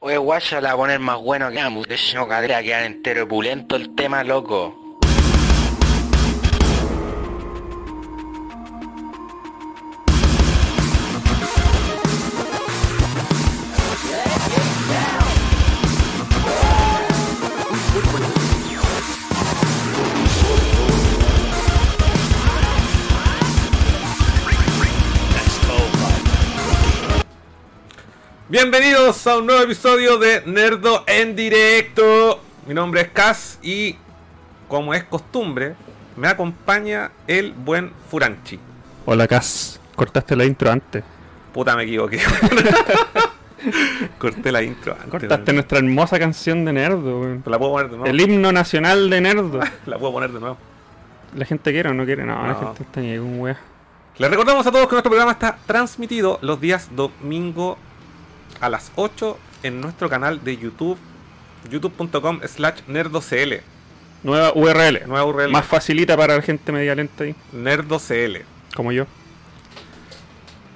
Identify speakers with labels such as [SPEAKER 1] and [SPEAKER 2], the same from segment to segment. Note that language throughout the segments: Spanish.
[SPEAKER 1] Pues guaya la va a poner más bueno que ambos. De hecho, cadera quedar entero opulento el tema, loco.
[SPEAKER 2] Bienvenidos a un nuevo episodio de Nerdo en directo. Mi nombre es Cas y como es costumbre, me acompaña el buen Furanchi.
[SPEAKER 3] Hola, Cas. Cortaste la intro antes.
[SPEAKER 2] Puta, me equivoqué. Corté la intro antes.
[SPEAKER 3] Cortaste
[SPEAKER 2] weón.
[SPEAKER 3] nuestra hermosa canción de Nerdo, weón.
[SPEAKER 2] la puedo poner de nuevo.
[SPEAKER 3] El himno nacional de Nerdo.
[SPEAKER 2] La puedo poner de nuevo.
[SPEAKER 3] ¿La gente quiere o no quiere? No, la
[SPEAKER 2] No.
[SPEAKER 3] gente está ni con weá.
[SPEAKER 2] Les recordamos a todos que nuestro programa está transmitido los días domingo a las 8 en nuestro canal de YouTube, youtube.com slash nerdocl.
[SPEAKER 3] Nueva URL.
[SPEAKER 2] Nueva URL.
[SPEAKER 3] Más facilita para la gente media lenta ahí,
[SPEAKER 2] Nerdocl.
[SPEAKER 3] como yo.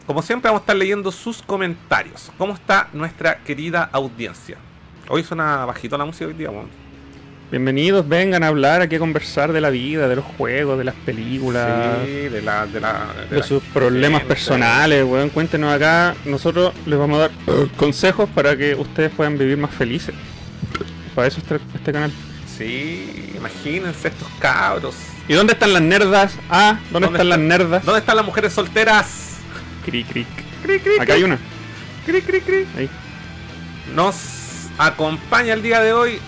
[SPEAKER 2] Como siempre vamos a estar leyendo sus comentarios. ¿Cómo está nuestra querida audiencia? Hoy suena bajito la música hoy día, weón.
[SPEAKER 3] Bienvenidos, vengan a hablar, aquí a conversar de la vida, de los juegos, de las películas,
[SPEAKER 2] Sí, de la... De, la, de
[SPEAKER 3] de
[SPEAKER 2] la-
[SPEAKER 3] sus problemas
[SPEAKER 2] sí,
[SPEAKER 3] personales, weón. Cuéntenos acá. Nosotros les vamos a dar consejos para que ustedes puedan vivir más felices. Para eso está este canal.
[SPEAKER 2] Sí, imagínense estos cabros.
[SPEAKER 3] ¿Y dónde están las nerdas? Ah, ¿dónde, están las nerdas?
[SPEAKER 2] ¿Dónde están las mujeres solteras?
[SPEAKER 3] Cri, cric.
[SPEAKER 2] Cri, cri,
[SPEAKER 3] Acá hay una.
[SPEAKER 2] cri, cri, cri.
[SPEAKER 3] Ahí.
[SPEAKER 2] Nos acompaña el día de hoy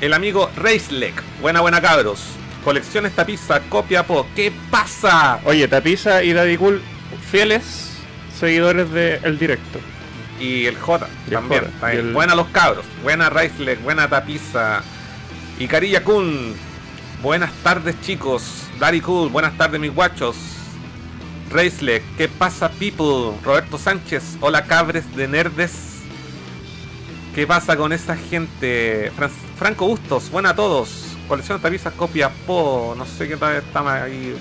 [SPEAKER 2] el amigo Reislek. Buena, buena cabros. Colecciones tapiza, copia po. ¿Qué pasa?
[SPEAKER 3] Oye, Tapiza y Daddy Cool, fieles seguidores del directo.
[SPEAKER 2] Y el J
[SPEAKER 3] Y el
[SPEAKER 2] también.
[SPEAKER 3] Jota,
[SPEAKER 2] también.
[SPEAKER 3] y el-
[SPEAKER 2] Buena los cabros. Buena Reislek, buena tapiza. Y Carilla Kun. Buenas tardes chicos. Dari Cool, buenas tardes mis guachos. Reislek, ¿qué pasa people? Roberto Sánchez, hola cabres de nerdes. ¿Qué pasa con esa gente? Fran- Franco Bustos, buena a todos. Colección de tapizas, copia po. No sé qué tal estamos ahí.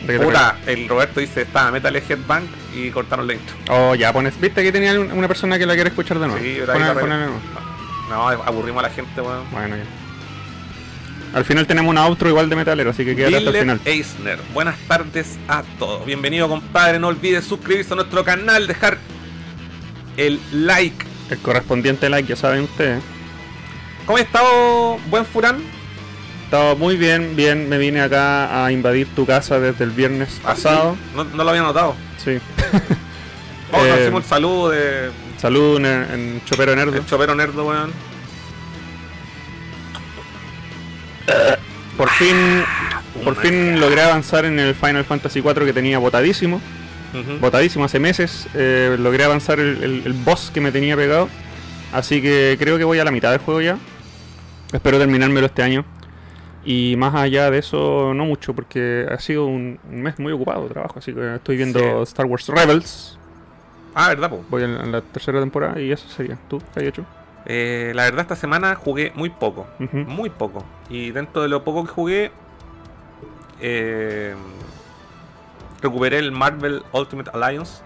[SPEAKER 3] De que te
[SPEAKER 2] Puta, el Roberto dice estaba Metal Headbang y cortaron la intro.
[SPEAKER 3] recuerdo. Oh, ya pones. Viste que tenía un- una persona que la quiere escuchar de nuevo.
[SPEAKER 2] Sí, pero ahí
[SPEAKER 3] Ponela-
[SPEAKER 2] la re-
[SPEAKER 3] ponela de nuevo.
[SPEAKER 2] No, aburrimos a la gente, weón.
[SPEAKER 3] Bueno, ya. Al final tenemos una outro igual de metalero, así que quédate hasta el
[SPEAKER 2] Dile
[SPEAKER 3] final.
[SPEAKER 2] Eisner, buenas tardes a todos. Bienvenido, compadre. No olvides suscribirse a nuestro canal, dejar el like.
[SPEAKER 3] El correspondiente like, ya saben ustedes.
[SPEAKER 2] ¿Cómo ha estado, buen Furán?
[SPEAKER 3] Estaba muy bien, bien. Me vine acá a invadir tu casa desde el viernes pasado.
[SPEAKER 2] No, no lo había notado.
[SPEAKER 3] Sí.
[SPEAKER 2] Vamos, nos
[SPEAKER 3] Eh,
[SPEAKER 2] hicimos el saludo de
[SPEAKER 3] Salud en, en Chopero Nerdo.
[SPEAKER 2] el chopero nerdo, weón.
[SPEAKER 3] Por fin, por fin logré avanzar en el Final Fantasy IV que tenía botadísimo,
[SPEAKER 2] Ujú.
[SPEAKER 3] botadísimo hace meses. eh, logré avanzar el, el- el boss que me tenía pegado. Así que creo que voy a la mitad del juego ya. Espero terminármelo este año. Y más allá de eso, no mucho, porque ha sido un, un mes muy ocupado de trabajo. Así que estoy viendo Star Wars Rebels.
[SPEAKER 2] Ah, verdad, po.
[SPEAKER 3] Voy en la, en la tercera temporada y eso sería. ¿Tú qué has hecho?
[SPEAKER 2] Eh, la verdad, esta semana jugué muy poco.
[SPEAKER 3] Ujú.
[SPEAKER 2] Muy poco. Y dentro de lo poco que jugué, eh, recuperé el Marvel Ultimate Alliance.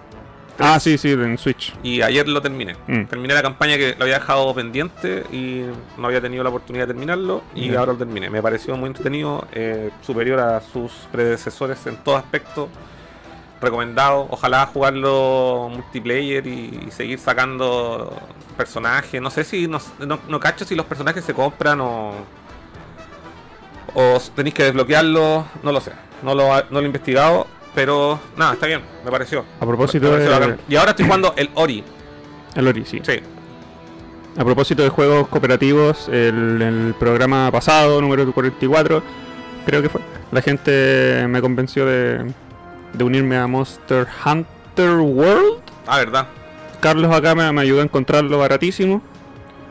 [SPEAKER 3] Ah, sí, sí, en Switch.
[SPEAKER 2] Y ayer lo terminé.
[SPEAKER 3] Mm.
[SPEAKER 2] Terminé la campaña que lo había dejado pendiente y no había tenido la oportunidad de terminarlo. Y
[SPEAKER 3] Ya.
[SPEAKER 2] ahora lo terminé. Me pareció muy entretenido, eh, superior a sus predecesores en todo aspecto. Recomendado. Ojalá jugarlo multiplayer y, y seguir sacando personajes. No sé si. No, no- no cacho si los personajes se compran o. O tenéis que desbloquearlos. No lo sé. No lo, ha- no lo he investigado. Pero nada, está bien. Me pareció.
[SPEAKER 3] A
[SPEAKER 2] Me
[SPEAKER 3] propósito
[SPEAKER 2] pareció
[SPEAKER 3] de.
[SPEAKER 2] bacán. Y ahora estoy jugando el Ori.
[SPEAKER 3] El Ori, sí.
[SPEAKER 2] Sí.
[SPEAKER 3] A propósito de juegos cooperativos, el, el programa pasado, número 44, creo que fue, la gente me convenció de, de unirme a Monster Hunter World.
[SPEAKER 2] Ah, verdad.
[SPEAKER 3] Carlos acá me, me ayudó a encontrarlo baratísimo,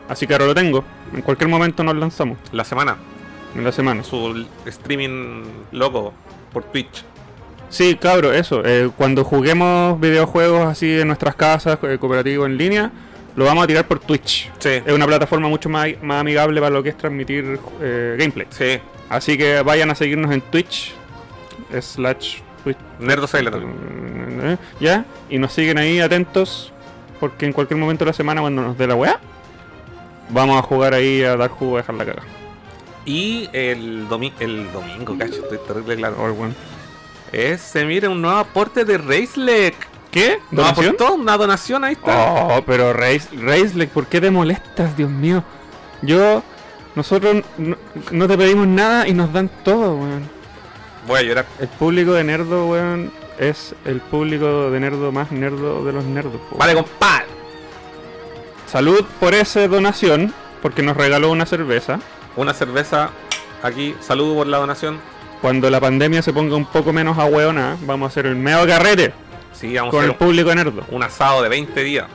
[SPEAKER 3] así que ahora lo tengo. En cualquier momento nos lanzamos,
[SPEAKER 2] La semana.
[SPEAKER 3] en la semana.
[SPEAKER 2] Su l- streaming loco por Twitch.
[SPEAKER 3] Sí, cabro, eso. eh, cuando juguemos videojuegos así en nuestras casas, eh, cooperativo en línea, lo vamos a tirar por Twitch.
[SPEAKER 2] Sí.
[SPEAKER 3] Es una plataforma mucho más, más amigable para lo que es transmitir eh, gameplay.
[SPEAKER 2] Sí.
[SPEAKER 3] Así que vayan a seguirnos en Twitch. Slash Twitch.
[SPEAKER 2] Nerdo Sailor.
[SPEAKER 3] mm, ¿Ya? Y nos siguen ahí atentos. porque en cualquier momento de la semana, cuando nos dé la weá, vamos a jugar ahí a dar jugo a dejar la caga.
[SPEAKER 2] Y el, domi- el domingo, cacho, estoy terrible claro.
[SPEAKER 3] Oh, weón.
[SPEAKER 2] Es, se mire un nuevo aporte de Racelec.
[SPEAKER 3] ¿Qué?
[SPEAKER 2] Nos
[SPEAKER 3] ¿Donación?
[SPEAKER 2] aportó una donación, ahí está.
[SPEAKER 3] Oh, pero Reis, Reislek, ¿por qué te molestas, Dios mío? Yo, nosotros no, no te pedimos nada y nos dan todo, weón.
[SPEAKER 2] Voy a llorar.
[SPEAKER 3] El público de Nerdo, weón, es el público de Nerdo más nerdo de los nerdos. po.
[SPEAKER 2] Vale, compadre.
[SPEAKER 3] Salud por esa donación, porque nos regaló una cerveza.
[SPEAKER 2] Una cerveza aquí. Saludo por la donación.
[SPEAKER 3] Cuando la pandemia se ponga un poco menos a vamos a hacer el meo carrete
[SPEAKER 2] Sí, vamos a
[SPEAKER 3] con
[SPEAKER 2] hacer
[SPEAKER 3] el
[SPEAKER 2] un-
[SPEAKER 3] público de Nerdo.
[SPEAKER 2] un asado de 20 días.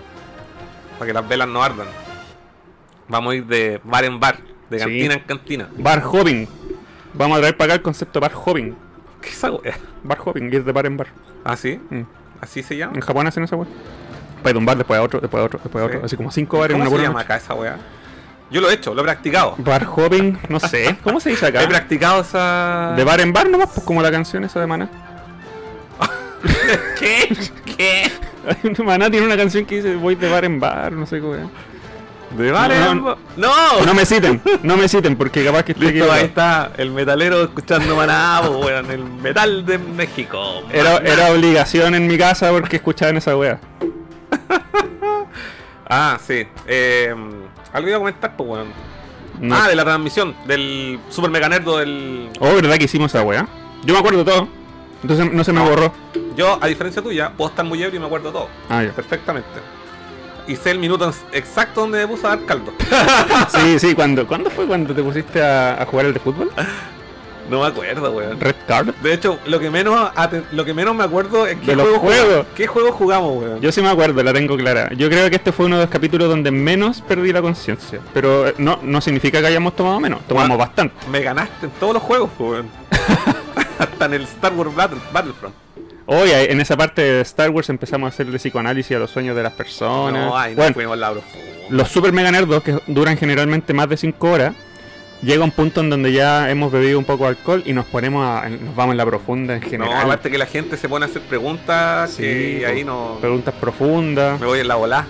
[SPEAKER 2] Para que las velas no ardan. Vamos a ir de bar en bar, de
[SPEAKER 3] Sí.
[SPEAKER 2] cantina en cantina.
[SPEAKER 3] Bar hopping. Vamos a traer para acá el concepto bar hopping.
[SPEAKER 2] ¿Qué es esa wea?
[SPEAKER 3] Bar hopping, ir de bar en bar.
[SPEAKER 2] ¿Ah, sí?
[SPEAKER 3] Mm.
[SPEAKER 2] ¿Así se
[SPEAKER 3] En
[SPEAKER 2] llama?
[SPEAKER 3] Japón hacen esa weá. Para ir de un bar, después a otro, después a otro, después a
[SPEAKER 2] Sí.
[SPEAKER 3] otro. Así como cinco
[SPEAKER 2] ¿Cómo
[SPEAKER 3] bares en una
[SPEAKER 2] se
[SPEAKER 3] pura
[SPEAKER 2] llama
[SPEAKER 3] noche.
[SPEAKER 2] acá esa wea? Yo lo he hecho, lo he practicado.
[SPEAKER 3] Bar hopping, no sé. ¿Cómo se dice
[SPEAKER 2] He
[SPEAKER 3] acá?
[SPEAKER 2] practicado esa.
[SPEAKER 3] De bar en bar nomás, pues como la canción esa de Maná.
[SPEAKER 2] ¿Qué? ¿Qué?
[SPEAKER 3] Hay una- Maná tiene una canción que dice voy de bar en bar, no sé cómo era.
[SPEAKER 2] ¿De bar
[SPEAKER 3] No,
[SPEAKER 2] en
[SPEAKER 3] no,
[SPEAKER 2] bar? ¡No!
[SPEAKER 3] No me citen, no me citen porque capaz que estoy
[SPEAKER 2] Listo, ahí
[SPEAKER 3] equivocado.
[SPEAKER 2] está el metalero escuchando Maná, po, weón, el metal de México.
[SPEAKER 3] Era, era obligación en mi casa porque escuchaban esa wea.
[SPEAKER 2] Ah, sí. Eh, algo iba a comentar, pues, weón.
[SPEAKER 3] No.
[SPEAKER 2] Ah, de la transmisión, del Super Mega Nerdo del.
[SPEAKER 3] Oh, ¿verdad que hicimos esa wea? Yo me acuerdo todo. Entonces no se me borró.
[SPEAKER 2] Yo, a diferencia tuya, puedo estar muy ebrio y me acuerdo todo.
[SPEAKER 3] Ah, ya.
[SPEAKER 2] Perfectamente. Y sé el minuto exacto donde me puse a dar caldo.
[SPEAKER 3] Sí, sí, ¿cuándo, ¿cuándo fue cuando te pusiste a, a jugar el de fútbol?
[SPEAKER 2] no me acuerdo, weón.
[SPEAKER 3] Red Card.
[SPEAKER 2] De hecho, lo que menos ate- lo que menos me acuerdo es qué
[SPEAKER 3] De los
[SPEAKER 2] juego jugamos.
[SPEAKER 3] juegos.
[SPEAKER 2] ¿Qué juego jugamos, weón?
[SPEAKER 3] Yo sí me acuerdo, la tengo clara. Yo creo que este fue uno de los capítulos donde menos perdí la conciencia. Pero eh, no, no significa que hayamos tomado menos, tomamos
[SPEAKER 2] Bueno.
[SPEAKER 3] bastante.
[SPEAKER 2] Me ganaste en todos los juegos, pues, weón. Hasta en el Star Wars Battle- Battlefront.
[SPEAKER 3] Hoy eh, en esa parte de Star Wars empezamos a hacerle psicoanálisis a los sueños de las personas.
[SPEAKER 2] no, ay, no
[SPEAKER 3] Bueno,
[SPEAKER 2] fuimos la profunda.
[SPEAKER 3] los super mega nerdos que duran generalmente más de 5 horas, llega un punto en donde ya hemos bebido un poco de alcohol y nos ponemos a, nos vamos en la profunda en
[SPEAKER 2] No,
[SPEAKER 3] general.
[SPEAKER 2] aparte que la gente se pone a hacer preguntas
[SPEAKER 3] Sí,
[SPEAKER 2] que ahí no.
[SPEAKER 3] Preguntas profundas.
[SPEAKER 2] Me voy en la bola.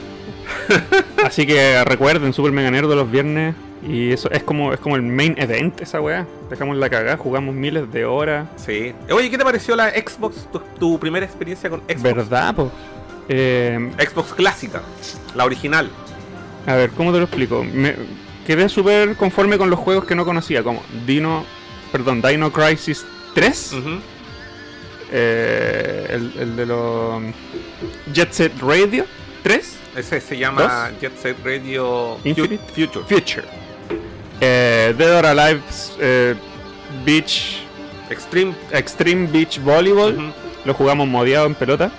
[SPEAKER 3] Así que recuerden, Super Mega Nerdo los viernes. Y eso es como, es como el main event esa weá. Dejamos la cagada, jugamos miles de horas.
[SPEAKER 2] Sí. Oye, ¿qué te pareció la Xbox? Tu, tu primera experiencia con Xbox.
[SPEAKER 3] ¿Verdad, po? Eh,
[SPEAKER 2] Xbox clásica, la original.
[SPEAKER 3] a ver, ¿cómo te lo explico? Me quedé súper conforme con los juegos que no conocía, como Dino. Perdón, Dino Crisis 3.
[SPEAKER 2] Ujú.
[SPEAKER 3] eh, el, el de los. Jet Set Radio 3.
[SPEAKER 2] Ese se llama Jet Set Radio Fu-
[SPEAKER 3] Infinite?
[SPEAKER 2] Future.
[SPEAKER 3] Future. Eh, Dead or Alive eh, Beach.
[SPEAKER 2] Extreme.
[SPEAKER 3] Extreme Beach Volleyball.
[SPEAKER 2] Ujú.
[SPEAKER 3] Lo jugamos modeado en pelota.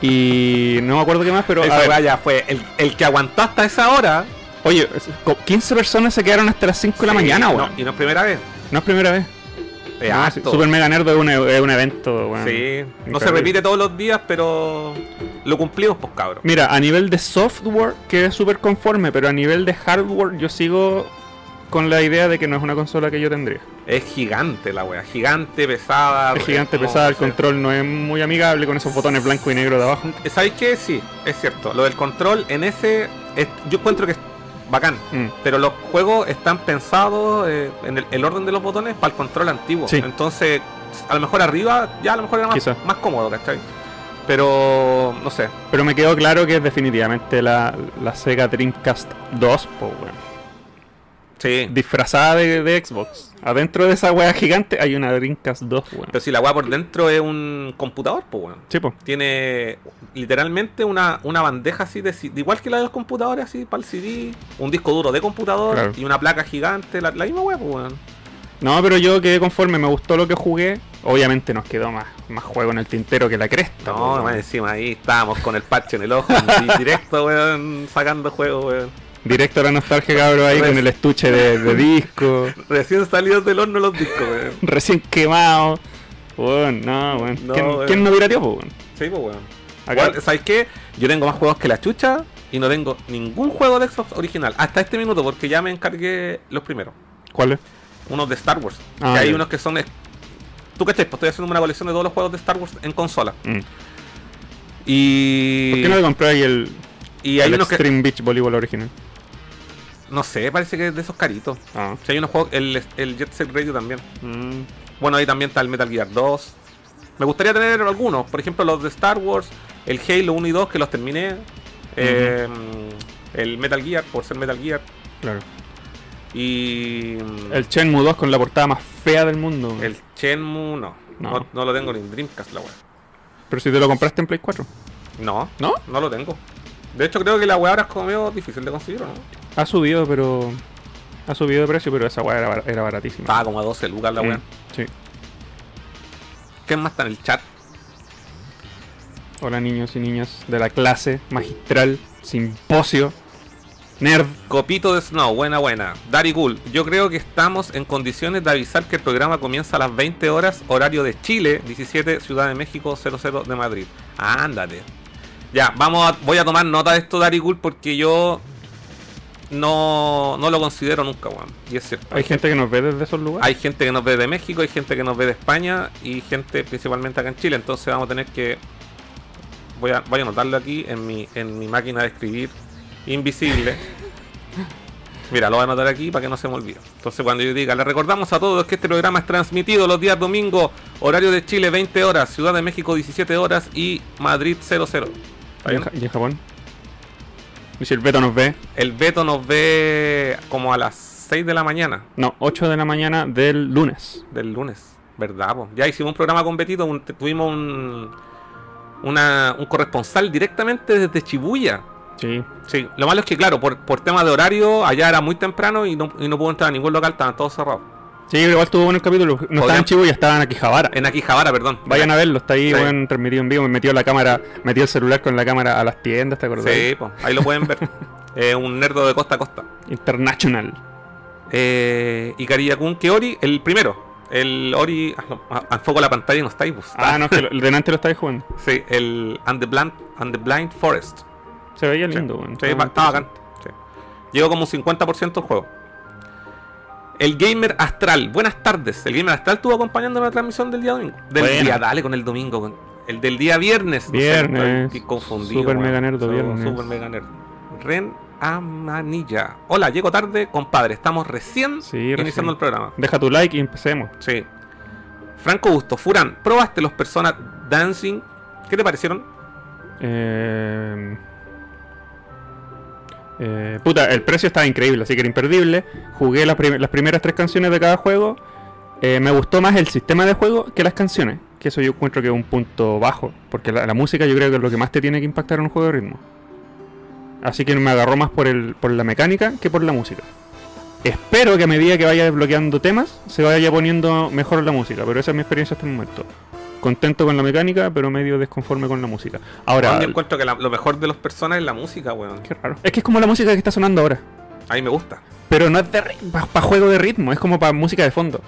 [SPEAKER 3] Y no me acuerdo qué más, pero. a
[SPEAKER 2] Esa
[SPEAKER 3] ver,
[SPEAKER 2] weá ya fue el, el que aguantó hasta esa hora.
[SPEAKER 3] oye, es- co- 15 personas se quedaron hasta las 5 de la
[SPEAKER 2] Sí,
[SPEAKER 3] mañana,
[SPEAKER 2] no,
[SPEAKER 3] weón. No,
[SPEAKER 2] y no es primera vez.
[SPEAKER 3] es primera vez.
[SPEAKER 2] Es
[SPEAKER 3] No,
[SPEAKER 2] harto.
[SPEAKER 3] Super Mega Nerd es un, e- es un evento, weón.
[SPEAKER 2] Sí. No se
[SPEAKER 3] Increíble.
[SPEAKER 2] repite todos los días, pero lo cumplimos, pues cabrón.
[SPEAKER 3] Mira, a nivel de software quedé súper conforme, pero a nivel de hardware yo sigo con la idea de que no es una consola que yo tendría.
[SPEAKER 2] Es gigante la wea. Gigante, pesada.
[SPEAKER 3] es gigante,
[SPEAKER 2] no,
[SPEAKER 3] pesada, el
[SPEAKER 2] no sé.
[SPEAKER 3] control no es muy amigable con esos botones blanco y negro de abajo.
[SPEAKER 2] ¿Sabéis qué? Sí, es cierto. Lo del control en ese. es- yo encuentro que es bacán.
[SPEAKER 3] Mm.
[SPEAKER 2] Pero los juegos están pensados eh, en el, el orden de los botones para el control antiguo.
[SPEAKER 3] Sí.
[SPEAKER 2] Entonces, a lo mejor arriba ya a lo mejor era
[SPEAKER 3] Quizá.
[SPEAKER 2] más, más cómodo, ¿cachai? Pero no sé.
[SPEAKER 3] Pero me quedó claro que es definitivamente la, la Sega Dreamcast 2, po, weón.
[SPEAKER 2] Sí.
[SPEAKER 3] disfrazada de, de Xbox. Adentro de esa wea gigante hay una Dreamcast 2, weón.
[SPEAKER 2] Pero si la weá por dentro es un computador, pues bueno.
[SPEAKER 3] Sí, po.
[SPEAKER 2] Tiene literalmente una, una bandeja así de, C- igual que la de los computadores, así para el CD, un disco duro de computador
[SPEAKER 3] Claro.
[SPEAKER 2] y una placa gigante, la, la misma weá, pues bueno.
[SPEAKER 3] No, pero yo quedé conforme, me gustó lo que jugué. Obviamente nos quedó más, más juego en el tintero que la cresta. po,
[SPEAKER 2] No,
[SPEAKER 3] weón.
[SPEAKER 2] más encima ahí estábamos con el parche en el ojo, en directo, weón, sacando juego, weón.
[SPEAKER 3] Directo a la nostalgia, cabrón, ahí
[SPEAKER 2] Res-
[SPEAKER 3] con el estuche de, de disco,
[SPEAKER 2] Recién salidos del horno los discos, weón.
[SPEAKER 3] recién quemado. Weón, no, weón.
[SPEAKER 2] No,
[SPEAKER 3] ¿Quién,
[SPEAKER 2] weón.
[SPEAKER 3] quién no pirateó, po, weón?
[SPEAKER 2] Sí, pues, weón.
[SPEAKER 3] Acá-
[SPEAKER 2] Weón, ¿Sabes qué? Yo tengo más juegos que la chucha y no tengo ningún juego de Xbox original hasta este minuto porque ya me encargué los primeros.
[SPEAKER 3] ¿Cuál es?
[SPEAKER 2] Unos de Star Wars.
[SPEAKER 3] Ah,
[SPEAKER 2] que hay
[SPEAKER 3] ya.
[SPEAKER 2] unos que son. ex- ¿Tú cachai? Pues estoy haciendo una colección de todos los juegos de Star Wars en consola.
[SPEAKER 3] Mm.
[SPEAKER 2] Y.
[SPEAKER 3] ¿Por qué no le compráis el,
[SPEAKER 2] y hay
[SPEAKER 3] el
[SPEAKER 2] unos que.
[SPEAKER 3] Extreme Beach Volleyball original?
[SPEAKER 2] No sé, parece que es de esos caritos.
[SPEAKER 3] Ah.
[SPEAKER 2] Si hay unos juegos. El, el Jet Set Radio también.
[SPEAKER 3] Mm.
[SPEAKER 2] Bueno, ahí también está el Metal Gear 2. Me gustaría tener algunos, por ejemplo, los de Star Wars, el Halo 1 y 2 que los terminé. eh, el Metal Gear, por ser Metal Gear.
[SPEAKER 3] claro.
[SPEAKER 2] Y. mm,
[SPEAKER 3] El Shenmue 2 con la portada más fea del mundo.
[SPEAKER 2] el Shenmue, no.
[SPEAKER 3] No.
[SPEAKER 2] no. no lo tengo ni en Dreamcast, la weá.
[SPEAKER 3] Pero si te lo compraste en Play 4.
[SPEAKER 2] No,
[SPEAKER 3] ¿No?
[SPEAKER 2] no lo tengo. De hecho, creo que la weá ahora es como medio difícil de conseguir, ¿o ¿no?
[SPEAKER 3] Ha subido, pero. Ha subido de precio, pero esa weá era, bar- era baratísima.
[SPEAKER 2] Estaba como a 12 lucas Ah, la
[SPEAKER 3] Mm,
[SPEAKER 2] weá.
[SPEAKER 3] Sí.
[SPEAKER 2] ¿Quién más está en el chat?
[SPEAKER 3] Hola, niños y niñas de la clase magistral, simposio, nerd.
[SPEAKER 2] Copito de Snow, buena, buena. Dari Gul, yo creo que estamos en condiciones de avisar que el programa comienza a las 20 horas, horario de Chile, 17, Ciudad de México, 00 de Madrid. ándate. Ya, vamos a- voy a tomar nota de esto, Dari Gul, porque yo no, no lo considero nunca, weón. Y es cierto.
[SPEAKER 3] Hay gente que nos ve desde esos lugares.
[SPEAKER 2] Hay gente que nos ve de México, hay gente que nos ve de España y gente principalmente acá en Chile. Entonces vamos a tener que. Voy a, voy a anotarlo aquí en mi, en mi máquina de escribir invisible. Mira, lo voy a anotar aquí para que no se me olvide. Entonces cuando yo diga, le recordamos a todos que este programa es transmitido los días domingo, horario de Chile 20 horas, Ciudad de México 17 horas y Madrid 00. ¿Está
[SPEAKER 3] y,
[SPEAKER 2] bien?
[SPEAKER 3] en, Ja- y en Japón. Y si el Beto nos ve,
[SPEAKER 2] El Beto nos ve como a las 6 de la mañana.
[SPEAKER 3] no, 8 de la mañana del lunes.
[SPEAKER 2] Del lunes, ¿verdad? po? Ya hicimos un programa con Betito, un- te- tuvimos un, una- un corresponsal directamente desde Chibuya.
[SPEAKER 3] Sí.
[SPEAKER 2] Sí, lo malo es que, claro, por, por tema de horario, allá era muy temprano y no, y no pudo entrar a ningún local, estaban todos cerrados.
[SPEAKER 3] Sí, pero igual tuvo buenos capítulos. No estaban
[SPEAKER 2] Podrían-
[SPEAKER 3] en Chivo y estaban aquí Javara.
[SPEAKER 2] En Akihabara, perdón.
[SPEAKER 3] Vayan a verlo, está ahí,
[SPEAKER 2] Sí.
[SPEAKER 3] weón, transmitido en vivo. Me metió la cámara, metió el celular con la cámara a las tiendas, ¿te acordás?
[SPEAKER 2] Sí, po, ahí lo pueden ver. Eh, un nerdo de costa a costa.
[SPEAKER 3] International.
[SPEAKER 2] Eh, y Kariyakun Keori, el primero. El Ori. ah, no, ah, enfoco la pantalla y no estáis. pues.
[SPEAKER 3] Ah, no, es que lo- delante lo estáis jugando.
[SPEAKER 2] Sí, el And the Blind, and the Blind Forest.
[SPEAKER 3] Se veía
[SPEAKER 2] Sí.
[SPEAKER 3] lindo, weón.
[SPEAKER 2] Sí, pa- está bacán. Sí. Llegó como un 50% el juego. El Gamer Astral, buenas tardes. El Gamer Astral estuvo acompañando la transmisión del día domingo. Del
[SPEAKER 3] Buena.
[SPEAKER 2] día, dale con el domingo. con- El del día viernes. No sé,
[SPEAKER 3] Viernes.
[SPEAKER 2] estoy confundido.
[SPEAKER 3] Super
[SPEAKER 2] weón.
[SPEAKER 3] mega nerdo,
[SPEAKER 2] Soy
[SPEAKER 3] viernes.
[SPEAKER 2] Super mega nerd. Ren Amanilla. Hola, llego tarde, compadre. Estamos recién
[SPEAKER 3] Sí,
[SPEAKER 2] iniciando
[SPEAKER 3] recién.
[SPEAKER 2] el programa.
[SPEAKER 3] Deja tu like y empecemos.
[SPEAKER 2] Sí. Franco Gusto, Furán, ¿probaste los Persona Dancing? ¿Qué te parecieron?
[SPEAKER 3] Eh, eh, puta, el precio estaba increíble, así que era imperdible. Jugué las prim- las primeras tres canciones de cada juego. Eh, me gustó más el sistema de juego que las canciones. Que eso yo encuentro que es un punto bajo. Porque la, la música yo creo que es lo que más te tiene que impactar en un juego de ritmo. Así que me agarró más por, el, por la mecánica que por la música. Espero que a medida que vaya desbloqueando temas se vaya poniendo mejor la música. Pero esa es mi experiencia hasta el momento. Contento con la mecánica, pero medio desconforme con la música. Ahora,
[SPEAKER 2] Yo encuentro que la- lo mejor de los personas es la música, weón.
[SPEAKER 3] Qué raro. Es que es como la música que está sonando ahora.
[SPEAKER 2] A mí me gusta.
[SPEAKER 3] Pero no es para juego de ritmo, es como para música de fondo.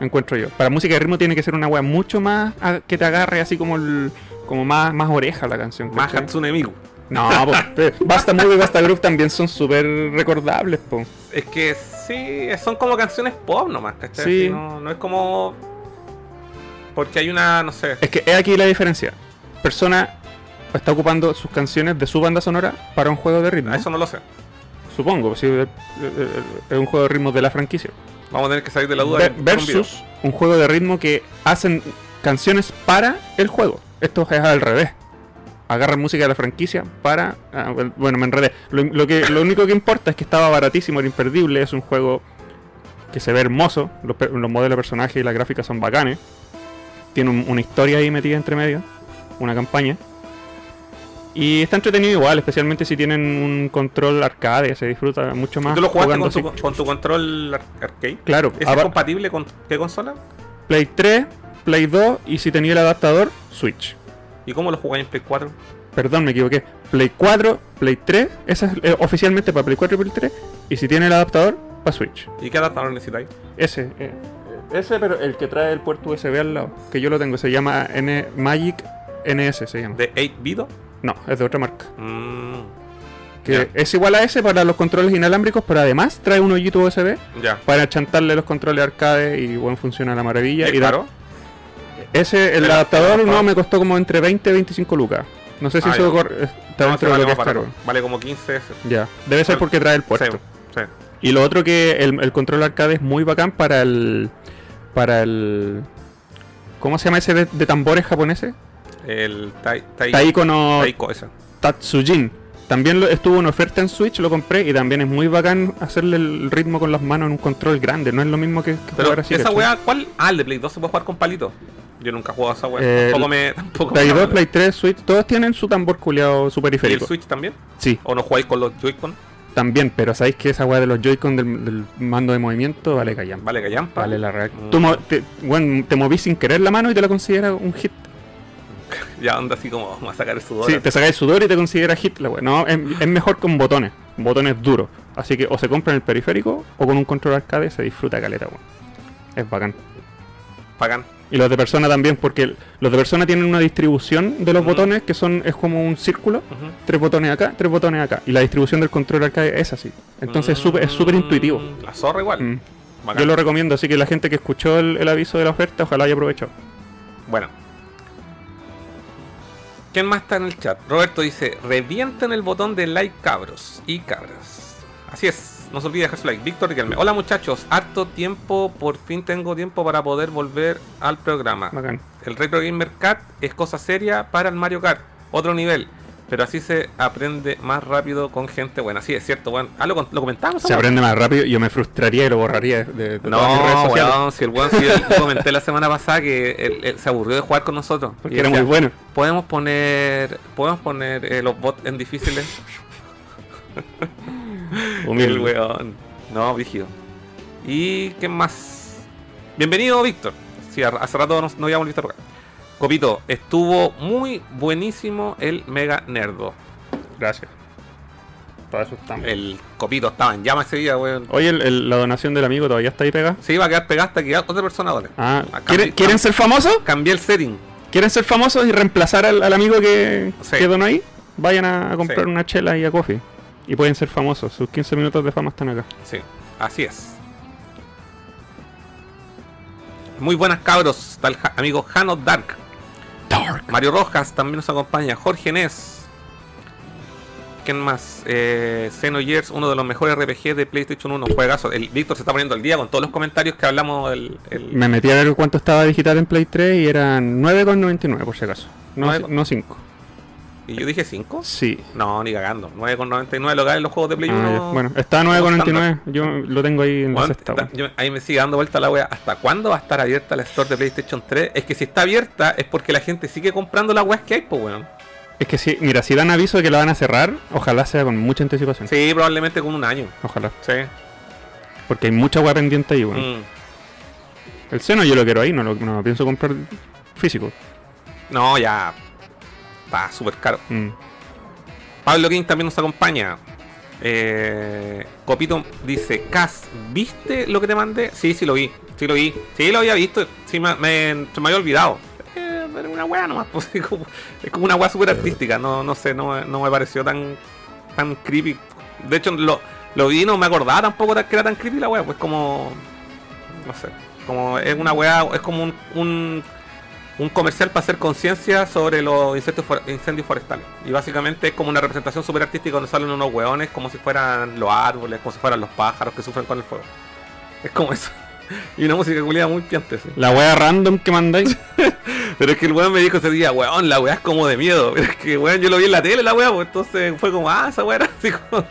[SPEAKER 3] Encuentro yo. Para música de ritmo tiene que ser una wea mucho más a- que te agarre así como el- como más, más oreja la canción.
[SPEAKER 2] Más
[SPEAKER 3] ¿cachai?
[SPEAKER 2] Hatsune Miku.
[SPEAKER 3] No, pues, Basta Move y Basta Groove también son súper recordables, po.
[SPEAKER 2] Es que sí, son como canciones pop nomás, ¿cachai?
[SPEAKER 3] Sí.
[SPEAKER 2] Sí, No, no es como. Porque hay una, no sé.
[SPEAKER 3] Es que es aquí la diferencia. Persona está ocupando sus canciones de su banda sonora para un juego de ritmo.
[SPEAKER 2] Eso no lo sé.
[SPEAKER 3] Supongo, sí, eh, eh, eh, es un juego de ritmo de la franquicia.
[SPEAKER 2] Vamos a tener que salir de la duda.
[SPEAKER 3] Ve-
[SPEAKER 2] en- en un video.
[SPEAKER 3] versus un juego de ritmo que hacen canciones para el juego. Esto es al revés. Agarran música de la franquicia para. ah, bueno, bueno, me enredé. Lo, lo que, lo único que importa es que estaba baratísimo, era imperdible. Es un juego que se ve hermoso. Los, pe- los modelos de personajes y las gráficas son bacanes. Tiene un- una historia ahí metida entre medio. Una campaña. Y está entretenido igual, especialmente si tienen un control arcade. Se disfruta mucho más.
[SPEAKER 2] ¿Tú lo jugaste
[SPEAKER 3] jugando
[SPEAKER 2] con tu,
[SPEAKER 3] así.
[SPEAKER 2] con tu control ar- arcade?
[SPEAKER 3] Claro,
[SPEAKER 2] ¿Es
[SPEAKER 3] apa-
[SPEAKER 2] compatible con qué consola?
[SPEAKER 3] Play 3, Play 2 y si tenía el adaptador, Switch.
[SPEAKER 2] ¿Y cómo lo jugáis en Play 4?
[SPEAKER 3] Perdón, me equivoqué. Play 4, Play 3, esa es eh, oficialmente para Play 4 y Play 3. Y si tiene el adaptador, para Switch.
[SPEAKER 2] ¿Y qué adaptador necesitáis?
[SPEAKER 3] Ese, eh, ese, pero el que trae el puerto USB al lado, que yo lo tengo, se llama N Magic NS, se llama.
[SPEAKER 2] ¿De 8 Vido?
[SPEAKER 3] No, es de otra marca.
[SPEAKER 2] Mmm.
[SPEAKER 3] Que
[SPEAKER 2] Ya.
[SPEAKER 3] es igual a ese para los controles inalámbricos, pero además trae un hoyito USB
[SPEAKER 2] Ya.
[SPEAKER 3] para chantarle los controles arcade y bueno, funciona a la maravilla.
[SPEAKER 2] ¿Es
[SPEAKER 3] y da-
[SPEAKER 2] caro?
[SPEAKER 3] Ese, el
[SPEAKER 2] Pero-
[SPEAKER 3] adaptador
[SPEAKER 2] pero-
[SPEAKER 3] no me costó como entre 20 y 25 lucas. No sé si
[SPEAKER 2] Ah,
[SPEAKER 3] eso
[SPEAKER 2] ya.
[SPEAKER 3] cor- eh, está
[SPEAKER 2] No,
[SPEAKER 3] dentro
[SPEAKER 2] sí,
[SPEAKER 3] de
[SPEAKER 2] vale,
[SPEAKER 3] lo que es
[SPEAKER 2] más barato.
[SPEAKER 3] caro.
[SPEAKER 2] Vale como 15 ese.
[SPEAKER 3] Ya. Debe ser
[SPEAKER 2] Vale.
[SPEAKER 3] porque trae el puerto.
[SPEAKER 2] Sí, sí.
[SPEAKER 3] Y lo otro que el, el control arcade es muy bacán para el. Para el. ¿Cómo se llama ese de, de tambores japoneses?
[SPEAKER 2] El tai, tai,
[SPEAKER 3] Taiko no
[SPEAKER 2] Taiko, ese.
[SPEAKER 3] Tatsujin. También lo- estuvo en oferta en Switch, lo compré y también es muy bacán hacerle el ritmo con las manos en un control grande. No es lo mismo que, que
[SPEAKER 2] Pero
[SPEAKER 3] jugar así.
[SPEAKER 2] esa
[SPEAKER 3] ¿cachai?
[SPEAKER 2] weá, ¿cuál? Ah, el de Play 2 se puede jugar con palito. Yo nunca he jugado a esa weá.
[SPEAKER 3] Eh,
[SPEAKER 2] tampoco me. Tampoco
[SPEAKER 3] Play
[SPEAKER 2] me
[SPEAKER 3] 2, Play 3, Switch, todos tienen su tambor culeado,
[SPEAKER 2] ¿Y
[SPEAKER 3] su
[SPEAKER 2] el
[SPEAKER 3] periférico.
[SPEAKER 2] Switch también?
[SPEAKER 3] Sí,
[SPEAKER 2] ¿O no jugáis con los Joy-Con?
[SPEAKER 3] también, pero sabéis que esa weá de los Joy-Con del, del mando de movimiento vale callampa.
[SPEAKER 2] Vale, callampa.
[SPEAKER 3] Vale la real.
[SPEAKER 2] Mm.
[SPEAKER 3] Tú mo- te, weón, te movís sin querer la mano y te la consideras un hit.
[SPEAKER 2] Ya anda así como, vamos a sacar el sudor.
[SPEAKER 3] Sí, te sacáis sudor y te consideras hit la weá. No, es, es mejor con botones, botones duros. Así que o se compra en el periférico o con un control arcade se disfruta caleta, weón. Es bacán.
[SPEAKER 2] Pagan.
[SPEAKER 3] Y los de persona también, porque el- los de persona tienen una distribución de los
[SPEAKER 2] Mm.
[SPEAKER 3] botones que son es como un círculo.
[SPEAKER 2] Ujú.
[SPEAKER 3] Tres botones acá, tres botones acá. Y la distribución del control arcade es así. Entonces es súper- es súper
[SPEAKER 2] Mm,
[SPEAKER 3] intuitivo.
[SPEAKER 2] La zorra igual.
[SPEAKER 3] Mm.
[SPEAKER 2] Bacán.
[SPEAKER 3] Yo lo recomiendo, así que la gente que escuchó el, el aviso de la oferta, ojalá haya aprovechado.
[SPEAKER 2] Bueno. ¿Quién más está en el chat? Roberto dice, revienten el botón de like cabros y cabras. Así es, no se olvide dejar su like. Víctor Riquelme. Hola muchachos, harto tiempo, por fin tengo tiempo para poder volver al programa.
[SPEAKER 3] Bacán.
[SPEAKER 2] El Retro Gamer Cat es cosa seria para el Mario Kart, otro nivel. Pero así se aprende más rápido con gente buena. Así es cierto, bueno. Ah, lo, con- lo comentamos.
[SPEAKER 3] Se
[SPEAKER 2] ¿no?
[SPEAKER 3] aprende más rápido, yo me frustraría y lo borraría de, de- de todas mis redes
[SPEAKER 2] No,
[SPEAKER 3] sociales.
[SPEAKER 2] weón, si el weón, si yo comenté la semana pasada que él- él se aburrió de jugar con nosotros.
[SPEAKER 3] Porque
[SPEAKER 2] Y
[SPEAKER 3] era muy
[SPEAKER 2] decía,
[SPEAKER 3] bueno.
[SPEAKER 2] Podemos poner, podemos poner eh, los bots en difíciles. El
[SPEAKER 3] Humilde.
[SPEAKER 2] weón. No, brígido. ¿Y qué más? Bienvenido, Víctor. Sí, ha- hace rato no, no habíamos visto por acá. Copito, estuvo muy buenísimo el Mega Nerdo.
[SPEAKER 3] Gracias. Para eso estamos.
[SPEAKER 2] El Copito estaba en llamas ese día, weón.
[SPEAKER 3] Oye, el- el- la donación del amigo todavía está ahí pegada.
[SPEAKER 2] Se iba a quedar pegada hasta que otra persona done.
[SPEAKER 3] Ah,
[SPEAKER 2] Ah,
[SPEAKER 3] ¿quieren,
[SPEAKER 2] cambi-
[SPEAKER 3] ¿Quieren ser famosos?
[SPEAKER 2] Cambié el setting.
[SPEAKER 3] ¿Quieren ser famosos y reemplazar al, al amigo que,
[SPEAKER 2] Sí.
[SPEAKER 3] que donó ahí? Vayan a, a comprar
[SPEAKER 2] Sí.
[SPEAKER 3] una chela y a coffee. Y pueden ser famosos. Sus 15 minutos de fama están acá.
[SPEAKER 2] Sí, así es. Muy buenas cabros, está el ja- amigo Jano Dark.
[SPEAKER 3] Dark.
[SPEAKER 2] Mario Rojas también nos acompaña. Jorge Nes. ¿Quién más? Eh, Xenogears, uno de los mejores RPG de PlayStation 1. Juegazo. El Víctor se está poniendo al día con todos los comentarios que hablamos. El, el-
[SPEAKER 3] Me metí a ver cuánto estaba digital en Play 3 y eran 9,99 por si acaso. No,
[SPEAKER 2] Nueve-
[SPEAKER 3] no 5.
[SPEAKER 2] ¿Y yo dije 5?
[SPEAKER 3] Sí.
[SPEAKER 2] No, ni cagando. 9,99 lo que hay en los juegos de Play
[SPEAKER 3] Ah,
[SPEAKER 2] 1.
[SPEAKER 3] ya. Bueno, está 9,99. Yo lo tengo ahí en la
[SPEAKER 2] Bueno,
[SPEAKER 3] sexta.
[SPEAKER 2] está-
[SPEAKER 3] weón.
[SPEAKER 2] yo- ahí me sigue dando vuelta la wea. ¿Hasta cuándo va a estar abierta la store de PlayStation 3? Es que si está abierta es porque la gente sigue comprando las weas que hay, pues weón.
[SPEAKER 3] Es que sí, mira, si dan aviso de que la van a cerrar, ojalá sea con mucha anticipación.
[SPEAKER 2] Sí, probablemente con un año.
[SPEAKER 3] Ojalá.
[SPEAKER 2] Sí.
[SPEAKER 3] Porque hay mucha weá pendiente ahí, weón.
[SPEAKER 2] Mm.
[SPEAKER 3] El seno yo lo quiero ahí, no lo, no lo pienso comprar físico.
[SPEAKER 2] No, ya. Está súper caro.
[SPEAKER 3] Mm.
[SPEAKER 2] Pablo King también nos acompaña. Eh, Copito dice, Cas, ¿viste lo que te mandé? Sí, sí lo vi, sí lo vi, sí lo había visto, sí me, me- se me había olvidado. Eh, pero una weá nomás, pues, es como, es como una weá súper artística, no, no sé, no, no me pareció tan, tan creepy. De hecho, lo, lo vi y no me acordaba tampoco tan- que era tan creepy la weá, pues como, no sé, como es una weá, es como un, un un comercial para hacer conciencia sobre los insectos for- incendios forestales. Y básicamente es como una representación súper artística donde salen unos hueones como si fueran los árboles, como si fueran los pájaros que sufren con el fuego. Es como eso. Y una música culiada muy piante, sí.
[SPEAKER 3] La weá random que mandáis.
[SPEAKER 2] Pero es que el weón me dijo ese día, weón, la weá es como de miedo. Pero es que, weón, yo lo vi en la tele, la weá, pues entonces fue como, ah, esa weá era así como...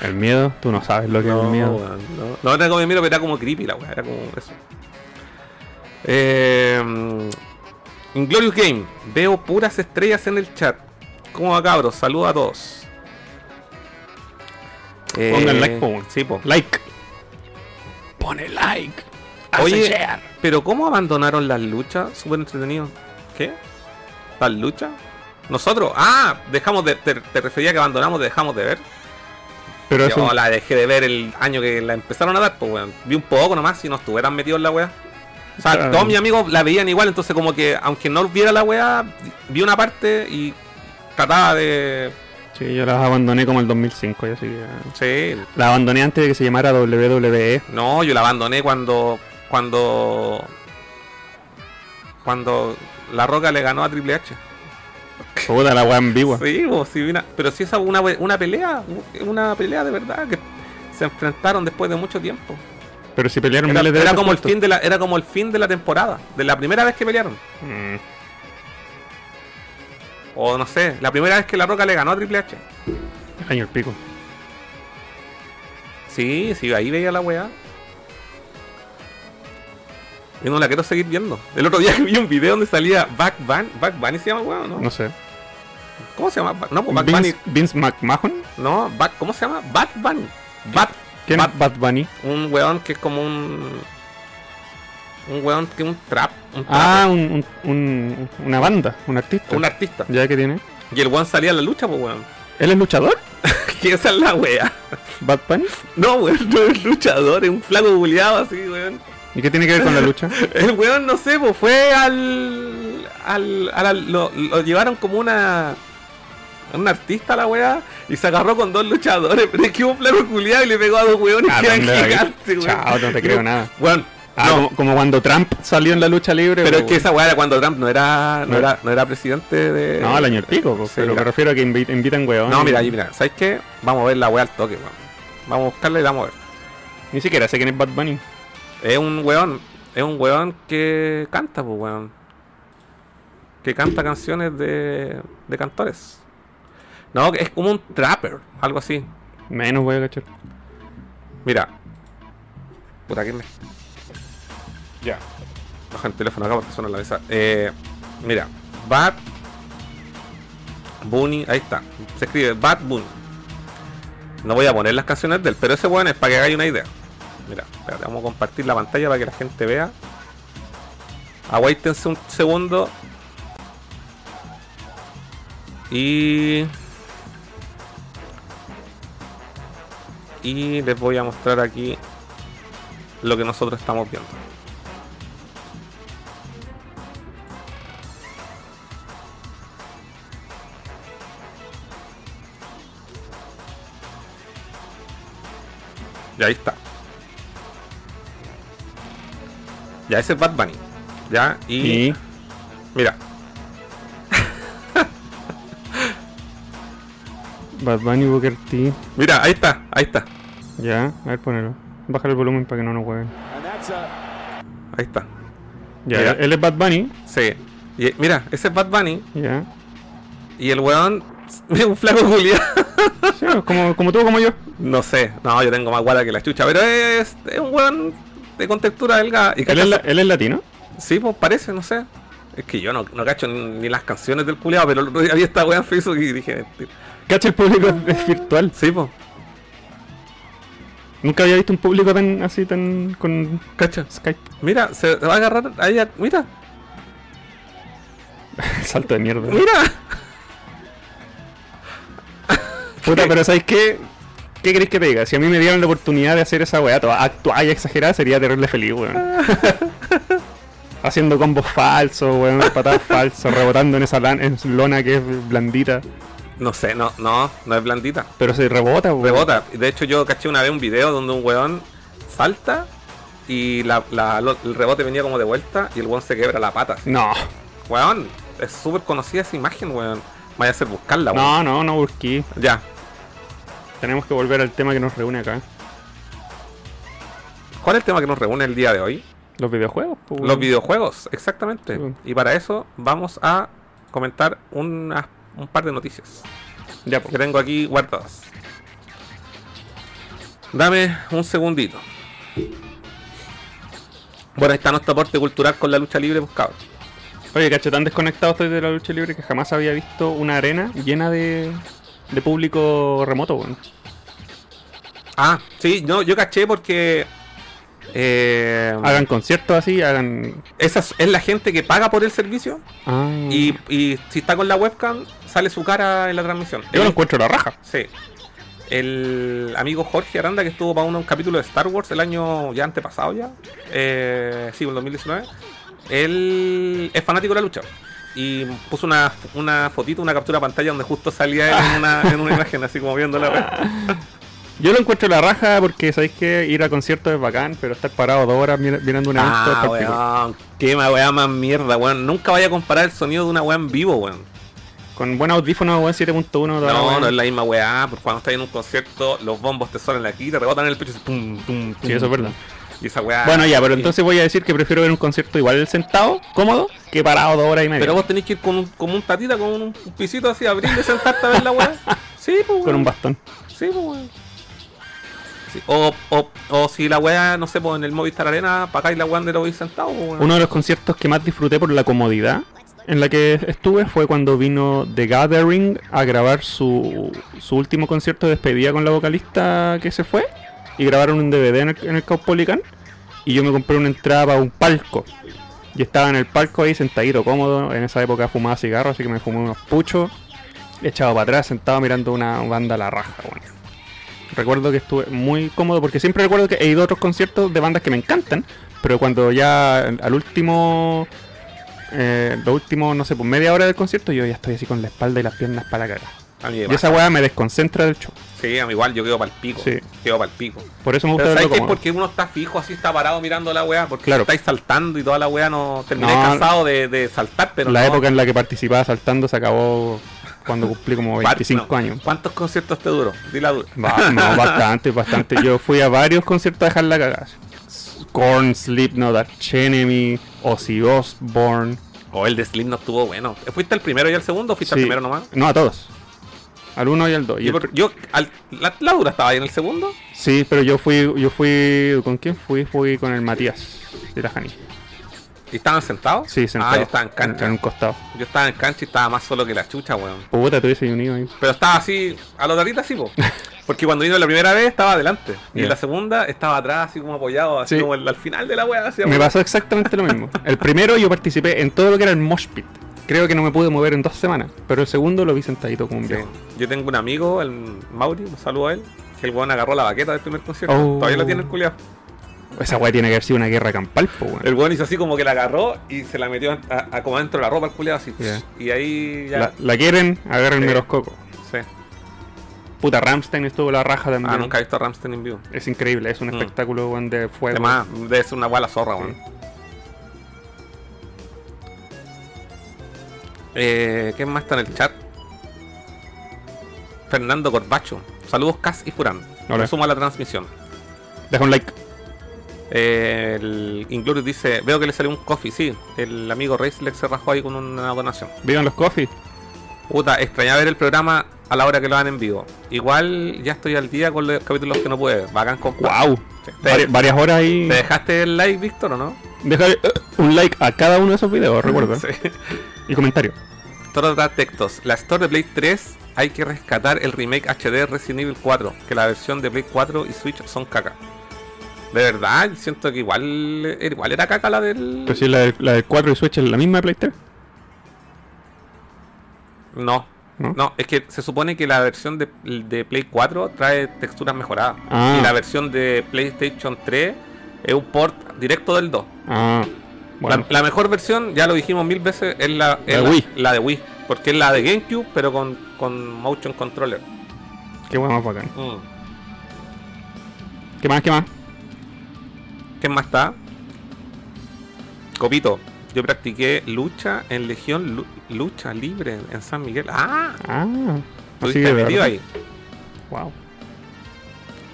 [SPEAKER 3] El miedo, tú no sabes lo que es el miedo.
[SPEAKER 2] weón, no. No, era como de miedo, pero era como creepy la weá, era como eso. Eh, Inglorious Game, veo puras estrellas en el chat. ¿Cómo va cabros? Saludos a todos. Eh,
[SPEAKER 3] Pongan like, po, weón.
[SPEAKER 2] Sí, po.
[SPEAKER 3] Like. Pone like.
[SPEAKER 2] Oye, pero ¿cómo abandonaron las luchas? Súper entretenido. ¿Qué? ¿Las luchas? Nosotros, ah, dejamos de. Te, te refería que abandonamos, dejamos de ver.
[SPEAKER 3] pero
[SPEAKER 2] Yo
[SPEAKER 3] eso.
[SPEAKER 2] la dejé de ver el año que la empezaron a dar, pues weón. Vi un poco nomás si no estuvieran metidos en la weá. O sea,
[SPEAKER 3] Claro.
[SPEAKER 2] todos mis amigos la veían igual, entonces como que aunque no viera la weá, vi una parte y trataba de.
[SPEAKER 3] Sí, yo las abandoné como el 2005, ya así que.
[SPEAKER 2] Sí.
[SPEAKER 3] Las abandoné antes de que se llamara E. WWE.
[SPEAKER 2] No, yo la abandoné cuando. cuando. cuando La Roca le ganó a Triple H.
[SPEAKER 3] Puta la weá ambigua.
[SPEAKER 2] Sí, bo, sí, una- pero si esa fue una, we- una pelea, una pelea de verdad que se enfrentaron después de mucho tiempo.
[SPEAKER 3] Pero si pelearon
[SPEAKER 2] Era,
[SPEAKER 3] miles de
[SPEAKER 2] era
[SPEAKER 3] veces
[SPEAKER 2] como el
[SPEAKER 3] juntos.
[SPEAKER 2] fin de la, era como el fin de la temporada, de la primera vez que pelearon.
[SPEAKER 3] Mm.
[SPEAKER 2] O no sé, la primera vez que La Roca le ganó a Triple H.
[SPEAKER 3] Año el pico.
[SPEAKER 2] Sí, sí, ahí veía la weá. Yo no la quiero seguir viendo. El otro día vi un video donde salía Back Bunny. Back Bunny se llama, weón, ¿no?
[SPEAKER 3] No sé.
[SPEAKER 2] ¿Cómo se llama? Back- No, pues Back Bunny.
[SPEAKER 3] Vince, Vince McMahon.
[SPEAKER 2] No, Back- ¿cómo se llama? Back Bunny. Bat,
[SPEAKER 3] ¿Quién
[SPEAKER 2] Bat-
[SPEAKER 3] es Bad Bunny?
[SPEAKER 2] un weón que es como un. Un weón que es un trap. Un,
[SPEAKER 3] Ah,
[SPEAKER 2] trapper,
[SPEAKER 3] un, un- un- una banda, un artista.
[SPEAKER 2] un artista.
[SPEAKER 3] ¿Ya que tiene?
[SPEAKER 2] Y el weón salía a la lucha, pues weón.
[SPEAKER 3] ¿Él es luchador?
[SPEAKER 2] Que esa es la wea.
[SPEAKER 3] ¿Bad Bunny?
[SPEAKER 2] No, weón, no es luchador, es un flaco buleado así, weón.
[SPEAKER 3] ¿Y qué tiene que ver con la lucha?
[SPEAKER 2] El weón, no sé, pues fue al. al, a la- lo, lo llevaron como una. Un artista a la weá y se agarró con dos luchadores, pero es que hubo un plano culiado y le pegó a dos weones
[SPEAKER 3] ¿A
[SPEAKER 2] que eran
[SPEAKER 3] Ah, dónde va a ir?
[SPEAKER 2] gigantes, weón.
[SPEAKER 3] Chao, no te creo nada.
[SPEAKER 2] Weón,
[SPEAKER 3] Ah,
[SPEAKER 2] no,
[SPEAKER 3] como, como cuando Trump salió en la lucha libre.
[SPEAKER 2] pero es
[SPEAKER 3] po,
[SPEAKER 2] que esa weá era cuando Trump no era, no era, no era presidente de.
[SPEAKER 3] No, al año el pico, po,
[SPEAKER 2] Sí,
[SPEAKER 3] pero me
[SPEAKER 2] claro.
[SPEAKER 3] refiero a que invi- invitan weón.
[SPEAKER 2] No, mira, ahí, mira, ¿sabes qué? Vamos a ver la weá al toque, weón. Vamos a buscarla y la vamos a ver.
[SPEAKER 3] Ni siquiera sé quién es Bad Bunny.
[SPEAKER 2] Es un weón, es un weón que canta, pues weón. Que canta canciones de, de cantores. No, que es como un trapper, algo así.
[SPEAKER 3] Menos voy a cachar.
[SPEAKER 2] Mira. Puta, ¿quién me
[SPEAKER 3] Ya.
[SPEAKER 2] baja el teléfono acá porque suena la mesa? Eh, mira, Bad Bunny, ahí está. Se escribe Bad Bunny. No voy a poner las canciones de él, pero ese weón es para que hagáis una idea. Mira, espérate, vamos a compartir la pantalla para que la gente vea. Aguántense un segundo. Y. Y les voy a mostrar aquí lo que nosotros estamos viendo. Y ahí está. Ya ese es Bad Bunny. Ya, y
[SPEAKER 3] Y
[SPEAKER 2] mira,
[SPEAKER 3] Bad Bunny Booker T.
[SPEAKER 2] mira, ahí está, ahí está,
[SPEAKER 3] Ya, a ver, ponelo. Bajar el volumen para que no nos jueguen.
[SPEAKER 2] ahí está.
[SPEAKER 3] Ya,
[SPEAKER 2] Mira.
[SPEAKER 3] él es Bad Bunny.
[SPEAKER 2] Sí. Y, mira, ese es Bad Bunny
[SPEAKER 3] Ya.
[SPEAKER 2] y el weón es un flaco Julián.
[SPEAKER 3] Sí, es como, como tú, como yo.
[SPEAKER 2] No sé, no, yo tengo más guada que la chucha, pero es, es un weón de contextura delgada. Y
[SPEAKER 3] Él es,
[SPEAKER 2] cacha-
[SPEAKER 3] la- él es latino.
[SPEAKER 2] Sí, pues parece, no sé. Es que yo no, no cacho ni, ni las canciones del culiado, pero el otro día vi esta weá en Facebook y dije, "Este-".
[SPEAKER 3] Cacha, el público es- es virtual.
[SPEAKER 2] sí, pues,
[SPEAKER 3] Nunca había visto un público tan así, tan con
[SPEAKER 2] cacha.
[SPEAKER 3] Skype.
[SPEAKER 2] Mira, se va a agarrar ahí, a- mira,
[SPEAKER 3] Salto de mierda.
[SPEAKER 2] mira.
[SPEAKER 3] Puta, pero ¿sabes qué? ¿Qué crees que te diga? Si a mí me dieran la oportunidad de hacer esa weá, toda actuada y exagerada, sería terrible feliz, weón. Haciendo combos falsos, weón, patadas falsas, rebotando en esa lan- en lona que es blandita.
[SPEAKER 2] No sé, no, no, no es blandita.
[SPEAKER 3] Pero se rebota, weón.
[SPEAKER 2] Rebota. De hecho, yo caché una vez un video donde un weón salta y la, la- lo- el rebote venía como de vuelta y el weón se quebra la pata. así.
[SPEAKER 3] No,
[SPEAKER 2] Weón, es súper conocida esa imagen, weón. Vaya a hacer buscarla, weón.
[SPEAKER 3] no, no, no, Burki.
[SPEAKER 2] Ya.
[SPEAKER 3] Tenemos que volver al tema que nos reúne acá.
[SPEAKER 2] ¿Cuál es el tema que nos reúne el día de hoy?
[SPEAKER 3] Los videojuegos, po, weón.
[SPEAKER 2] Los videojuegos, exactamente.
[SPEAKER 3] Sí.
[SPEAKER 2] Y para eso vamos a comentar unas- un par de noticias
[SPEAKER 3] Ya, po.
[SPEAKER 2] que tengo aquí guardadas. Dame un segundito. Bueno, ahí está nuestro aporte cultural con la lucha libre, pues cabrón.
[SPEAKER 3] Oye, cacho, tan desconectado estoy de la lucha libre que jamás había visto una arena llena de, de público remoto, weón.
[SPEAKER 2] Ah, sí, no, yo caché porque. eh,
[SPEAKER 3] Hagan conciertos así, hagan.
[SPEAKER 2] esa es es la gente que paga por el servicio
[SPEAKER 3] Ah.
[SPEAKER 2] y, y si está con la webcam, sale su cara en la transmisión.
[SPEAKER 3] Yo lo encuentro la raja.
[SPEAKER 2] Sí. El amigo Jorge Aranda, que estuvo para uno- un capítulo de Star Wars el año ya antepasado ya, eh, sí, en 2019, él es fanático de la lucha. Y puso una, una fotito, una captura de pantalla donde justo salía él en una, en una imagen, así como viendo la web.
[SPEAKER 3] Yo lo encuentro la raja porque sabéis que ir a conciertos es bacán, pero estar parado dos horas mir- mirando un evento es
[SPEAKER 2] Ah,
[SPEAKER 3] particular.
[SPEAKER 2] weón. Qué ma- weá más mierda, weón. Nunca vaya a comparar el sonido de una weá en vivo, weón.
[SPEAKER 3] Con buen audífono, weón, 7.1. toda la
[SPEAKER 2] No,
[SPEAKER 3] weá.
[SPEAKER 2] no es la misma weá. Porque cuando estás en un concierto, los bombos te suenan aquí, te rebotan en el pecho. así, Pum, pum, pum,
[SPEAKER 3] Sí, eso es verdad.
[SPEAKER 2] Y esa weá.
[SPEAKER 3] Bueno, ya, pero entonces voy a decir que prefiero ver un concierto igual sentado, cómodo, que parado dos horas y media.
[SPEAKER 2] Pero vos tenés que ir con un, con un tatita, con un, un pisito así, abrir y sentarte a ver la weá. Sí, pues weón.
[SPEAKER 3] con un bastón.
[SPEAKER 2] Sí, pues weón. Sí, O, o, o si la weá, no sé, pues en el Movistar Arena, pagáis la weá donde lo veis sentado, pues, weón.
[SPEAKER 3] Uno de los conciertos que más disfruté por la comodidad en la que estuve fue cuando vino The Gathering a grabar su, su último concierto de despedida con la vocalista que se fue y grabaron un DVD en el, en el Caupolicán y yo me compré una entrada para un palco y estaba en el palco ahí sentadito cómodo en esa época fumaba cigarro así que me fumé unos puchos echado para atrás sentado mirando una banda a la raja bueno. recuerdo que estuve muy cómodo porque siempre recuerdo que he ido a otros conciertos de bandas que me encantan pero cuando ya al último, eh, lo último, no sé, por media hora del concierto, yo ya estoy así con la espalda y las piernas para la cagar.
[SPEAKER 2] A mí me
[SPEAKER 3] Y
[SPEAKER 2] pasa.
[SPEAKER 3] esa weá me desconcentra del show.
[SPEAKER 2] Sí, a mí igual yo quedo para el pico.
[SPEAKER 3] Sí.
[SPEAKER 2] Quedo para el pico.
[SPEAKER 3] Por eso me gusta
[SPEAKER 2] Pero
[SPEAKER 3] verlo
[SPEAKER 2] ¿sabes qué?
[SPEAKER 3] como.
[SPEAKER 2] Porque uno está fijo, así está parado mirando la weá. Porque
[SPEAKER 3] Claro.
[SPEAKER 2] estáis saltando y toda la weá no termináis
[SPEAKER 3] No.
[SPEAKER 2] cansado de, de saltar, pero
[SPEAKER 3] la
[SPEAKER 2] no.
[SPEAKER 3] época en la que participaba saltando se acabó cuando cumplí como
[SPEAKER 2] Par-
[SPEAKER 3] 25
[SPEAKER 2] no.
[SPEAKER 3] años.
[SPEAKER 2] ¿Cuántos conciertos te duró? Dile la dura.
[SPEAKER 3] Ba- no, bastante, bastante. Yo fui a varios conciertos a dejar la cagada. Korn, Slipknot, Arch Enemy, Ozzy Osbourne.
[SPEAKER 2] O Oh, el de Slim no estuvo bueno. ¿Fuiste el primero y el segundo o fuiste
[SPEAKER 3] Sí.
[SPEAKER 2] el primero nomás?
[SPEAKER 3] No, a todos. Al uno y al dos. Y
[SPEAKER 2] Yo,
[SPEAKER 3] el-
[SPEAKER 2] por- yo al- la, la dura estaba ahí en el segundo.
[SPEAKER 3] Sí, pero yo fui, yo fui, ¿con quién fui? Fui con el Matías de la Jani.
[SPEAKER 2] ¿Y estaban sentados?
[SPEAKER 3] Sí, sentado.
[SPEAKER 2] Ah, yo estaba en
[SPEAKER 3] En,
[SPEAKER 2] cancha.
[SPEAKER 3] un costado.
[SPEAKER 2] Yo estaba en cancha y estaba más solo que la chucha, weón.
[SPEAKER 3] Puta, tuviese unido ahí.
[SPEAKER 2] Pero estaba así, a la tarita sí, po. Porque cuando vino la primera vez estaba adelante. Y
[SPEAKER 3] Ya.
[SPEAKER 2] la segunda estaba atrás, así como apoyado, así
[SPEAKER 3] Sí.
[SPEAKER 2] como el- al final de la weá. así,
[SPEAKER 3] Me
[SPEAKER 2] apoyado.
[SPEAKER 3] pasó exactamente lo mismo. El primero yo participé en todo lo que era el mosh pit. Creo que no me pude mover en dos semanas, pero el segundo lo vi sentadito como un
[SPEAKER 2] Sí.
[SPEAKER 3] viejo.
[SPEAKER 2] Yo tengo un amigo, el Mauri, un saludo a él, que el weón agarró la baqueta del primer concierto.
[SPEAKER 3] Oh.
[SPEAKER 2] Todavía la tiene el culiao.
[SPEAKER 3] Esa weá tiene que haber sido una guerra campal, po, weón.
[SPEAKER 2] El weón hizo así como que la agarró y se la metió a, a- como dentro de la ropa el culiao así.
[SPEAKER 3] Ya.
[SPEAKER 2] Y ahí ya.
[SPEAKER 3] La, la quieren, agárrenme
[SPEAKER 2] Sí.
[SPEAKER 3] los cocos.
[SPEAKER 2] sí.
[SPEAKER 3] Puta, Ramstein estuvo la raja también.
[SPEAKER 2] Ah, nunca he visto a Ramstein en vivo.
[SPEAKER 3] Es increíble, es un
[SPEAKER 2] Mm.
[SPEAKER 3] espectáculo weón, de fuego.
[SPEAKER 2] Además, debe ser una guala zorra, weón. Eh, ¿Quién más está en el chat? Fernando Corbacho. Saludos, Cas y Furán.
[SPEAKER 3] Hola.
[SPEAKER 2] Me sumo a la transmisión.
[SPEAKER 3] Deja un like.
[SPEAKER 2] Eh, el Inglorious dice: Veo que le salió un coffee. Sí, el amigo Racelex se rajó ahí con una donación.
[SPEAKER 3] Vivan los coffee.
[SPEAKER 2] Puta, extrañaba ver el programa a la hora que lo dan en vivo. Igual ya estoy al día con los capítulos que no pude ver. Bacán con
[SPEAKER 3] Wow.
[SPEAKER 2] ¿Te,
[SPEAKER 3] varias horas ahí.
[SPEAKER 2] te dejaste el like, Víctor, o no?
[SPEAKER 3] Deja eh, un like a cada uno de esos videos, recuerda.
[SPEAKER 2] Sí.
[SPEAKER 3] Y comentario.
[SPEAKER 2] Torta Textos. La Store de Play 3 hay que rescatar el remake HD de Resident Evil 4, que la versión de Play 4 y Switch son caca. De verdad, siento que igual, era- igual era caca la del...
[SPEAKER 3] Pero si la, del- la del 4 y Switch es la misma de PlayStation.
[SPEAKER 2] No,
[SPEAKER 3] ¿No?
[SPEAKER 2] no, es que se supone que la versión de, de Play 4 trae texturas mejoradas.
[SPEAKER 3] Ah.
[SPEAKER 2] Y la versión de PlayStation 3 es un port directo del 2.
[SPEAKER 3] Ah, bueno.
[SPEAKER 2] La, la mejor versión, ya lo dijimos mil veces, es la, es
[SPEAKER 3] La
[SPEAKER 2] la-
[SPEAKER 3] Wii.
[SPEAKER 2] la de Wii. Porque es la de GameCube, pero con, con Motion Controller.
[SPEAKER 3] Qué bueno, más bacán.
[SPEAKER 2] Mm.
[SPEAKER 3] ¿Qué más, qué más?
[SPEAKER 2] ¿Quién más está? Copito, yo practiqué lucha en Legión Lu- Lucha Libre en San Miguel. ¡Ah!
[SPEAKER 3] Ah, así
[SPEAKER 2] Estuviste
[SPEAKER 3] de
[SPEAKER 2] metido
[SPEAKER 3] verdad.
[SPEAKER 2] ahí.
[SPEAKER 3] Wow.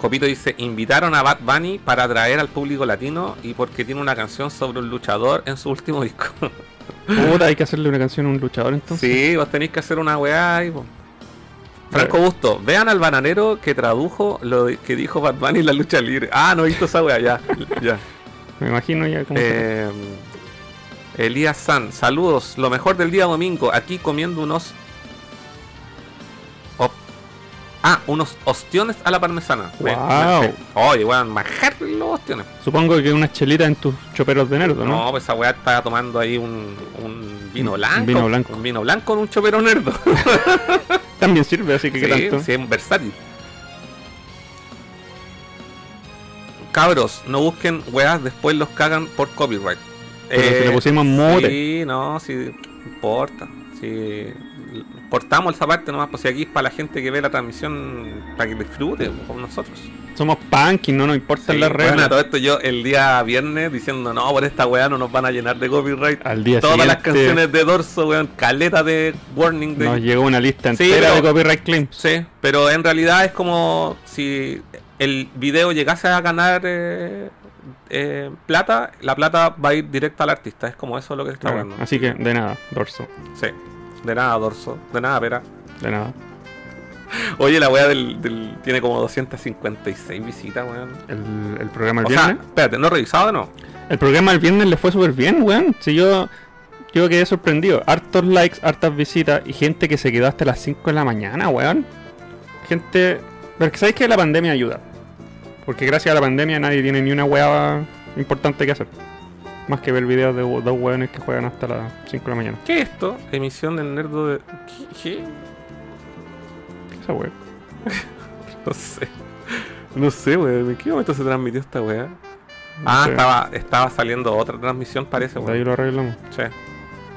[SPEAKER 2] Copito dice, invitaron a Bad Bunny para atraer al público latino y porque tiene una canción sobre un luchador en su último disco.
[SPEAKER 3] Puta, hay que hacerle una canción a un luchador entonces.
[SPEAKER 2] sí, vos tenéis que hacer una weá ahí, po. Franco Busto, vean al bananero que tradujo lo de- que dijo Bad Bunny en la lucha libre. Ah, no he visto esa weá, ya, ya.
[SPEAKER 3] Me imagino ya como.
[SPEAKER 2] Eh, Elías San, saludos, lo mejor del día domingo, aquí comiendo unos... op- Ah, unos ostiones a la parmesana. Me-
[SPEAKER 3] Guau.
[SPEAKER 2] me- Oye, weón, majar los ostiones.
[SPEAKER 3] Supongo que unas chelitas en tus choperos de nerdo,
[SPEAKER 2] No,
[SPEAKER 3] ¿no?
[SPEAKER 2] pues esa weá estaba tomando ahí un, un vino
[SPEAKER 3] Un
[SPEAKER 2] blanco.
[SPEAKER 3] vino blanco.
[SPEAKER 2] Un vino blanco en un chopero nerdo.
[SPEAKER 3] También sirve, así que
[SPEAKER 2] sí,
[SPEAKER 3] qué tanto.
[SPEAKER 2] sí, es versátil. Cabros, no busquen weas, después los cagan por copyright. Eh,
[SPEAKER 3] Pero si le pusimos mute.
[SPEAKER 2] Sí, no, sí, no importa. Sí, portamos esa parte nomás, pues si aquí es para la gente que ve la transmisión, para que disfrute pues, como nosotros.
[SPEAKER 3] Somos punk y no nos importan
[SPEAKER 2] Sí,
[SPEAKER 3] las reglas.
[SPEAKER 2] bueno, todo esto yo el día viernes diciendo, no, por esta weá no nos van a llenar de copyright.
[SPEAKER 3] Al día
[SPEAKER 2] Todas las
[SPEAKER 3] siguiente-
[SPEAKER 2] canciones de Dorso, weón, caleta de warning de...
[SPEAKER 3] Nos llegó una lista
[SPEAKER 2] Sí,
[SPEAKER 3] entera
[SPEAKER 2] pero-
[SPEAKER 3] de copyright claims.
[SPEAKER 2] Sí, pero en realidad es como si el video llegase a ganar eh, eh, plata, la plata va a ir directa al artista. Es como eso lo que está
[SPEAKER 3] Claro,
[SPEAKER 2] hablando.
[SPEAKER 3] Así que de nada, dorso.
[SPEAKER 2] Sí. De nada, Dorso. De nada, Pera.
[SPEAKER 3] De nada.
[SPEAKER 2] Oye, la weá del, del- tiene como 256 visitas, weón.
[SPEAKER 3] El, el programa el
[SPEAKER 2] O sea,
[SPEAKER 3] viernes.
[SPEAKER 2] espérate, ¿no he revisado no?
[SPEAKER 3] El programa el viernes le fue súper bien, weón. Si yo, yo quedé sorprendido. Hartos likes, hartas visitas y gente que se quedó hasta las 5 de la mañana, weón. Gente. Porque sabéis que la pandemia ayuda. Porque gracias a la pandemia nadie tiene ni una weá importante que hacer. Más que ver videos de dos weones que juegan hasta las 5 de la mañana.
[SPEAKER 2] ¿Qué es esto? Emisión del nerdo de. ¿Qué?
[SPEAKER 3] Esa weón.
[SPEAKER 2] No sé. No sé, weón. ¿En qué momento se transmitió esta weá? ah, estaba, estaba saliendo otra transmisión, parece,
[SPEAKER 3] Ahí
[SPEAKER 2] weón.
[SPEAKER 3] lo arreglamos.
[SPEAKER 2] Sí.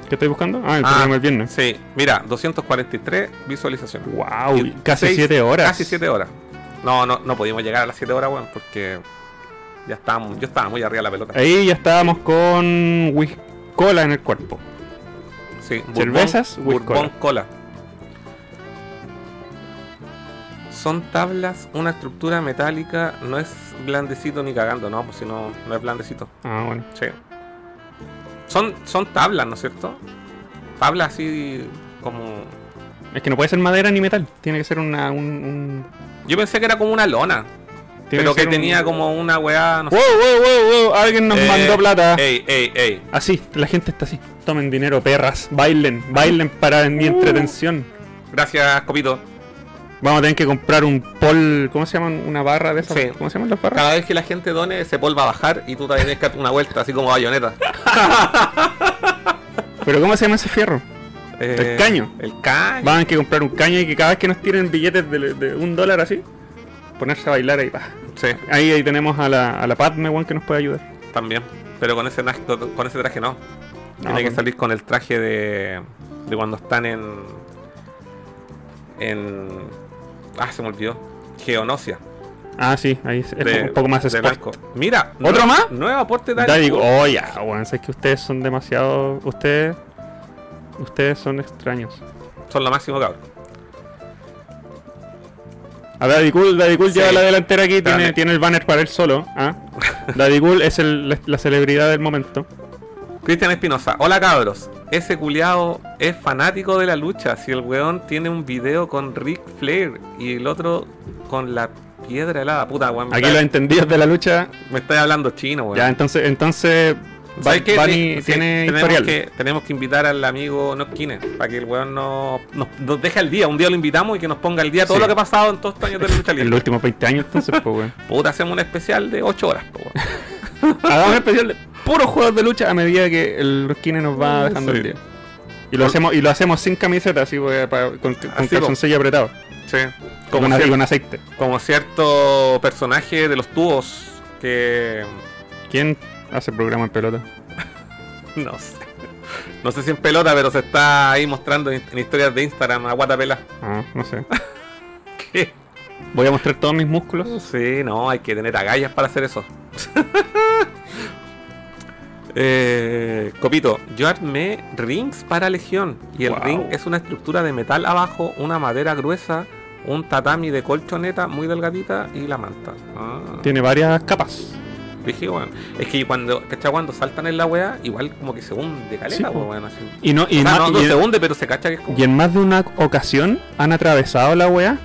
[SPEAKER 3] ¿Qué estáis buscando? Ah, el
[SPEAKER 2] Ah.
[SPEAKER 3] programa el viernes.
[SPEAKER 2] Sí, mira, 243 visualizaciones.
[SPEAKER 3] Wow,
[SPEAKER 2] Y
[SPEAKER 3] casi
[SPEAKER 2] seis-
[SPEAKER 3] 7 horas.
[SPEAKER 2] Casi 7 horas. No, no, no pudimos llegar a las 7 horas, weón, porque ya estábamos, yo estaba muy arriba de la pelota.
[SPEAKER 3] Ahí ya estábamos con whis- cola en el cuerpo.
[SPEAKER 2] Sí,
[SPEAKER 3] Cervezas,
[SPEAKER 2] Bourbon,
[SPEAKER 3] with
[SPEAKER 2] Bourbon cola. Son tablas, una estructura metálica, no es blandecito ni cagando, no, pues si no, no es blandecito.
[SPEAKER 3] Ah, bueno.
[SPEAKER 2] Sí. Son, son tablas, ¿no es cierto? Tablas así como...
[SPEAKER 3] Es que no puede ser madera ni metal. Tiene que ser una. Un, un-
[SPEAKER 2] Yo pensé que era como una lona,
[SPEAKER 3] tiene
[SPEAKER 2] pero que,
[SPEAKER 3] ser un-
[SPEAKER 2] tenía como una weá... No
[SPEAKER 3] ¡Wow, wow, wow, wow! Alguien nos
[SPEAKER 2] Eh,
[SPEAKER 3] mandó plata.
[SPEAKER 2] Ey, ey, ey.
[SPEAKER 3] Así, la gente está así. Tomen dinero, perras. Bailen, bailen para mi
[SPEAKER 2] Uh.
[SPEAKER 3] entretención.
[SPEAKER 2] Gracias, Copito.
[SPEAKER 3] Vamos a tener que comprar un pol. ¿Cómo se llaman? Una barra de esas.
[SPEAKER 2] Sí.
[SPEAKER 3] ¿Cómo se llaman las barras?
[SPEAKER 2] Cada vez que la gente done, ese polvo va a bajar y tú también tienes que darte una vuelta, así como bayoneta.
[SPEAKER 3] Pero ¿cómo se llama ese fierro? El caño.
[SPEAKER 2] Eh, El caño.
[SPEAKER 3] Van a tener que comprar un caño y que cada vez que nos tiren billetes de, de un dólar así, ponerse a bailar ahí. pa.
[SPEAKER 2] Sí,
[SPEAKER 3] Ahí, ahí tenemos a la, a la Padme, weón, que nos puede ayudar.
[SPEAKER 2] también. Pero con ese, nas- con ese traje no. Tiene que
[SPEAKER 3] bueno.
[SPEAKER 2] salir con el traje de, de cuando están en. En. Ah, se me olvidó. Geonosia.
[SPEAKER 3] Ah, sí, ahí es, es
[SPEAKER 2] de-
[SPEAKER 3] un poco más
[SPEAKER 2] de
[SPEAKER 3] sport.
[SPEAKER 2] blanco. Mira.
[SPEAKER 3] ¿Otro
[SPEAKER 2] nue-
[SPEAKER 3] más?
[SPEAKER 2] Nuevo aporte de
[SPEAKER 3] Ya
[SPEAKER 2] Darico.
[SPEAKER 3] digo, oh ya, weón, es que ustedes son demasiado. Ustedes. Ustedes son extraños.
[SPEAKER 2] Son lo máximo, cabrón.
[SPEAKER 3] A Daddy Cool, Daddy Cool
[SPEAKER 2] Sí.
[SPEAKER 3] lleva la delantera aquí,
[SPEAKER 2] Dale.
[SPEAKER 3] tiene, tiene el banner para él solo. ¿ah? Daddy Cool es el- la, la celebridad del momento.
[SPEAKER 2] Cristian Espinosa, hola cabros. Ese culiao es fanático de la lucha. Si el weón tiene un video con Ric Flair y el otro con la piedra helada, puta weón. me
[SPEAKER 3] Aquí
[SPEAKER 2] está-
[SPEAKER 3] los entendidos de la lucha.
[SPEAKER 2] Me estáis hablando chino, weón.
[SPEAKER 3] Ya, entonces, entonces. Ba-
[SPEAKER 2] ¿Sabes qué?
[SPEAKER 3] Bunny
[SPEAKER 2] Sí, sí,
[SPEAKER 3] tiene
[SPEAKER 2] tenemos
[SPEAKER 3] historial.
[SPEAKER 2] Que, tenemos que invitar al amigo Noskine para que el weón no- nos, nos deje el día. Un día lo invitamos y que nos ponga el día todo
[SPEAKER 3] Sí.
[SPEAKER 2] lo que ha pasado en todos estos años de la lucha
[SPEAKER 3] En los
[SPEAKER 2] libre.
[SPEAKER 3] últimos 20 años, entonces, pues, weón.
[SPEAKER 2] Puta, hacemos un especial de 8 horas, po, weón.
[SPEAKER 3] Hagamos un especial de puros juegos de lucha a medida que el Ruskine nos va dejando
[SPEAKER 2] Uh, Sí.
[SPEAKER 3] el día. Y lo, hacemos, y lo hacemos sin camiseta, así, weón, pa- con, con
[SPEAKER 2] Así,
[SPEAKER 3] calzoncillo apretado.
[SPEAKER 2] Sí.
[SPEAKER 3] Con,
[SPEAKER 2] Como,
[SPEAKER 3] una- y
[SPEAKER 2] cier-
[SPEAKER 3] con aceite.
[SPEAKER 2] como cierto personaje de los tubos que.
[SPEAKER 3] ¿Quién hace programa en pelota?
[SPEAKER 2] No sé. No sé si en pelota, pero se está ahí mostrando en, en historias de Instagram a Guatapela.
[SPEAKER 3] Ah, no sé.
[SPEAKER 2] ¿Qué?
[SPEAKER 3] Voy a mostrar todos mis músculos.
[SPEAKER 2] Sí, no, hay que tener agallas para hacer eso. Eh, Copito, yo armé rings para Legión. Y el
[SPEAKER 3] Wow.
[SPEAKER 2] ring es una estructura de metal abajo, una madera gruesa, un tatami de colchoneta muy delgadita y la manta. Ah,
[SPEAKER 3] Tiene varias capas.
[SPEAKER 2] dije, weón. Es que cuando, ¿cachai? Cuando saltan en la wea, igual como que se hunde
[SPEAKER 3] Sí,
[SPEAKER 2] caleta,
[SPEAKER 3] po.
[SPEAKER 2] po, weón, así.
[SPEAKER 3] Y no, y
[SPEAKER 2] O sea,
[SPEAKER 3] ma-
[SPEAKER 2] no, no
[SPEAKER 3] y
[SPEAKER 2] se
[SPEAKER 3] en,
[SPEAKER 2] hunde, pero se cacha que es como.
[SPEAKER 3] y en más de una ocasión han atravesado la weá.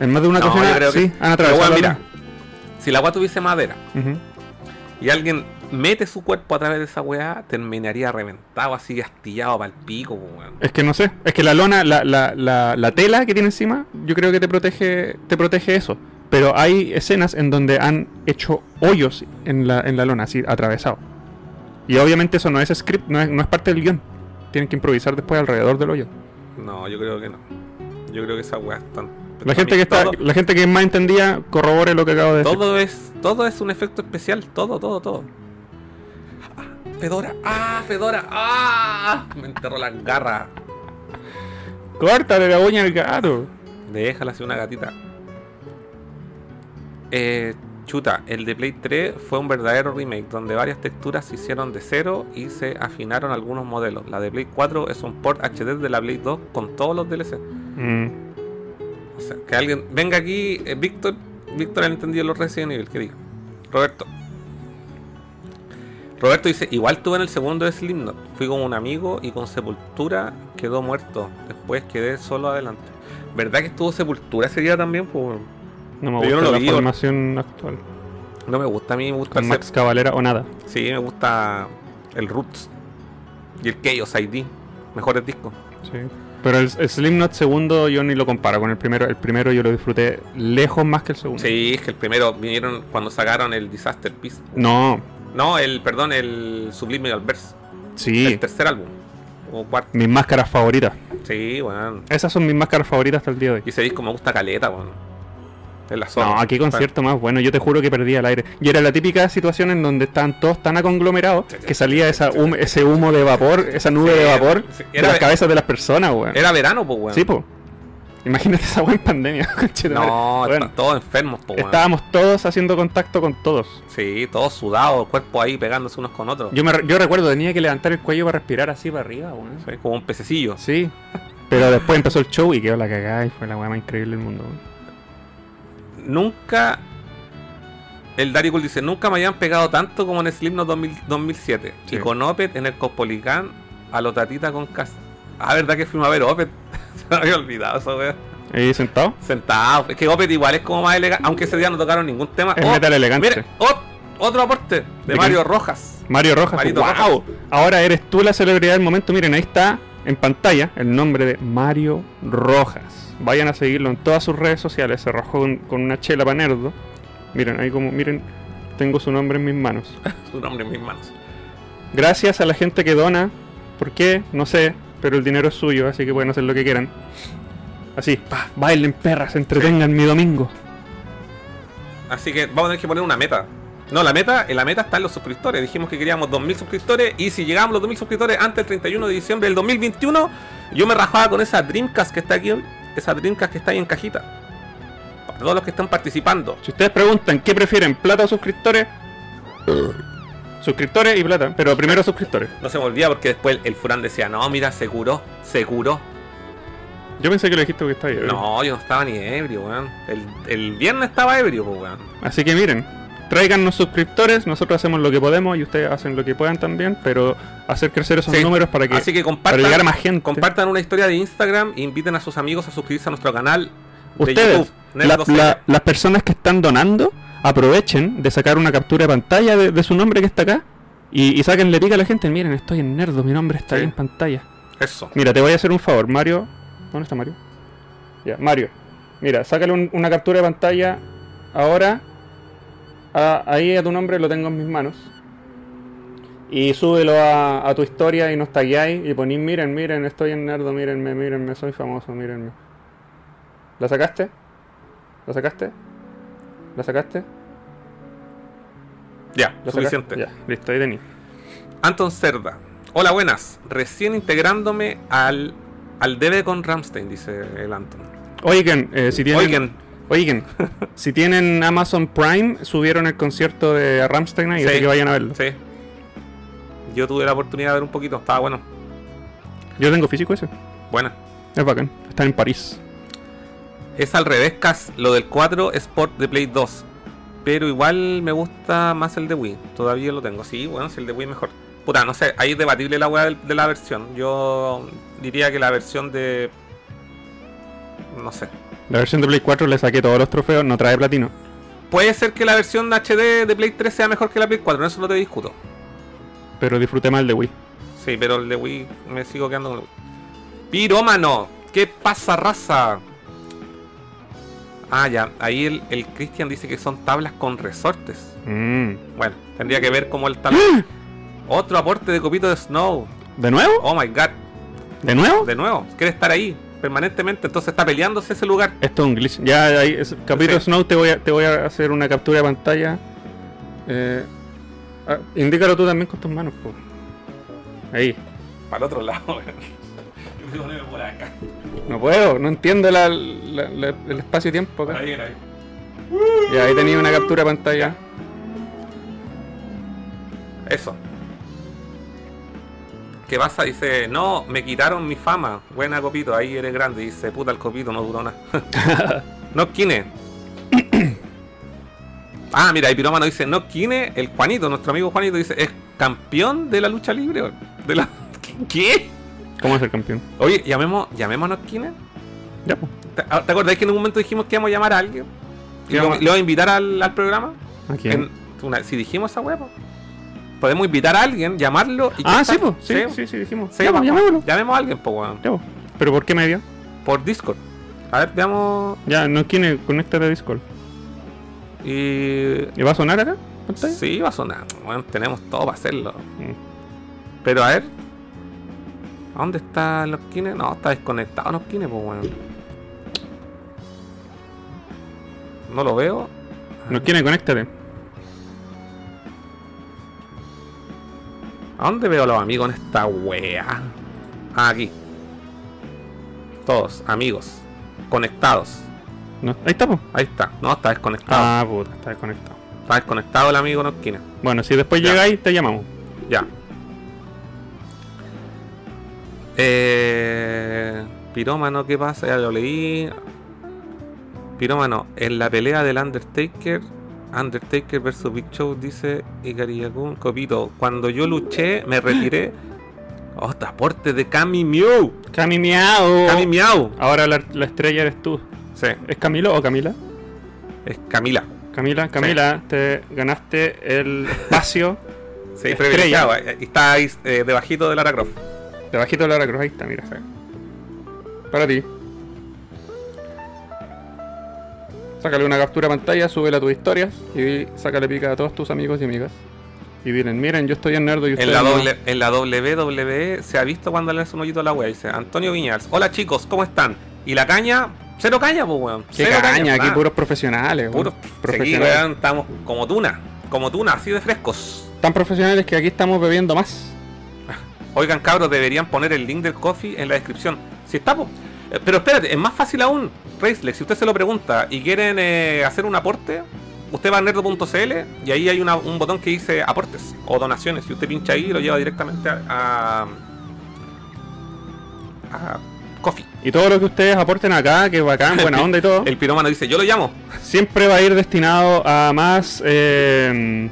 [SPEAKER 3] En más de una
[SPEAKER 2] No,
[SPEAKER 3] ocasión
[SPEAKER 2] yo
[SPEAKER 3] ha-
[SPEAKER 2] creo que-
[SPEAKER 3] sí, han
[SPEAKER 2] Pero,
[SPEAKER 3] atravesado.
[SPEAKER 2] weón,
[SPEAKER 3] la
[SPEAKER 2] mira, si la wea tuviese madera,
[SPEAKER 3] weá. Ujú.
[SPEAKER 2] y alguien mete su cuerpo a través de esa weá, terminaría reventado, así astillado para el pico, po, weón.
[SPEAKER 3] Es que no sé, es que la lona, la, la, la, la tela que tiene encima, yo creo que te protege, te protege eso. Pero hay escenas en donde han hecho hoyos en la, en la lona, así, atravesado. Y obviamente eso no es script, no es, no es parte del guión. Tienen que improvisar después alrededor del hoyo.
[SPEAKER 2] No, yo creo que no. Yo creo que esa weá están.
[SPEAKER 3] La gente que está,
[SPEAKER 2] Todo,
[SPEAKER 3] la gente que es más entendía, corrobore lo que acabo de decir.
[SPEAKER 2] todo es, todo es un efecto especial, todo, todo, todo. Fedora. ¡Ah, Fedora! ¡Ah! Me enterró las garras.
[SPEAKER 3] Córtale la uña al gato.
[SPEAKER 2] Déjala ser una gatita. Eh, chuta, el de Play 3 fue un verdadero remake donde varias texturas se hicieron de cero y se afinaron algunos modelos. La de Play 4 es un port HD de la Play 2 con todos los DLC.
[SPEAKER 3] Mm.
[SPEAKER 2] O sea, que alguien venga aquí, eh, Víctor, Víctor el entendido de los Resident Evil, que diga. Roberto. Roberto dice, igual tuve en el segundo de Slipknot, fui con un amigo y con Sepultura quedó muerto, después quedé solo adelante. ¿Verdad que estuvo Sepultura ese día también? Pues, weón?
[SPEAKER 3] No me
[SPEAKER 2] Pero yo
[SPEAKER 3] gusta
[SPEAKER 2] no lo
[SPEAKER 3] la
[SPEAKER 2] vi, ¿o?
[SPEAKER 3] formación actual.
[SPEAKER 2] no me gusta, a mí me gusta
[SPEAKER 3] Con
[SPEAKER 2] el
[SPEAKER 3] Max Cavalera o nada.
[SPEAKER 2] Sep- Sí, me gusta el Roots y el Chaos ID, mejores discos.
[SPEAKER 3] Sí. Pero el, el Slipknot segundo yo ni lo comparo con el primero. El primero yo lo disfruté lejos más que el segundo.
[SPEAKER 2] Sí, es que el primero vinieron cuando sacaron el Disaster Piece.
[SPEAKER 3] No,
[SPEAKER 2] No, el, perdón, el Subliminal Verse.
[SPEAKER 3] sí.
[SPEAKER 2] El tercer álbum. O cuarto.
[SPEAKER 3] Mis máscaras favoritas.
[SPEAKER 2] Sí, weón.
[SPEAKER 3] Esas son mis máscaras favoritas hasta el día de hoy.
[SPEAKER 2] Y ese disco me gusta caleta, weón. Es la zona.
[SPEAKER 3] No, aquí concierto más bueno. Yo te juro que perdía el aire. Y era la típica situación en donde estaban todos tan aconglomerados que salía esa hum- ese humo de vapor, esa nube
[SPEAKER 2] Sí,
[SPEAKER 3] de vapor
[SPEAKER 2] sí,
[SPEAKER 3] de
[SPEAKER 2] era-
[SPEAKER 3] las cabezas de las personas, weón.
[SPEAKER 2] Era verano, pues, weón.
[SPEAKER 3] Sí, po. Imagínate esa weón en pandemia, conchetumare.
[SPEAKER 2] No,
[SPEAKER 3] Bueno,
[SPEAKER 2] están todos enfermos, pues, weón.
[SPEAKER 3] estábamos todos haciendo contacto con todos.
[SPEAKER 2] Sí, todos sudados, cuerpo ahí pegándose unos con otros.
[SPEAKER 3] Yo, me, re- yo recuerdo, tenía que levantar el cuello para respirar así para arriba, weón.
[SPEAKER 2] Sí, Como un pececillo.
[SPEAKER 3] Sí. Pero después empezó el show y quedó la cagada y fue la weá más increíble del mundo. weón.
[SPEAKER 2] Nunca. El Darius dice: Nunca me habían pegado tanto como en Slipknot 2000 2007.
[SPEAKER 3] Sí.
[SPEAKER 2] Y con Opet en el Cospolicán a lo tatita con casa. Ah, verdad que fuimos a ver Opet. Se me había olvidado eso, weón.
[SPEAKER 3] Ahí sentado.
[SPEAKER 2] Sentado. Es que Opet igual es como más elegante. Aunque ese día no tocaron ningún tema.
[SPEAKER 3] Es
[SPEAKER 2] Oh,
[SPEAKER 3] metal elegante.
[SPEAKER 2] Mira, ot- otro aporte de
[SPEAKER 3] qué?
[SPEAKER 2] Mario Rojas.
[SPEAKER 3] Mario Rojas.
[SPEAKER 2] Marito
[SPEAKER 3] ¡Wow! Ahora eres tú la celebridad del momento. Miren, ahí está en pantalla el nombre de Mario Rojas. Vayan a seguirlo en todas sus redes sociales. Se rajó con, con una chela panerdo. Miren, ahí como, miren, tengo su nombre en mis manos.
[SPEAKER 2] Su nombre en mis manos.
[SPEAKER 3] Gracias a la gente que dona. ¿Por qué? No sé. Pero el dinero es suyo, así que pueden hacer lo que quieran. Así, pa, bailen perras, entretengan mi domingo.
[SPEAKER 2] Así que vamos a tener que poner una meta. No, la meta, en la meta están los suscriptores. Dijimos que queríamos 2.000 suscriptores y si llegamos a los 2.000 suscriptores antes del 31 de diciembre del 2021, yo me rajaba con esa Dreamcast que está aquí, esa Dreamcast que está ahí en cajita. Para todos los que están participando.
[SPEAKER 3] Si ustedes preguntan qué prefieren, plata o suscriptores, suscriptores y plata, pero primero suscriptores.
[SPEAKER 2] No se me olvida porque después el, el Furán decía, no, mira, se curó, se curó.
[SPEAKER 3] Yo pensé que lo dijiste que está bien.
[SPEAKER 2] No, yo no estaba ni ebrio, weón. El, el viernes estaba ebrio, pues, weón.
[SPEAKER 3] Así que miren, tráiganos suscriptores, nosotros hacemos lo que podemos y ustedes hacen lo que puedan también, pero hacer crecer esos
[SPEAKER 2] Sí.
[SPEAKER 3] números para que,
[SPEAKER 2] Así que
[SPEAKER 3] para
[SPEAKER 2] compartan,
[SPEAKER 3] llegar a más gente.
[SPEAKER 2] compartan una historia de Instagram e inviten a sus amigos a suscribirse a nuestro canal de
[SPEAKER 3] ustedes,
[SPEAKER 2] YouTube, Nerd
[SPEAKER 3] la-
[SPEAKER 2] 12.
[SPEAKER 3] la- las personas que están donando, aprovechen de sacar una captura de pantalla de, de su nombre que está acá y, y sáquenle pica a la gente. Miren, estoy en Nerdo, mi nombre está
[SPEAKER 2] Sí.
[SPEAKER 3] ahí en pantalla.
[SPEAKER 2] Eso.
[SPEAKER 3] Mira, te voy a hacer un favor, Mario. ¿Dónde está Mario? Ya, Mario. Mira, sácale un- una captura de pantalla ahora. A- ahí a tu nombre lo tengo en mis manos. Y súbelo a, a tu historia y nos tagueáis y ponís, miren, miren, estoy en nerdo, mírenme, mírenme, soy famoso, mírenme. ¿La sacaste? ¿La sacaste? ¿La sacaste?
[SPEAKER 2] Ya,
[SPEAKER 3] ¿La sacaste?
[SPEAKER 2] suficiente.
[SPEAKER 3] Ya, listo, ahí tení.
[SPEAKER 2] Anton Cerda. Hola, buenas. Recién integrándome al, al debe con Ramstein, dice el Anton.
[SPEAKER 3] Oigan, eh, si tienen...
[SPEAKER 2] Oigan,
[SPEAKER 3] Oigan, si tienen Amazon Prime, subieron el concierto de Ramstein ahí,
[SPEAKER 2] Sí.
[SPEAKER 3] así que vayan a verlo.
[SPEAKER 2] sí. Yo tuve la oportunidad de ver un poquito, estaba bueno.
[SPEAKER 3] Yo tengo físico ese,
[SPEAKER 2] Buena.
[SPEAKER 3] es bacán. Está en París.
[SPEAKER 2] Es al revés, Cas. Lo del 4 es port de Play 2. Pero igual me gusta más el de Wii. Todavía lo tengo. Sí, bueno, si el de Wii es mejor. Puta, no sé. Ahí es debatible la weá del- de la versión. Yo diría que la versión de. No sé.
[SPEAKER 3] La versión de Play 4 le saqué todos los trofeos, no trae platino.
[SPEAKER 2] Puede ser que la versión de HD de Play 3 sea mejor que la Play 4. En eso no te discuto.
[SPEAKER 3] Pero disfruté más el de Wii.
[SPEAKER 2] Sí, pero el de Wii me sigo quedando con el Wii. ¡Pirómano! ¿Qué pasa, raza? Ah, ya. Ahí el, el Christian dice que son tablas con resortes. Bueno, tendría que ver cómo él está. Otro aporte de copito de Snow.
[SPEAKER 3] ¿De nuevo?
[SPEAKER 2] Oh my god.
[SPEAKER 3] ¿De nuevo?
[SPEAKER 2] De nuevo, quiere estar ahí permanentemente. Entonces está peleándose ese lugar.
[SPEAKER 3] Esto es un glitch. Ya, ahí, es- capítulo
[SPEAKER 2] Sí.
[SPEAKER 3] Snow, te voy, a, te voy a hacer una captura de pantalla. Eh, ah, indícalo tú también con tus manos, po. Ahí.
[SPEAKER 2] Para el otro lado, weón. Yo me ponerme por acá.
[SPEAKER 3] No puedo, no entiendo la- la- la- el espacio-tiempo acá.
[SPEAKER 2] Ahí era ahí.
[SPEAKER 3] Y ahí tenía una captura de pantalla.
[SPEAKER 2] Eso. ¿Qué pasa? Dice, no, me quitaron mi fama. Buena copito, ahí eres grande. Dice, puta el copito, no duró nada. no quine. ah, mira, y Piromano dice, no quine, el Juanito, nuestro amigo Juanito dice, es campeón de la lucha libre. De la... ¿Qué?
[SPEAKER 3] ¿Cómo es el campeón?
[SPEAKER 2] Oye, llamemos, llamemos a Notkine.
[SPEAKER 3] Ya, pues.
[SPEAKER 2] ¿Te, ah, te acordás que en un momento dijimos que íbamos a llamar a alguien? ¿Y lo,
[SPEAKER 3] Llama-
[SPEAKER 2] lo iba a invitar al, al programa?
[SPEAKER 3] ¿A quién?
[SPEAKER 2] En- una- si dijimos esa hueá, po. podemos invitar a alguien, llamarlo y.
[SPEAKER 3] Ah,
[SPEAKER 2] ya
[SPEAKER 3] sí,
[SPEAKER 2] está.
[SPEAKER 3] pues. Sí, sí, sí, dijimos.
[SPEAKER 2] sí,
[SPEAKER 3] ya,
[SPEAKER 2] po.
[SPEAKER 3] pues, llamémoslo.
[SPEAKER 2] Llamemos a alguien, po, weón.
[SPEAKER 3] Ya, pues. ¿Pero por qué medio?
[SPEAKER 2] Por Discord. A ver, veamos.
[SPEAKER 3] Ya, no tiene conéctate a Discord.
[SPEAKER 2] Y.
[SPEAKER 3] ¿Y va a sonar acá? ¿Pantalla?
[SPEAKER 2] Sí, va a sonar. Bueno, tenemos todo para hacerlo.
[SPEAKER 3] Mm.
[SPEAKER 2] Pero a ver. ¿A dónde está Notkine? No, está desconectado Notkine, pues, weón. No lo veo.
[SPEAKER 3] No eh. tiene conéctate.
[SPEAKER 2] ¿A dónde veo a los amigos en esta wea? Ah, aquí. Todos, amigos. Conectados.
[SPEAKER 3] No. Ahí está, pues.
[SPEAKER 2] Ahí está. No, está desconectado.
[SPEAKER 3] Ah, puta, está desconectado.
[SPEAKER 2] Está desconectado el amigo Notkine.
[SPEAKER 3] Bueno, si después
[SPEAKER 2] Ya.
[SPEAKER 3] llegáis, te llamamos.
[SPEAKER 2] Ya. Eh, pirómano, ¿qué pasa? Ya lo leí. Pirómano, en la pelea del Undertaker, Undertaker versus Big Show, dice Ikariyakun Copito, cuando yo luché, me retiré. ¡Oh, aporte de Kami Miau!
[SPEAKER 3] Cami Miau.
[SPEAKER 2] ¡Kami Miau!
[SPEAKER 3] Ahora la, la estrella eres tú.
[SPEAKER 2] Sí,
[SPEAKER 3] ¿Es Camilo o Camila?
[SPEAKER 2] es Camila.
[SPEAKER 3] Camila, Camila, te ganaste el espacio
[SPEAKER 2] Sí,
[SPEAKER 3] Estrella.
[SPEAKER 2] privilegiado. eh, Está ahí eh, debajito de Lara Croft.
[SPEAKER 3] debajito de la Lara Cruz. Ahí está, mira. Para ti. Sácale una captura a pantalla, súbela a tus historias y sácale pica a todos tus amigos y amigas. Y dilen, miren, yo estoy en Nerdo y ustedes
[SPEAKER 2] En la,
[SPEAKER 3] no".
[SPEAKER 2] doble, en la WWE se ha visto cuando le hace un hoyito a la wea. Dice Antonio Viñals. Hola chicos, ¿cómo están? Y la caña, cero caña, pues weón.
[SPEAKER 3] Qué
[SPEAKER 2] Cero
[SPEAKER 3] caña, aquí
[SPEAKER 2] ah,
[SPEAKER 3] puros profesionales. weón.
[SPEAKER 2] puros seguí,
[SPEAKER 3] profesionales.
[SPEAKER 2] weón, estamos como tuna, como tuna, así de frescos.
[SPEAKER 3] Tan profesionales que aquí estamos bebiendo más.
[SPEAKER 2] Oigan, cabros, deberían poner el link del coffee en la descripción. Si está, po. Eh, Pero espérate, es más fácil aún, Racelex. Si usted se lo pregunta y quieren eh, hacer un aporte, usted va a nerdo.cl y ahí hay una- un botón que dice aportes o donaciones. Y usted pincha ahí y lo lleva directamente a. a, a coffee.
[SPEAKER 3] Y todo lo que ustedes aporten acá, que es bacán, buena onda y todo,
[SPEAKER 2] El piromano dice: Yo lo llamo.
[SPEAKER 3] siempre va a ir destinado a más, eh,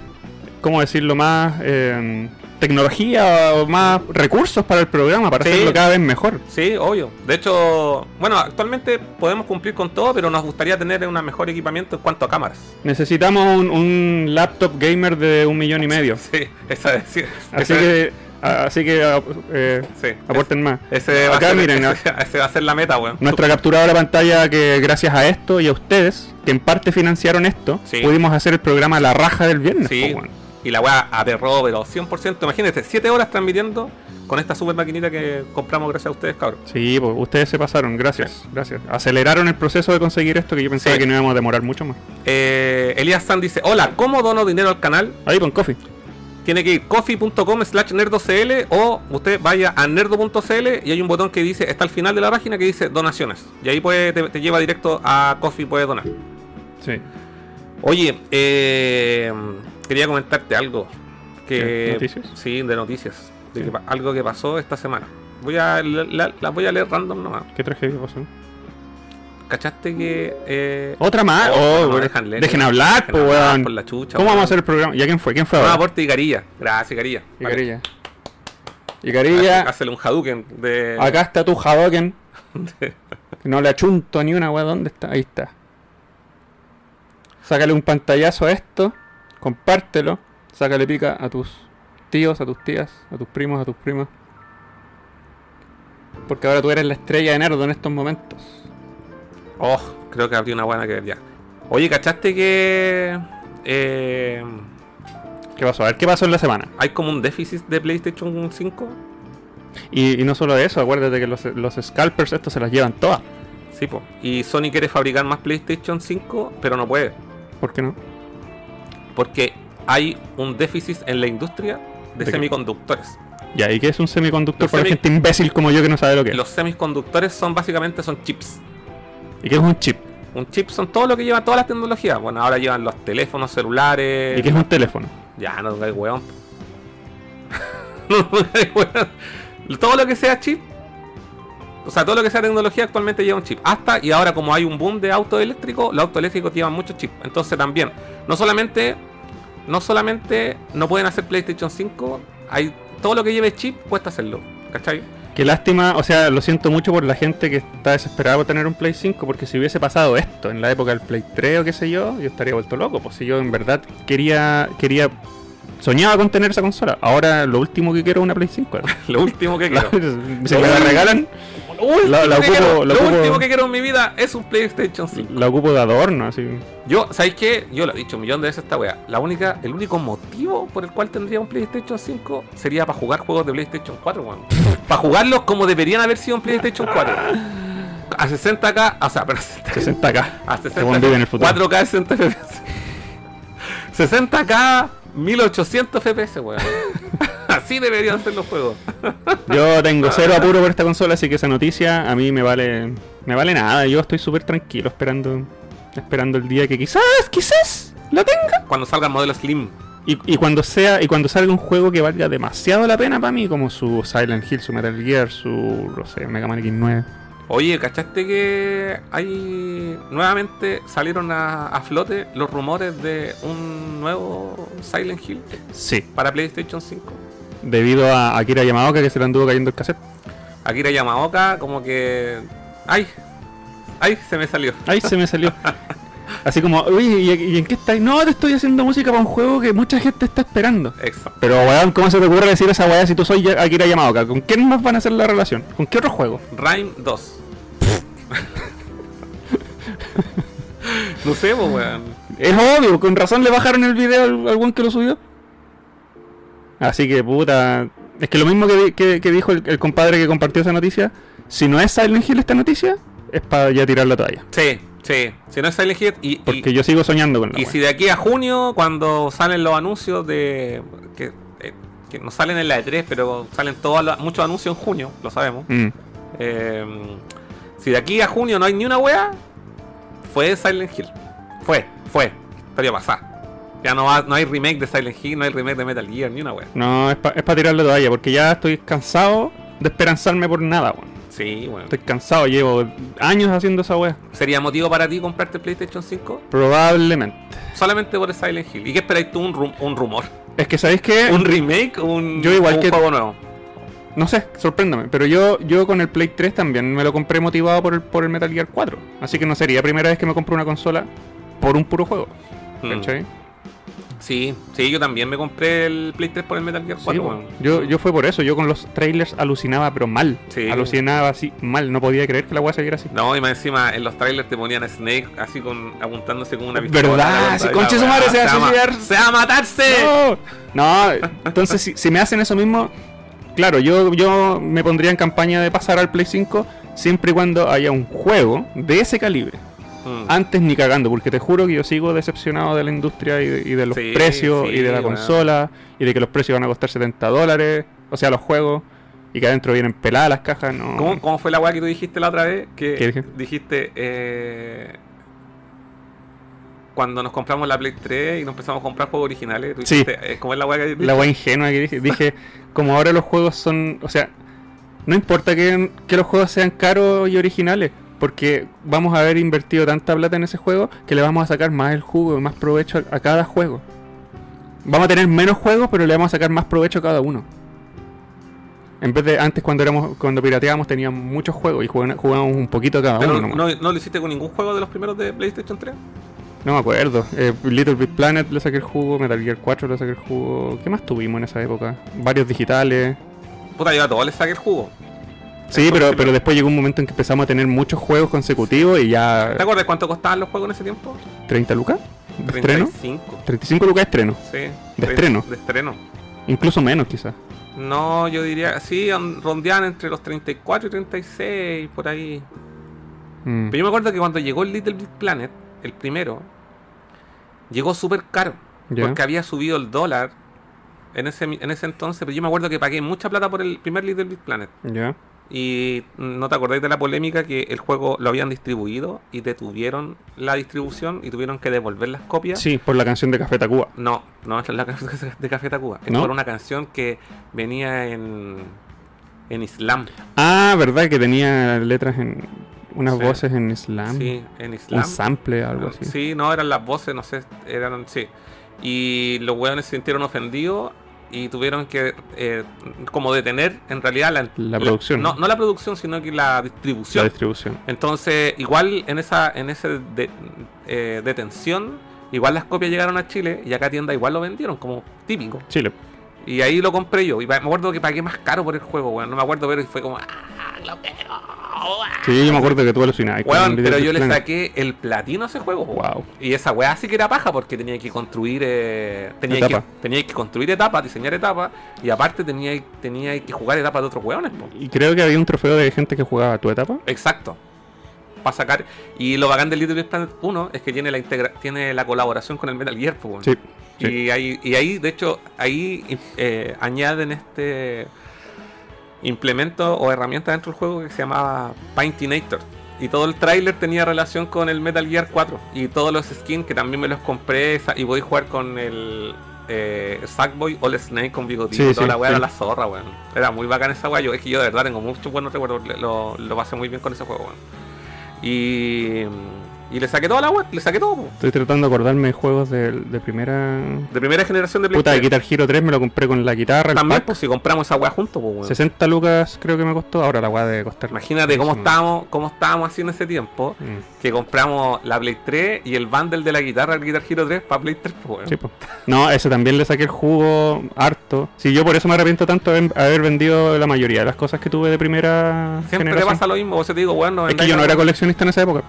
[SPEAKER 3] ¿cómo decirlo? Más eh, tecnología o más recursos para el programa, para
[SPEAKER 2] Sí.
[SPEAKER 3] hacerlo cada vez mejor.
[SPEAKER 2] Sí, obvio. De hecho, bueno, actualmente podemos cumplir con todo, pero nos gustaría tener un mejor equipamiento en cuanto a cámaras.
[SPEAKER 3] Necesitamos un, un laptop gamer de un millón y medio.
[SPEAKER 2] Sí, esa es. sí,
[SPEAKER 3] Así
[SPEAKER 2] esa es-
[SPEAKER 3] que, a- así que a- eh,
[SPEAKER 2] sí,
[SPEAKER 3] aporten más.
[SPEAKER 2] Ese va,
[SPEAKER 3] Acá,
[SPEAKER 2] a ser,
[SPEAKER 3] miren,
[SPEAKER 2] ese- ese va a ser la meta, weón.
[SPEAKER 3] Nuestra capturadora pantalla que gracias a esto y a ustedes, que en parte financiaron esto,
[SPEAKER 2] Sí.
[SPEAKER 3] pudimos hacer el programa La Raja del Viernes.
[SPEAKER 2] Sí.
[SPEAKER 3] po, weón.
[SPEAKER 2] Y la weá aperró, pero 100%. Imagínate, 7 horas transmitiendo con esta super maquinita que compramos gracias a ustedes, cabrón.
[SPEAKER 3] Sí, po, ustedes se pasaron, gracias, gracias. Aceleraron el proceso de conseguir esto que yo pensaba
[SPEAKER 2] Sí.
[SPEAKER 3] que no íbamos a demorar mucho más.
[SPEAKER 2] Eh, Elías San dice, hola, ¿cómo dono dinero al canal?
[SPEAKER 3] Ahí con Coffee.
[SPEAKER 2] Tiene que ir coffee.com slash nerdocl o usted vaya a nerdo.cl y hay un botón que dice, está al final de la página que dice donaciones. Y ahí puede, te, te lleva directo a Coffee, puedes donar.
[SPEAKER 3] Sí.
[SPEAKER 2] Oye, eh, quería comentarte algo.
[SPEAKER 3] ¿Qué?
[SPEAKER 2] Que,
[SPEAKER 3] ¿Noticias?
[SPEAKER 2] Sí, de noticias. De
[SPEAKER 3] Sí.
[SPEAKER 2] que pa- algo que pasó esta semana. Voy a la, la- las voy a leer random nomás.
[SPEAKER 3] ¿Qué tragedia pasó?
[SPEAKER 2] ¿Cachaste que eh,
[SPEAKER 3] Otra más.
[SPEAKER 2] Oh,
[SPEAKER 3] Oh,
[SPEAKER 2] no,
[SPEAKER 3] weón.
[SPEAKER 2] dejan leer.
[SPEAKER 3] dejen hablar,
[SPEAKER 2] dejen
[SPEAKER 3] po,
[SPEAKER 2] hablar
[SPEAKER 3] weón.
[SPEAKER 2] por la chucha,
[SPEAKER 3] ¿Cómo
[SPEAKER 2] weón.
[SPEAKER 3] vamos a hacer el programa? ¿Ya quién fue? ¿Quién fue
[SPEAKER 2] un
[SPEAKER 3] ahora?
[SPEAKER 2] aporte Icarilla? Gracias, Icarilla.
[SPEAKER 3] Y
[SPEAKER 2] Vale. Ah,
[SPEAKER 3] Carilla. Y Carilla,
[SPEAKER 2] Hace- Hacele un Hadouken de
[SPEAKER 3] acá está tu Hadoken. No le achunto ni una, weón. ¿Dónde está? Ahí está. Sácale un pantallazo a esto. Compártelo. Sácale pica a tus tíos, a tus tías, a tus primos, a tus primas. Porque ahora tú eres la estrella de Nerdo en estos momentos.
[SPEAKER 2] Oh, creo que abrí una buena que ver ya. Oye, ¿cachaste que eh,
[SPEAKER 3] ¿Qué pasó? A ver, ¿qué pasó en la semana?
[SPEAKER 2] hay como un déficit de PlayStation 5?
[SPEAKER 3] Y, y no solo eso, acuérdate que los, los scalpers estos se las llevan todas.
[SPEAKER 2] Sí, po. Y Sony quiere fabricar más PlayStation 5, pero no puede.
[SPEAKER 3] ¿Por qué no?
[SPEAKER 2] Porque hay un déficit en la industria de,
[SPEAKER 3] ¿De qué?
[SPEAKER 2] semiconductores.
[SPEAKER 3] Ya, ¿y qué es un semiconductor
[SPEAKER 2] Los
[SPEAKER 3] para
[SPEAKER 2] semi-
[SPEAKER 3] gente imbécil como yo que no sabe lo que es?
[SPEAKER 2] Los semiconductores son básicamente son chips.
[SPEAKER 3] ¿Y qué es un chip?
[SPEAKER 2] Un chip son todo lo que llevan todas las tecnologías. Bueno, ahora llevan los teléfonos, celulares.
[SPEAKER 3] ¿Y qué es un teléfono?
[SPEAKER 2] Ya, no pongáis weón. no pongáis weón. Todo lo que sea chip. O sea, todo lo que sea tecnología actualmente lleva un chip. Hasta y ahora como hay un boom de autos eléctricos, los autos eléctricos llevan muchos chips. Entonces también, no solamente, no solamente no pueden hacer PlayStation 5, hay todo lo que lleve chip cuesta hacerlo. ¿Cachai?
[SPEAKER 3] Qué lástima, o sea, lo siento mucho por la gente que está desesperada por tener un Play 5, porque si hubiese pasado esto en la época del Play 3 o qué sé yo, yo estaría vuelto loco, pues si yo en verdad quería, quería, soñaba con tener esa consola. Ahora lo último que quiero es una Play 5.
[SPEAKER 2] Lo último que quiero.
[SPEAKER 3] si me la regalan,
[SPEAKER 2] Lo último,
[SPEAKER 3] La- la
[SPEAKER 2] que,
[SPEAKER 3] ocupo-
[SPEAKER 2] quiero,
[SPEAKER 3] la
[SPEAKER 2] lo
[SPEAKER 3] ocupo-
[SPEAKER 2] último que quiero en mi vida es un PlayStation 5.
[SPEAKER 3] la ocupo de adorno, así.
[SPEAKER 2] Yo, ¿sabéis qué? Yo lo he dicho un millón de veces esta weá. La única, el único motivo por el cual tendría un PlayStation 5 sería para jugar juegos de PlayStation 4, weón. para jugarlos como deberían haber sido en PlayStation 4. A 60k, o sea, pero a 60K,
[SPEAKER 3] 60k.
[SPEAKER 2] a
[SPEAKER 3] Según Este vive en el
[SPEAKER 2] 60
[SPEAKER 3] futuro.
[SPEAKER 2] 4K 60 FPS. 60k 1800 FPS, weón. Así deberían ser los juegos.
[SPEAKER 3] Yo tengo cero apuro por esta consola, así que esa noticia a mí me vale, me vale nada. Yo estoy súper tranquilo esperando, esperando el día que quizás, quizás la tenga.
[SPEAKER 2] Cuando salga el modelo Slim.
[SPEAKER 3] Y, y cuando sea y cuando salga un juego que valga demasiado la pena para mí, como su Silent Hill, su Metal Gear, su no sé, Mega Man X9.
[SPEAKER 2] Oye, ¿cachaste que hay nuevamente salieron a, a flote los rumores de un nuevo Silent Hill
[SPEAKER 3] Sí,
[SPEAKER 2] para PlayStation 5?
[SPEAKER 3] debido a Akira Yamaoka que se le anduvo cayendo el cassette.
[SPEAKER 2] Akira Yamaoka como que... ¡Ay! ¡Ay! Se me salió.
[SPEAKER 3] Ay, se me salió. Así como, uy, ¿y, y en qué estáis? No, te estoy haciendo música para un juego que mucha gente está esperando.
[SPEAKER 2] Exacto.
[SPEAKER 3] Pero weón, ¿cómo se te ocurre decir esa weá si tú soy Ya- Akira Yamaoka? ¿Con quién más van a hacer la relación? ¿Con qué otro juego?
[SPEAKER 2] Rhyme 2. no sé, po, weón.
[SPEAKER 3] Es obvio, con razón le bajaron el video al, al weón que lo subió. Así que puta. Es que lo mismo que, di- que- que dijo el, el compadre que compartió esa noticia, si no es Silent Hill esta noticia, es para ya tirar la toalla.
[SPEAKER 2] Sí, sí. Si no es Silent Hill y... y-
[SPEAKER 3] Porque yo sigo soñando con la
[SPEAKER 2] Y
[SPEAKER 3] weá.
[SPEAKER 2] si de aquí a junio, cuando salen los anuncios de. que, eh, que no salen en la E3, pero salen todos los- muchos anuncios en junio, lo sabemos.
[SPEAKER 3] Mm.
[SPEAKER 2] Eh, si de aquí a junio no hay ni una wea, fue Silent Hill. Fue, fue. Estaría pasada. Ya no, va- no hay remake de Silent Hill, no hay remake de Metal Gear, ni una wea.
[SPEAKER 3] No, es para tirar la toalla, porque ya estoy cansado de esperanzarme por nada, weón.
[SPEAKER 2] Sí, bueno.
[SPEAKER 3] Estoy cansado, llevo años haciendo esa weá.
[SPEAKER 2] ¿Sería motivo para ti comprarte el PlayStation 5?
[SPEAKER 3] Probablemente.
[SPEAKER 2] Solamente por el Silent Hill. ¿Y qué esperáis tú? Un, rum- un rumor.
[SPEAKER 3] Es que sabéis que.
[SPEAKER 2] ¿Un remake? ¿Un,
[SPEAKER 3] Yo igual
[SPEAKER 2] un
[SPEAKER 3] que-
[SPEAKER 2] juego nuevo?
[SPEAKER 3] No sé, sorpréndame. Pero yo, yo con el Play 3 también me lo compré motivado por el, por el Metal Gear 4. Así que no sería primera vez que me compro una consola por un puro juego.
[SPEAKER 2] Mm.
[SPEAKER 3] ¿Cachai?
[SPEAKER 2] Sí, sí, yo también me compré el Play 3 por el Metal Gear
[SPEAKER 3] Sí,
[SPEAKER 2] 4.
[SPEAKER 3] bueno.
[SPEAKER 2] weón.
[SPEAKER 3] yo, yo fue por eso. Yo con los trailers alucinaba, pero mal.
[SPEAKER 2] Sí.
[SPEAKER 3] Alucinaba así, mal. No podía creer que la voy a seguir así.
[SPEAKER 2] No, y más encima en los trailers te ponían a Snake así con apuntándose con una
[SPEAKER 3] ¿Verdad? Sí,
[SPEAKER 2] Y la
[SPEAKER 3] conche su
[SPEAKER 2] weá,
[SPEAKER 3] madre, se va a
[SPEAKER 2] ma-
[SPEAKER 3] suicidar.
[SPEAKER 2] ¡Se va a matarse!
[SPEAKER 3] ¡No! No, entonces si, si me hacen eso mismo, claro, yo, yo me pondría en campaña de pasar al Play 5 siempre y cuando haya un juego de ese calibre.
[SPEAKER 2] Mm.
[SPEAKER 3] Antes ni cagando, porque te juro que yo sigo decepcionado de la industria y de, y de los
[SPEAKER 2] Sí,
[SPEAKER 3] precios
[SPEAKER 2] sí,
[SPEAKER 3] y de la
[SPEAKER 2] weón.
[SPEAKER 3] consola y de que los precios van a costar 70 dólares, o sea, los juegos, y que adentro vienen peladas las cajas, no.
[SPEAKER 2] ¿Cómo, cómo fue la weá que tú dijiste la otra vez? Que
[SPEAKER 3] ¿Qué dije?
[SPEAKER 2] dijiste, eh, cuando nos compramos la Play 3 y nos empezamos a comprar juegos originales, tú
[SPEAKER 3] Sí.
[SPEAKER 2] dijiste, eh, ¿cómo es la weá que
[SPEAKER 3] La wea ingenua que dije, dije, como ahora los juegos son, o sea, no importa que, que los juegos sean caros y originales, porque vamos a haber invertido tanta plata en ese juego que le vamos a sacar más el jugo, y más provecho a, a cada juego. Vamos a tener menos juegos, pero le vamos a sacar más provecho a cada uno. En vez de antes cuando éramos cuando pirateábamos teníamos muchos juegos y jugaban- jugábamos un poquito a cada
[SPEAKER 2] Pero
[SPEAKER 3] uno.
[SPEAKER 2] no,
[SPEAKER 3] nomás.
[SPEAKER 2] no lo hiciste con ningún juego de los primeros de PlayStation 3?
[SPEAKER 3] No me acuerdo. Eh, Little Big Planet le saqué el jugo, Metal Gear 4 le saqué el jugo. ¿Qué más tuvimos en esa época? Varios digitales.
[SPEAKER 2] Puta, yo a todos les saqué el jugo.
[SPEAKER 3] Sí, pero, pero después llegó un momento en que empezamos a tener muchos juegos consecutivos y ya.
[SPEAKER 2] ¿Te acuerdas cuánto costaban los juegos en ese tiempo?
[SPEAKER 3] ¿30 lucas? ¿De estreno?
[SPEAKER 2] 35.
[SPEAKER 3] 35 lucas de estreno.
[SPEAKER 2] Sí. De
[SPEAKER 3] estreno.
[SPEAKER 2] De estreno.
[SPEAKER 3] Incluso menos, quizás.
[SPEAKER 2] No, yo diría, sí, on- rondeaban entre los 34 y 36, por ahí.
[SPEAKER 3] Mm.
[SPEAKER 2] Pero yo me acuerdo que cuando llegó el Little Big Planet, el primero, llegó súper caro.
[SPEAKER 3] Ya.
[SPEAKER 2] Porque había subido el dólar en ese, mi- en ese entonces, pero yo me acuerdo que pagué mucha plata por el primer Little Big Planet.
[SPEAKER 3] Ya.
[SPEAKER 2] Y no te acordáis de la polémica que el juego lo habían distribuido y detuvieron la distribución y tuvieron que devolver las copias.
[SPEAKER 3] Sí, por la canción de Café Tacuba.
[SPEAKER 2] No, no es la canción de Café Tacuba. Es
[SPEAKER 3] ¿No?
[SPEAKER 2] por una canción que venía en, en Islam.
[SPEAKER 3] Ah, verdad que tenía letras en unas
[SPEAKER 2] Sí.
[SPEAKER 3] voces en slam.
[SPEAKER 2] Sí, en Islam.
[SPEAKER 3] Un sample, algo así.
[SPEAKER 2] Sí, no, eran las voces, no sé, eran, sí. Y los hueones se sintieron ofendidos y tuvieron que eh, como detener en realidad la,
[SPEAKER 3] La producción.
[SPEAKER 2] No, no la producción, sino que la
[SPEAKER 3] La
[SPEAKER 2] distribución.
[SPEAKER 3] distribución.
[SPEAKER 2] Entonces, igual en esa en ese de- eh, detención, igual las copias llegaron a Chile y acá a tienda igual lo vendieron, como típico.
[SPEAKER 3] Chile.
[SPEAKER 2] Y ahí lo compré yo. Y pa- me acuerdo que pagué más caro por el juego, weón. No me acuerdo, pero fue como, "Ah, lo quiero, ah".
[SPEAKER 3] Sí, yo me acuerdo que tú alucinabas. con
[SPEAKER 2] Weón,
[SPEAKER 3] Little
[SPEAKER 2] pero
[SPEAKER 3] Big
[SPEAKER 2] yo le
[SPEAKER 3] Planet.
[SPEAKER 2] saqué el platino a ese juego, weón.
[SPEAKER 3] Wow.
[SPEAKER 2] Y esa weá sí que era paja porque tenía que construir. eh, tenía, que,
[SPEAKER 3] Etapa.
[SPEAKER 2] tenía que construir etapas, diseñar etapas. Y aparte tenía, tenía que jugar etapas de otros weones, po.
[SPEAKER 3] Y creo que había un trofeo de gente que jugaba a tu etapa.
[SPEAKER 2] Exacto. Para sacar. Y lo bacán del Little Big Planet 1 es que tiene la integra tiene la colaboración con el Metal Gear, po, weón.
[SPEAKER 3] Sí. sí.
[SPEAKER 2] Y, ahí, y ahí, de hecho, ahí eh, añaden este implemento o herramienta dentro del juego que se llamaba Paintinator. Y todo el tráiler tenía relación con el Metal Gear 4. Y todos los skins que también me los compré esa- y voy a jugar con el eh, Sackboy o el Snake con bigotito.
[SPEAKER 3] Sí,
[SPEAKER 2] toda
[SPEAKER 3] sí,
[SPEAKER 2] la weá
[SPEAKER 3] sí.
[SPEAKER 2] era la zorra, weón. Era muy bacán esa weá. Yo, es que yo de verdad tengo muchos buenos recuerdos. le- Lo, lo pasé muy bien con ese juego, weón. Y, y le saqué toda la weá, le saqué todo. po.
[SPEAKER 3] Estoy tratando de acordarme de juegos de, de primera.
[SPEAKER 2] De primera generación de
[SPEAKER 3] Puta, de
[SPEAKER 2] PlayStation.
[SPEAKER 3] Guitar Hero 3 me lo compré con la guitarra, el
[SPEAKER 2] También,
[SPEAKER 3] pack.
[SPEAKER 2] pues si compramos esa weá juntos, pues, weón.
[SPEAKER 3] 60 lucas creo que me costó. Ahora la weá debe costar.
[SPEAKER 2] Imagínate cómo
[SPEAKER 3] muchísimo.
[SPEAKER 2] estábamos, cómo estábamos haciendo ese tiempo
[SPEAKER 3] Mm.
[SPEAKER 2] que compramos la Play 3 y el bundle de la guitarra del Guitar Hero 3 para Play 3, pues, weón.
[SPEAKER 3] Sí, po. No, ese también le saqué el jugo harto. Sí, yo por eso me arrepiento tanto de haber- haber vendido la mayoría de las cosas que tuve de primera
[SPEAKER 2] Siempre te
[SPEAKER 3] generación.
[SPEAKER 2] pasa lo mismo, vos te digo, weón, no
[SPEAKER 3] es que
[SPEAKER 2] vendáis
[SPEAKER 3] yo no
[SPEAKER 2] la-
[SPEAKER 3] era coleccionista en esa época.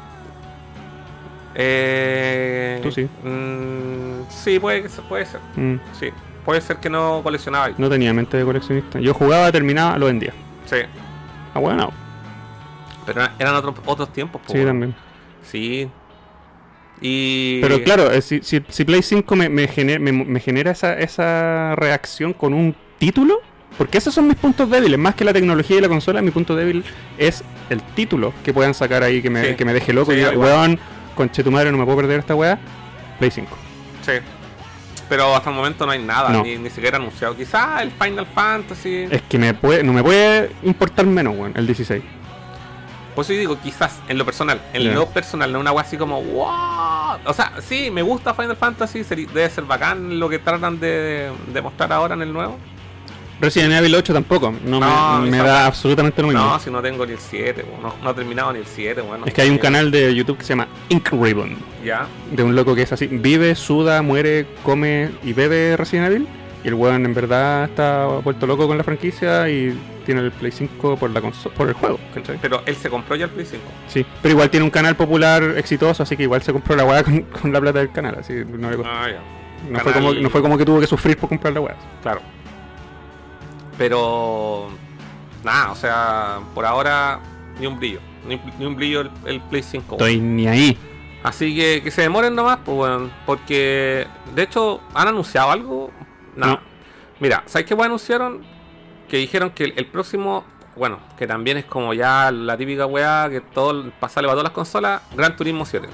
[SPEAKER 2] Eh,
[SPEAKER 3] Tú sí.
[SPEAKER 2] mm, sí, puede, que se- puede ser,
[SPEAKER 3] Mm,
[SPEAKER 2] sí. Puede ser que no coleccionaba.
[SPEAKER 3] No tenía mente de coleccionista. Yo jugaba, terminaba, lo vendía.
[SPEAKER 2] Sí.
[SPEAKER 3] Ah, bueno.
[SPEAKER 2] Oh, Pero era- eran otros otros tiempos, pues,
[SPEAKER 3] Sí,
[SPEAKER 2] weón.
[SPEAKER 3] también.
[SPEAKER 2] Sí. Y...
[SPEAKER 3] Pero claro, eh, si, si, si Play 5 me, me gener- me- me genera esa, esa reacción con un título, porque esos son mis puntos débiles, más que la tecnología y la consola, mi punto débil es el título que puedan sacar ahí que me,
[SPEAKER 2] Sí.
[SPEAKER 3] que me deje loco.
[SPEAKER 2] Sí,
[SPEAKER 3] y diga,
[SPEAKER 2] igual.
[SPEAKER 3] weón, conche tu madre, no me puedo perder esta weá. Play 5.
[SPEAKER 2] Sí. Pero hasta el momento no hay nada,
[SPEAKER 3] No.
[SPEAKER 2] Ni, ni siquiera anunciado. Quizá el Final Fantasy.
[SPEAKER 3] Es que me puede, no me puede importar menos, weón, el 16.
[SPEAKER 2] Por eso Pues yo digo, quizás, en lo personal, en
[SPEAKER 3] Ya.
[SPEAKER 2] lo personal, no una wea así como, wow. O sea, sí, me gusta Final Fantasy, seri- debe ser bacán lo que tratan de, de mostrar ahora en el nuevo.
[SPEAKER 3] Resident Evil 8 tampoco, no,
[SPEAKER 2] No,
[SPEAKER 3] me,
[SPEAKER 2] esa
[SPEAKER 3] me
[SPEAKER 2] weá.
[SPEAKER 3] da absolutamente lo mismo.
[SPEAKER 2] No, si no tengo ni el 7, weón, no, no he terminado ni el 7, bueno.
[SPEAKER 3] es que hay un canal de YouTube que se llama Ink Ribbon.
[SPEAKER 2] Ya,
[SPEAKER 3] de un loco que es así, vive, suda, muere, come y bebe Resident Evil. Y el weón en verdad está vuelto loco con la franquicia y tiene el Play 5 por la conso- por el juego, ¿cachai?
[SPEAKER 2] pero él se compró ya el Play 5.
[SPEAKER 3] Sí. Pero igual tiene un canal popular exitoso, así que igual se compró la weá con, con la plata del canal, así no le costó-
[SPEAKER 2] Ah, ya.
[SPEAKER 3] no fue como, no fue como que tuvo que sufrir por comprar la weá.
[SPEAKER 2] Claro. Pero. Nada, o sea, por ahora, ni un brillo. Ni, ni un brillo el, el Play 5. weón.
[SPEAKER 3] Estoy ni ahí.
[SPEAKER 2] Así que que se demoren nomás, pues, weón, porque de hecho, ¿han anunciado algo? No.
[SPEAKER 3] No.
[SPEAKER 2] Mira, ¿sabes qué weón anunciaron? Que dijeron que el, el próximo, bueno, que también es como ya la típica weá que todo pasarle para todas las consolas, Gran Turismo 7.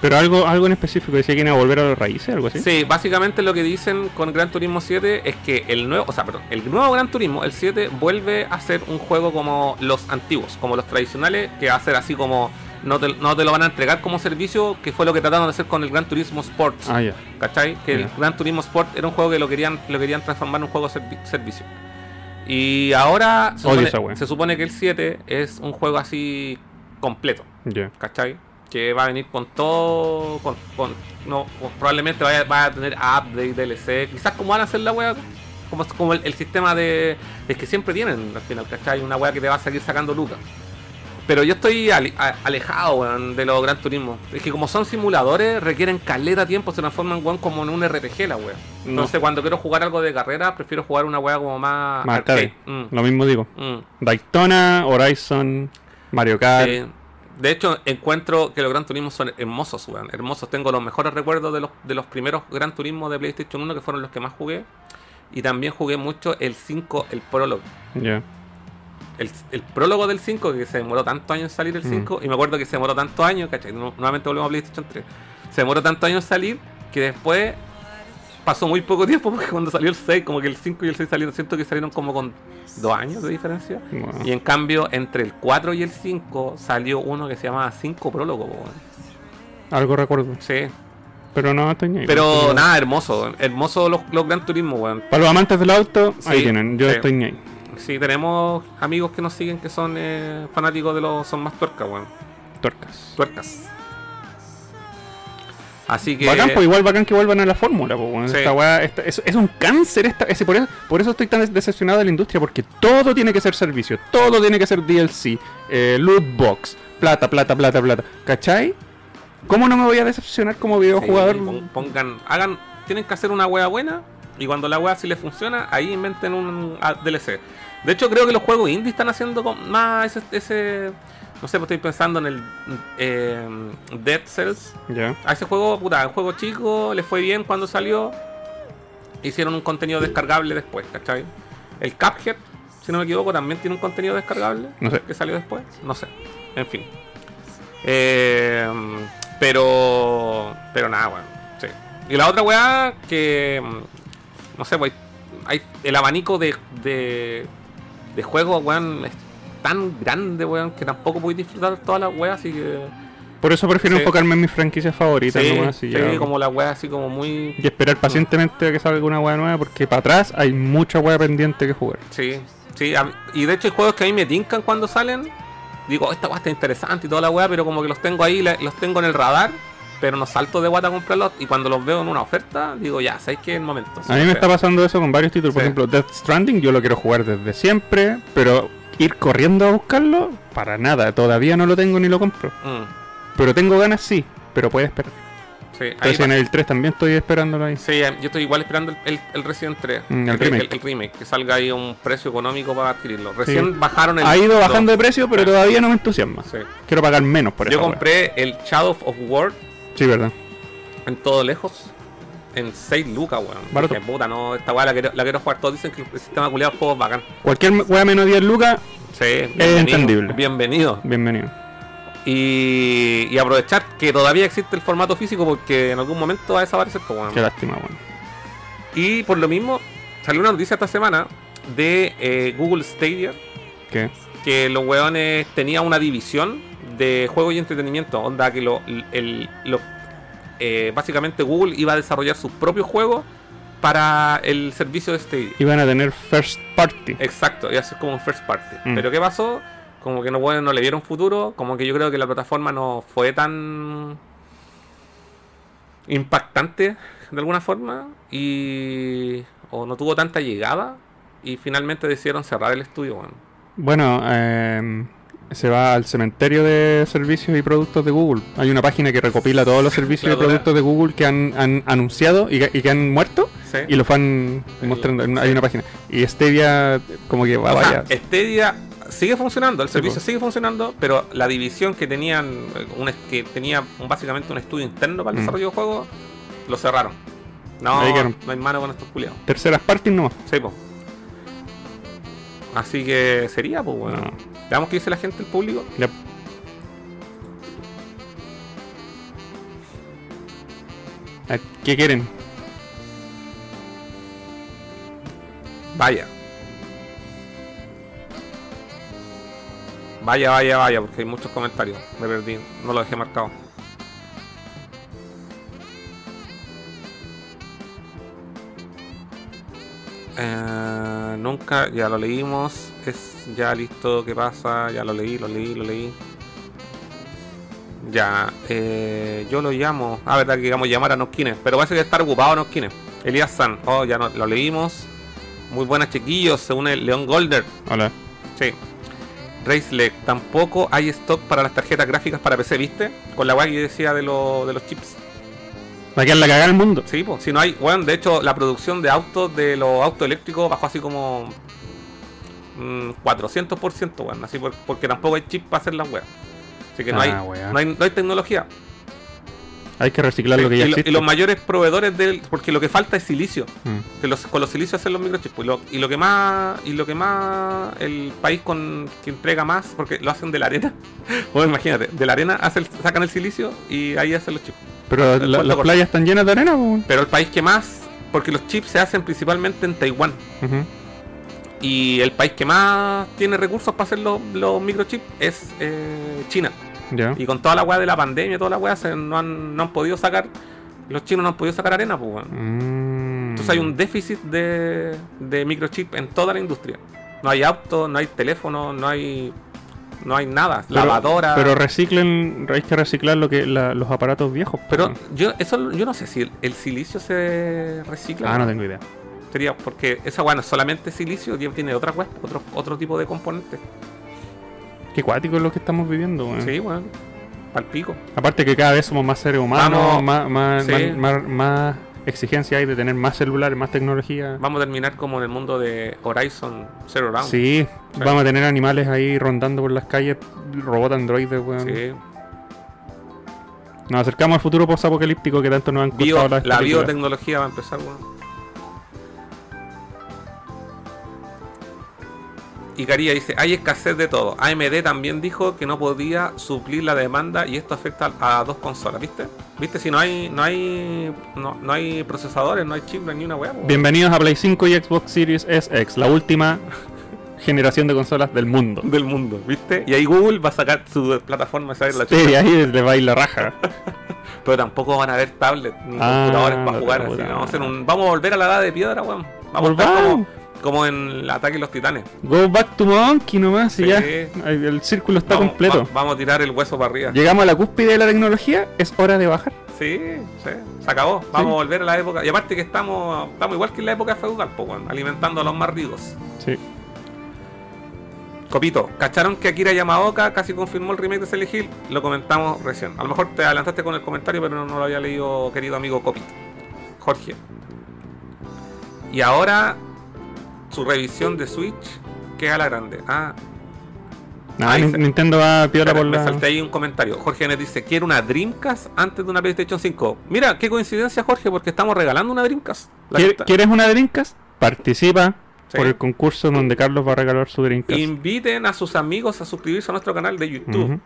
[SPEAKER 3] Pero algo, algo en específico, decía que iban a volver a las raíces, algo así.
[SPEAKER 2] ¿Sí? básicamente lo que dicen con Gran Turismo 7 es que el nuevo, o sea, perdón, el nuevo Gran Turismo, el 7, vuelve a ser un juego como los antiguos, como los tradicionales, que va a ser así como no te, no te lo van a entregar como servicio, que fue lo que trataron de hacer con el Gran Turismo Sports.
[SPEAKER 3] Ah, ya.
[SPEAKER 2] ¿Cachai? Que el
[SPEAKER 3] Ya.
[SPEAKER 2] Gran Turismo Sport era un juego que lo querían, lo querían transformar en un juego servi- servicio. Y ahora se
[SPEAKER 3] Odio
[SPEAKER 2] supone,
[SPEAKER 3] esa wea.
[SPEAKER 2] se supone que el 7 es un juego así completo,
[SPEAKER 3] Ya.
[SPEAKER 2] ¿cachai? Que va a venir con todo, con, con- no, con- probablemente vaya, vaya a tener update, DLC, quizás como van a hacer la wea, como, como el, el sistema de. Es que siempre tienen al final, ¿cachai? Una wea que te va a seguir sacando lucas. Pero yo estoy ale- a- alejado, weón, de los Gran Turismo. Es que como son simuladores, requieren caleta tiempo, se transforman, weón, como en un RPG la wea. Entonces, cuando quiero jugar algo de carrera, prefiero jugar una wea como más...
[SPEAKER 3] Más arcade.
[SPEAKER 2] Mm,
[SPEAKER 3] Lo mismo digo.
[SPEAKER 2] mm,
[SPEAKER 3] Daytona, Horizon, Mario Kart.
[SPEAKER 2] sí. Eh, De hecho, encuentro que los Gran Turismo son hermosos, weón. Hermosos. Tengo los mejores recuerdos de los, de los primeros Gran Turismo de PlayStation 1, que fueron los que más jugué. Y también jugué mucho el 5, el prólogo.
[SPEAKER 3] Ya.
[SPEAKER 2] El, el prólogo del 5, que se demoró tantos años en salir el
[SPEAKER 3] Mm.
[SPEAKER 2] 5, y me acuerdo que se demoró tantos años, ¿cachai? Nu- Nuevamente volvemos a PlayStation 3. Se demoró tantos años en salir que después pasó muy poco tiempo porque cuando salió el 6, como que el 5 y el 6 salieron, siento que salieron como con dos años de diferencia.
[SPEAKER 3] Bueno.
[SPEAKER 2] Y en cambio, entre el 4 y el 5 salió uno que se llamaba 5 prólogo, po, weón.
[SPEAKER 3] Algo recuerdo.
[SPEAKER 2] Sí.
[SPEAKER 3] Pero no estoy ni ahí.
[SPEAKER 2] Pero nada, hermoso. Hermoso los, los Gran Turismo, weón.
[SPEAKER 3] Para los amantes del auto, ahí
[SPEAKER 2] Sí,
[SPEAKER 3] tienen. Yo
[SPEAKER 2] sí.
[SPEAKER 3] estoy ni ahí.
[SPEAKER 2] Sí, tenemos amigos que nos siguen que son eh, fanáticos de los. Son más tuercas, weón.
[SPEAKER 3] Tuercas.
[SPEAKER 2] Tuercas. Así que.
[SPEAKER 3] Bacán, pues igual bacán que vuelvan a la fórmula, pues, weón.
[SPEAKER 2] Sí.
[SPEAKER 3] Esta weá, esta- es, es un cáncer esta, ese, por, eso, por eso estoy tan des- decepcionado de la industria, porque todo tiene que ser servicio, todo tiene que ser DLC, eh, loot box, plata, plata, plata, plata. ¿Cachai? ¿Cómo no me voy a decepcionar como
[SPEAKER 2] sí,
[SPEAKER 3] videojugador?
[SPEAKER 2] pon- pongan. Hagan. Tienen que hacer una wea buena. Y cuando la wea sí les funciona, ahí inventen un ah, DLC. De hecho, creo que los juegos indie están haciendo con- más ese. ese- no sé, pues estoy pensando en el. eh, Dead Cells.
[SPEAKER 3] Ya.
[SPEAKER 2] A ese juego, puta, un juego chico, le fue bien cuando salió. Hicieron un contenido descargable después, ¿cachai? El Cuphead, si no me equivoco, también tiene un contenido descargable
[SPEAKER 3] No sé.
[SPEAKER 2] que salió después. No sé. En fin. Eh, pero. Pero nada, weón. Sí. Y la otra weá que. mm, No sé, weón. Hay, el abanico de, de, de juegos, weón, es tan grande, weón, que tampoco podéis disfrutar todas las weas, así que.
[SPEAKER 3] Por eso prefiero
[SPEAKER 2] Sí.
[SPEAKER 3] enfocarme en mis franquicias favoritas
[SPEAKER 2] Sí,
[SPEAKER 3] nomás
[SPEAKER 2] sí,
[SPEAKER 3] y, ya.
[SPEAKER 2] como Mm. la weá así como muy.
[SPEAKER 3] y esperar pacientemente a que salga una weá nueva, porque para atrás hay mucha weá pendiente que jugar.
[SPEAKER 2] Sí, sí. a mí- y de hecho hay juegos que a mí me tincan cuando salen. Digo, "Oh, esta weá está interesante y toda la weá, pero como que los tengo ahí, la- los tengo en el radar, pero no salto de guata a comprarlos. Y cuando los veo en una oferta, digo, ya, ¿sabéis que es el momento?
[SPEAKER 3] A mí me está pasando eso con varios títulos. Por
[SPEAKER 2] Sí.
[SPEAKER 3] ejemplo, Death Stranding, yo lo quiero jugar desde siempre, pero ir corriendo a buscarlo, para nada. Todavía no lo tengo ni lo compro.
[SPEAKER 2] Mm,
[SPEAKER 3] Pero tengo ganas, sí, pero puede esperar.
[SPEAKER 2] sí, ahí va-
[SPEAKER 3] Resident Evil 3 también estoy esperándolo ahí.
[SPEAKER 2] sí, eh, yo estoy igual esperando el, el- el Resident 3.
[SPEAKER 3] Mm, el remake.
[SPEAKER 2] El, remake, que salga ahí a un precio económico para adquirirlo. Recién bajaron el.
[SPEAKER 3] Ha ido
[SPEAKER 2] dos.
[SPEAKER 3] bajando de precio, pero
[SPEAKER 2] Sí.
[SPEAKER 3] todavía no me entusiasma.
[SPEAKER 2] Sí.
[SPEAKER 3] Quiero pagar menos por eso.
[SPEAKER 2] Yo compré el Shadow of War
[SPEAKER 3] Sí, verdad.
[SPEAKER 2] En todo lejos. En 6 lucas, weón.
[SPEAKER 3] Barato.
[SPEAKER 2] Dije, puta, no, esta weá la quiero, la quiero jugar. Todos dicen que el sistema culiado juego es bacán.
[SPEAKER 3] Cualquier wea menos 10 lucas,
[SPEAKER 2] Sí, bienvenido,
[SPEAKER 3] entendible.
[SPEAKER 2] Bienvenido.
[SPEAKER 3] bienvenido.
[SPEAKER 2] Y, y aprovechar que todavía existe el formato físico porque en algún momento va a desaparecer, pues, weón.
[SPEAKER 3] Qué lástima, weón.
[SPEAKER 2] Y por lo mismo, salió una noticia esta semana de eh, Google Stadia
[SPEAKER 3] ¿Qué?
[SPEAKER 2] que los weones tenían una división de juegos y entretenimiento. Onda que lo, el, lo- eh, básicamente Google iba a desarrollar sus propios juegos para el servicio de Stadia.
[SPEAKER 3] Iban a tener first party.
[SPEAKER 2] Exacto, y así es como un first party.
[SPEAKER 3] Mm.
[SPEAKER 2] Pero ¿qué pasó? Como que no, bueno, no le vieron futuro, como que yo creo que la plataforma no fue tan impactante de alguna forma y o no tuvo tanta llegada y finalmente decidieron cerrar el estudio. Bueno.
[SPEAKER 3] Bueno, em, se va al cementerio de servicios y productos de Google. Hay una página que recopila todos los servicios y
[SPEAKER 2] Claro,
[SPEAKER 3] productos de Google que han, han anunciado y que, y que han muerto
[SPEAKER 2] Sí.
[SPEAKER 3] y los van mostrando. en- Hay una página. Y Stevia, como que va,
[SPEAKER 2] O sea,
[SPEAKER 3] vaya.
[SPEAKER 2] Stadia sigue funcionando, el
[SPEAKER 3] Sí,
[SPEAKER 2] servicio
[SPEAKER 3] pues.
[SPEAKER 2] sigue funcionando, pero la división que tenían, eh, un es- que tenía un- básicamente un estudio interno para el
[SPEAKER 3] Mm.
[SPEAKER 2] desarrollo de juegos, lo cerraron. No,
[SPEAKER 3] Ahí quedaron.
[SPEAKER 2] no hay mano con estos culiados.
[SPEAKER 3] Terceras parties nomás.
[SPEAKER 2] Sí, po. Así que sería, pues, bueno.
[SPEAKER 3] No.
[SPEAKER 2] Veamos qué dice la gente, el público.
[SPEAKER 3] Ya. Ah, ¿Qué quieren?
[SPEAKER 2] Vaya. Vaya, vaya, vaya, porque hay muchos comentarios. Me perdí, no lo dejé marcado. Eh, nunca, ya lo leímos. Es ya listo, ¿qué pasa? Ya lo leí, lo leí, lo leí. Ya, eh, yo lo llamo. Ah, verdad que digamos llamar a Noskines, pero parece que está ocupado Noskines. Elías San, oh, ya no, lo leímos. Muy buenas chiquillos, se une León Golder.
[SPEAKER 3] Hola.
[SPEAKER 2] Sí. Raceleg, tampoco hay stock para las tarjetas gráficas para PC, ¿viste? Con la weá que yo decía de, lo- de los chips.
[SPEAKER 3] Va a quedar la cagada el mundo.
[SPEAKER 2] Sí, pues, si no hay, weón, de hecho la producción de autos, de los autos eléctricos, bajó así como mm, 400%, weón, así por- porque tampoco hay chips para hacer las weas. Así que no,
[SPEAKER 3] Ah,
[SPEAKER 2] hay,
[SPEAKER 3] weá.
[SPEAKER 2] no hay no hay tecnología.
[SPEAKER 3] Hay que reciclar
[SPEAKER 2] Sí,
[SPEAKER 3] lo que ya
[SPEAKER 2] y, lo- y
[SPEAKER 3] existe.
[SPEAKER 2] los mayores proveedores del. Porque lo que falta es silicio.
[SPEAKER 3] Mm.
[SPEAKER 2] Que los, con los silicios hacen los microchips. pues, lo- Y lo, que más. Y lo que más. El país con que entrega más. Porque lo hacen de la arena. Bueno, imagínate. De la arena hace el- sacan el silicio y ahí hacen los chips.
[SPEAKER 3] Pero
[SPEAKER 2] ¿cuánto
[SPEAKER 3] la- las
[SPEAKER 2] corta?
[SPEAKER 3] playas están llenas de arena, pues, po, weón.
[SPEAKER 2] Pero el país que más. Porque los chips se hacen principalmente en Taiwán.
[SPEAKER 3] Ujú.
[SPEAKER 2] Y el país que más tiene recursos para hacer los, los microchips es eh, China.
[SPEAKER 3] Ya.
[SPEAKER 2] Y con toda la weá de la pandemia, toda la weá, se- no, han, no han podido sacar. Los chinos no han podido sacar arena, pues, weón.
[SPEAKER 3] Mm.
[SPEAKER 2] Entonces hay un déficit de, de microchip en toda la industria. No hay auto, no hay teléfono, no hay no hay nada,
[SPEAKER 3] Pero-
[SPEAKER 2] lavadora.
[SPEAKER 3] Pero reciclen, hay que reciclar lo que, la- los aparatos viejos. po,
[SPEAKER 2] Pero
[SPEAKER 3] weón.
[SPEAKER 2] yo eso yo no sé si el, el silicio se recicla.
[SPEAKER 3] Ah, no tengo idea.
[SPEAKER 2] Sería porque esa weá no es solamente silicio, tiene- tiene otra weá, otro, otro tipo de componentes.
[SPEAKER 3] Qué cuático es lo que estamos viviendo, weón.
[SPEAKER 2] Sí, bueno. Palpico.
[SPEAKER 3] Aparte que cada vez somos más seres humanos,
[SPEAKER 2] Vamos.
[SPEAKER 3] más, más,
[SPEAKER 2] Sí.
[SPEAKER 3] más, más- más exigencia hay de tener más celulares, más tecnología.
[SPEAKER 2] Vamos a terminar como en el mundo de Horizon Zero Dawn.
[SPEAKER 3] Sí,
[SPEAKER 2] Sí.
[SPEAKER 3] vamos a tener animales ahí rondando por las calles, robot androides, weón.
[SPEAKER 2] Sí.
[SPEAKER 3] Nos acercamos al futuro posapocalíptico que tanto nos han
[SPEAKER 2] Bio-
[SPEAKER 3] costado las
[SPEAKER 2] la
[SPEAKER 3] películas.
[SPEAKER 2] biotecnología va a empezar, weón. Icaría dice, hay escasez de todo. AMD también dijo que no podía suplir la demanda y esto afecta a dos consolas, ¿viste? ¿Viste? Si no hay, no hay. No, no hay procesadores, no hay chips, no hay ni una weá. weón.
[SPEAKER 3] Bienvenidos a Play 5 y Xbox Series SX, la última generación de consolas del mundo.
[SPEAKER 2] Del mundo, ¿viste? Y ahí Google va a sacar su plataforma y saber la chucha.
[SPEAKER 3] Sí, ahí le va a ir la raja.
[SPEAKER 2] Pero tampoco van a haber tablets ni
[SPEAKER 3] Ah,
[SPEAKER 2] computadores para jugar.
[SPEAKER 3] la
[SPEAKER 2] así que
[SPEAKER 3] puta
[SPEAKER 2] vamos, a hacer
[SPEAKER 3] madre.
[SPEAKER 2] un- vamos a volver a la edad de piedra, weón. Vamos a estar como,
[SPEAKER 3] Volvamos.
[SPEAKER 2] como en el ataque de los titanes.
[SPEAKER 3] Go back to monkey nomás y
[SPEAKER 2] Sí.
[SPEAKER 3] ya. El el círculo está
[SPEAKER 2] Vamos,
[SPEAKER 3] completo.
[SPEAKER 2] va- vamos a tirar el hueso para arriba.
[SPEAKER 3] Llegamos a la cúspide de la tecnología, es hora de bajar.
[SPEAKER 2] Sí, sí, se acabó. Vamos
[SPEAKER 3] Sí.
[SPEAKER 2] a volver a la época. Y aparte que estamos, estamos igual que en la época feudal, po, weón, alimentando a los más ricos.
[SPEAKER 3] Sí.
[SPEAKER 2] Copito, ¿cacharon que Akira Yamaoka casi confirmó el remake de Silent Hill? Lo comentamos recién. A lo mejor te adelantaste con el comentario, pero no, no lo había leído, querido amigo Copito. Jorge. Y ahora, su revisión de Switch, que es a la grande. Ah,
[SPEAKER 3] Nada,
[SPEAKER 2] Ahí
[SPEAKER 3] Nin-
[SPEAKER 2] se-
[SPEAKER 3] Nintendo va a piola
[SPEAKER 2] Espera,
[SPEAKER 3] por
[SPEAKER 2] me
[SPEAKER 3] la.
[SPEAKER 2] salté ahí un comentario. Jorge Genet dice, quiero una Dreamcast antes de una PlayStation 5. Mira, qué coincidencia, Jorge, porque estamos regalando una Dreamcast. La
[SPEAKER 3] ¿Quier-
[SPEAKER 2] que está-
[SPEAKER 3] ¿Quieres una Drinkas? Participa
[SPEAKER 2] Sí.
[SPEAKER 3] por el concurso donde Carlos va a regalar su Drinkas.
[SPEAKER 2] Inviten a sus amigos a suscribirse a nuestro canal de YouTube.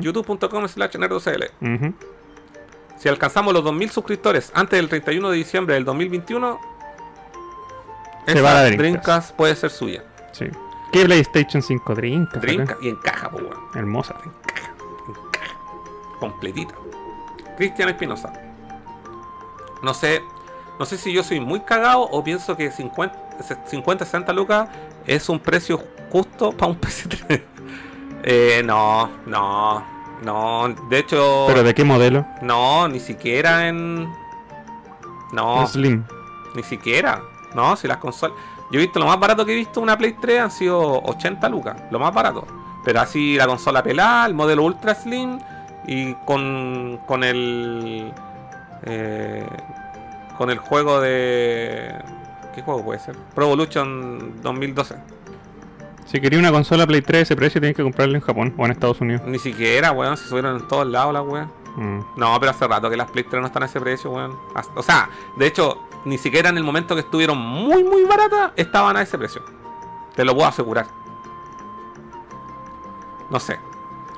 [SPEAKER 2] youtube.com slash nerdocl. Si alcanzamos los 2.000 suscriptores antes del 31 de diciembre del 2021,
[SPEAKER 3] Se
[SPEAKER 2] esa
[SPEAKER 3] va la
[SPEAKER 2] Dreamcast.
[SPEAKER 3] Dreamcast.
[SPEAKER 2] puede ser suya.
[SPEAKER 3] Sí. ¿Qué PlayStation 5 Drinkas? acá?
[SPEAKER 2] Dreamcast y encaja, pues, weón.
[SPEAKER 3] Hermosa.
[SPEAKER 2] completita. Cristian Espinosa. No sé, no sé si yo soy muy cagado o pienso que 50, se- 50 60 lucas es un precio justo para un PS3. Eh, no, no, no. De hecho,
[SPEAKER 3] ¿Pero de qué modelo?
[SPEAKER 2] no, ni siquiera en. No,
[SPEAKER 3] Slim.
[SPEAKER 2] ni siquiera. No, si las consolas. Yo he visto lo más barato que he visto una Play 3 han sido 80 lucas, lo más barato. Pero así la consola pelada, el modelo Ultra Slim y con, con el. eh, con el juego de. ¿Qué juego puede ser? Pro Evolution 2012.
[SPEAKER 3] Si quería una consola Play 3 ese precio tienes que comprarla en Japón o en Estados Unidos.
[SPEAKER 2] Ni siquiera, weón, se subieron en todos lados las weón.
[SPEAKER 3] Mm.
[SPEAKER 2] No, pero hace rato que las Play 3 no están a ese precio, weón. Hasta- O sea, de hecho, ni siquiera en el momento que estuvieron muy, muy baratas, estaban a ese precio. Te lo puedo asegurar. No sé.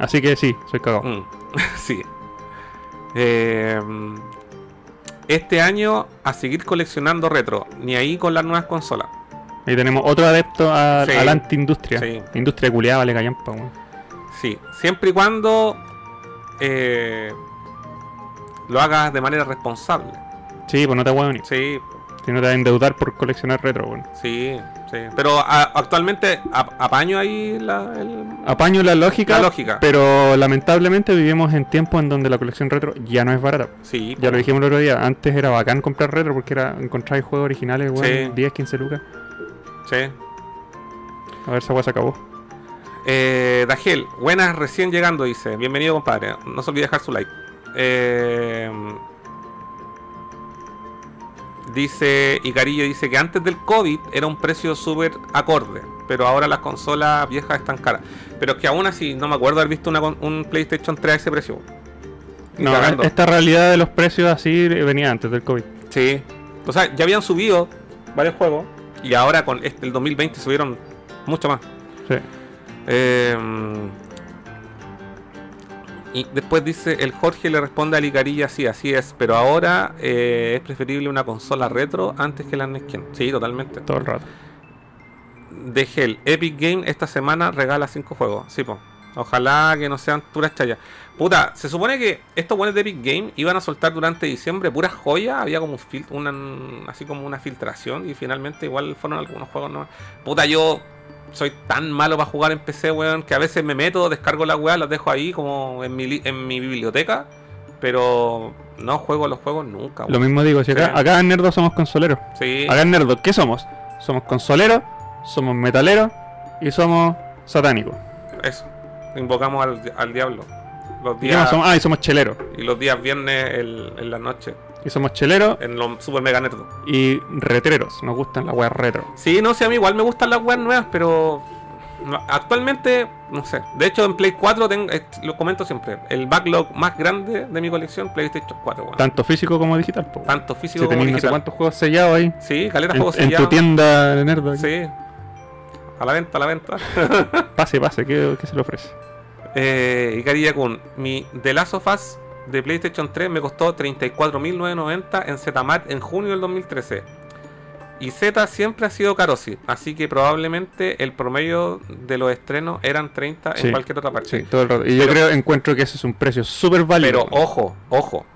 [SPEAKER 3] Así que sí, soy cagado.
[SPEAKER 2] Mm, sí. Eh, este año a seguir coleccionando retro, ni ahí con las nuevas consolas.
[SPEAKER 3] Ahí tenemos otro adepto a,
[SPEAKER 2] Sí.
[SPEAKER 3] a la antiindustria.
[SPEAKER 2] Sí.
[SPEAKER 3] Industria culiada, vale callampa, weón.
[SPEAKER 2] Sí, siempre y cuando eh, lo hagas de manera responsable.
[SPEAKER 3] Sí, pues no te huevo ni.
[SPEAKER 2] Sí,
[SPEAKER 3] Si no te vas a endeudar por coleccionar retro, weón.
[SPEAKER 2] Sí, sí. Pero a- actualmente ap- apaño ahí la, el-
[SPEAKER 3] Apaño la lógica,
[SPEAKER 2] La lógica.
[SPEAKER 3] pero lamentablemente vivimos en tiempos en donde la colección retro ya no es barata.
[SPEAKER 2] Sí, pues.
[SPEAKER 3] Ya lo dijimos el otro día, antes era bacán comprar retro porque era encontrar juegos originales, weón,
[SPEAKER 2] Sí.
[SPEAKER 3] 10, 15 lucas.
[SPEAKER 2] sí.
[SPEAKER 3] A ver, esa weá se acabó.
[SPEAKER 2] Eh, Dajel, buenas recién llegando, dice. Bienvenido, compadre. No se olvide dejar su like. Eh, dice Icarillo, dice que antes del COVID era un precio súper acorde, pero ahora las consolas viejas están caras. Pero es que aún así no me acuerdo haber visto una con- un PlayStation 3 a ese precio. Ni
[SPEAKER 3] No,
[SPEAKER 2] cagando.
[SPEAKER 3] esta realidad de los precios así eh, venía antes del COVID.
[SPEAKER 2] Sí. O sea, ya habían subido varios juegos y ahora con este, el 2020 subieron mucho más.
[SPEAKER 3] Sí.
[SPEAKER 2] Eh, y después dice, el Jorge le responde a Licarilla, sí, así es, pero ahora eh, es preferible una consola retro antes que la E Nesquien. Sí, totalmente.
[SPEAKER 3] Todo el rato.
[SPEAKER 2] De Hell, Epic Game esta semana regala 5 juegos. Sí, po. Ojalá que no sean puras chayas. Puta, se supone que estos buenos de Epic Game iban a soltar durante diciembre puras joyas. Había como un fil- una, así como una filtración y finalmente igual fueron algunos juegos nomás. Puta, yo soy tan malo para jugar en PC, weón, que a veces me meto, descargo la weá, las dejo ahí como en mi, li- en mi biblioteca. Pero no juego los juegos nunca,
[SPEAKER 3] Lo
[SPEAKER 2] weón.
[SPEAKER 3] mismo digo, si acá,
[SPEAKER 2] Ah, Sí.
[SPEAKER 3] acá en Nerdo somos consoleros.
[SPEAKER 2] Sí.
[SPEAKER 3] Acá en Nerdo, ¿qué somos? Somos consoleros, somos metaleros y somos satánicos.
[SPEAKER 2] Eso. Invocamos al, al diablo. Los
[SPEAKER 3] ¿Y qué
[SPEAKER 2] días,
[SPEAKER 3] más somos? Ah, y somos cheleros.
[SPEAKER 2] y los días viernes el- en la noche.
[SPEAKER 3] Y somos cheleros
[SPEAKER 2] En los super mega nerdos.
[SPEAKER 3] y retreros. Nos gustan las weas retro.
[SPEAKER 2] Sí, no sé, a mí igual me gustan las weas nuevas, pero. no, Actualmente, no sé. De hecho, en Play 4 tengo, eh, lo comento siempre. El backlog más grande de mi colección, PlayStation 4, weón.
[SPEAKER 3] Tanto físico como digital. po.
[SPEAKER 2] Tanto físico
[SPEAKER 3] Si
[SPEAKER 2] como
[SPEAKER 3] tenéis no sé
[SPEAKER 2] digital.
[SPEAKER 3] cuántos juegos sellados ahí.
[SPEAKER 2] Sí, caleta
[SPEAKER 3] En,
[SPEAKER 2] juegos
[SPEAKER 3] en tu
[SPEAKER 2] sellados.
[SPEAKER 3] tienda de Nerdo. aquí.
[SPEAKER 2] Sí. A la venta, a la venta.
[SPEAKER 3] Pase, pase, ¿qué, qué se le ofrece?
[SPEAKER 2] Eh, Icarilla Kun, mi The Last of Us de PlayStation 3 me costó 34.990 en ZMAT en junio del 2013. Y Z siempre ha sido caro, sí. Así que probablemente el promedio de los estrenos eran 30
[SPEAKER 3] Sí,
[SPEAKER 2] en cualquier otra parte.
[SPEAKER 3] Sí, todo el rato. Y yo
[SPEAKER 2] Pero-
[SPEAKER 3] creo, encuentro que ese es un precio súper
[SPEAKER 2] Pero oh,
[SPEAKER 3] válido.
[SPEAKER 2] ojo, ojo.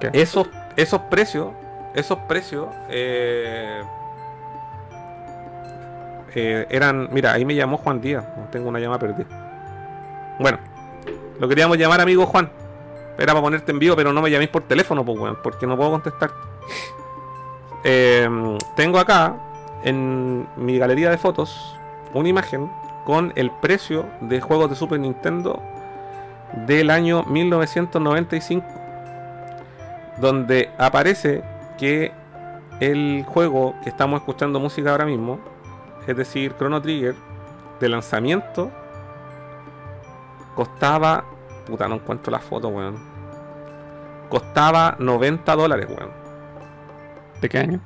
[SPEAKER 3] ¿Qué?
[SPEAKER 2] Esos, esos precios, esos precios eh, eh, eran. Mira, ahí me llamó Juan Díaz. Tengo una llamada perdida. Bueno, lo queríamos llamar amigo Juan. Era para ponerte en vivo, pero no me llaméis por teléfono, pues, weón, porque no puedo contestar. Eh, tengo acá, en mi galería de fotos, una imagen con el precio de juegos de Super Nintendo del año 1995, donde aparece que el juego que estamos escuchando música ahora mismo, es decir, Chrono Trigger, de lanzamiento, costaba. Puta, no encuentro la foto, weón. Costaba 90 dólares, weón,
[SPEAKER 3] ¿De qué año?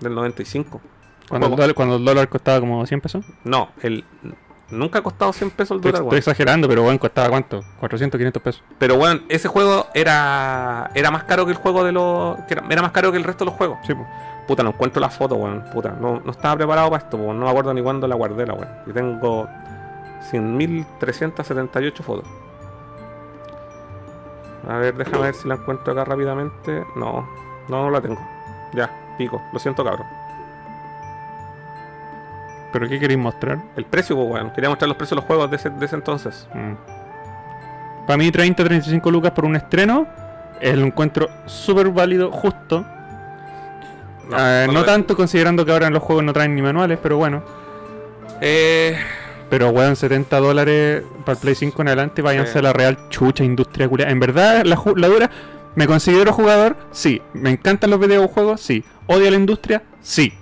[SPEAKER 2] del 95.
[SPEAKER 3] Cuando el,
[SPEAKER 2] Juego.
[SPEAKER 3] dólar, cuando el dólar costaba como 100 pesos.
[SPEAKER 2] No, el. Nunca ha costado 100 pesos el
[SPEAKER 3] Estoy,
[SPEAKER 2] dólar,
[SPEAKER 3] estoy
[SPEAKER 2] weón.
[SPEAKER 3] exagerando, pero bueno, costaba cuánto? 400, 500 pesos.
[SPEAKER 2] Pero weón, ese juego era. Era más caro que el juego de los. que Era, era más caro que el resto de los juegos.
[SPEAKER 3] Sí, po.
[SPEAKER 2] Puta, no encuentro la foto, weón. Puta, no, no estaba preparado para esto, weón. No me acuerdo ni cuándo la guardé, la weón. Yo tengo 100.378 fotos. A ver, déjame ver si la encuentro acá rápidamente. No, no, no la tengo. Ya, pico. Lo siento, cabrón.
[SPEAKER 3] ¿Pero qué queréis mostrar?
[SPEAKER 2] El precio, pues, weón. Quería mostrar los precios de los juegos de ese, de ese entonces.
[SPEAKER 3] Mm. Para mí 30, 35 lucas por un estreno es lo encuentro súper válido, justo. Eh, No,
[SPEAKER 2] lo-
[SPEAKER 3] tanto considerando que ahora los juegos no traen ni manuales, pero bueno.
[SPEAKER 2] Eh,
[SPEAKER 3] Pero weón, 70 dólares para el Play 5 en adelante, váyanse
[SPEAKER 2] Sí.
[SPEAKER 3] a la real chucha industria culia. En verdad, la, ju- la dura, ¿me considero jugador? Sí. ¿Me encantan los videojuegos? Sí. ¿Odio la industria? Sí.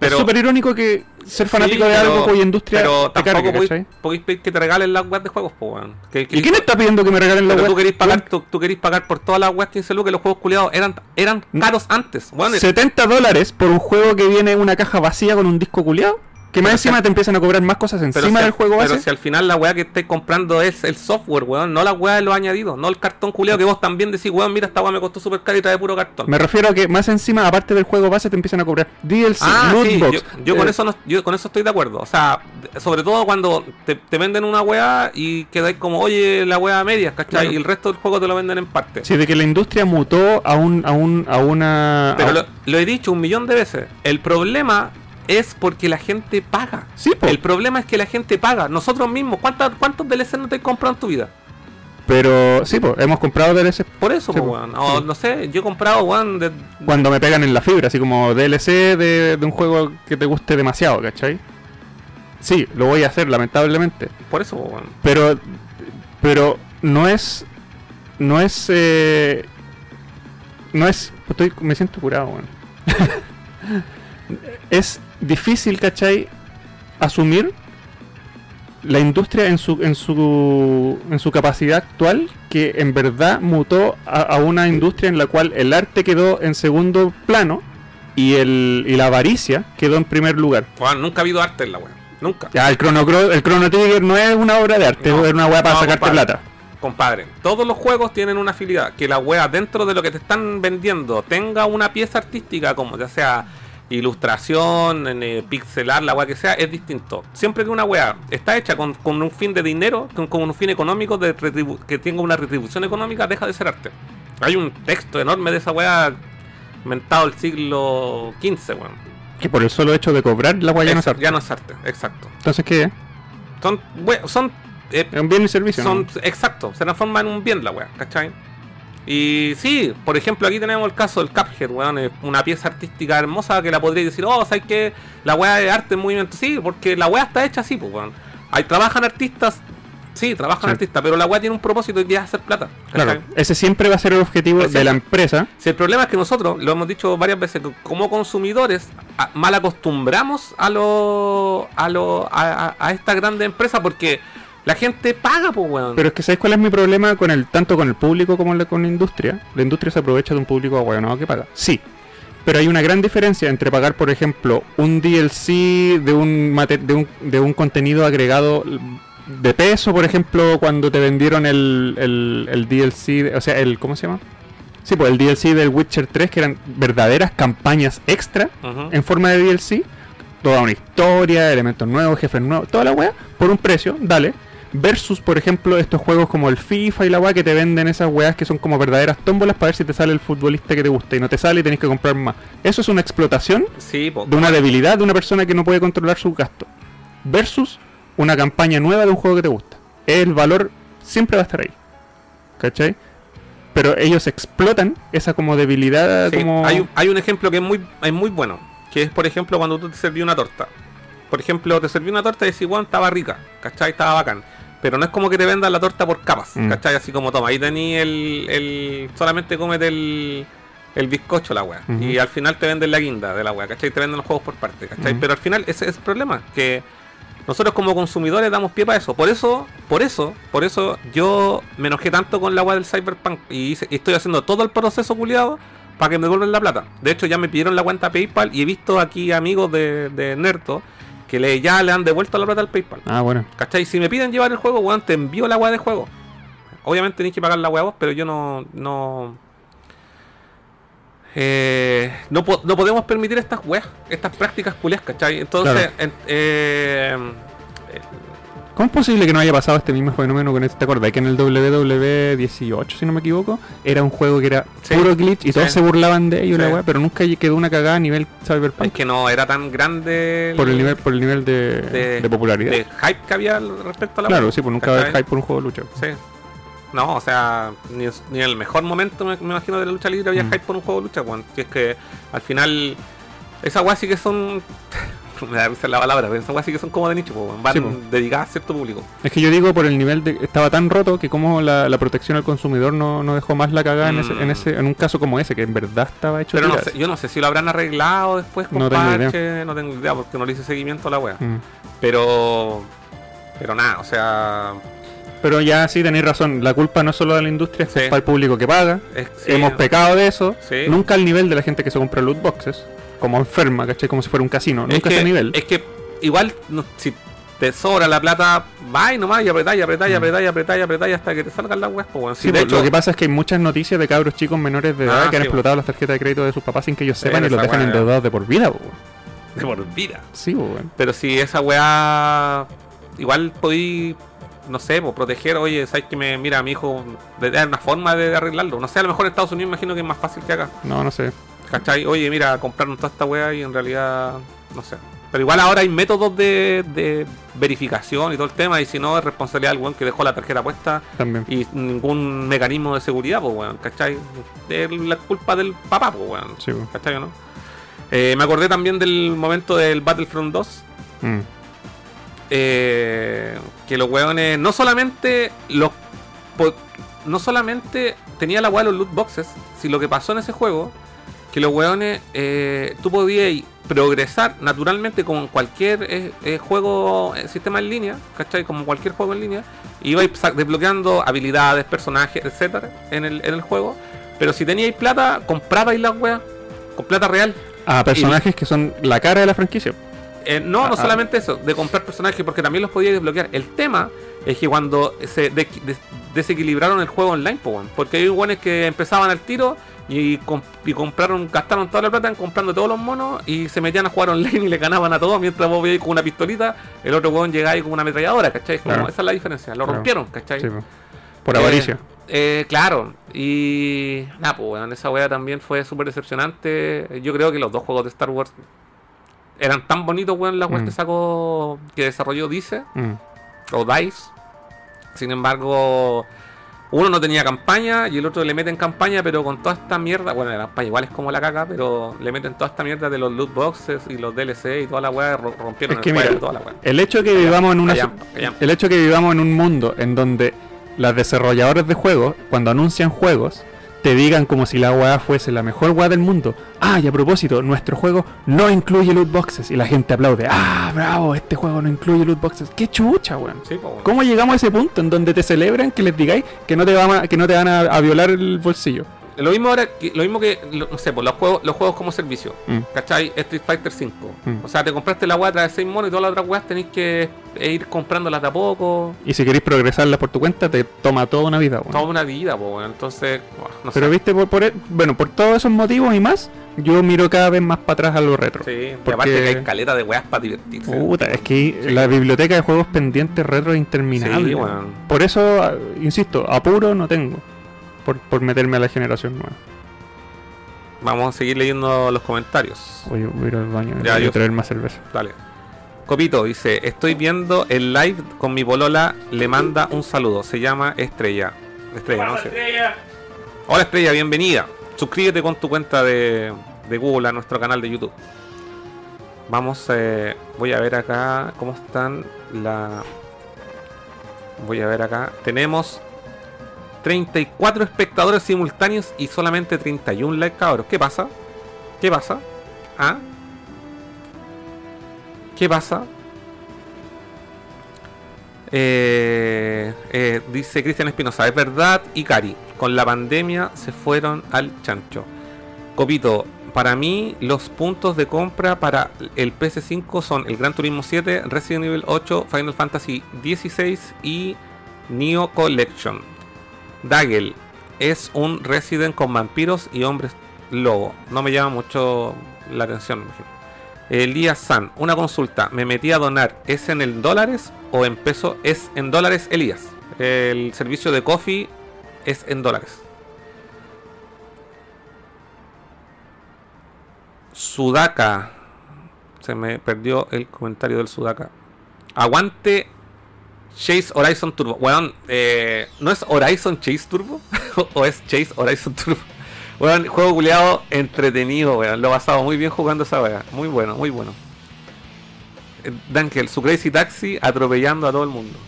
[SPEAKER 2] Pero-
[SPEAKER 3] es súper irónico que ser fanático
[SPEAKER 2] sí,
[SPEAKER 3] de
[SPEAKER 2] pero-
[SPEAKER 3] algo cuya industria
[SPEAKER 2] Pero
[SPEAKER 3] te
[SPEAKER 2] tampoco
[SPEAKER 3] cargue,
[SPEAKER 2] podéis-
[SPEAKER 3] ¿cachai?
[SPEAKER 2] podéis pedir que te regalen las webs de juegos, pues, weón. Que- que-
[SPEAKER 3] ¿Y quién está pidiendo que me regalen la
[SPEAKER 2] Pero
[SPEAKER 3] web?
[SPEAKER 2] tú querís
[SPEAKER 3] Weón,
[SPEAKER 2] pagar, tú, tú querís pagar por todas las weas 15 lucas que los juegos culiados eran, eran
[SPEAKER 3] Mm.
[SPEAKER 2] caros antes. Bueno,
[SPEAKER 3] 70 dólares por un juego que viene en una caja vacía con un disco culiado. Que más encima te empiezan a cobrar más cosas encima
[SPEAKER 2] si,
[SPEAKER 3] del
[SPEAKER 2] al-
[SPEAKER 3] juego
[SPEAKER 2] pero
[SPEAKER 3] base.
[SPEAKER 2] si al final la wea que estáis comprando es el software, weón, no la wea de los añadidos, no el cartón culiado que vos también decís, weón, mira, esta wea me costó súper caro y trae puro cartón.
[SPEAKER 3] Me refiero a que más encima, aparte del juego base, te empiezan a cobrar DLC,
[SPEAKER 2] Ah, sí, yo,
[SPEAKER 3] lootbox.
[SPEAKER 2] yo con
[SPEAKER 3] eh,
[SPEAKER 2] eso no- yo con eso estoy de acuerdo. O sea, de- sobre todo cuando te, te venden una wea y quedáis como, oye, la wea a medias, ¿cachai?
[SPEAKER 3] Claro.
[SPEAKER 2] Y el resto del juego te lo venden en parte.
[SPEAKER 3] Sí, de que la industria mutó a un, a un, a una.
[SPEAKER 2] Pero
[SPEAKER 3] a-
[SPEAKER 2] lo, lo he dicho un millón de veces. El problema es porque la gente paga.
[SPEAKER 3] Sí, po.
[SPEAKER 2] El problema es que la gente paga. Nosotros mismos, ¿cuántas- ¿cuántos DLC no te has comprado en tu vida?
[SPEAKER 3] pero sí, pues, hemos comprado DLC
[SPEAKER 2] Por eso,
[SPEAKER 3] Sí,
[SPEAKER 2] po,
[SPEAKER 3] po.
[SPEAKER 2] weón. O, no sé, yo he comprado, weón, de-
[SPEAKER 3] cuando me pegan en la fibra, así como DLC de, de un juego que te guste demasiado, ¿cachai? Sí, lo voy a hacer, lamentablemente.
[SPEAKER 2] por eso, po, weón.
[SPEAKER 3] Pero, pero no es, no es, eh, no es, estoy, me siento curado, weón. es difícil, ¿cachai? Asumir la industria en su, en su, en su capacidad actual que en verdad mutó a, a una industria en la cual el arte quedó en segundo plano y, el, y la avaricia quedó en primer lugar.
[SPEAKER 2] Juan, nunca ha habido arte en la wea. Nunca.
[SPEAKER 3] Ya, el Chrono, Cro- el Chrono Trigger no es una obra de arte,
[SPEAKER 2] No,
[SPEAKER 3] es una weá para
[SPEAKER 2] no,
[SPEAKER 3] sacarte
[SPEAKER 2] compadre.
[SPEAKER 3] plata.
[SPEAKER 2] Compadre, todos los juegos tienen una afinidad. Que la wea dentro de lo que te están vendiendo tenga una pieza artística, como ya sea ilustración, en, eh, pixelar, la wea que sea, es distinto. Siempre que una wea está hecha con, con un fin de dinero, con, con un fin económico, de retribu- que tenga una retribución económica, deja de ser arte. Hay un texto enorme de esa wea inventado el siglo XV, weón.
[SPEAKER 3] Que por el solo hecho de cobrar la weá ya no es
[SPEAKER 2] Ex-
[SPEAKER 3] arte.
[SPEAKER 2] Ya no es arte, exacto.
[SPEAKER 3] Entonces, ¿qué? es?
[SPEAKER 2] Son, we- son eh,
[SPEAKER 3] Es un bien y servicio.
[SPEAKER 2] son
[SPEAKER 3] ¿no?
[SPEAKER 2] exacto, se transforma en un bien la weá, ¿cachai? Y sí, por ejemplo, aquí tenemos el caso del Cuphead, weón, es una pieza artística hermosa que la podríais decir, oh, ¿sabes qué? La weá de arte en movimiento, sí, porque la weá está hecha así, pues, weón. Ahí trabajan artistas, sí, trabajan
[SPEAKER 3] Sí.
[SPEAKER 2] artistas, pero la weá tiene un propósito que es hacer plata, ¿cachai?
[SPEAKER 3] Claro, ese siempre va a ser el objetivo
[SPEAKER 2] Ese-
[SPEAKER 3] de la empresa.
[SPEAKER 2] Si el problema es que nosotros, lo hemos dicho varias veces, que como consumidores a- mal acostumbramos a lo, a, lo, a, a- a esta grande empresa porque la gente paga, pues, weón.
[SPEAKER 3] Pero es que ¿sabes cuál es mi problema con el tanto con el público como la- con la industria? La industria se aprovecha de un público aguayanado que paga. Sí. Pero hay una gran diferencia entre pagar, por ejemplo, un DLC de un, mate- de un, de un contenido agregado de peso, por ejemplo, cuando te vendieron el, el, el DLC, de- o sea, el ¿cómo se llama? Sí, pues el DLC del Witcher 3, que eran verdaderas campañas extra
[SPEAKER 2] Ujú.
[SPEAKER 3] en forma de DLC, toda una historia, elementos nuevos, jefes nuevos, toda la weá, por un precio, dale. Versus, por ejemplo, estos juegos como el FIFA y la weá que te venden esas weas que son como verdaderas tómbolas para ver si te sale el futbolista que te gusta y no te sale y tenés que comprar más. Eso es una explotación
[SPEAKER 2] Sí, po.
[SPEAKER 3] de una debilidad de una persona que no puede controlar sus gastos. Versus una campaña nueva de un juego que te gusta. El valor siempre va a estar ahí. ¿Cachai? Pero ellos explotan esa como debilidad.
[SPEAKER 2] Sí,
[SPEAKER 3] como...
[SPEAKER 2] hay, un- hay un ejemplo que es muy, es muy bueno, que es por ejemplo cuando tú te serví una torta. Por ejemplo, te serví una torta y decís, bueno, estaba rica, ¿cachai? Estaba bacán. Pero no es como que te vendan la torta por capas,
[SPEAKER 3] Mm.
[SPEAKER 2] ¿cachai? Así como toma, ahí tení el, el solamente cómete el, el bizcocho, la wea.
[SPEAKER 3] Ujú.
[SPEAKER 2] Y al final te venden la guinda de la wea, ¿cachai? Te venden los juegos por parte, ¿cachai?
[SPEAKER 3] Ujú.
[SPEAKER 2] Pero al final ese es el problema, que nosotros como consumidores damos pie para eso. Por eso, por eso, por eso yo me enojé tanto con la weá del Cyberpunk y, hice- y estoy haciendo todo el proceso culiado para que me devuelvan la plata. De hecho, ya me pidieron la cuenta PayPal y he visto aquí amigos de, de Nerto que le, ya le han devuelto la plata al PayPal.
[SPEAKER 3] Ah, bueno.
[SPEAKER 2] ¿Cachai? Si me piden llevar el juego, weón, te envío la weá de juego. Obviamente tenéis que pagar la weá vos, pero yo no. No. Eh, no, po- no podemos permitir estas weas, estas prácticas culias, ¿cachai? Entonces,
[SPEAKER 3] Claro.
[SPEAKER 2] en- eh,
[SPEAKER 3] ¿Cómo es posible que no haya pasado este mismo fenómeno con este? ¿Te acordás que en el WW18, si no me equivoco, era un juego que era
[SPEAKER 2] Sí,
[SPEAKER 3] puro glitch y
[SPEAKER 2] sí.
[SPEAKER 3] todos se burlaban de ello, y la
[SPEAKER 2] Sí.
[SPEAKER 3] weá, pero nunca quedó una cagada a nivel
[SPEAKER 2] es
[SPEAKER 3] Cyberpunk
[SPEAKER 2] que no era tan grande.
[SPEAKER 3] por el nivel por el nivel de, de popularidad.
[SPEAKER 2] de hype que había al- respecto a la
[SPEAKER 3] claro,
[SPEAKER 2] wea,
[SPEAKER 3] sí, pues nunca va a haber
[SPEAKER 2] ¿cachai?
[SPEAKER 3] hype por un juego de lucha.
[SPEAKER 2] Sí. No, o sea, ni, es- ni en el mejor momento, me, me imagino, de la lucha libre había
[SPEAKER 3] Mm.
[SPEAKER 2] hype por un juego de lucha, weón. Que es que al final, esas weas sí que son. me da risa la palabra, pero esas weas sí que son como de nicho, po, weón. Van
[SPEAKER 3] Sí, po.
[SPEAKER 2] dedicadas a cierto público.
[SPEAKER 3] Es que yo digo por el nivel de estaba tan roto que como la, la protección al consumidor no, no dejó más la cagada en, ese, en
[SPEAKER 2] Mm.
[SPEAKER 3] ese en un caso como ese que en verdad estaba hecho
[SPEAKER 2] Pero no
[SPEAKER 3] tirar.
[SPEAKER 2] sé, yo no sé si lo habrán arreglado después con
[SPEAKER 3] No tengo idea.
[SPEAKER 2] parche, no tengo idea, porque no le hice seguimiento a la wea.
[SPEAKER 3] Mm.
[SPEAKER 2] Pero. Pero nada, o sea.
[SPEAKER 3] Pero ya sí tenéis razón, la culpa no es solo de la industria,
[SPEAKER 2] Sí.
[SPEAKER 3] es para el público que paga.
[SPEAKER 2] es- eh, sí,
[SPEAKER 3] Hemos pecado de eso.
[SPEAKER 2] Sí.
[SPEAKER 3] Nunca al nivel de la gente que se compra loot boxes. Como enferma, ¿cachai? Como si fuera un casino. Nunca
[SPEAKER 2] es
[SPEAKER 3] a
[SPEAKER 2] que,
[SPEAKER 3] ese nivel.
[SPEAKER 2] Es que igual no- si te sobra la plata, va y nomás y apretá y apretá y
[SPEAKER 3] Mm.
[SPEAKER 2] apretá y apretá y apretá y hasta que te salgan las weas, po, weón. Si
[SPEAKER 3] Sí,
[SPEAKER 2] de
[SPEAKER 3] pues,
[SPEAKER 2] hecho,
[SPEAKER 3] lo que pasa es que hay muchas noticias de cabros chicos menores de edad
[SPEAKER 2] Ah,
[SPEAKER 3] que han
[SPEAKER 2] sí,
[SPEAKER 3] explotado las tarjetas de crédito de sus papás sin que ellos sepan
[SPEAKER 2] Pero
[SPEAKER 3] y los
[SPEAKER 2] esa
[SPEAKER 3] dejan
[SPEAKER 2] weá,
[SPEAKER 3] endeudados de por vida, po, weón.
[SPEAKER 2] de por vida.
[SPEAKER 3] Sí, po, weón.
[SPEAKER 2] Pero si esa wea igual podí, no sé, po, proteger, oye, sabes que me, mira, mi hijo, de dar una forma de arreglarlo. No sé, a lo mejor en Estados Unidos imagino que es más fácil que acá.
[SPEAKER 3] No, no sé.
[SPEAKER 2] ¿Cachai? Oye, mira, compraron toda esta wea y en realidad, no sé. Pero igual ahora hay métodos de, de verificación y todo el tema, y si no, es responsabilidad del weón que dejó la tarjeta puesta.
[SPEAKER 3] También.
[SPEAKER 2] y ningún mecanismo de seguridad, pues, weón, ¿cachai? Es la culpa del papá, pues, weón,
[SPEAKER 3] Sí, po.
[SPEAKER 2] ¿cachai o no? Eh, me acordé también del momento del Battlefront 2,
[SPEAKER 3] Mm.
[SPEAKER 2] eh, que los weones, no solamente los... po- No solamente tenía la weá de los loot boxes, si lo que pasó en ese juego que los weones, eh, tú podías progresar naturalmente como en cualquier eh, eh, juego, eh, sistema en línea, ¿cachai? Como cualquier juego en línea, ibais sa- desbloqueando habilidades, personajes, etcétera, en el, en el juego. Pero si teníais plata, comprabais las weas, con plata real.
[SPEAKER 3] A personajes que son la cara de la franquicia.
[SPEAKER 2] Eh, no, no
[SPEAKER 3] Ah.
[SPEAKER 2] solamente eso, de comprar personajes, porque también los podías desbloquear. El tema es que cuando se de- des- desequilibraron el juego online, po, weón, porque hay weones que empezaban al tiro y, com- y compraron, gastaron toda la plata en comprando todos los monos y se metían a jugar online y le ganaban a todos mientras vos veías con una pistolita, el otro weón llegaba ahí con una ametralladora, ¿cachai? Como,
[SPEAKER 3] Claro.
[SPEAKER 2] Esa es la diferencia, lo
[SPEAKER 3] Claro.
[SPEAKER 2] rompieron, ¿cachai?
[SPEAKER 3] Sí, po. Por
[SPEAKER 2] Eh,
[SPEAKER 3] avaricia.
[SPEAKER 2] eh, claro, y nada, pues weón, esa wea también fue súper decepcionante. Yo creo que los dos juegos de Star Wars eran tan bonitos, weón, las weas
[SPEAKER 3] Mm.
[SPEAKER 2] que sacó, que desarrolló Dice
[SPEAKER 3] Mm.
[SPEAKER 2] o Dice. Sin embargo, uno no tenía campaña y el otro le meten campaña, pero con toda esta mierda, bueno, la campaña igual es como la caca, pero le meten toda esta mierda de los loot boxes y los DLC y toda la wea, ro- rompieron
[SPEAKER 3] Es que
[SPEAKER 2] el juego,
[SPEAKER 3] mira,
[SPEAKER 2] toda la wea.
[SPEAKER 3] El hecho que vivamos en una
[SPEAKER 2] callan, callan.
[SPEAKER 3] el hecho que vivamos en un mundo en donde las desarrolladoras de juegos cuando anuncian juegos te digan como si la weá fuese la mejor weá del mundo. Ah, y a propósito, nuestro juego no incluye loot boxes. Y la gente aplaude. Ah, bravo, este juego no incluye loot boxes. ¡Qué chucha, weón!
[SPEAKER 2] Sí, po, weón.
[SPEAKER 3] ¿Cómo llegamos a ese punto en donde te celebran que les digáis que no te van a, que no te van a, a violar el bolsillo?
[SPEAKER 2] Lo mismo ahora, que, lo mismo que, lo- no sé, pues los juegos, los juegos como servicio.
[SPEAKER 3] Mm.
[SPEAKER 2] ¿Cachai? Street Fighter 5.
[SPEAKER 3] Mm.
[SPEAKER 2] O sea, te compraste la weá, traes 6 monos y todas las otras weas tenés que e ir comprándolas de a poco.
[SPEAKER 3] Y si queréis progresarla por tu cuenta, te toma toda una vida, weón.
[SPEAKER 2] Toda una vida, po, weón. Entonces, buah, no
[SPEAKER 3] Pero
[SPEAKER 2] sé.
[SPEAKER 3] viste, por, por e- bueno, por todos esos motivos y más, yo miro cada vez más para atrás a lo retro.
[SPEAKER 2] Sí, y
[SPEAKER 3] porque-
[SPEAKER 2] aparte que hay caleta de weas para divertirse.
[SPEAKER 3] Puta, es que la biblioteca de juegos pendientes retro es interminable.
[SPEAKER 2] Sí, weón.
[SPEAKER 3] Por eso, ah, insisto, apuro no tengo. Por, por meterme a la generación nueva.
[SPEAKER 2] Vamos a seguir leyendo los comentarios.
[SPEAKER 3] Voy, voy a ir al baño
[SPEAKER 2] Ya,
[SPEAKER 3] voy
[SPEAKER 2] yo-
[SPEAKER 3] a traer más cerveza.
[SPEAKER 2] Dale. Copito dice, estoy viendo el live con mi polola, le manda un saludo, se llama Estrella. Estrella, no sé. Hola Estrella, bienvenida. Suscríbete con tu cuenta de, de Google a nuestro canal de YouTube. Vamos, eh, voy a ver acá cómo están la... Voy a ver acá. Tenemos 34 espectadores simultáneos y solamente 31 likes, cabros. ¿Qué pasa? ¿Qué pasa? ¿Ah? ¿Qué pasa? Eh, eh, dice Cristian Espinosa, es verdad, Ikari, con la pandemia se fueron al chancho. Copito, para mí los puntos de compra para el PS5 son el Gran Turismo 7, Resident Evil 8, Final Fantasy 16 y Neo Collection. Dagel es un Resident con vampiros y hombres lobo. No me llama mucho la atención. me imagino. Elías San, una consulta. Me metí a donar. ¿Es en el dólares o en peso? Es en dólares, Elías. El servicio de coffee es en dólares. Sudaka. Se me perdió el comentario del Sudaka. Aguante Chase Horizon Turbo. Weón, eh, ¿no es Horizon Chase Turbo? ¿O es Chase Horizon Turbo? Weón, juego culeado entretenido, weón. Lo he pasado muy bien jugando esa weá. Muy bueno, muy bueno. Eh, Dankel, su Crazy Taxi atropellando a todo el mundo.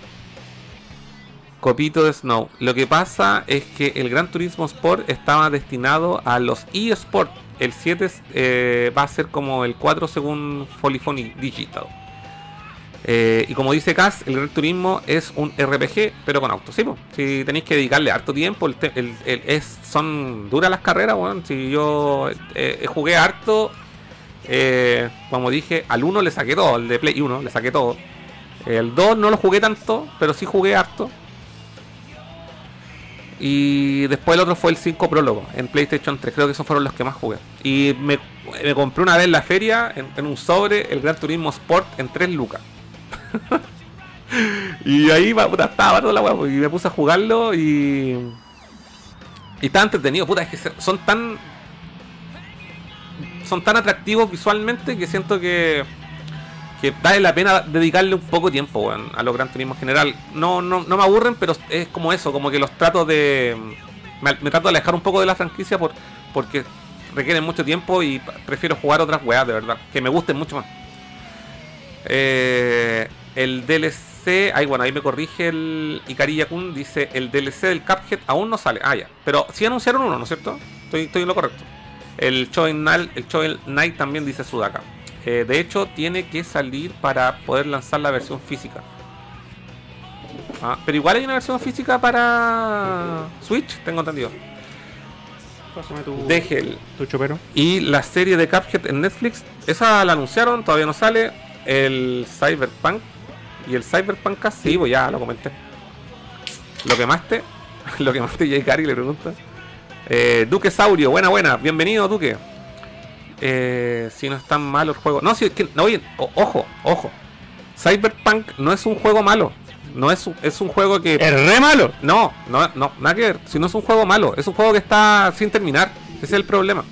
[SPEAKER 2] Copito de Snow. Lo que pasa es que el Gran Turismo Sport estaba destinado a los eSport. El 7 es, eh, va a ser como el 4 según Folifony Digital. Eh, y como dice Cass, el Gran Turismo es un RPG, pero con autos. Sí, po. si tenéis que dedicarle harto tiempo, el te- el- el- es, son duras las carreras, weón. Si yo eh, jugué harto, eh, como dije, al 1 le saqué todo, el de Play 1 le saqué todo. El 2 no lo jugué tanto, pero sí jugué harto. Y después el otro fue el 5 prólogo en PlayStation 3. Creo que esos fueron los que más jugué. Y me, me compré una vez en la feria, en, en un sobre, el Gran Turismo Sport en 3 lucas. y ahí va, puta, estaba barato la weá, pues, y me puse a jugarlo y. Y estaba entretenido, puta, es que se- son tan. Son tan atractivos visualmente que siento que. Que vale la pena dedicarle un poco de tiempo, weón, a los Gran Turismo en general. No, no, no me aburren, pero es como eso, como que los trato de. Me, me trato de alejar un poco de la franquicia por, porque requieren mucho tiempo y pa- prefiero jugar otras weas, de verdad, que me gusten mucho más. Eh, el DLC, ahí bueno, ahí me corrige el Icariya Kun, dice el DLC del Cuphead aún no sale. Ah, ya. Pero sí anunciaron uno, ¿no es cierto? Estoy, estoy en lo correcto. El Choin Nal- el Shovel Knight también dice Sudaka. Eh, de hecho, tiene que salir para poder lanzar la versión física. Ah, pero igual hay una versión física para Switch, tengo entendido.
[SPEAKER 3] Pásame tu,
[SPEAKER 2] Degel.
[SPEAKER 3] tu chopero.
[SPEAKER 2] Y la serie de Cuphead en Netflix, esa la anunciaron, todavía no sale. El Cyberpunk y el Cyberpunk casi, sí, pues ya lo comenté. Lo quemaste, lo quemaste, Jay Gary le pregunta. Eh, Duque Saurio, buena, buena, bienvenido Duque. Eh, si no es tan malo el juego. No, si es que, no, oye, o- ojo, ojo. Cyberpunk no es un juego malo. No es un, es un juego que.
[SPEAKER 3] ¡Es re malo!
[SPEAKER 2] No, no, no, nada que ver. Si no es un juego malo, es un juego que está sin terminar. Ese es el problema.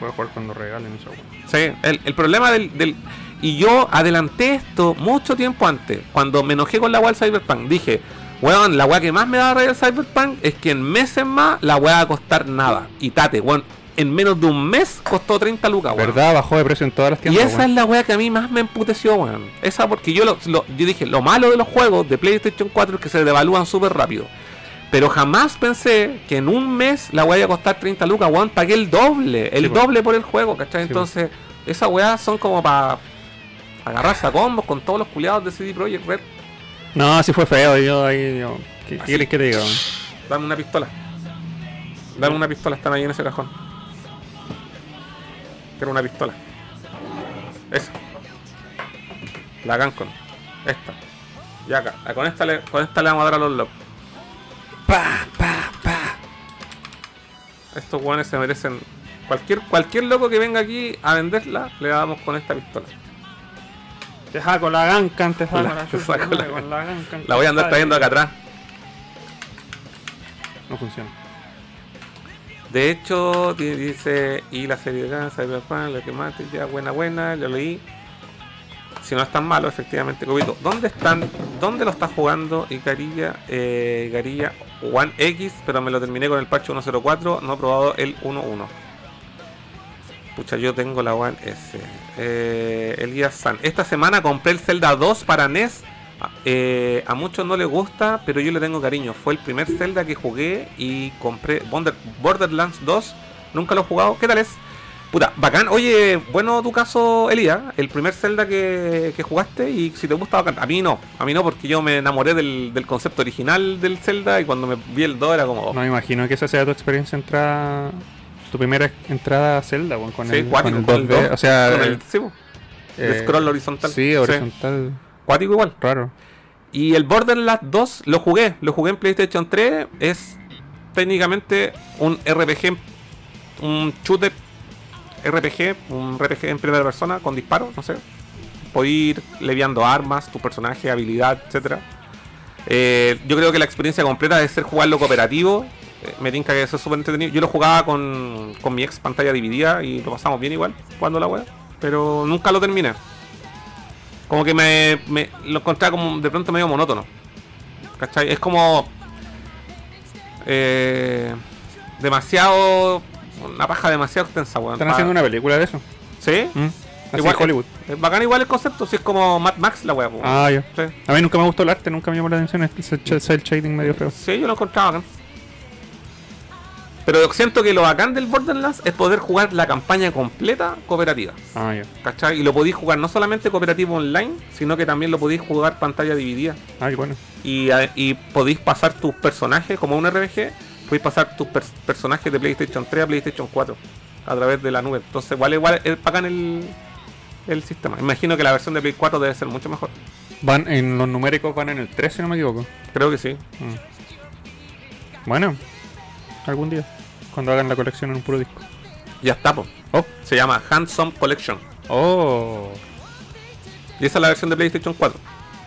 [SPEAKER 3] Voy a jugar cuando regalen esa weá.
[SPEAKER 2] Sí, el, el problema del, del- Y yo adelanté esto mucho tiempo antes. Cuando me enojé con la weá del Cyberpunk, dije, weón, la weá que más me da rabia del Cyberpunk es que en meses más la weá va a costar nada. Y tate, weón, en menos de un mes costó 30 lucas, weón.
[SPEAKER 3] ¿Verdad? Bajó de precio en todas las
[SPEAKER 2] Ah, Y
[SPEAKER 3] tiendas.
[SPEAKER 2] esa es la weá que a mí más me emputeció, weón. Esa porque yo, lo, lo- yo dije, lo malo de los juegos de PlayStation 4 es que se devalúan súper rápido. Pero jamás pensé que en un mes la weá iba a costar 30 lucas, weón. Pagué el doble, el
[SPEAKER 3] Sí, po.
[SPEAKER 2] doble por el juego, ¿cachai?
[SPEAKER 3] Sí, po.
[SPEAKER 2] Entonces, esas weá son como para agarrarse a combos con todos los culiados de CD Projekt Red.
[SPEAKER 3] No, sí fue feo. Yo, ahí, yo- ¿Qué, qué
[SPEAKER 2] Así.
[SPEAKER 3] quieres que te diga?
[SPEAKER 2] Dame una pistola. Dame una pistola, están ahí en ese cajón. Quiero una pistola. Esa. La Gancon. Esta. Y acá. Ah, Con esta le, con esta le vamos a dar a los locos. Pa, pa, pa. Estos guanes se merecen. Cualquier, cualquier loco que venga aquí a venderla, le damos con esta pistola.
[SPEAKER 3] Te saco la gancan, te
[SPEAKER 2] saco La- la te chucha, saco la- con La voy a
[SPEAKER 3] Ah,
[SPEAKER 2] andar trayendo acá atrás.
[SPEAKER 3] No funciona.
[SPEAKER 2] De hecho, di- dice, y la serie de Guns, Cyberpunk, la que mate, ya buena, buena, lo leí. Si no es tan malo, efectivamente, Cubito. ¿Dónde están? ¿Dónde lo está jugando Icarilla? Eh, Icarilla One X, pero me lo terminé con el parche 104, no he probado el 11. Pucha, yo tengo la One S. Eh, Elías San. Esta semana compré el Zelda 2 para NES. A- eh, a muchos no les gusta, pero yo le tengo cariño. Fue el primer Zelda que jugué y compré Bonder- Borderlands 2. Nunca lo he jugado. ¿Qué tal es? Puta, bacán. Oye, bueno tu caso, Elías. El primer Zelda que, que jugaste y si te gusta, bacán. A mí no. A mí no, porque yo me enamoré del, del concepto original del Zelda y cuando me vi el 2 era como...
[SPEAKER 3] No me imagino que esa sea tu experiencia entrada. Tu primera entrada a Zelda, weón, con,
[SPEAKER 2] Sí,
[SPEAKER 3] el,
[SPEAKER 2] cuático,
[SPEAKER 3] con el
[SPEAKER 2] con el
[SPEAKER 3] 2D.
[SPEAKER 2] dos,
[SPEAKER 3] O sea,
[SPEAKER 2] con el-
[SPEAKER 3] eh,
[SPEAKER 2] sí, po. de
[SPEAKER 3] eh,
[SPEAKER 2] scroll horizontal.
[SPEAKER 3] Sí, horizontal.
[SPEAKER 2] Cuático igual.
[SPEAKER 3] Raro.
[SPEAKER 2] Y el Borderlands 2 lo jugué, lo jugué en PlayStation 3, es técnicamente un RPG, un chute RPG, un RPG en primera persona con disparo, no sé. Podí ir leviando armas, tu personaje, habilidad, etcétera. Eh, yo creo que la experiencia completa de ser jugarlo cooperativo. eh, me tinca que eso es súper entretenido. Yo lo jugaba con, con mi ex pantalla dividida y lo pasamos bien igual jugando la web. Pero nunca lo terminé. Como que me, me- lo encontraba como de pronto medio monótono. ¿Cachai? Es como. eh, demasiado. Una paja demasiado extensa, weón.
[SPEAKER 3] Están
[SPEAKER 2] Pa-
[SPEAKER 3] haciendo una película de eso.
[SPEAKER 2] Sí,
[SPEAKER 3] ¿Mm? Así
[SPEAKER 2] Ah. Igual-
[SPEAKER 3] en Hollywood.
[SPEAKER 2] es bacán igual el concepto. Si es como Mad Max la wea, po.
[SPEAKER 3] Ah, ya.
[SPEAKER 2] Sí.
[SPEAKER 3] A mí nunca me gustó el arte, nunca me llamó la atención. Es ese ch- cel shading medio feo.
[SPEAKER 2] Sí, yo lo encontraba bacán. Pero siento que lo bacán del Borderlands es poder jugar la campaña completa cooperativa.
[SPEAKER 3] Ah, ya.
[SPEAKER 2] ¿Cachai? Y lo podéis jugar no solamente cooperativo online, sino que también lo podéis jugar pantalla dividida.
[SPEAKER 3] Ah, qué bueno.
[SPEAKER 2] Y, a- y podéis pasar tus personajes, como un RPG, podéis pasar tus pers- personajes de PlayStation 3 a PlayStation 4 a través de la nube. Entonces, igual, igual es bacán el, el sistema. Imagino que la versión de Play 4 debe ser mucho mejor.
[SPEAKER 3] Van en los numéricos van en el 3, si no me equivoco.
[SPEAKER 2] Creo que sí.
[SPEAKER 3] Mm. Bueno, algún día. Cuando hagan la colección en un puro disco.
[SPEAKER 2] Ya está, po.
[SPEAKER 3] Oh,
[SPEAKER 2] Se llama Handsome Collection.
[SPEAKER 3] oh.
[SPEAKER 2] Y esa es la versión de PlayStation 4.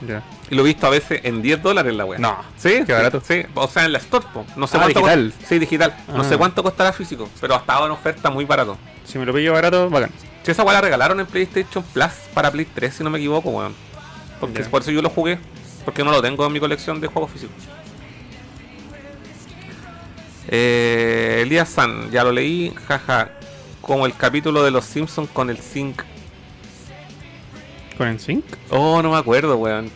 [SPEAKER 3] Ya.
[SPEAKER 2] Y lo he visto a veces en 10 dólares la wea.
[SPEAKER 3] No,
[SPEAKER 2] Sí,
[SPEAKER 3] qué barato.
[SPEAKER 2] Sí, o sea, en la Store, po. No sé
[SPEAKER 3] Ah,
[SPEAKER 2] cuánto
[SPEAKER 3] digital.
[SPEAKER 2] cost- Sí, digital. No
[SPEAKER 3] Ah.
[SPEAKER 2] sé cuánto costará físico, pero hasta ahora en oferta muy barato.
[SPEAKER 3] Si me lo pillo barato, bacán.
[SPEAKER 2] Si esa wea la regalaron en PlayStation Plus para Play 3, si no me equivoco, weón. Porque
[SPEAKER 3] Ya.
[SPEAKER 2] por eso yo lo jugué. Porque no lo tengo en mi colección de juegos físicos. Eh, Elías San, ya lo leí, jaja. Como el capítulo de los Simpsons con el Zinc.
[SPEAKER 3] ¿Con el Sync?
[SPEAKER 2] Oh, no me acuerdo, weón.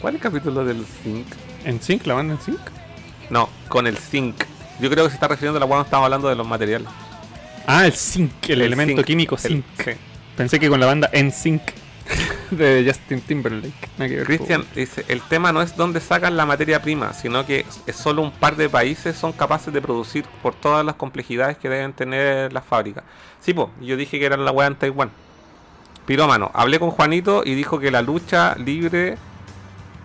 [SPEAKER 2] ¿Cuál es el capítulo del Zinc?
[SPEAKER 3] ¿En Sync? ¿La banda en Sync?
[SPEAKER 2] No, con el zinc. Yo creo que se está refiriendo a la cuando estábamos hablando de los materiales.
[SPEAKER 3] Ah, el zinc, el, elemento
[SPEAKER 2] zinc,
[SPEAKER 3] químico
[SPEAKER 2] el-
[SPEAKER 3] zinc.
[SPEAKER 2] sí.
[SPEAKER 3] Pensé que con la banda En Sync de Justin Timberlake. Nada que ver, po.
[SPEAKER 2] Cristian dice, el tema no es dónde sacan la materia prima, sino que es- es solo un par de países son capaces de producir por todas las complejidades que deben tener las fábricas. Sí, po, yo dije que eran la weá en Taiwán. Pirómano, hablé con Juanito y dijo que la lucha libre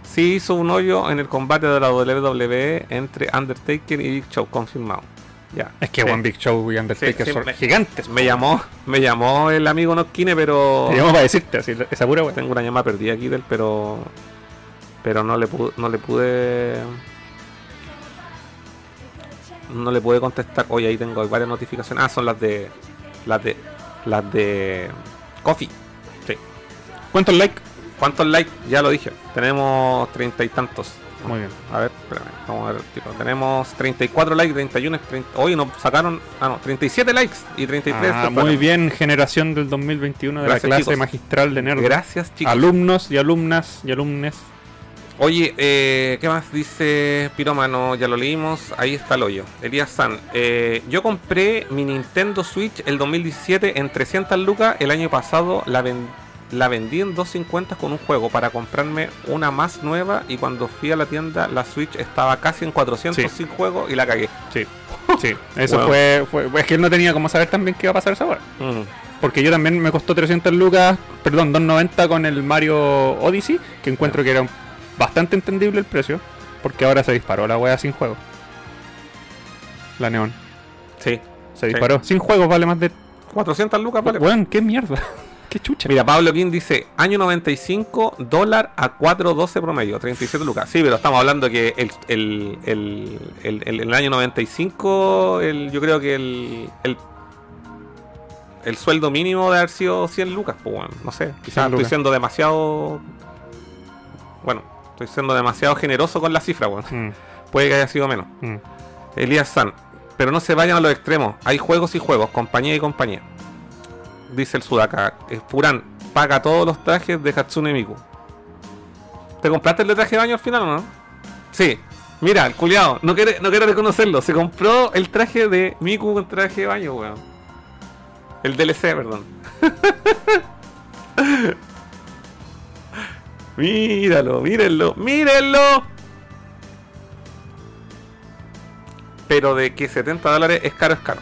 [SPEAKER 2] sí hizo un hoyo en el combate de la WWE entre Undertaker y Big Show, confirmado. Ya.
[SPEAKER 3] Es que
[SPEAKER 2] Sí.
[SPEAKER 3] One Big Show y Undertaker
[SPEAKER 2] sí,
[SPEAKER 3] son
[SPEAKER 2] me-
[SPEAKER 3] gigantes.
[SPEAKER 2] Me llamó, me llamó el amigo Nosquine, pero...
[SPEAKER 3] Te llamo para decirte, así, esa pura wea.
[SPEAKER 2] Tengo una llama perdida aquí del pero pero no le pude no le pude no le pude contestar. Oye, ahí tengo varias notificaciones. Ah, son las de las de las de Coffee. Sí.
[SPEAKER 3] ¿Cuántos likes?
[SPEAKER 2] ¿Cuántos likes? Ya lo dije. Tenemos treinta y tantos.
[SPEAKER 3] Muy bien.
[SPEAKER 2] A ver, espérame, vamos a ver el tiro. Tenemos 34 likes, 31, es 30. Hoy nos sacaron, ah no, 37 likes y 33.
[SPEAKER 3] Ah,
[SPEAKER 2] fueron.
[SPEAKER 3] muy bien, generación del 2021 de
[SPEAKER 2] Gracias,
[SPEAKER 3] la clase
[SPEAKER 2] chicos.
[SPEAKER 3] magistral de nerd.
[SPEAKER 2] Gracias, chicos.
[SPEAKER 3] Alumnos y alumnas y alumnes.
[SPEAKER 2] Oye, eh, ¿qué más dice Piromano? Ya lo leímos. Ahí está el hoyo. Elías San. eh, yo compré mi Nintendo Switch el 2017 en 300 lucas. El año pasado la, ven- la vendí en 250 con un juego para comprarme una más nueva. Y cuando fui a la tienda, la Switch estaba casi en 400
[SPEAKER 3] Sí.
[SPEAKER 2] sin juego y la cagué.
[SPEAKER 3] Sí, sí. Eso
[SPEAKER 2] Wow.
[SPEAKER 3] fue, fue- Es que él no tenía cómo saber también qué iba a pasar esa hora.
[SPEAKER 2] Mm.
[SPEAKER 3] Porque yo también me costó 300 lucas, perdón, 290 con el Mario Odyssey, que encuentro que era bastante entendible el precio, porque ahora se disparó la wea sin juego. La neón.
[SPEAKER 2] Sí.
[SPEAKER 3] Se
[SPEAKER 2] Sí.
[SPEAKER 3] disparó. Sin juegos vale más de...
[SPEAKER 2] 400 lucas, vale.
[SPEAKER 3] Weón, qué mierda. qué chucha.
[SPEAKER 2] Mira, Pablo King dice, año 95, dólar a 4.12 promedio, 37 lucas. Sí, pero estamos hablando que el, el, el, el, el- el año 95, el, yo creo que el, el, el sueldo mínimo de haber sido 100 lucas, pues bueno, no sé, quizás
[SPEAKER 3] 100
[SPEAKER 2] estoy
[SPEAKER 3] lucas.
[SPEAKER 2] siendo demasiado... Bueno, estoy siendo demasiado generoso con la cifra, bueno,
[SPEAKER 3] Mm,
[SPEAKER 2] puede que haya sido menos.
[SPEAKER 3] mm.
[SPEAKER 2] Elías San, pero no se vayan a los extremos. Hay juegos y juegos, compañía y compañía. Dice el Sudaka. Eh, Furán, paga todos los trajes de Hatsune Miku. ¿Te compraste el de traje de baño al final o no? Sí. Mira, el culiado, no quiere, no quiere reconocerlo. Se compró el traje de Miku con traje de baño, weón. El DLC, perdón. Míralo, mírenlo, mírenlo. pero de que 70 dólares es caro, es caro.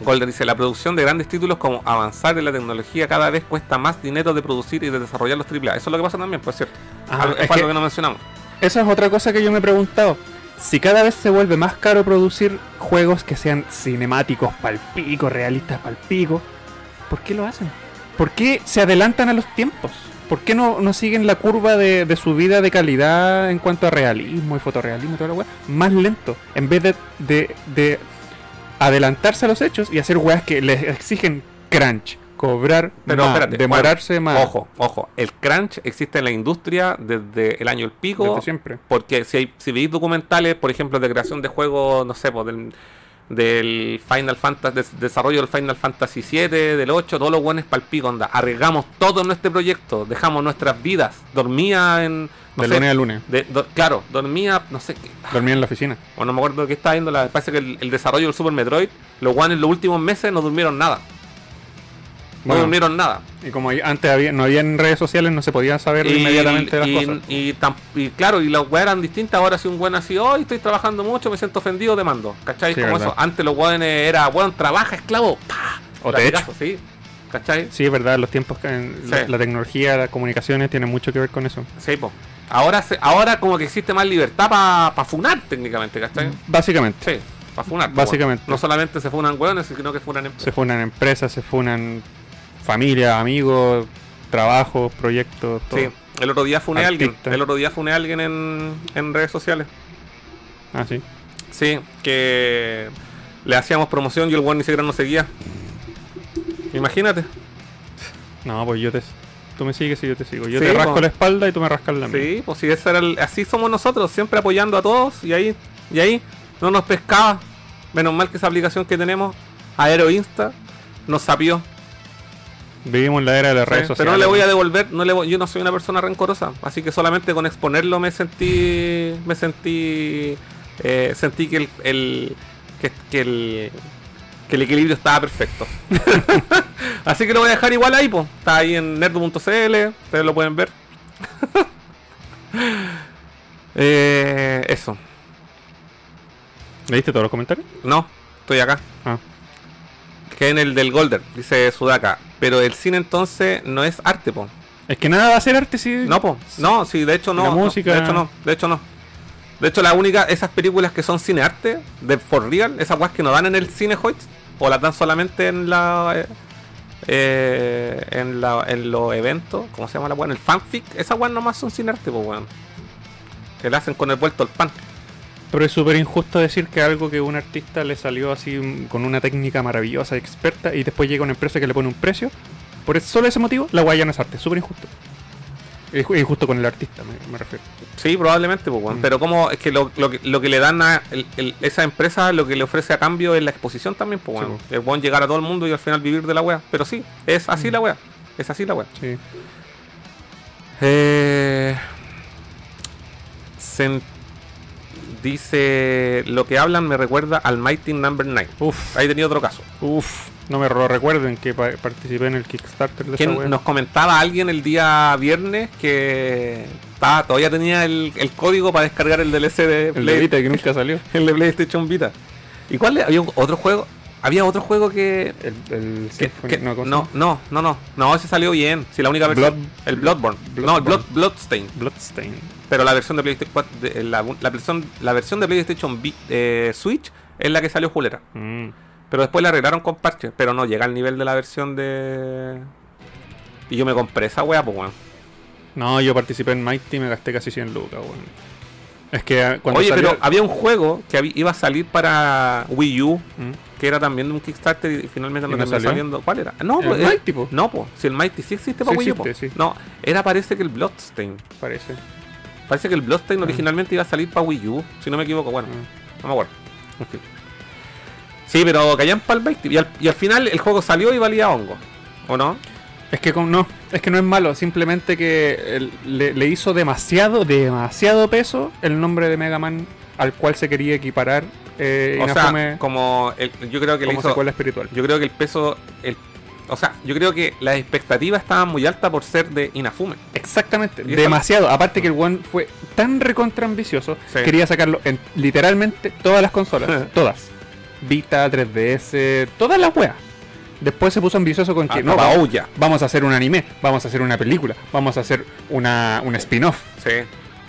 [SPEAKER 2] Golden dice, la producción de grandes títulos como avanzar en la tecnología cada vez cuesta más dinero de producir y de desarrollar los AAA. Eso es lo que pasa también, pues cierto.
[SPEAKER 3] Ah,
[SPEAKER 2] Algo- es
[SPEAKER 3] es
[SPEAKER 2] algo
[SPEAKER 3] que-
[SPEAKER 2] que no mencionamos.
[SPEAKER 3] Esa es otra cosa que yo me he preguntado. Si cada vez se vuelve más caro producir juegos que sean cinemáticos palpico, realistas palpico, ¿por qué lo hacen? ¿Por qué se adelantan a los tiempos? ¿Por qué no, no siguen la curva de, de subida de calidad en cuanto a realismo y fotorrealismo y toda la weá? Más lento. En vez de, de- de adelantarse a los hechos y hacer weas que les exigen crunch, cobrar,
[SPEAKER 2] Pero
[SPEAKER 3] más,
[SPEAKER 2] espérate,
[SPEAKER 3] demorarse más.
[SPEAKER 2] Ojo, ojo, el crunch existe en la industria desde el año el pico.
[SPEAKER 3] desde siempre.
[SPEAKER 2] Porque si, hay, si veis documentales, por ejemplo, de creación de juegos, no sé, pues, del, del Final Fantasy, des- desarrollo del Final Fantasy 7, del 8, todos los buenos palpico, onda. Arriesgamos todo en este proyecto, dejamos nuestras vidas. Dormía en. No
[SPEAKER 3] De
[SPEAKER 2] sé,
[SPEAKER 3] lunes a lunes.
[SPEAKER 2] de- do- claro, dormía, no sé qué.
[SPEAKER 3] Dormir en la oficina.
[SPEAKER 2] O no me acuerdo qué estaba viendo. La, parece que el, el desarrollo del Super Metroid, los guanes en los últimos meses no durmieron nada. No
[SPEAKER 3] Bueno.
[SPEAKER 2] durmieron nada.
[SPEAKER 3] Y como ahí- antes había, no había en redes sociales, no se podía saber inmediatamente las
[SPEAKER 2] y,
[SPEAKER 3] cosas.
[SPEAKER 2] y tam- y claro, y las weas eran distintas. Ahora, si un weón así, hoy estoy trabajando mucho, me siento ofendido, te mando. ¿Cachai?
[SPEAKER 3] Sí,
[SPEAKER 2] Como
[SPEAKER 3] verdad.
[SPEAKER 2] eso. Antes los weones era, weón, trabaja, esclavo. ¡Pah!
[SPEAKER 3] O te
[SPEAKER 2] Latigazo, Sí. ¿Cachai?
[SPEAKER 3] Sí, es verdad, los tiempos, que en-
[SPEAKER 2] Sí.
[SPEAKER 3] la, la tecnología, las comunicaciones tienen mucho que ver con eso.
[SPEAKER 2] Sí, po. Ahora, se- ahora como que existe más libertad para funar técnicamente, ¿cachai?
[SPEAKER 3] Básicamente,
[SPEAKER 2] Sí, para funar. po,
[SPEAKER 3] Mm. Básicamente.
[SPEAKER 2] weón. No solamente se funan weones, sino que funan
[SPEAKER 3] se funan empresas, se funan familia, amigos, trabajos, proyectos, todo.
[SPEAKER 2] Sí, el otro día funé a alguien.
[SPEAKER 3] Artista.
[SPEAKER 2] El otro día funé a alguien en, en redes sociales.
[SPEAKER 3] Ah, sí.
[SPEAKER 2] Sí, que le hacíamos promoción y el weón ni siquiera nos seguía. Imagínate.
[SPEAKER 3] No, pues yo te... Tú me sigues y yo te sigo. Yo
[SPEAKER 2] Sí,
[SPEAKER 3] te rasco
[SPEAKER 2] po.
[SPEAKER 3] la espalda y tú me rascas la mía.
[SPEAKER 2] Sí, pues si ese era el- así somos nosotros, siempre apoyando a todos y ahí, y ahí no nos pescaba. Menos mal que esa aplicación que tenemos, Aeroinsta, nos sapió.
[SPEAKER 3] Vivimos en la era de las
[SPEAKER 2] Sí,
[SPEAKER 3] redes sociales.
[SPEAKER 2] Pero no le voy a devolver, no le voy- yo no soy una persona rencorosa, así que solamente con exponerlo me sentí, me sentí, eh, sentí que el, el- que, que el, que el equilibrio estaba perfecto. Así que lo voy a dejar igual ahí, pues. Está ahí en nerdo.cl, ustedes lo pueden ver. Eh, eso.
[SPEAKER 3] ¿Leíste todos los comentarios?
[SPEAKER 2] No, estoy acá.
[SPEAKER 3] Ah.
[SPEAKER 2] Que en el del Golder, dice Sudaka. Pero el cine entonces no es arte, po.
[SPEAKER 3] Es que nada va a ser arte si.
[SPEAKER 2] No, po. No, sí, de hecho no.
[SPEAKER 3] La
[SPEAKER 2] no,
[SPEAKER 3] música.
[SPEAKER 2] de hecho no, de hecho no. De hecho, la única, esas películas que son cine arte, de For Real, esas guas que no dan en el cine Hoyts, o las dan solamente en la. eh, eh, en, la, en los eventos, ¿cómo se llama la weón? El fanfic, esas guas nomás son cine arte, po, weón. Que la hacen con el vuelto al pan.
[SPEAKER 3] Pero es súper injusto decir que algo que un artista le salió así mm, con una técnica maravillosa, experta, y después llega una empresa que le pone un precio. Por es- solo ese motivo, la guaya no es arte. Súper injusto. Es ju- injusto con el artista, me, me refiero.
[SPEAKER 2] Sí, probablemente, pues, weón.
[SPEAKER 3] Mm.
[SPEAKER 2] pero como es que lo, lo que lo que le dan a el- el- esa empresa, lo que le ofrece a cambio es la exposición también, pues,
[SPEAKER 3] Sí,
[SPEAKER 2] weón.
[SPEAKER 3] pues.
[SPEAKER 2] el weón llegar a todo el mundo y al final vivir de la wea. Pero sí, es así la wea, es así la wea.
[SPEAKER 3] Sí.
[SPEAKER 2] Eh, Sen- dice, lo que hablan me recuerda al Mighty Number 9.
[SPEAKER 3] Uf,
[SPEAKER 2] Ahí tenía otro caso.
[SPEAKER 3] uf. No me lo recuerden que pa- participé en el Kickstarter de esa
[SPEAKER 2] ¿Quién
[SPEAKER 3] wea.
[SPEAKER 2] nos comentaba alguien el día viernes que estaba- todavía tenía el, el código para descargar el DLC de
[SPEAKER 3] El de
[SPEAKER 2] Blade-
[SPEAKER 3] Vita que nunca salió.
[SPEAKER 2] El de PlayStation Vita. ¿Y cuál le- había un- otro juego? Había otro juego que.
[SPEAKER 3] El, el
[SPEAKER 2] que-
[SPEAKER 3] Symphony-
[SPEAKER 2] que-
[SPEAKER 3] no,
[SPEAKER 2] no,
[SPEAKER 3] ¿cómo se
[SPEAKER 2] no,
[SPEAKER 3] llama?
[SPEAKER 2] no, no, no, ese salió bien. Si la única versión.
[SPEAKER 3] Blood-
[SPEAKER 2] el Bloodborne. No, el Blood, Bloodstain.
[SPEAKER 3] Bloodstain.
[SPEAKER 2] Pero la versión de PlayStation 4 de- eh, la, la versión, la versión de PlayStation Vi- eh, Switch es la que salió Julera.
[SPEAKER 3] Mm.
[SPEAKER 2] Pero después la arreglaron con parches. Pero no, llega al nivel de la versión de. Y yo me compré esa wea, pues weón.
[SPEAKER 3] No, yo participé en Mighty y me gasté casi 100 lucas, weón. Es que ah, cuando
[SPEAKER 2] Oye,
[SPEAKER 3] salió-
[SPEAKER 2] pero había un juego que había- iba a salir para Wii U,
[SPEAKER 3] Mm.
[SPEAKER 2] que era también de un Kickstarter y finalmente
[SPEAKER 3] ¿Y
[SPEAKER 2] no
[SPEAKER 3] no
[SPEAKER 2] terminó
[SPEAKER 3] salió? Eh,
[SPEAKER 2] saliendo. ¿Cuál era? No,
[SPEAKER 3] El
[SPEAKER 2] pues, era-
[SPEAKER 3] Mighty, po.
[SPEAKER 2] No, po. Si el Mighty sí existe para
[SPEAKER 3] Sí
[SPEAKER 2] Wii U,
[SPEAKER 3] existe,
[SPEAKER 2] po.
[SPEAKER 3] sí.
[SPEAKER 2] No, era parece que el Bloodstain.
[SPEAKER 3] Parece.
[SPEAKER 2] Parece que el Bloodstain
[SPEAKER 3] Ah.
[SPEAKER 2] originalmente iba a salir para Wii U, si no me equivoco. Bueno,
[SPEAKER 3] Ah.
[SPEAKER 2] no me acuerdo. En fin. Sí, pero callan para el Mighty. Y al, y al final el juego salió y valía hongo. ¿O no?
[SPEAKER 3] Es que con- no, es que no es malo, simplemente que el- le, le hizo demasiado, demasiado peso el nombre de Mega Man al cual se quería equiparar eh,
[SPEAKER 2] o
[SPEAKER 3] Inafune
[SPEAKER 2] sea, como el- yo creo que le
[SPEAKER 3] como
[SPEAKER 2] hizo.
[SPEAKER 3] secuela espiritual.
[SPEAKER 2] Yo creo que el peso. El, o sea, yo creo que las expectativas estaban muy altas por ser de Inafume.
[SPEAKER 3] Exactamente,
[SPEAKER 2] Y esa-
[SPEAKER 3] demasiado. Aparte que el One fue tan recontra ambicioso,
[SPEAKER 2] Sí.
[SPEAKER 3] quería sacarlo en literalmente todas las consolas, todas. Vita, 3DS, todas las weas. Después se puso ambicioso con que
[SPEAKER 2] Ah, no,
[SPEAKER 3] va-
[SPEAKER 2] Baouya.
[SPEAKER 3] vamos a hacer un anime, vamos a hacer una película, vamos a hacer una, un spin-off,
[SPEAKER 2] Sí.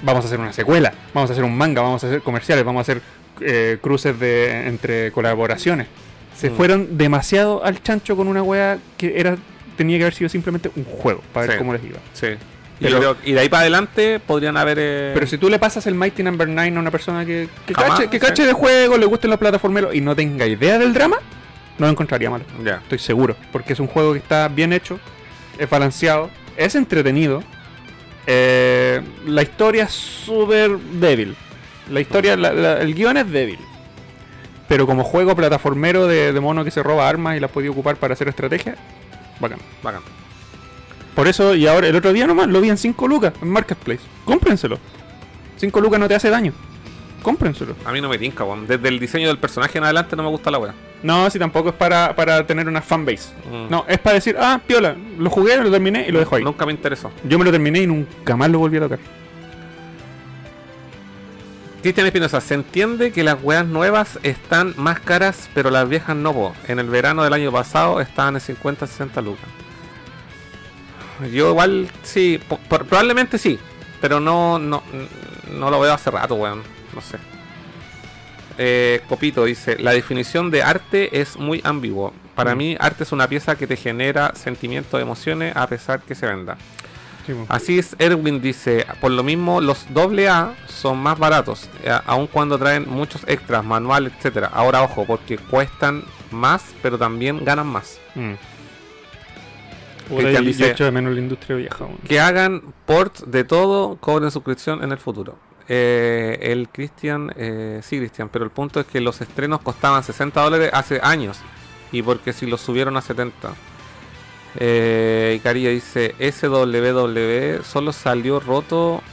[SPEAKER 3] vamos a hacer una secuela, vamos a hacer un manga, vamos a hacer comerciales, vamos a hacer eh, cruces de entre colaboraciones. Se
[SPEAKER 2] Mm.
[SPEAKER 3] fueron demasiado al chancho con una wea que era tenía que haber sido simplemente un juego para ver
[SPEAKER 2] Sí.
[SPEAKER 3] cómo les iba.
[SPEAKER 2] Sí. Y,
[SPEAKER 3] Pero-
[SPEAKER 2] yo creo- y de ahí para adelante podrían haber. eh,
[SPEAKER 3] Pero si tú le pasas el Mighty Number 9 a una persona que, que
[SPEAKER 2] Jamás,
[SPEAKER 3] cache, que
[SPEAKER 2] sí.
[SPEAKER 3] cache de juego, le gusten los plataformeros y no tenga idea del drama, no lo encontraría malo.
[SPEAKER 2] Ya.
[SPEAKER 3] Estoy seguro. Porque es un juego que está bien hecho, es balanceado, es entretenido. eh, la historia es súper débil. La historia, la- la- el guión es débil. Pero como juego plataformero de, de mono que se roba armas y las puede ocupar para hacer estrategia, bacán.
[SPEAKER 2] Bacán.
[SPEAKER 3] Por eso, y ahora el otro día nomás lo vi en 5 lucas en Marketplace. Cómprenselo. 5 lucas no te hace daño. Cómprenselo.
[SPEAKER 2] A mí no me tinca, weón. Desde el diseño del personaje en adelante no me gusta la wea.
[SPEAKER 3] No, si tampoco es para, para tener una fanbase.
[SPEAKER 2] Mm.
[SPEAKER 3] No, es para decir, ah, piola, lo jugué, lo terminé y lo dejo ahí.
[SPEAKER 2] Nunca me interesó.
[SPEAKER 3] Yo me lo terminé y nunca más lo volví a tocar.
[SPEAKER 2] Cristian Espinosa, se entiende que las weas nuevas están más caras, pero las viejas no, po. En el verano del año pasado estaban en 50, 60 lucas. Yo igual, sí, po- por- probablemente sí, pero no, no, no lo veo hace rato, weón. No sé. Eh, Copito dice, la definición de arte es muy ambiguo. Para
[SPEAKER 3] Mm.
[SPEAKER 2] mí, arte es una pieza que te genera sentimientos, emociones, a pesar que se venda.
[SPEAKER 3] Ah.
[SPEAKER 2] Así es, Erwin dice, por lo mismo los AA son más baratos, eh, aun cuando traen muchos extras, manual, etcétera. Ahora ojo, porque cuestan más, pero también ganan más.
[SPEAKER 3] Mm.
[SPEAKER 2] Cristian
[SPEAKER 3] Puta, y-
[SPEAKER 2] dice-
[SPEAKER 3] yo echo de menos la industria vieja. weón.
[SPEAKER 2] Que hagan ports de todo, cobren suscripción en el futuro. Eh, el Christian, eh, sí Christian, pero el punto es que los estrenos costaban 60 dólares hace años y porque si los subieron a 70. Eh, Icaria dice, SWW solo salió roto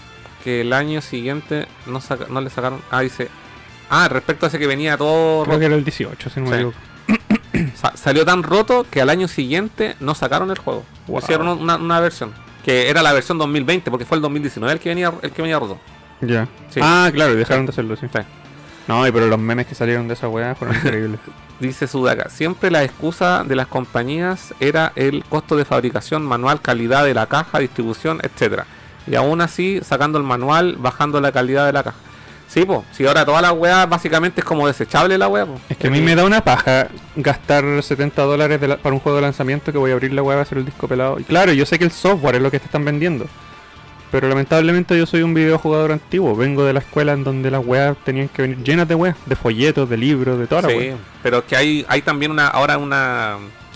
[SPEAKER 2] que el año siguiente no, saca- no le sacaron... Ah, dice... Ah, respecto a ese que venía todo
[SPEAKER 3] Creo
[SPEAKER 2] roto.
[SPEAKER 3] que era el 18, si no me
[SPEAKER 2] Sí.
[SPEAKER 3] equivoco.
[SPEAKER 2] fa- salió tan roto que al año siguiente no sacaron el juego.
[SPEAKER 3] Wow.
[SPEAKER 2] Hicieron una, una versión. Que era la versión 2020, porque fue el 2019 el que venía, el que venía roto.
[SPEAKER 3] Ya.
[SPEAKER 2] Sí.
[SPEAKER 3] Ah, claro, y dejaron de hacerlo, sí.
[SPEAKER 2] Sí.
[SPEAKER 3] No, y pero los memes que salieron de esa weá fueron increíbles.
[SPEAKER 2] Dice Sudaka, siempre la excusa de las compañías era el costo de fabricación manual, calidad de la caja, distribución, etcétera. Y aún así, sacando el manual, bajando la calidad de la caja. Sí, pues, si ahora toda la weá básicamente es como desechable la weá, po.
[SPEAKER 3] Es que a mí me da una paja gastar 70 dólares de la- para un juego de lanzamiento que voy a abrir la web, a hacer el disco pelado. Y claro, yo sé que el software es lo que te están vendiendo. Pero lamentablemente yo soy un videojugador antiguo. Vengo de la escuela en donde las weas tenían que venir llenas de weas, de folletos, de libros, de toda la
[SPEAKER 2] Sí,
[SPEAKER 3] wea.
[SPEAKER 2] pero es que hay, hay también una, ahora una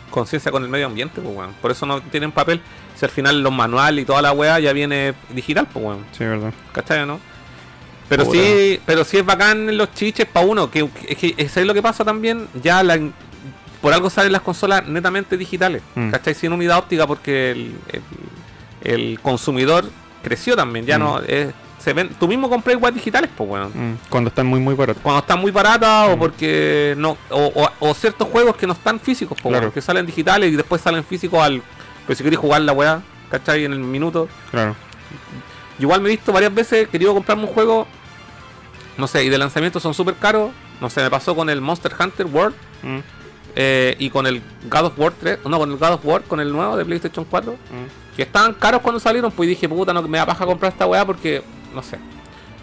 [SPEAKER 2] conciencia con el medio ambiente, pues, weón. Por eso no tienen papel. Si al final los manuales y toda la weá ya viene digital, pues, weón.
[SPEAKER 3] Sí, verdad.
[SPEAKER 2] ¿Cachai, o no? Pero
[SPEAKER 3] Puta.
[SPEAKER 2] sí, pero sí es bacán los chiches para uno, que, que- es que es ahí lo que pasa también, ya la, por algo salen las consolas netamente digitales,
[SPEAKER 3] Mm.
[SPEAKER 2] ¿cachai? Sin unidad óptica porque el, el- el consumidor creció también, ya
[SPEAKER 3] Mm.
[SPEAKER 2] no, es- se ven, tú mismo compras igual digitales, pues bueno.
[SPEAKER 3] Mm, Cuando están muy, muy baratos.
[SPEAKER 2] Cuando están muy baratas o porque no, o, o- o ciertos juegos que no están físicos, pues,
[SPEAKER 3] Claro.
[SPEAKER 2] weón, que salen digitales y después salen físicos al, pero si querés jugar la weá, ¿cachai? En el minuto.
[SPEAKER 3] Claro.
[SPEAKER 2] Yo Igual me he visto varias veces, he querido comprarme un juego, no sé, y de lanzamiento son súper caros. No sé, me pasó con el Monster Hunter World
[SPEAKER 3] Mm,
[SPEAKER 2] eh, y con el God of War 3, no, con el God of War, con el nuevo de PlayStation 4,
[SPEAKER 3] mm.
[SPEAKER 2] que estaban caros cuando salieron, pues y dije, puta, no me da paja comprar esta weá porque, no sé.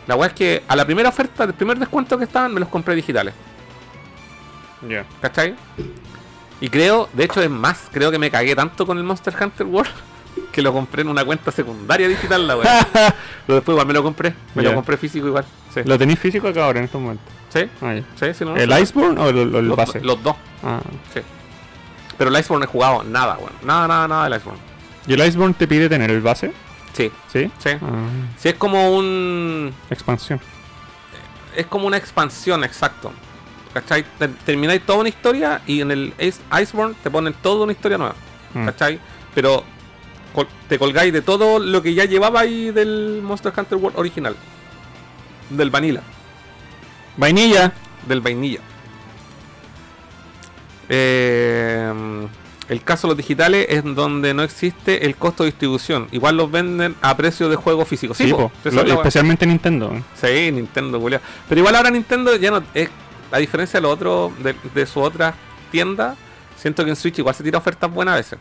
[SPEAKER 2] La weá es que a la primera oferta, del primer descuento que estaban, me los compré digitales,
[SPEAKER 3] Ya.
[SPEAKER 2] ¿cachai? Y creo, de hecho es más, creo que me cagué tanto con el Monster Hunter World que lo compré en una cuenta secundaria digital, la weá. Pero después igual me lo compré, me
[SPEAKER 3] Ya.
[SPEAKER 2] lo compré físico igual. Sí.
[SPEAKER 3] ¿Lo tenéis físico acá ahora en estos momentos?
[SPEAKER 2] Sí,
[SPEAKER 3] Ah, ya.
[SPEAKER 2] sí, sí, no.
[SPEAKER 3] ¿El Iceborne o el, el
[SPEAKER 2] los,
[SPEAKER 3] base?
[SPEAKER 2] los dos,
[SPEAKER 3] Ah.
[SPEAKER 2] sí. Pero el Iceborne he jugado nada, weón. Nada, nada, nada del Iceborne.
[SPEAKER 3] ¿Y el Iceborne te pide tener el base?
[SPEAKER 2] Sí,
[SPEAKER 3] Sí.
[SPEAKER 2] sí.
[SPEAKER 3] Ah,
[SPEAKER 2] Sí, es como un.
[SPEAKER 3] expansión.
[SPEAKER 2] Es como una expansión, exacto. ¿Cachai? Ter- Termináis toda una historia y en el Ice- Iceborne te ponen toda una historia nueva.
[SPEAKER 3] Mm.
[SPEAKER 2] ¿Cachai? Pero col- te colgáis de todo lo que ya llevabais del Monster Hunter World original. Del vanilla.
[SPEAKER 3] Vainilla.
[SPEAKER 2] del vainilla. Eh, el caso de los digitales es donde no existe el costo de distribución. Igual los venden a precio de juego físico. Sí,
[SPEAKER 3] Sí,
[SPEAKER 2] po,
[SPEAKER 3] po.
[SPEAKER 2] esa
[SPEAKER 3] Lo-
[SPEAKER 2] es la wea.
[SPEAKER 3] especialmente Nintendo.
[SPEAKER 2] Sí, Nintendo, culiao. Pero igual ahora Nintendo ya no. Es, a diferencia de los otros, de, de su otra tienda, siento que en Switch igual se tira ofertas buenas a veces.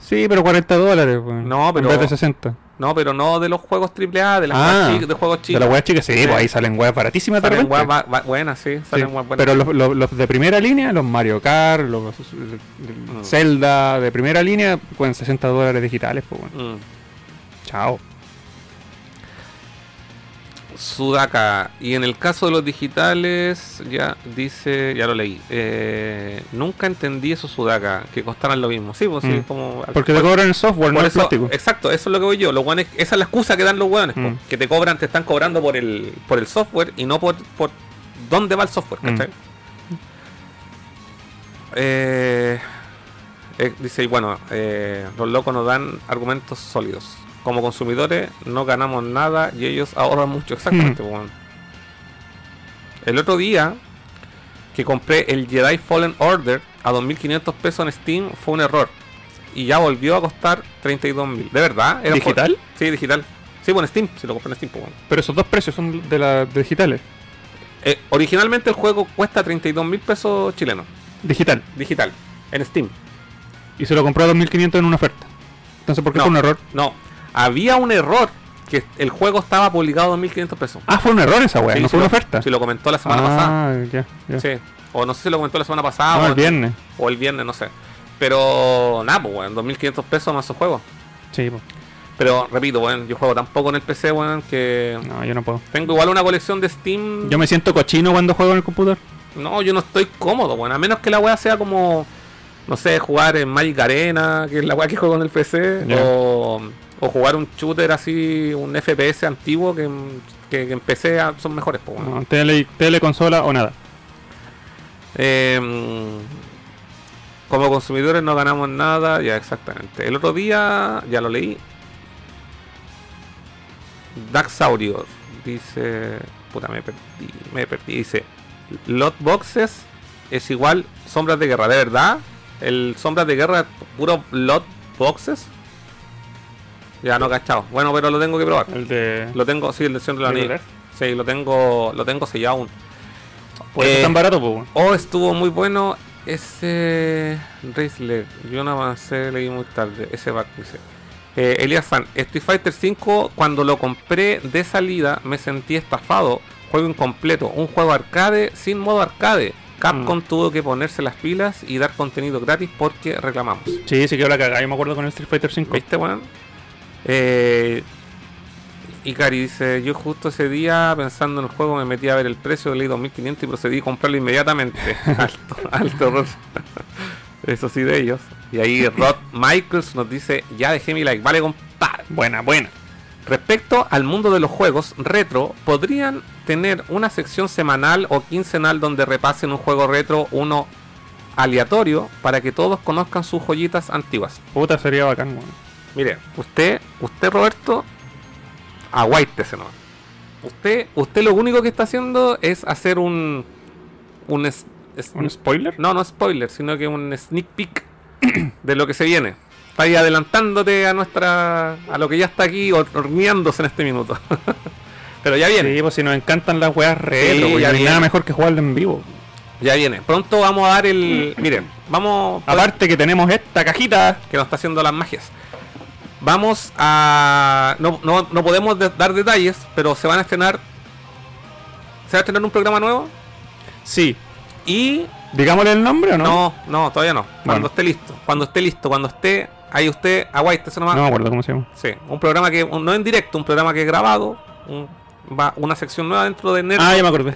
[SPEAKER 3] Sí, pero 40 dólares, weón.
[SPEAKER 2] No, pero-
[SPEAKER 3] En vez de 60.
[SPEAKER 2] No, pero no de los juegos AAA, de las
[SPEAKER 3] Ah,
[SPEAKER 2] weas chi- de juegos
[SPEAKER 3] De
[SPEAKER 2] chicos.
[SPEAKER 3] las weas chicas, sí,
[SPEAKER 2] Sí.
[SPEAKER 3] pues ahí salen weas baratísimas de
[SPEAKER 2] Salen
[SPEAKER 3] repente.
[SPEAKER 2] weas ba- ba- buenas, sí.
[SPEAKER 3] Sí,
[SPEAKER 2] Salen weas buenas.
[SPEAKER 3] Pero los, los- los de primera línea, los Mario Kart, los eh,
[SPEAKER 2] Mm.
[SPEAKER 3] Zelda de primera línea, con 60 dólares digitales, pues bueno.
[SPEAKER 2] Mm.
[SPEAKER 3] Chao.
[SPEAKER 2] Sudaka. Y en el caso de los digitales, ya dice, ya lo leí. eh, nunca entendí eso, Sudaka, que costaran lo mismo. Sí, pues sí,
[SPEAKER 3] Mm.
[SPEAKER 2] como. al-
[SPEAKER 3] Porque te
[SPEAKER 2] por-
[SPEAKER 3] cobran el software, no
[SPEAKER 2] por
[SPEAKER 3] el
[SPEAKER 2] eso- eh,
[SPEAKER 3] plástico.
[SPEAKER 2] Exacto, eso es lo que voy yo. Los guanes, esa es la excusa que dan los hueones, po,
[SPEAKER 3] Mm.
[SPEAKER 2] que te cobran, te están cobrando por el, por el software y no por, por dónde va el software, ¿cachai?
[SPEAKER 3] Mm.
[SPEAKER 2] Eh, eh, dice, y bueno, eh, los locos nos dan argumentos sólidos. Como consumidores no ganamos nada y ellos ahorran mucho.
[SPEAKER 3] Mm.
[SPEAKER 2] Exactamente, po, weón. El otro día que compré el Jedi Fallen Order a 2.500 pesos en Steam fue un error. Y ya volvió a costar 32.000. ¿De verdad? por-
[SPEAKER 3] ¿Digital?
[SPEAKER 2] Sí, digital. Sí, bueno, Steam. Si lo compré en Steam, pues, bueno.
[SPEAKER 3] Pero esos dos precios son de las digitales.
[SPEAKER 2] Eh, originalmente el juego cuesta 32.000 pesos chilenos.
[SPEAKER 3] Digital.
[SPEAKER 2] Digital. En Steam.
[SPEAKER 3] Y se lo compró a 2.500 en una oferta. Entonces, ¿por qué
[SPEAKER 2] No.
[SPEAKER 3] fue un error?
[SPEAKER 2] No. Había un error. Que el juego estaba publicado a 2.500 pesos.
[SPEAKER 3] Ah, fue un error esa wea,
[SPEAKER 2] Sí,
[SPEAKER 3] no
[SPEAKER 2] si
[SPEAKER 3] fue
[SPEAKER 2] lo-
[SPEAKER 3] una oferta.
[SPEAKER 2] Si lo comentó la semana pasada.
[SPEAKER 3] ah, ya, ya.
[SPEAKER 2] Sí. Ah, O no sé si lo comentó la semana pasada.
[SPEAKER 3] No,
[SPEAKER 2] o
[SPEAKER 3] el viernes.
[SPEAKER 2] O el viernes, no sé. Pero nada, pues, weón, 2.500 pesos más su juego.
[SPEAKER 3] Sí, po.
[SPEAKER 2] Pero repito, weón, yo juego tampoco en el PC, weón, que
[SPEAKER 3] no, yo no puedo.
[SPEAKER 2] tengo igual una colección de Steam.
[SPEAKER 3] Yo me siento cochino cuando juego en el computador.
[SPEAKER 2] No, yo no estoy cómodo, weón. A menos que la weá sea como, no sé, jugar en Magic Arena, que es la weá que juego en el PC.
[SPEAKER 3] Ya.
[SPEAKER 2] O, o jugar un shooter así, un FPS antiguo que, en- que, que en PC a- son mejores, pues, weón.
[SPEAKER 3] No, tele, tele, consola o nada.
[SPEAKER 2] Eh, como consumidores no ganamos nada, ya exactamente. El otro día, ya lo leí. Daxaurios dice. Puta, me perdí, me perdí. Dice: Lot boxes es igual Sombras de Guerra, ¿de verdad? El Sombras de Guerra, puro lot boxes. Ya no cachado. Bueno, pero lo tengo que probar.
[SPEAKER 3] El de.
[SPEAKER 2] Lo tengo, sí, el de Señor de los
[SPEAKER 3] ¿De
[SPEAKER 2] Anillos. Sí, lo tengo, lo tengo sellado aún.
[SPEAKER 3] Por eso
[SPEAKER 2] Eh,
[SPEAKER 3] es tan barato, pues, weón.
[SPEAKER 2] Oh, estuvo muy bueno ese Rizzler. Yo no avancé, leí muy tarde. Ese back dice. Eh, Elías San, Street Fighter 5 cuando lo compré de salida me sentí estafado. Juego incompleto, un juego arcade sin modo arcade. Capcom tuvo que ponerse las pilas y dar contenido gratis porque reclamamos.
[SPEAKER 3] Sí, sí quedó la cagada. Yo me acuerdo con el Street Fighter 5.
[SPEAKER 2] ¿Viste, weón? Eh, Ikari dice, yo justo ese día pensando en el juego me metí a ver el precio, leí 2500 y procedí a comprarlo inmediatamente. alto, alto error. Eso sí de ellos. Y ahí Rod Michaels nos dice, ya dejé mi like, vale compadre.
[SPEAKER 3] Buena, buena.
[SPEAKER 2] Respecto al mundo de los juegos retro, podrían tener una sección semanal o quincenal donde repasen un juego retro, uno aleatorio, para que todos conozcan sus joyitas antiguas.
[SPEAKER 3] Puta, sería bacán, weón.
[SPEAKER 2] Mire, usted, usted Roberto, aguáitese nomás. Usted, usted lo único que está haciendo es hacer un. Un. es- es-
[SPEAKER 3] ¿Un spoiler?
[SPEAKER 2] no, no spoiler, sino que un sneak peek de lo que se viene. Está ahí adelantándote a nuestra. a lo que ya está aquí hor- horneándose en este minuto. Pero ya viene.
[SPEAKER 3] Sí, pues si nos encantan las weas retro,
[SPEAKER 2] Sí,
[SPEAKER 3] weón.
[SPEAKER 2] ya
[SPEAKER 3] No hay
[SPEAKER 2] viene.
[SPEAKER 3] nada mejor que jugarlo en vivo.
[SPEAKER 2] Ya viene. Pronto vamos a dar el. Miren, vamos.
[SPEAKER 3] Aparte que tenemos esta cajita.
[SPEAKER 2] que nos está haciendo las magias. Vamos a. No, no, no podemos de- dar detalles, pero se van a estrenar. Se va a estrenar un programa nuevo.
[SPEAKER 3] Sí.
[SPEAKER 2] Y.
[SPEAKER 3] Digámosle el nombre o no?
[SPEAKER 2] No, no, todavía no. Cuando
[SPEAKER 3] Bueno.
[SPEAKER 2] esté listo. Cuando esté listo, cuando esté. Ahí usted, aguaite, eso nomás.
[SPEAKER 3] No me acuerdo cómo se llama.
[SPEAKER 2] Sí, un programa que. un- no en directo, un programa que es grabado. un- va una sección nueva dentro de Nerd.
[SPEAKER 3] Ah, ya me acordé.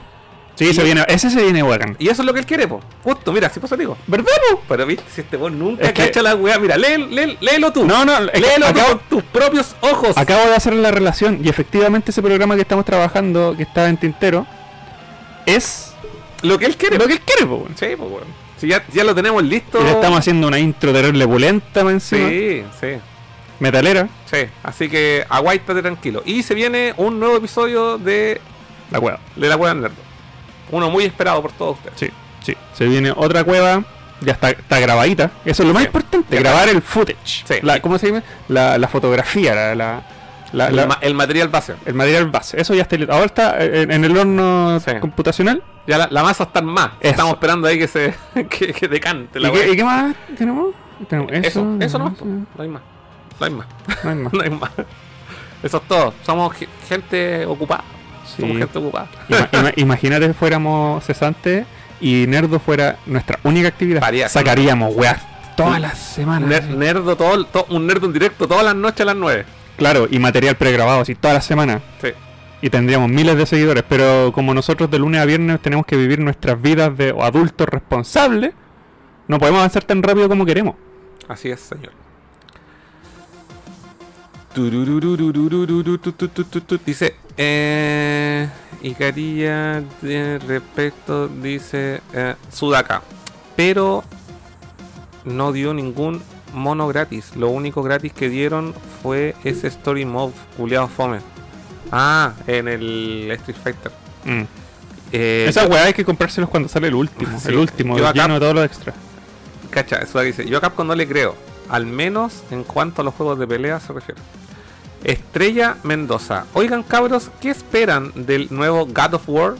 [SPEAKER 3] Sí, se viene, ese se viene bacán.
[SPEAKER 2] Y eso es lo que él quiere, po. Justo, mira, si pasa, digo.
[SPEAKER 3] ¿Verdad, po?
[SPEAKER 2] Pero viste, si este vos nunca
[SPEAKER 3] Es que-
[SPEAKER 2] cacha la weá, mira, lee- lee- léelo tú.
[SPEAKER 3] No, no, es que
[SPEAKER 2] léelo tú
[SPEAKER 3] acabo,
[SPEAKER 2] con tus propios ojos.
[SPEAKER 3] acabo de hacer la relación y efectivamente ese programa que estamos trabajando, que está en Tintero, es
[SPEAKER 2] Lo que él quiere.
[SPEAKER 3] lo que él quiere, po, weón.
[SPEAKER 2] Sí, pues, weón. Si ya, ya lo tenemos listo.
[SPEAKER 3] Y le estamos haciendo una intro terrible pulenta, más encima.
[SPEAKER 2] Sí, sí,
[SPEAKER 3] Metalera,
[SPEAKER 2] sí. Así que aguántate tranquilo. Y se viene un nuevo episodio de,
[SPEAKER 3] la cueva.
[SPEAKER 2] de La Cueva Nerd. Uno muy esperado por todos ustedes.
[SPEAKER 3] Sí, sí. Se viene otra cueva, ya está, está grabadita. Eso es lo más
[SPEAKER 2] Sí.
[SPEAKER 3] importante,
[SPEAKER 2] Ya
[SPEAKER 3] grabar el footage.
[SPEAKER 2] Sí.
[SPEAKER 3] La, ¿Cómo se llama? La, la fotografía, la, la, la-
[SPEAKER 2] el,
[SPEAKER 3] la-
[SPEAKER 2] ma- el material base.
[SPEAKER 3] el material base. Eso ya está listo. Ahora está eh, en, en el horno
[SPEAKER 2] Sí.
[SPEAKER 3] computacional.
[SPEAKER 2] Ya la, la masa está en más.
[SPEAKER 3] Eso.
[SPEAKER 2] Estamos esperando ahí que se que, que decante la
[SPEAKER 3] ¿Y qué,
[SPEAKER 2] weá.
[SPEAKER 3] y qué más tenemos? Tenemos
[SPEAKER 2] Eso, eso nomás. po.
[SPEAKER 3] no,
[SPEAKER 2] No hay más. No hay más.
[SPEAKER 3] hay más.
[SPEAKER 2] No hay más. Eso es todo. Somos ge- gente ocupada.
[SPEAKER 3] Sí.
[SPEAKER 2] Somos gente ocupada.
[SPEAKER 3] Ima- ima- imagínate que fuéramos cesantes y Nerdo fuera nuestra única actividad.
[SPEAKER 2] Varía.
[SPEAKER 3] Sacaríamos, weá, todas las semanas.
[SPEAKER 2] Ner- nerdo todo, todo- un nerdo en directo todas las noches a las 9.
[SPEAKER 3] Claro, y material pregrabado, así todas las semanas.
[SPEAKER 2] Sí.
[SPEAKER 3] Y tendríamos miles de seguidores, pero como nosotros de lunes a viernes tenemos que vivir nuestras vidas de adultos responsables, no podemos avanzar tan rápido como queremos.
[SPEAKER 2] Así es, señor. Dice, eh, Icaría de respecto, dice eh, Sudaka, pero no dio ningún mono gratis. Lo único gratis que dieron fue ese Story Mode, culiado fome. Ah, en el Street Fighter. Eh,
[SPEAKER 3] Mm. Esa weá hay que comprárselos cuando sale el último.
[SPEAKER 2] Sí.
[SPEAKER 3] El último,
[SPEAKER 2] Yo acá-
[SPEAKER 3] lleno de todo lo extra.
[SPEAKER 2] Cacha, Suárez dice, yo a Capcom no le creo, al menos en cuanto a los juegos de pelea se refiere. Estrella Mendoza. Oigan cabros, ¿qué esperan del nuevo God of War?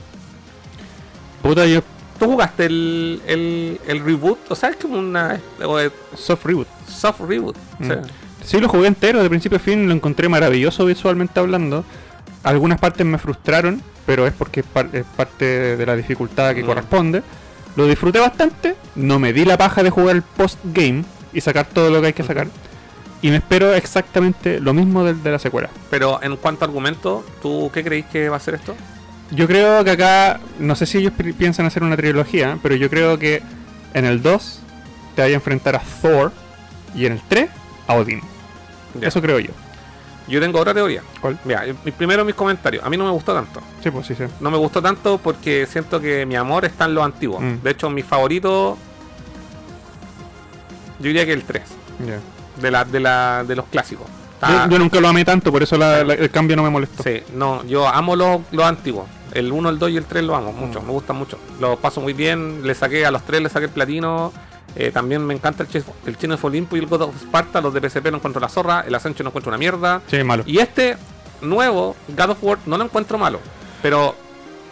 [SPEAKER 3] Puta, yo
[SPEAKER 2] ¿Tú jugaste el, el, el reboot? O sea, es como una o, eh,
[SPEAKER 3] soft reboot.
[SPEAKER 2] soft reboot. o sea.
[SPEAKER 3] Mm. Sí, lo jugué entero, de principio a fin, lo encontré maravilloso visualmente hablando. Algunas partes me frustraron, pero es porque es, par- es parte de la dificultad que
[SPEAKER 2] Mm.
[SPEAKER 3] corresponde. Lo disfruté bastante, no me di la paja de jugar el post-game y sacar todo lo que hay que sacar. Y me espero exactamente lo mismo del de la secuela.
[SPEAKER 2] Pero en cuanto a argumento, ¿tú qué creéis que va a ser esto?
[SPEAKER 3] Yo creo que acá, no sé si ellos pi- piensan hacer una trilogía, pero yo creo que en el 2 te vaya a enfrentar a Thor y en el 3 a Odin.
[SPEAKER 2] Ya.
[SPEAKER 3] Eso creo yo.
[SPEAKER 2] Yo tengo otra teoría.
[SPEAKER 3] ¿Cuál?
[SPEAKER 2] Mira, eh, primero mis comentarios. A mí no me gustó tanto.
[SPEAKER 3] Sí, pues sí, sí.
[SPEAKER 2] No me gustó tanto porque siento que mi amor está en los antiguos.
[SPEAKER 3] Mm.
[SPEAKER 2] De hecho, mi favorito. Yo diría que el 3.
[SPEAKER 3] Ya.
[SPEAKER 2] De, la, de, la, de los clásicos.
[SPEAKER 3] Yo,
[SPEAKER 2] Ah,
[SPEAKER 3] yo nunca lo amé tanto, por eso la- la- el cambio no me molestó.
[SPEAKER 2] Sí, no, yo amo los, los antiguos. El 1, el 2 y el 3 lo amo
[SPEAKER 3] Mm.
[SPEAKER 2] mucho, me gustan mucho. Lo paso muy bien, le saqué a los 3, le saqué el platino. Eh, también me encanta el, Chef- el Chino of Olympus y el God of Sparta. Los de PSP no encuentro la zorra, el Ascension no encuentro una mierda.
[SPEAKER 3] Sí, malo.
[SPEAKER 2] Y este nuevo, God of War, no lo encuentro malo, pero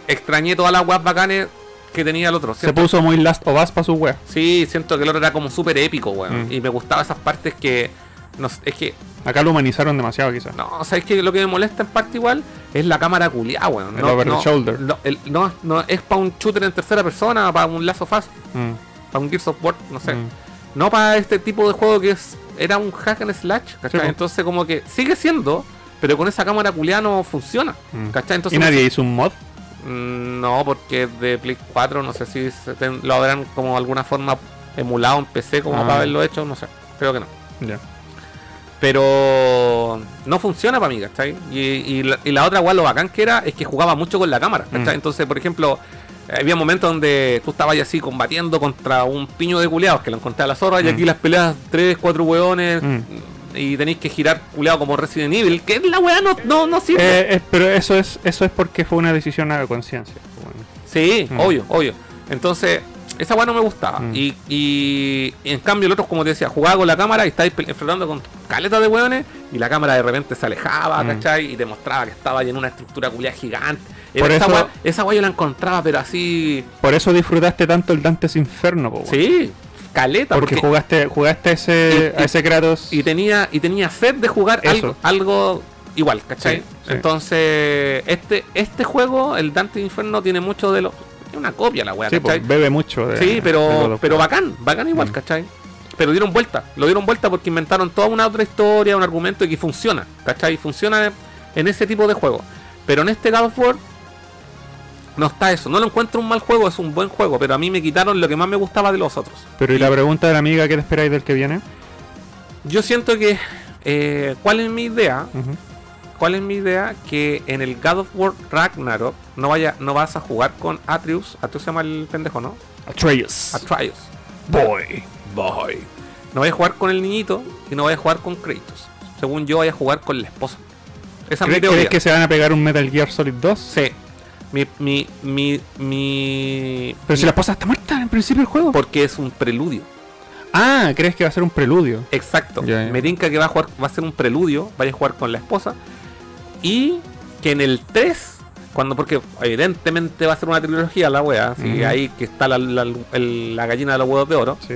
[SPEAKER 2] extrañé todas las weas bacanes que tenía el otro.
[SPEAKER 3] Se
[SPEAKER 2] ¿cierto?
[SPEAKER 3] puso muy Last of Us para su wea.
[SPEAKER 2] Sí, siento que el otro era como súper épico, weón.
[SPEAKER 3] Mm.
[SPEAKER 2] Y me gustaban esas partes que. No, sé, es que.
[SPEAKER 3] Acá lo humanizaron demasiado, quizás.
[SPEAKER 2] No, ¿sabes qué? Lo que me molesta en parte igual es la cámara culiada, weón.
[SPEAKER 3] El
[SPEAKER 2] No,
[SPEAKER 3] over the
[SPEAKER 2] no,
[SPEAKER 3] shoulder.
[SPEAKER 2] No, el- no, no, es para un shooter en tercera persona, para un lazo fast,
[SPEAKER 3] Mm,
[SPEAKER 2] para un Gears of War, no sé.
[SPEAKER 3] mm.
[SPEAKER 2] No para este tipo de juego que es era un hack and slash, ¿cachai?
[SPEAKER 3] Sí, po.
[SPEAKER 2] Entonces, como que sigue siendo, pero con esa cámara culiada no funciona,
[SPEAKER 3] Mm.
[SPEAKER 2] ¿cachai? Entonces,
[SPEAKER 3] ¿Y nadie hizo un mod?
[SPEAKER 2] Mm, No, porque es de Play 4, no sé si se ten- lo habrán como de alguna forma emulado en PC como
[SPEAKER 3] Ah.
[SPEAKER 2] para haberlo hecho, no sé, creo que no.
[SPEAKER 3] Ya.
[SPEAKER 2] Pero no funciona para mí, ¿cachai? Y, y la, y la otra igual lo bacán que era es que jugaba mucho con la cámara, ¿cachai?
[SPEAKER 3] Mm.
[SPEAKER 2] Entonces, por ejemplo, había momentos donde tú estabas ahí así combatiendo contra un piño de culeados que lo encontré a la zorra y
[SPEAKER 3] Mm.
[SPEAKER 2] aquí las peleas 3, 4 hueones
[SPEAKER 3] Mm.
[SPEAKER 2] y tenéis que girar culeado como Resident Evil, que la hueá no, no, no sirve.
[SPEAKER 3] Eh, eh, pero eso es eso es porque fue una decisión a conciencia. Bueno,
[SPEAKER 2] Sí,
[SPEAKER 3] Mm.
[SPEAKER 2] obvio, obvio. Entonces, esa weá no me gustaba.
[SPEAKER 3] Mm.
[SPEAKER 2] Y, y- y en cambio, el otro, como te decía, jugaba con la cámara y estáis pe- enfrentando con caletas de weones. Y la cámara de repente se alejaba,
[SPEAKER 3] Mm.
[SPEAKER 2] ¿cachai? Y te mostraba que estaba ahí en una estructura culiada gigante.
[SPEAKER 3] Por
[SPEAKER 2] Era esa,
[SPEAKER 3] eso-
[SPEAKER 2] weá, esa weá yo la encontraba, pero así.
[SPEAKER 3] Por eso disfrutaste tanto el Dante's Inferno, po, bueno.
[SPEAKER 2] Sí, caleta.
[SPEAKER 3] Porque,
[SPEAKER 2] Porque,
[SPEAKER 3] jugaste, jugaste a ese,
[SPEAKER 2] Y-
[SPEAKER 3] a ese Kratos.
[SPEAKER 2] y tenía y tenía sed de jugar algo,
[SPEAKER 3] Eso.
[SPEAKER 2] algo igual, ¿cachai?
[SPEAKER 3] Sí, sí.
[SPEAKER 2] Entonces, este, este juego, el Dante Inferno, tiene mucho de lo. Es una copia la weá,
[SPEAKER 3] sí, po,
[SPEAKER 2] ¿cachai?
[SPEAKER 3] bebe mucho de.
[SPEAKER 2] Sí,
[SPEAKER 3] de God
[SPEAKER 2] pero,
[SPEAKER 3] of
[SPEAKER 2] pero
[SPEAKER 3] War.
[SPEAKER 2] bacán, bacán igual,
[SPEAKER 3] Mm.
[SPEAKER 2] ¿cachai? Pero dieron vuelta, lo dieron vuelta porque inventaron toda una otra historia, un argumento y que funciona, ¿cachai? Funciona en ese tipo de juego. Pero en este God of War no está eso, no lo encuentro un mal juego, es un buen juego, pero a mí me quitaron lo que más me gustaba de los otros.
[SPEAKER 3] Pero y la pregunta de la amiga, ¿qué te esperáis del que viene?
[SPEAKER 2] Yo siento que, eh, ¿cuál es mi idea?
[SPEAKER 3] Ujú.
[SPEAKER 2] ¿Cuál es mi idea? Que en el God of War Ragnarok no, vaya, no vas a jugar con Atreus, Atreus se llama el pendejo, ¿no?
[SPEAKER 3] Atreus.
[SPEAKER 2] Atreus.
[SPEAKER 3] Boy.
[SPEAKER 2] Voy. No voy a jugar con el niñito y no voy a jugar con Kratos. Según yo, voy a jugar con la esposa. Esa es mi
[SPEAKER 3] ¿Crees,
[SPEAKER 2] teoría.
[SPEAKER 3] crees que se van a pegar un Metal Gear Solid 2?
[SPEAKER 2] Sí. Mi, mi, mi, mi...
[SPEAKER 3] Pero si la esposa está muerta en principio del juego.
[SPEAKER 2] Porque es un preludio.
[SPEAKER 3] Ah, ¿crees que va a ser un preludio?
[SPEAKER 2] Exacto.
[SPEAKER 3] Ya, ya.
[SPEAKER 2] Me tinca que va a jugar, va a ser un preludio, vaya a jugar con la esposa. Y que en el 3, cuando, porque evidentemente va a ser una trilogía la wea, así que
[SPEAKER 3] Ujú.
[SPEAKER 2] ahí que está la, la- el- la gallina de los huevos de oro.
[SPEAKER 3] Sí.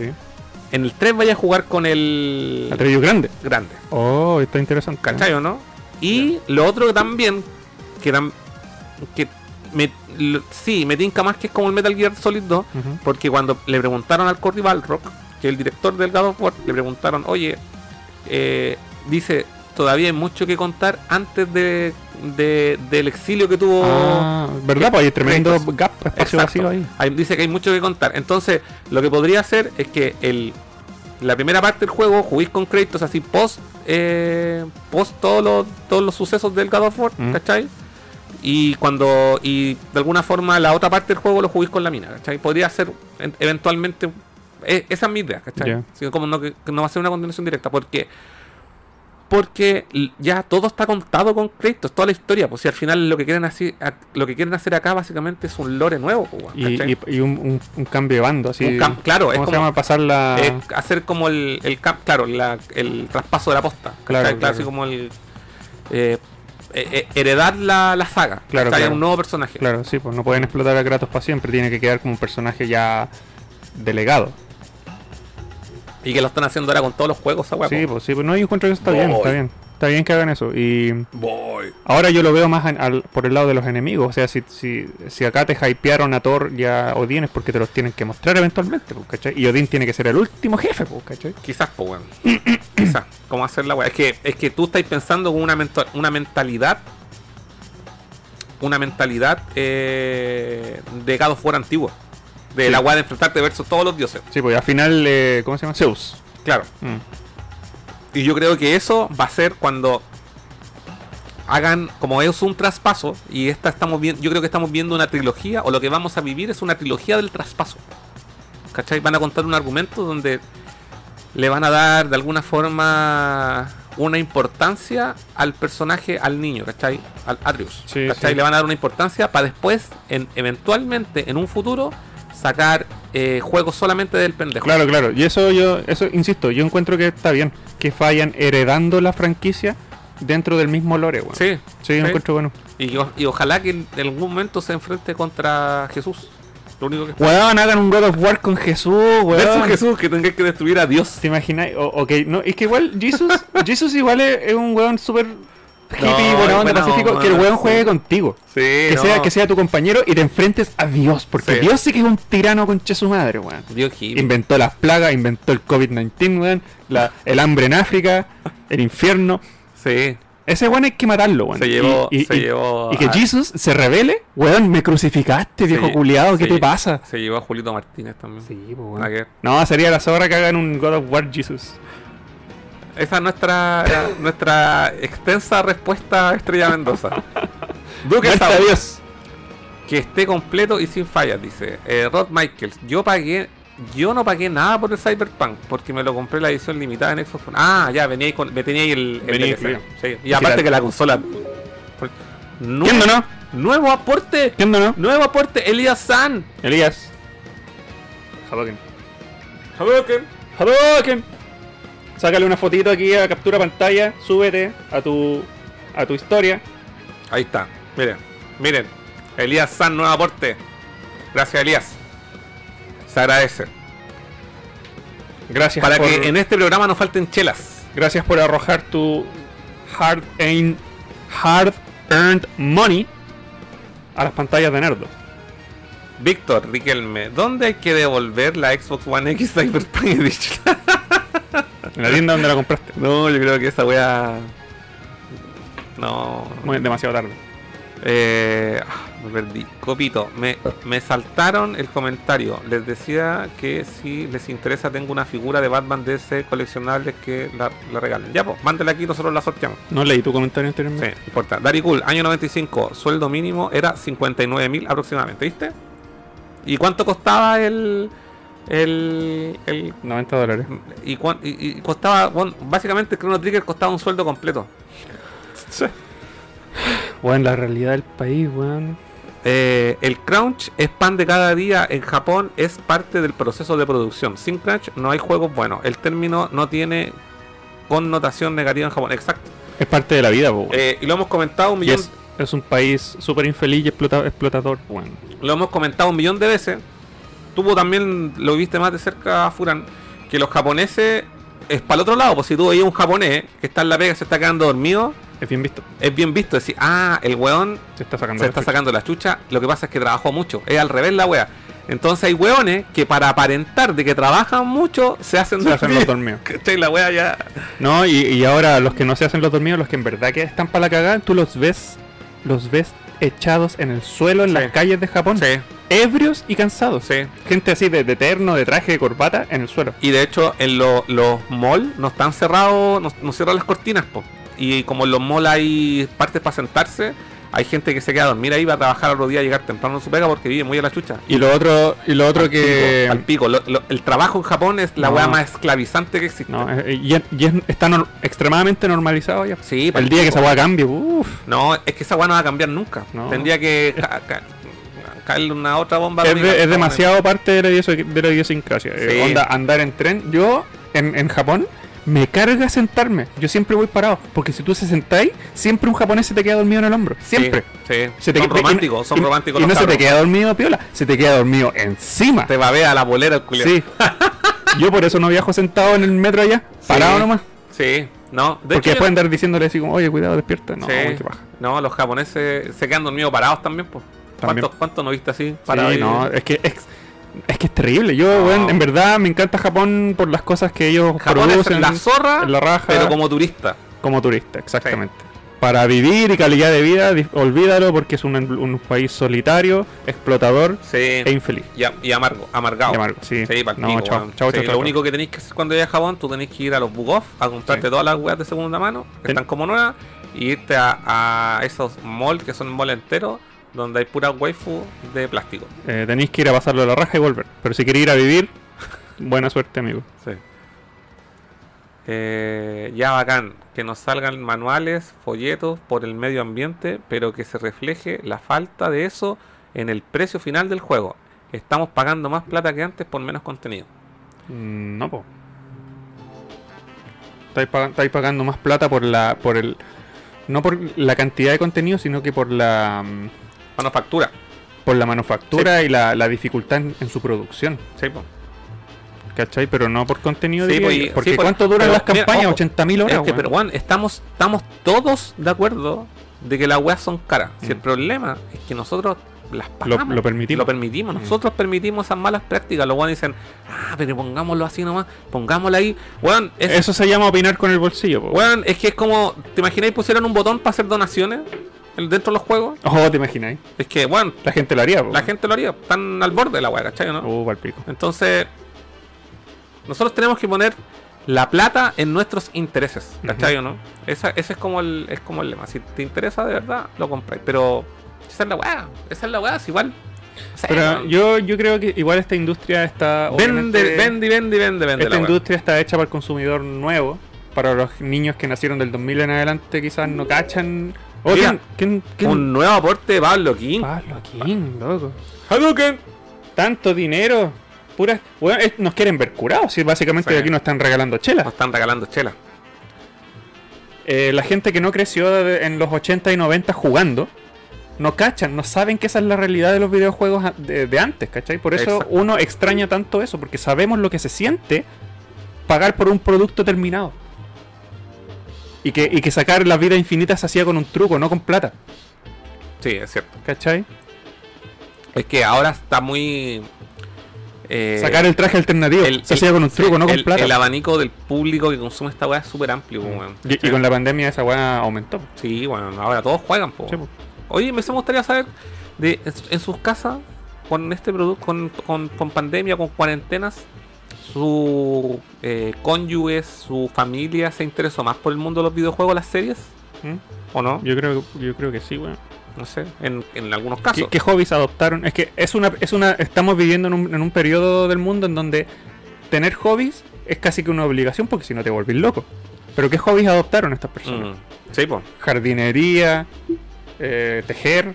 [SPEAKER 2] En el 3 vaya a jugar con el
[SPEAKER 3] Atreus grande.
[SPEAKER 2] grande.
[SPEAKER 3] Oh, está interesante.
[SPEAKER 2] ¿Cachai o no? Y lo otro que también, que, tam- que me, lo- sí, me tinca más que es como el Metal Gear Solid 2,
[SPEAKER 3] Ujú.
[SPEAKER 2] porque cuando le preguntaron al Cordy Balrock, que es el director del God of War, le preguntaron, oye, eh, dice, todavía hay mucho que contar antes de, de- del exilio que tuvo...
[SPEAKER 3] Ah, ¿verdad? Pues hay tremendo
[SPEAKER 2] Kratos.
[SPEAKER 3] gap, espacio
[SPEAKER 2] Oh. Exacto.
[SPEAKER 3] vacío ahí.
[SPEAKER 2] Hay- dice que hay mucho que contar. Entonces, lo que podría hacer es que el, la primera parte del juego juguéis con créditos así post, eh, post todos los, todos los sucesos del God of War,
[SPEAKER 3] Mm.
[SPEAKER 2] ¿cachai? Y cuando. Y de alguna forma la otra parte del juego lo juguéis con la mina, ¿cachai? Podría ser en- eventualmente. e- esa es mi idea, ¿cachai?
[SPEAKER 3] Ya.
[SPEAKER 2] Así que como no, que que no va a ser una continuación directa, porque. Porque l- ya todo está contado con créditos, toda la historia. Pues si al final lo que quieren hacer, lo que quieren hacer acá básicamente es un lore nuevo. pues, weón,
[SPEAKER 3] Y,
[SPEAKER 2] ¿cachai?
[SPEAKER 3] y- y un, un- un cambio de bando, así.
[SPEAKER 2] Un cam- claro, es
[SPEAKER 3] ¿Cómo se
[SPEAKER 2] como-
[SPEAKER 3] llama? Pasar la.
[SPEAKER 2] Eh, hacer como el, el cap, claro, la- el traspaso de la posta. ¿cachai?
[SPEAKER 3] Claro,
[SPEAKER 2] Claro,
[SPEAKER 3] claro.
[SPEAKER 2] así como el eh, eh, eh, heredar la, la saga.
[SPEAKER 3] Claro,
[SPEAKER 2] ¿cachai?
[SPEAKER 3] claro.
[SPEAKER 2] un nuevo personaje.
[SPEAKER 3] Claro, sí, pues no pueden explotar a Kratos para siempre. Tiene que quedar como un personaje ya delegado.
[SPEAKER 2] Y que lo están haciendo ahora con todos los juegos, esa weá,
[SPEAKER 3] Sí,
[SPEAKER 2] po.
[SPEAKER 3] pues sí, pues no, yo encuentro que eso está bien,
[SPEAKER 2] Voy.
[SPEAKER 3] está bien. Está bien que hagan eso. Y ahora yo lo veo más an- al- por el lado de los enemigos. O sea, si, si, si acá te hypearon a Thor y a Odín es porque te los tienen que mostrar eventualmente, pues, ¿cachai? Y Odín tiene que ser el último jefe, pues, ¿cachai?
[SPEAKER 2] Quizás, pues, weón. Quizás. ¿Cómo hacer la weá? Es que, es que tú estáis pensando con una, mento- una mentalidad. Una mentalidad eh, de God of War antigua. De
[SPEAKER 3] Sí.
[SPEAKER 2] la weá de enfrentarte versus todos los dioses.
[SPEAKER 3] Sí, pues al final, eh, ¿cómo se llama? Zeus.
[SPEAKER 2] Claro.
[SPEAKER 3] Mm.
[SPEAKER 2] Y yo creo que eso va a ser cuando hagan, como es un traspaso, y esta estamos viendo, yo creo que estamos viendo una trilogía, o lo que vamos a vivir es una trilogía del traspaso. ¿Cachai? Van a contar un argumento donde le van a dar de alguna forma una importancia al personaje, al niño, ¿cachai? Al Atreus.
[SPEAKER 3] Sí,
[SPEAKER 2] ¿Cachai?
[SPEAKER 3] sí.
[SPEAKER 2] Le van a dar una importancia para después, en, eventualmente, en un futuro, sacar eh, juegos solamente del pendejo.
[SPEAKER 3] Claro, claro. Y eso yo, eso insisto, yo encuentro que está bien. Que fallan heredando la franquicia dentro del mismo lore, weón.
[SPEAKER 2] Sí,
[SPEAKER 3] Sí, lo encuentro bueno.
[SPEAKER 2] Y, o- y ojalá que en algún momento se enfrente contra Jesús. Lo único que
[SPEAKER 3] Weón, hagan un God of War con Jesús,
[SPEAKER 2] Versus
[SPEAKER 3] weón.
[SPEAKER 2] Jesús, que tengáis que destruir a Dios.
[SPEAKER 3] ¿Te imagináis? O- ok, no, es que igual Jesus, Jesus igual es, es un weón súper hippie,
[SPEAKER 2] No,
[SPEAKER 3] bueno,
[SPEAKER 2] buena
[SPEAKER 3] onda pacífico,
[SPEAKER 2] onda,
[SPEAKER 3] que el weón
[SPEAKER 2] sí.
[SPEAKER 3] juegue contigo.
[SPEAKER 2] Sí,
[SPEAKER 3] Que, sea, que sea tu compañero y te enfrentes a Dios, porque
[SPEAKER 2] Sí.
[SPEAKER 3] Dios sí que es un tirano concha su madre, weón.
[SPEAKER 2] Dios hippie.
[SPEAKER 3] Inventó las plagas, inventó el COVID-19, weón, la- el hambre en África, el infierno.
[SPEAKER 2] Sí.
[SPEAKER 3] Ese weón hay que matarlo, weón.
[SPEAKER 2] Se
[SPEAKER 3] Y-
[SPEAKER 2] llevó-
[SPEAKER 3] y,
[SPEAKER 2] se
[SPEAKER 3] y-
[SPEAKER 2] llevó
[SPEAKER 3] y que
[SPEAKER 2] a-
[SPEAKER 3] Jesus se revele, weón, me crucificaste, viejo
[SPEAKER 2] Se-
[SPEAKER 3] culiado, ¿qué
[SPEAKER 2] se-
[SPEAKER 3] te pasa?
[SPEAKER 2] Se llevó a Julito Martínez también. Nada que ver.
[SPEAKER 3] No, sería la zorra que hagan un God of War Jesus.
[SPEAKER 2] Esa es nuestra, era nuestra extensa respuesta a Estrella Mendoza. Duque
[SPEAKER 3] Muerte
[SPEAKER 2] Saúl,
[SPEAKER 3] a Dios.
[SPEAKER 2] que esté completo y sin fallas, dice. Eh, Rod Michaels, yo pagué. Yo no pagué nada por el Cyberpunk porque me lo compré la edición limitada en Xbox One. Ah, ya, venía ahí con, me tenía ahí el, el
[SPEAKER 3] Venía
[SPEAKER 2] DLC.
[SPEAKER 3] incluido.
[SPEAKER 2] Sí, Y
[SPEAKER 3] que
[SPEAKER 2] aparte
[SPEAKER 3] la-
[SPEAKER 2] que la consola. por- Nuevo,
[SPEAKER 3] ¿Quién no?
[SPEAKER 2] nuevo aporte.
[SPEAKER 3] ¿Quién no?
[SPEAKER 2] Nuevo aporte, Elías San.
[SPEAKER 3] Elías. Hadoken.
[SPEAKER 2] Hadouken.
[SPEAKER 3] Hadoken. Sácale una fotito aquí a captura pantalla, súbete a tu a tu historia.
[SPEAKER 2] Ahí está. Miren, miren. Elías San, nuevo aporte. Gracias, Elías. Se agradece.
[SPEAKER 3] Gracias
[SPEAKER 2] Para
[SPEAKER 3] por
[SPEAKER 2] que en este programa no falten chelas.
[SPEAKER 3] e- gracias por arrojar tu hard earned hard earned money a las pantallas de Nerdo.
[SPEAKER 2] Víctor Riquelme, ¿dónde hay que devolver la Xbox One X Cyberpunk Edition?
[SPEAKER 3] En la tienda donde la compraste.
[SPEAKER 2] no, yo creo que esa wea. No.
[SPEAKER 3] Muy- demasiado tarde.
[SPEAKER 2] Eh, ah, me perdí. Copito, me, me saltaron el comentario. Les decía que si les interesa, tengo una figura de Batman de ese coleccionable que la, la regalen. Ya, pues, mándela aquí, nosotros la sorteamos.
[SPEAKER 3] No leí tu comentario
[SPEAKER 2] Sí,
[SPEAKER 3] anteriormente.
[SPEAKER 2] no importa. Dari Cool, año 95, sueldo mínimo era 59 mil aproximadamente, ¿viste? ¿Y cuánto costaba el. el. el
[SPEAKER 3] 90 dólares.
[SPEAKER 2] y, cuan- y- y costaba. bueno, básicamente, el Chrono Trigger costaba un sueldo completo.
[SPEAKER 3] Bueno, la realidad del país, weón.
[SPEAKER 2] Eh, el crunch es pan de cada día en Japón, es parte del proceso de producción. Sin crunch no hay juegos buenos. El término no tiene connotación negativa en Japón. Exacto.
[SPEAKER 3] Es parte de la vida, po, weón.
[SPEAKER 2] Eh, y lo hemos comentado un
[SPEAKER 3] Y
[SPEAKER 2] millón,
[SPEAKER 3] es, es un país súper infeliz y explota- explotador, weón.
[SPEAKER 2] lo hemos comentado un millón de veces. Tuvo también, lo viste más de cerca, Furan, que los japoneses es para el otro lado. Pues si tú veías un japonés que está en la pega y se está quedando dormido,
[SPEAKER 3] Es bien visto.
[SPEAKER 2] es bien visto decir, ah, el weón
[SPEAKER 3] Se está sacando.
[SPEAKER 2] se
[SPEAKER 3] la
[SPEAKER 2] está
[SPEAKER 3] chucha.
[SPEAKER 2] sacando la chucha. Lo que pasa es que trabajó mucho. Es al revés la wea. Entonces hay weones que para aparentar de que trabajan mucho se hacen
[SPEAKER 3] Se hacen los
[SPEAKER 2] dormir.
[SPEAKER 3] dormidos.
[SPEAKER 2] ¿Cachai? La wea ya.
[SPEAKER 3] No, y, y ahora los que no se hacen los dormidos, los que en verdad que están para la cagada, tú los ves, los ves echados en el suelo en
[SPEAKER 2] Sí.
[SPEAKER 3] las calles de Japón,
[SPEAKER 2] Sí,
[SPEAKER 3] ebrios y cansados.
[SPEAKER 2] sí.
[SPEAKER 3] Gente así de, de terno, de traje, de corbata, en el suelo.
[SPEAKER 2] Y de hecho, en lo- los malls no están cerrados, no, no cierran las cortinas, po. Y como en los malls hay partes para sentarse, hay gente que se queda a dormir ahí, va a trabajar al otro día, llegar temprano a su pega porque vive muy a la chucha.
[SPEAKER 3] Y lo otro, y lo otro
[SPEAKER 2] Al
[SPEAKER 3] que
[SPEAKER 2] pico, al pico. Lo- lo- el trabajo en Japón es la
[SPEAKER 3] No.
[SPEAKER 2] wea más esclavizante que existe.
[SPEAKER 3] no, eh, eh, y, y es- está nor- extremadamente normalizado ya.
[SPEAKER 2] Sí, pa'l
[SPEAKER 3] el día que
[SPEAKER 2] pico.
[SPEAKER 3] esa hueá cambie, uff.
[SPEAKER 2] No, es que esa weá no va a cambiar nunca.
[SPEAKER 3] No.
[SPEAKER 2] Tendría que ca- ca- caerle una otra bomba.
[SPEAKER 3] Es,
[SPEAKER 2] atómica.
[SPEAKER 3] de- es demasiado parte de la, idios- de la idiosincrasia. Eh,
[SPEAKER 2] Sí.
[SPEAKER 3] onda, andar en tren. Yo, en, en Japón, me carga sentarme. Yo siempre voy parado. Porque si tú se sentáis, siempre un japonés se te queda dormido en el hombro.
[SPEAKER 2] Sí,
[SPEAKER 3] Siempre.
[SPEAKER 2] sí.
[SPEAKER 3] Se te
[SPEAKER 2] son
[SPEAKER 3] que- y-
[SPEAKER 2] románticos,
[SPEAKER 3] y-
[SPEAKER 2] son románticos
[SPEAKER 3] Y no
[SPEAKER 2] los
[SPEAKER 3] se te
[SPEAKER 2] cabros.
[SPEAKER 3] queda dormido, piola. Se te queda dormido encima.
[SPEAKER 2] Te babea la bolera el culiao.
[SPEAKER 3] Sí. Yo por eso no viajo sentado en el metro allá. Parado nomás.
[SPEAKER 2] Sí, no. De
[SPEAKER 3] Porque
[SPEAKER 2] hecho,
[SPEAKER 3] después andar diciéndole así como, oye, cuidado, despierta. No,
[SPEAKER 2] sí.
[SPEAKER 3] qué paja.
[SPEAKER 2] No, los japoneses se quedan dormidos parados también, pues.
[SPEAKER 3] También.
[SPEAKER 2] ¿Cuántos cuánto no viste así?
[SPEAKER 3] Sí,
[SPEAKER 2] Parados?
[SPEAKER 3] no, eh, es que es, es que es terrible. Yo,
[SPEAKER 2] No.
[SPEAKER 3] weón, en verdad me encanta Japón por las cosas que ellos
[SPEAKER 2] Japón es
[SPEAKER 3] producen.
[SPEAKER 2] la zorra,
[SPEAKER 3] en la raja,
[SPEAKER 2] pero como turista.
[SPEAKER 3] como turista, exactamente. Para vivir y calidad de vida, di- olvídalo porque es un, un país solitario, explotador
[SPEAKER 2] Sí.
[SPEAKER 3] e infeliz.
[SPEAKER 2] Y, a- y amargo, amargado.
[SPEAKER 3] Y amargo, sí.
[SPEAKER 2] Sí, pa'l
[SPEAKER 3] No,
[SPEAKER 2] pico,
[SPEAKER 3] chao,
[SPEAKER 2] weón.
[SPEAKER 3] chao,
[SPEAKER 2] Sí,
[SPEAKER 3] chao,
[SPEAKER 2] Lo
[SPEAKER 3] chao.
[SPEAKER 2] único que tenéis que hacer cuando vayas a Japón, tú tenéis que ir a los book off a comprarte
[SPEAKER 3] Sí.
[SPEAKER 2] todas las weas de segunda mano, que
[SPEAKER 3] Ten-
[SPEAKER 2] están como nuevas, y irte a, a esos malls que son malls enteros, donde hay pura waifu de plástico.
[SPEAKER 3] Eh, tenéis que ir a pasarlo a la raja y volver. Pero si queréis ir a vivir, buena suerte, amigo.
[SPEAKER 2] Sí. Eh, ya bacán, que nos salgan manuales, folletos por el medio ambiente, pero que se refleje la falta de eso en el precio final del juego. Estamos pagando más plata que antes por menos contenido.
[SPEAKER 3] Mm, No, po. Estáis, pag- estáis pagando más plata por la. por el. No por la cantidad de contenido, sino que por la. mm,
[SPEAKER 2] Manufactura.
[SPEAKER 3] por la manufactura y la, la dificultad en, en su producción.
[SPEAKER 2] Sí, po.
[SPEAKER 3] ¿Cachai? Pero no por contenido
[SPEAKER 2] Sí,
[SPEAKER 3] diría
[SPEAKER 2] pues,
[SPEAKER 3] yo,
[SPEAKER 2] y-
[SPEAKER 3] Porque
[SPEAKER 2] sí, pues,
[SPEAKER 3] ¿cuánto duran
[SPEAKER 2] pero
[SPEAKER 3] las
[SPEAKER 2] mira,
[SPEAKER 3] campañas?
[SPEAKER 2] ojo,
[SPEAKER 3] 80.000 horas,
[SPEAKER 2] Es que,
[SPEAKER 3] weón.
[SPEAKER 2] pero Juan, estamos, estamos todos de acuerdo de que las weas son caras. Si
[SPEAKER 3] Mm.
[SPEAKER 2] el problema es que nosotros las
[SPEAKER 3] Lo-
[SPEAKER 2] pagamos.
[SPEAKER 3] lo permitimos.
[SPEAKER 2] Lo
[SPEAKER 3] Mm.
[SPEAKER 2] permitimos. Nosotros permitimos esas malas prácticas. Los weones dicen, ah, pero pongámoslo así nomás, pongámoslo ahí. Weón, es,
[SPEAKER 3] Eso se llama opinar con el bolsillo, po.
[SPEAKER 2] weón, es que es como, ¿te imagináis pusieron un botón para hacer donaciones el- dentro de los juegos?
[SPEAKER 3] Oh, te imagináis.
[SPEAKER 2] Es que, weón,
[SPEAKER 3] La gente lo haría, po.
[SPEAKER 2] la gente lo haría. Están al borde de la wea, ¿cachai? o ¿no?
[SPEAKER 3] Oh, palpico.
[SPEAKER 2] Entonces, nosotros tenemos que poner la plata en nuestros intereses, ¿cachai o no? Esa, ese es como, el, es como el lema. Si te interesa de verdad, lo compráis. Pero esa es la weá, esa es la weá, es igual. O sea,
[SPEAKER 3] Pero
[SPEAKER 2] no.
[SPEAKER 3] yo, yo creo que igual esta industria está.
[SPEAKER 2] vende,
[SPEAKER 3] obviamente-
[SPEAKER 2] vende, vende, vende, vende.
[SPEAKER 3] Esta
[SPEAKER 2] la weá.
[SPEAKER 3] industria está hecha para el consumidor nuevo, para los niños que nacieron del 2000 en adelante, quizás no cachan. Oh,
[SPEAKER 2] Mira,
[SPEAKER 3] ¿quién- quién- quién-
[SPEAKER 2] Un nuevo aporte de Pablo King.
[SPEAKER 3] Pablo, ¿quién, loco?
[SPEAKER 2] Hadouken.
[SPEAKER 3] Tanto dinero. Puras. Bueno, es- nos quieren ver curados, si básicamente
[SPEAKER 2] Sí. Ah.
[SPEAKER 3] aquí nos están regalando
[SPEAKER 2] Nos
[SPEAKER 3] chelas.
[SPEAKER 2] están regalando chela.
[SPEAKER 3] Eh, la gente que no creció de- en los 80 y 90 jugando, no cachan, no saben que esa es la realidad de los videojuegos a- de, de antes, ¿cachai? Por eso
[SPEAKER 2] Exacto.
[SPEAKER 3] uno extraña tanto eso, porque sabemos lo que se siente pagar por un producto terminado. Y que, y que sacar la vida infinita se hacía con un truco, no con plata,
[SPEAKER 2] Sí, es cierto.
[SPEAKER 3] ¿cachai?
[SPEAKER 2] Es que ahora está muy. eh,
[SPEAKER 3] sacar el traje alternativo
[SPEAKER 2] el-
[SPEAKER 3] se hacía con un
[SPEAKER 2] sí,
[SPEAKER 3] truco, no con
[SPEAKER 2] el-
[SPEAKER 3] plata.
[SPEAKER 2] El abanico del público que consume esta weá es súper amplio, weón.
[SPEAKER 3] Y- y, con la pandemia esa weá aumentó.
[SPEAKER 2] Sí, bueno, ahora todos juegan, po.
[SPEAKER 3] Sí, po.
[SPEAKER 2] Oye, me se me gustaría saber de en su- en sus casas con este producto, con, con- con pandemia, con cuarentenas, su eh, cónyuge, su familia se interesó más por el mundo de los videojuegos, las series,
[SPEAKER 3] ¿Mm?
[SPEAKER 2] o no?
[SPEAKER 3] Yo creo, yo creo que sí, weón.
[SPEAKER 2] No sé, en, en algunos
[SPEAKER 3] ¿Qué,
[SPEAKER 2] casos.
[SPEAKER 3] qué hobbies adoptaron? Es que es una, es una, estamos viviendo en un, en un periodo del mundo en donde tener hobbies es casi que una obligación porque si no te volvís loco. Pero ¿qué hobbies adoptaron estas personas?
[SPEAKER 2] Mm, Sí, pues.
[SPEAKER 3] Jardinería, eh, tejer,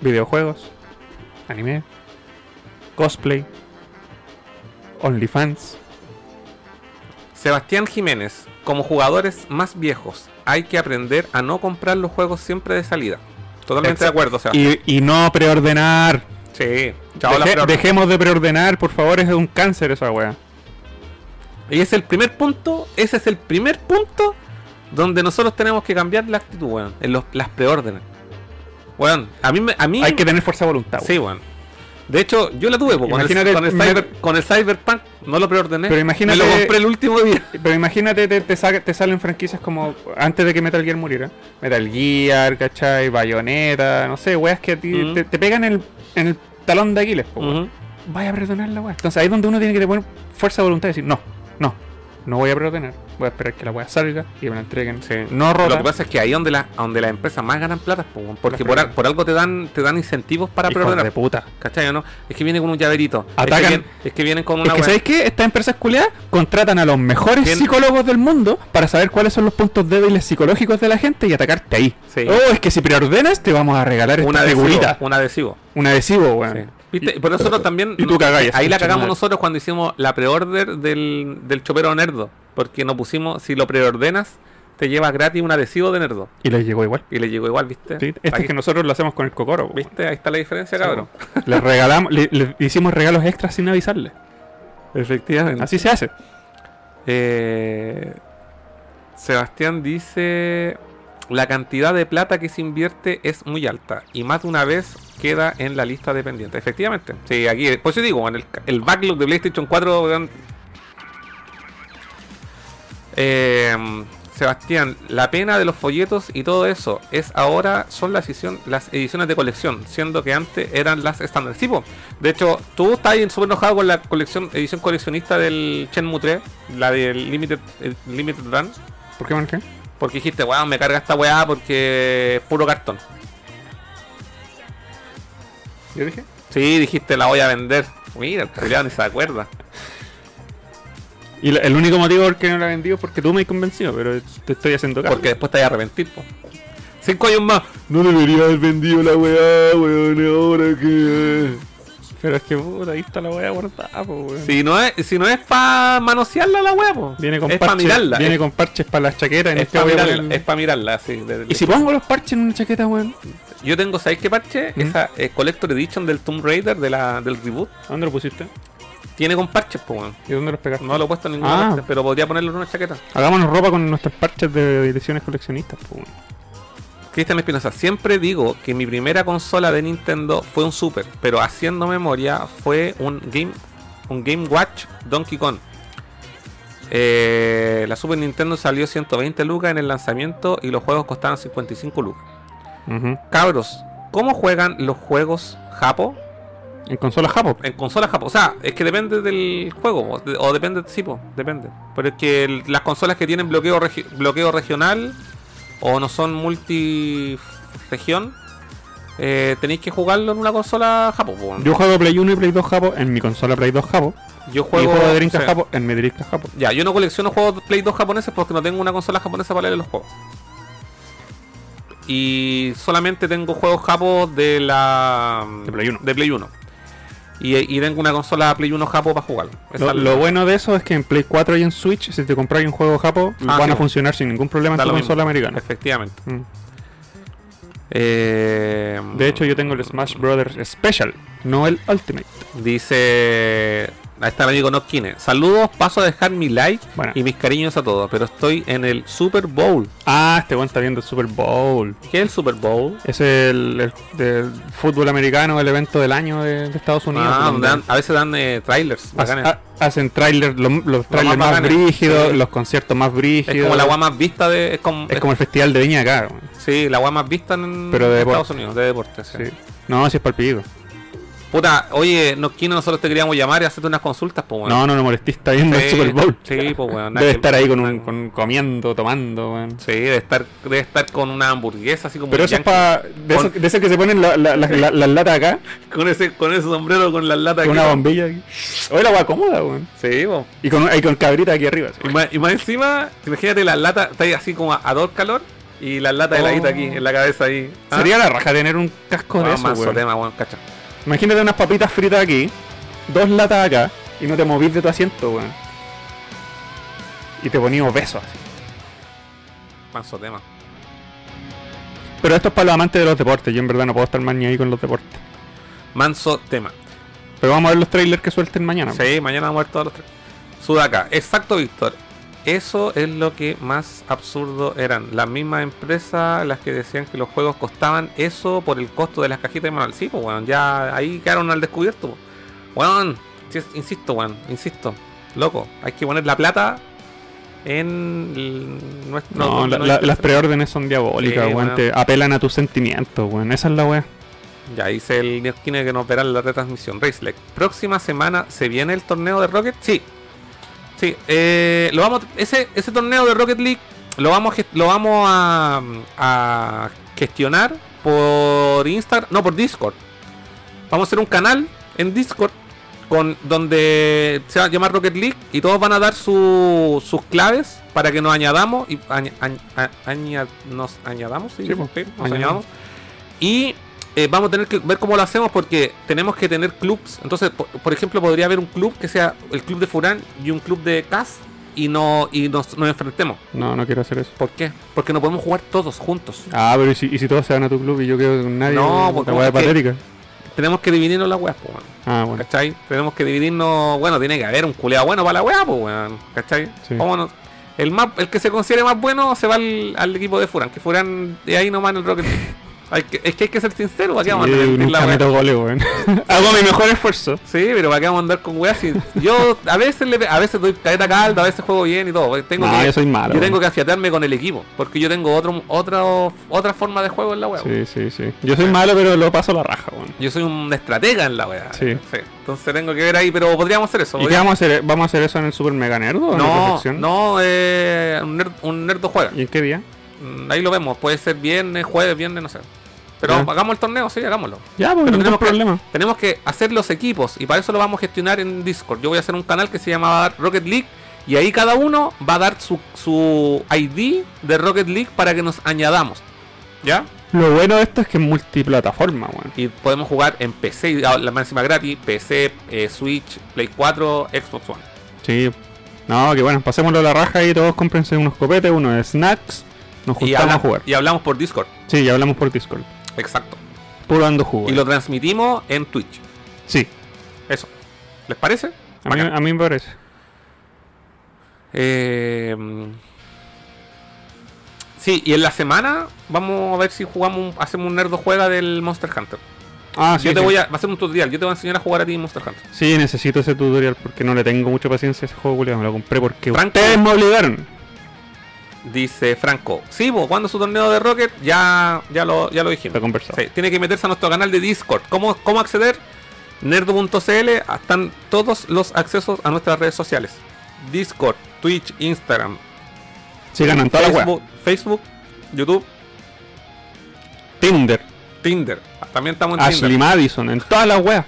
[SPEAKER 3] videojuegos, anime, cosplay, OnlyFans.
[SPEAKER 2] Sebastián Jiménez, como jugadores más viejos, hay que aprender a no comprar los juegos siempre de salida. Totalmente de
[SPEAKER 3] Exacto.
[SPEAKER 2] acuerdo, Sebastián.
[SPEAKER 3] Y, y no preordenar.
[SPEAKER 2] Sí, chao la
[SPEAKER 3] Deje-
[SPEAKER 2] flor.
[SPEAKER 3] dejemos de preordenar, por favor, es un cáncer esa wea.
[SPEAKER 2] Y es el primer punto, ese es el primer punto donde nosotros tenemos que cambiar la actitud, weón. En los, las preórdenes. Weón, a mí me- a mí
[SPEAKER 3] Hay que tener fuerza de voluntad.
[SPEAKER 2] Sí, weón. De hecho, yo la tuve, po, con, el,
[SPEAKER 3] Imagínate-
[SPEAKER 2] con, el cyber- con el Cyberpunk no lo preordené.
[SPEAKER 3] Pero imagínate-
[SPEAKER 2] Me lo compré el último día.
[SPEAKER 3] Pero imagínate, te, te, sa- te salen franquicias como antes de que Metal Gear muriera. Metal Gear, ¿cachai? Bayonetta, no sé, weas que a ti
[SPEAKER 2] Ujú.
[SPEAKER 3] te, te pegan en el, en el talón de Aquiles. po, weón.
[SPEAKER 2] Ujú.
[SPEAKER 3] Vaya a preordenar la wea. Entonces ahí es donde uno tiene que poner fuerza de voluntad y decir, no, no, no voy a preordenar. Voy a esperar que la wea salga y me la entreguen. No
[SPEAKER 2] Lo
[SPEAKER 3] rota.
[SPEAKER 2] que pasa es que ahí donde las donde las empresas más ganan plata, po, weón, porque
[SPEAKER 3] Las
[SPEAKER 2] por, al-
[SPEAKER 3] preórdenes.
[SPEAKER 2] por algo te dan te dan incentivos para
[SPEAKER 3] Hijos de
[SPEAKER 2] preordenar.
[SPEAKER 3] puta.
[SPEAKER 2] ¿Cachai o no? Es que vienen con un llaverito. Es que
[SPEAKER 3] Atacan.
[SPEAKER 2] vienen- Es que, vienen con una
[SPEAKER 3] Es que,
[SPEAKER 2] weá.
[SPEAKER 3] ¿sabéis qué? Estas empresas culiadas contratan a los mejores
[SPEAKER 2] ¿Quién?
[SPEAKER 3] psicólogos del mundo para saber cuáles son los puntos débiles psicológicos de la gente y atacarte ahí.
[SPEAKER 2] Sí.
[SPEAKER 3] Oh, es que si preordenas te vamos a regalar
[SPEAKER 2] un
[SPEAKER 3] esta
[SPEAKER 2] adhesivo.
[SPEAKER 3] figurita.
[SPEAKER 2] Un adhesivo.
[SPEAKER 3] Un adhesivo, weón.
[SPEAKER 2] Sí. ¿Viste? Pero nosotros también.
[SPEAKER 3] y tú cagáis,
[SPEAKER 2] Ahí la
[SPEAKER 3] concha
[SPEAKER 2] cagamos
[SPEAKER 3] madre.
[SPEAKER 2] nosotros cuando hicimos la preorder del, del chopero nerdo. Porque nos pusimos, si lo preordenas, te llevas gratis un adhesivo de nerdo.
[SPEAKER 3] Y les llegó igual.
[SPEAKER 2] Y le llegó igual, ¿viste?
[SPEAKER 3] Sí, Este
[SPEAKER 2] Aquí-
[SPEAKER 3] es que nosotros lo hacemos con el cocoro. weón.
[SPEAKER 2] ¿Viste? Ahí está la diferencia, cabrón.
[SPEAKER 3] Les regalamos, le, le hicimos regalos extras sin avisarle.
[SPEAKER 2] Efectivamente.
[SPEAKER 3] Así se hace.
[SPEAKER 2] Eh, Sebastián dice: La cantidad de plata que se invierte es muy alta y más de una vez queda en la lista de pendientes. Efectivamente, sí, aquí, por eso digo, en el, el backlog de PlayStation 4. weón. Eh, Sebastián, la pena de los folletos y todo eso es ahora son las, edición- las ediciones de colección, siendo que antes eran las estándar. Sí, po. de hecho, tú estás ahí súper enojado con la colección, edición coleccionista del Shenmue 3, la del Limited, el Limited Run,
[SPEAKER 3] ¿Por qué, Marqués?
[SPEAKER 2] porque dijiste, weón, me carga esta weá porque es puro cartón.
[SPEAKER 3] Yo dije.
[SPEAKER 2] Sí, dijiste, la voy a vender. Mira, el culiao ni se acuerda.
[SPEAKER 3] Y la- el único motivo por qué no la he vendido es porque tú me has convencido, pero te estoy haciendo caso.
[SPEAKER 2] Porque después te vas a arrepentir, po. Cinco años más.
[SPEAKER 3] No debería haber vendido la weá, weón, ahora que. Pero es que puta, ahí está la weá guardada, po, weón.
[SPEAKER 2] Si no es, si no es para manosearla la weá, po.
[SPEAKER 3] Viene con
[SPEAKER 2] es para
[SPEAKER 3] parches.
[SPEAKER 2] mirarla.
[SPEAKER 3] viene
[SPEAKER 2] es-
[SPEAKER 3] con parches para las chaquetas. en
[SPEAKER 2] es
[SPEAKER 3] este
[SPEAKER 2] para
[SPEAKER 3] voy a
[SPEAKER 2] mirarla,
[SPEAKER 3] poner-
[SPEAKER 2] es pa' mirarla, sí. de-
[SPEAKER 3] Y si pongo los parches en una chaqueta, weón.
[SPEAKER 2] Yo tengo, ¿sabéis qué parche?
[SPEAKER 3] ¿Mm?
[SPEAKER 2] Esa eh, Collector Edition del Tomb Raider de la, del reboot.
[SPEAKER 3] ¿Dónde lo pusiste?
[SPEAKER 2] Tiene con parches, po, weón.
[SPEAKER 3] ¿Y dónde los pegaste?
[SPEAKER 2] No lo he puesto en ninguna
[SPEAKER 3] Ah.
[SPEAKER 2] parte, pero podría ponerlo en una chaqueta.
[SPEAKER 3] Hagámonos ropa con nuestros parches de ediciones coleccionistas, po, weón.
[SPEAKER 2] Cristian Espinosa, siempre digo que mi primera consola de Nintendo fue un Super, pero haciendo memoria fue un Game, un Game Watch Donkey Kong. Eh, la Super Nintendo salió 120 lucas en el lanzamiento y los juegos costaban 55 lucas.
[SPEAKER 3] Ujú.
[SPEAKER 2] Cabros, ¿cómo juegan los juegos Japo
[SPEAKER 3] En consola Japo.
[SPEAKER 2] en consolas Japo? O sea, es que depende del juego, o, de- o depende del tipo, depende. Pero es que el- las consolas que tienen bloqueo, regi- bloqueo regional o no son multi-región, eh, tenéis que jugarlo en una consola Japo. po.
[SPEAKER 3] Yo juego Play 1 y Play 2 Japo en mi consola Play 2 Japo.
[SPEAKER 2] Yo
[SPEAKER 3] Y juego de Dreamcast
[SPEAKER 2] o sea,
[SPEAKER 3] Japo en mi Dreamcast Japo.
[SPEAKER 2] Ya, yo no colecciono juegos de Play 2 japoneses porque no tengo una consola japonesa para leer los juegos. Y solamente tengo juegos japos de la.
[SPEAKER 3] De Play uno.
[SPEAKER 2] de Play 1. Y, y tengo una consola Play 1 japo para jugar. Esa
[SPEAKER 3] Lo,
[SPEAKER 2] es la-
[SPEAKER 3] lo bueno de eso es que en Play 4 y en Switch, si te compras un juego Japo,
[SPEAKER 2] Ah, sí,
[SPEAKER 3] van a
[SPEAKER 2] po.
[SPEAKER 3] funcionar sin ningún problema en
[SPEAKER 2] Da
[SPEAKER 3] tu
[SPEAKER 2] lo mismo.
[SPEAKER 3] consola americana.
[SPEAKER 2] Efectivamente.
[SPEAKER 3] Mm.
[SPEAKER 2] Eh,
[SPEAKER 3] De hecho, yo tengo el Smash Brothers Special, no el Ultimate.
[SPEAKER 2] Dice. Ahí está el amigo Notkine. Saludos, paso a dejar mi like
[SPEAKER 3] Bueno.
[SPEAKER 2] y mis cariños a todos. Pero estoy en el Super Bowl.
[SPEAKER 3] Ah, este weón está viendo el Super Bowl.
[SPEAKER 2] ¿Qué es el Super Bowl?
[SPEAKER 3] Es el, el- del fútbol americano, el evento del año de, de Estados Unidos.
[SPEAKER 2] Ah, donde
[SPEAKER 3] donde
[SPEAKER 2] dan- a veces dan eh, trailers.
[SPEAKER 3] hacen,
[SPEAKER 2] bacanes.
[SPEAKER 3] ha- hacen trailers, lo- los trailers
[SPEAKER 2] más
[SPEAKER 3] más,
[SPEAKER 2] bacanes.
[SPEAKER 3] brígidos,
[SPEAKER 2] Sí.
[SPEAKER 3] los conciertos más brígidos.
[SPEAKER 2] Es como la agua más vista de. Es como,
[SPEAKER 3] Es como el festival de viña acá. weón.
[SPEAKER 2] Sí, la agua más vista en
[SPEAKER 3] Pero de
[SPEAKER 2] Estados
[SPEAKER 3] deporte.
[SPEAKER 2] Unidos, de deporte. sí.
[SPEAKER 3] Sí. No, si es palpillo.
[SPEAKER 2] Puta, oye, Noquino, nosotros te queríamos llamar y hacerte unas consultas, pues,
[SPEAKER 3] No, no, no molestes, está viendo el Super Bowl.
[SPEAKER 2] Sí, pues, weón.
[SPEAKER 3] Debe
[SPEAKER 2] nada que-
[SPEAKER 3] estar ahí con un, con- comiendo, tomando, weón.
[SPEAKER 2] Sí, debe estar, debe estar con una hamburguesa así como.
[SPEAKER 3] Pero
[SPEAKER 2] un
[SPEAKER 3] eso
[SPEAKER 2] yankee.
[SPEAKER 3] es para. De,
[SPEAKER 2] Con-
[SPEAKER 3] eso- de eso que se ponen la- la- la- la- las latas acá,
[SPEAKER 2] Con ese, con ese sombrero, con las latas.
[SPEAKER 3] con
[SPEAKER 2] aquí.
[SPEAKER 3] una bombilla. aquí. Oye, la agua cómoda, weón.
[SPEAKER 2] Sí, pues.
[SPEAKER 3] Y con, y con cabrita aquí arriba. así.
[SPEAKER 2] Y más, y más encima, imagínate las latas, está ahí así como a, a dos calor y las latas
[SPEAKER 3] Oh.
[SPEAKER 2] heladita aquí, en la cabeza ahí. Ah,
[SPEAKER 3] Sería la raja tener un casco de
[SPEAKER 2] ah,
[SPEAKER 3] eso,
[SPEAKER 2] manso
[SPEAKER 3] weón.
[SPEAKER 2] tema, weón, cacha.
[SPEAKER 3] Imagínate unas papitas fritas aquí, dos latas acá, y no te movís de tu asiento, weón. Y te ponías besos así.
[SPEAKER 2] Manso tema.
[SPEAKER 3] Pero esto es para los amantes de los deportes. Yo en verdad no puedo estar más ni ahí con los deportes.
[SPEAKER 2] Manso tema.
[SPEAKER 3] Pero vamos a ver los trailers que suelten mañana. pues. weón.
[SPEAKER 2] Sí, mañana vamos a ver todos los tres. Sudaca, exacto, Víctor. Eso es lo que más absurdo eran. Las mismas empresas las que decían que los juegos costaban eso por el costo de las cajitas de manual. Sí, pues, weón, ya ahí quedaron al descubierto. po. Weón, sí, insisto, weón, insisto. Loco, hay que poner la plata en el- nuestro.
[SPEAKER 3] No, la-
[SPEAKER 2] nuestro-
[SPEAKER 3] la- las preórdenes son diabólicas,
[SPEAKER 2] Sí,
[SPEAKER 3] weón.
[SPEAKER 2] weón.
[SPEAKER 3] Te apelan a tus sentimientos, weón. Esa es la weá.
[SPEAKER 2] Ya dice el Neoskine que nos verá en la retransmisión. Racelec. Próxima semana se viene el torneo de Rocket. Sí. Sí. eh, lo vamos, ese, ese torneo de Rocket League lo vamos, a gest- lo vamos a, a gestionar por Instagram. No, por Discord. Vamos a hacer un canal en Discord con donde se va a llamar Rocket League y todos van a dar su- sus claves para que nos añadamos y añ- añ- a- aña- nos añadamos, sí,
[SPEAKER 3] Sí, pues,
[SPEAKER 2] sí, nos
[SPEAKER 3] añadamos.
[SPEAKER 2] añadamos. Y eh, vamos a tener que ver cómo lo hacemos porque tenemos que tener clubs. Entonces, por, por ejemplo, podría haber un club que sea el club de Furán y un club de Cas y no y nos, nos enfrentemos.
[SPEAKER 3] No, no quiero hacer eso.
[SPEAKER 2] ¿Por qué? Porque no podemos jugar todos juntos.
[SPEAKER 3] Ah, pero ¿y si, y si todos se van a tu club y yo quedo con nadie?
[SPEAKER 2] No,
[SPEAKER 3] weón?
[SPEAKER 2] porque
[SPEAKER 3] La weá es
[SPEAKER 2] como que-
[SPEAKER 3] patética.
[SPEAKER 2] Tenemos que dividirnos las weas, po, weón.
[SPEAKER 3] Ah, bueno.
[SPEAKER 2] ¿Cachai? Tenemos que dividirnos. Bueno, tiene que haber un culeado bueno para la weá, pues, weón. ¿Cachai?
[SPEAKER 3] Sí.
[SPEAKER 2] ¿Cómo no? El, más, el que se considere más bueno se va al, al equipo de Furán. Que Furán de ahí nomás en el Rocket League. Hay que- es que hay que ser sincero, ¿para qué vamos a
[SPEAKER 3] Yo
[SPEAKER 2] tener la
[SPEAKER 3] nunca
[SPEAKER 2] weá?
[SPEAKER 3] meto goles, weón. Hago mi mejor esfuerzo.
[SPEAKER 2] Sí, pero ¿para qué vamos a andar con weas? Si yo a veces le, pe- a veces doy careta calda, a veces juego bien y todo. Tengo
[SPEAKER 3] no,
[SPEAKER 2] que,
[SPEAKER 3] yo soy malo.
[SPEAKER 2] yo tengo
[SPEAKER 3] weón.
[SPEAKER 2] que afiatarme con el equipo. Porque yo tengo otro, otro, otra forma de juego en la wea. weón.
[SPEAKER 3] Sí, sí, sí. Yo soy malo, pero lo paso la raja, weón.
[SPEAKER 2] Yo soy un estratega en la wea.
[SPEAKER 3] Sí.
[SPEAKER 2] Entonces tengo que ver ahí, pero podríamos hacer eso.
[SPEAKER 3] ¿Y qué vamos a hacer? ¿Vamos a hacer eso en el Super Mega Nerd o en la
[SPEAKER 2] No,
[SPEAKER 3] reflexión?
[SPEAKER 2] no, eh, un, nerd, un nerdo juega.
[SPEAKER 3] ¿Y en qué día?
[SPEAKER 2] Mm, Ahí lo vemos, puede ser viernes, jueves, viernes, no sé. Pero
[SPEAKER 3] Ya.
[SPEAKER 2] hagamos el torneo, sí, hagámoslo.
[SPEAKER 3] Ya,
[SPEAKER 2] Pero
[SPEAKER 3] pues no tenemos
[SPEAKER 2] tenemos que-
[SPEAKER 3] problema.
[SPEAKER 2] Tenemos que hacer los equipos y para eso lo vamos a gestionar en Discord. Yo voy a hacer un canal que se llama Rocket League Y ahí cada uno va a dar su, su ID de Rocket League para que nos añadamos. ¿Ya?
[SPEAKER 3] Lo bueno de esto es que es multiplataforma, weón.
[SPEAKER 2] Y podemos jugar en PC, y ah, la máxima gratis, PC, eh, Switch, Play 4, Xbox One.
[SPEAKER 3] Sí. No, que bueno, pasémoslo a la raja y todos cómprense unos copetes, unos snacks. Nos
[SPEAKER 2] Y,
[SPEAKER 3] juntamos
[SPEAKER 2] habla-
[SPEAKER 3] a jugar.
[SPEAKER 2] y hablamos por Discord.
[SPEAKER 3] Sí, y hablamos por Discord.
[SPEAKER 2] Exacto.
[SPEAKER 3] Puro dando jugo.
[SPEAKER 2] Y
[SPEAKER 3] eh.
[SPEAKER 2] lo transmitimos en Twitch.
[SPEAKER 3] Sí,
[SPEAKER 2] Eso. ¿Les parece?
[SPEAKER 3] a mí,
[SPEAKER 2] Bacán.
[SPEAKER 3] a mí me parece.
[SPEAKER 2] Eh, mm. sí, y en la semana vamos a ver si jugamos, un- hacemos un nerdo juega del Monster Hunter.
[SPEAKER 3] Ah, sí.
[SPEAKER 2] yo te
[SPEAKER 3] sí.
[SPEAKER 2] voy a, va a hacer un tutorial, yo te voy a enseñar a jugar a ti Monster Hunter.
[SPEAKER 3] Sí, necesito ese tutorial porque no le tengo mucha paciencia a ese juego, culiao. Me lo compré porque
[SPEAKER 2] Franco.
[SPEAKER 3] ustedes me obligaron.
[SPEAKER 2] Dice Franco, sí, vos, ¿cuándo su torneo de Rocket? Ya, ya lo, ya lo dijimos.
[SPEAKER 3] Está conversado.
[SPEAKER 2] Sí, tiene que meterse a nuestro canal de Discord. ¿Cómo, cómo acceder? Nerdo.cl están todos los accesos a nuestras redes sociales. Discord, Twitch, Instagram,
[SPEAKER 3] Sí, ganan toda la wea.
[SPEAKER 2] Facebook, Facebook, YouTube,
[SPEAKER 3] Tinder,
[SPEAKER 2] Tinder. También estamos en
[SPEAKER 3] Ashley
[SPEAKER 2] Tinder.
[SPEAKER 3] Madison, en todas las weas.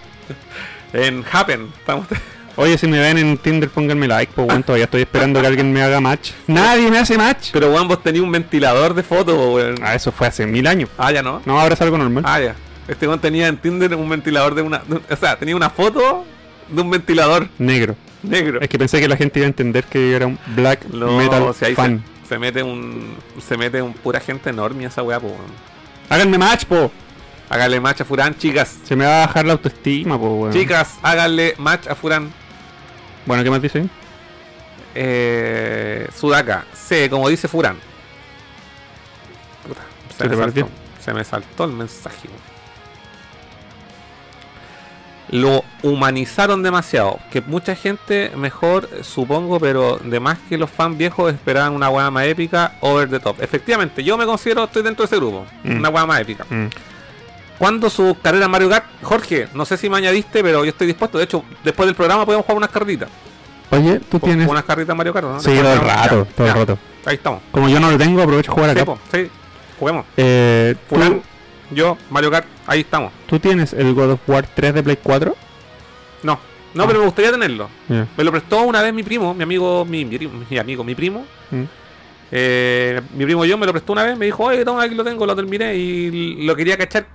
[SPEAKER 2] En Happen. Estamos
[SPEAKER 3] Oye, si me ven en Tinder, pónganme like, pues bueno, todavía estoy esperando que alguien me haga match. Nadie me hace match.
[SPEAKER 2] Pero weón, vos tenías un ventilador de fotos, weón.
[SPEAKER 3] Ah, eso fue hace mil años.
[SPEAKER 2] Ah, ya no.
[SPEAKER 3] No, ahora es algo normal.
[SPEAKER 2] Ah, ya. Este weón tenía en Tinder un ventilador de una. de- o sea, tenía una foto de un ventilador
[SPEAKER 3] Negro.
[SPEAKER 2] negro.
[SPEAKER 3] Es que pensé que la gente iba a entender que yo era un black
[SPEAKER 2] No,
[SPEAKER 3] metal
[SPEAKER 2] si ahí se,
[SPEAKER 3] fan.
[SPEAKER 2] se mete un. Se mete un pura gente enorme esa weá, po, weón.
[SPEAKER 3] Háganme match, po.
[SPEAKER 2] Háganle match a Furán, chicas.
[SPEAKER 3] Se me va a bajar la autoestima, po, weón.
[SPEAKER 2] Chicas, háganle match a Furán.
[SPEAKER 3] Bueno, ¿qué más dice? ahí?
[SPEAKER 2] Eh, Sudaka, C, como dice Furán. Puta,
[SPEAKER 3] ¿Se
[SPEAKER 2] se, me
[SPEAKER 3] te
[SPEAKER 2] saltó,
[SPEAKER 3] perdió?
[SPEAKER 2] se me saltó el mensaje. weón. Lo humanizaron demasiado. Que mucha gente, mejor eh, supongo, pero de más que los fans viejos esperaban una weá más épica, over the top. Efectivamente, yo me considero, estoy dentro de ese grupo.
[SPEAKER 3] Mm.
[SPEAKER 2] Una weá más épica.
[SPEAKER 3] Mm.
[SPEAKER 2] ¿Cuándo su carrera en Mario Kart? Jorge, no sé si me añadiste, pero yo estoy dispuesto. De hecho, después del programa podemos jugar unas cartitas.
[SPEAKER 3] Oye, tú
[SPEAKER 2] Con
[SPEAKER 3] tienes.
[SPEAKER 2] unas carritas Mario Kart, ¿no?
[SPEAKER 3] Sí,
[SPEAKER 2] Después
[SPEAKER 3] todo el
[SPEAKER 2] del programa.
[SPEAKER 3] rato,
[SPEAKER 2] Ya,
[SPEAKER 3] todo el
[SPEAKER 2] ya.
[SPEAKER 3] rato.
[SPEAKER 2] Ahí estamos.
[SPEAKER 3] Como yo no lo tengo, aprovecho a jugar
[SPEAKER 2] Sí,
[SPEAKER 3] acá.
[SPEAKER 2] po, sí. Juguemos.
[SPEAKER 3] Eh, ¿tú,
[SPEAKER 2] Fulano, yo, Mario Kart, ahí estamos.
[SPEAKER 3] tú tienes el God of War 3 de Play 4?
[SPEAKER 2] No, no,
[SPEAKER 3] Ah.
[SPEAKER 2] pero me gustaría tenerlo.
[SPEAKER 3] Ya.
[SPEAKER 2] Me lo prestó una vez mi primo, mi amigo, mi, mi, mi amigo, mi primo.
[SPEAKER 3] Mm.
[SPEAKER 2] Eh, mi primo yo me lo prestó una vez, me dijo, oye, toma, aquí lo tengo, lo terminé y lo quería cachar. Eh,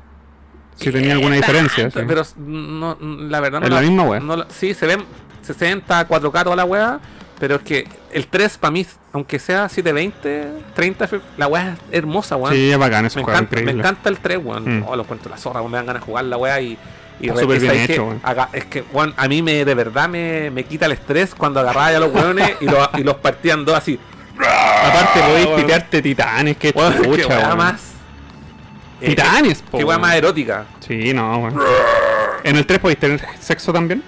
[SPEAKER 3] Si tenía alguna diferencia. sí.
[SPEAKER 2] Pero no, la verdad no
[SPEAKER 3] Es la misma wea.
[SPEAKER 2] no la- sí, se ven 60, 4K toda la weá, pero es que el 3 para mí, aunque sea 720, 30, F- la weá es hermosa, weón.
[SPEAKER 3] Sí, es bacán, es
[SPEAKER 2] Me
[SPEAKER 3] un juego
[SPEAKER 2] encanta, me
[SPEAKER 3] increíble.
[SPEAKER 2] encanta el 3, weón.
[SPEAKER 3] Mm.
[SPEAKER 2] Oh, lo encuentro la zorra, weón. Me dan ganas de jugar la weá y. y
[SPEAKER 3] Está
[SPEAKER 2] re-
[SPEAKER 3] súper
[SPEAKER 2] y
[SPEAKER 3] bien
[SPEAKER 2] sabéis
[SPEAKER 3] hecho,
[SPEAKER 2] que
[SPEAKER 3] weón.
[SPEAKER 2] aga- es que, weón, a mí me, de verdad me, me quita el estrés cuando agarraba ya los weones y, los- y los partían dos así.
[SPEAKER 3] Aparte, podéis
[SPEAKER 2] Ah, weón.
[SPEAKER 3] pitearte titanes, que
[SPEAKER 2] Weón,
[SPEAKER 3] chucha,
[SPEAKER 2] qué weá
[SPEAKER 3] weón.
[SPEAKER 2] más. eh,
[SPEAKER 3] Titanes, po.
[SPEAKER 2] Qué weá
[SPEAKER 3] weón.
[SPEAKER 2] más erótica.
[SPEAKER 3] Sí, no, weón. ¿En el 3 podéis tener sexo también?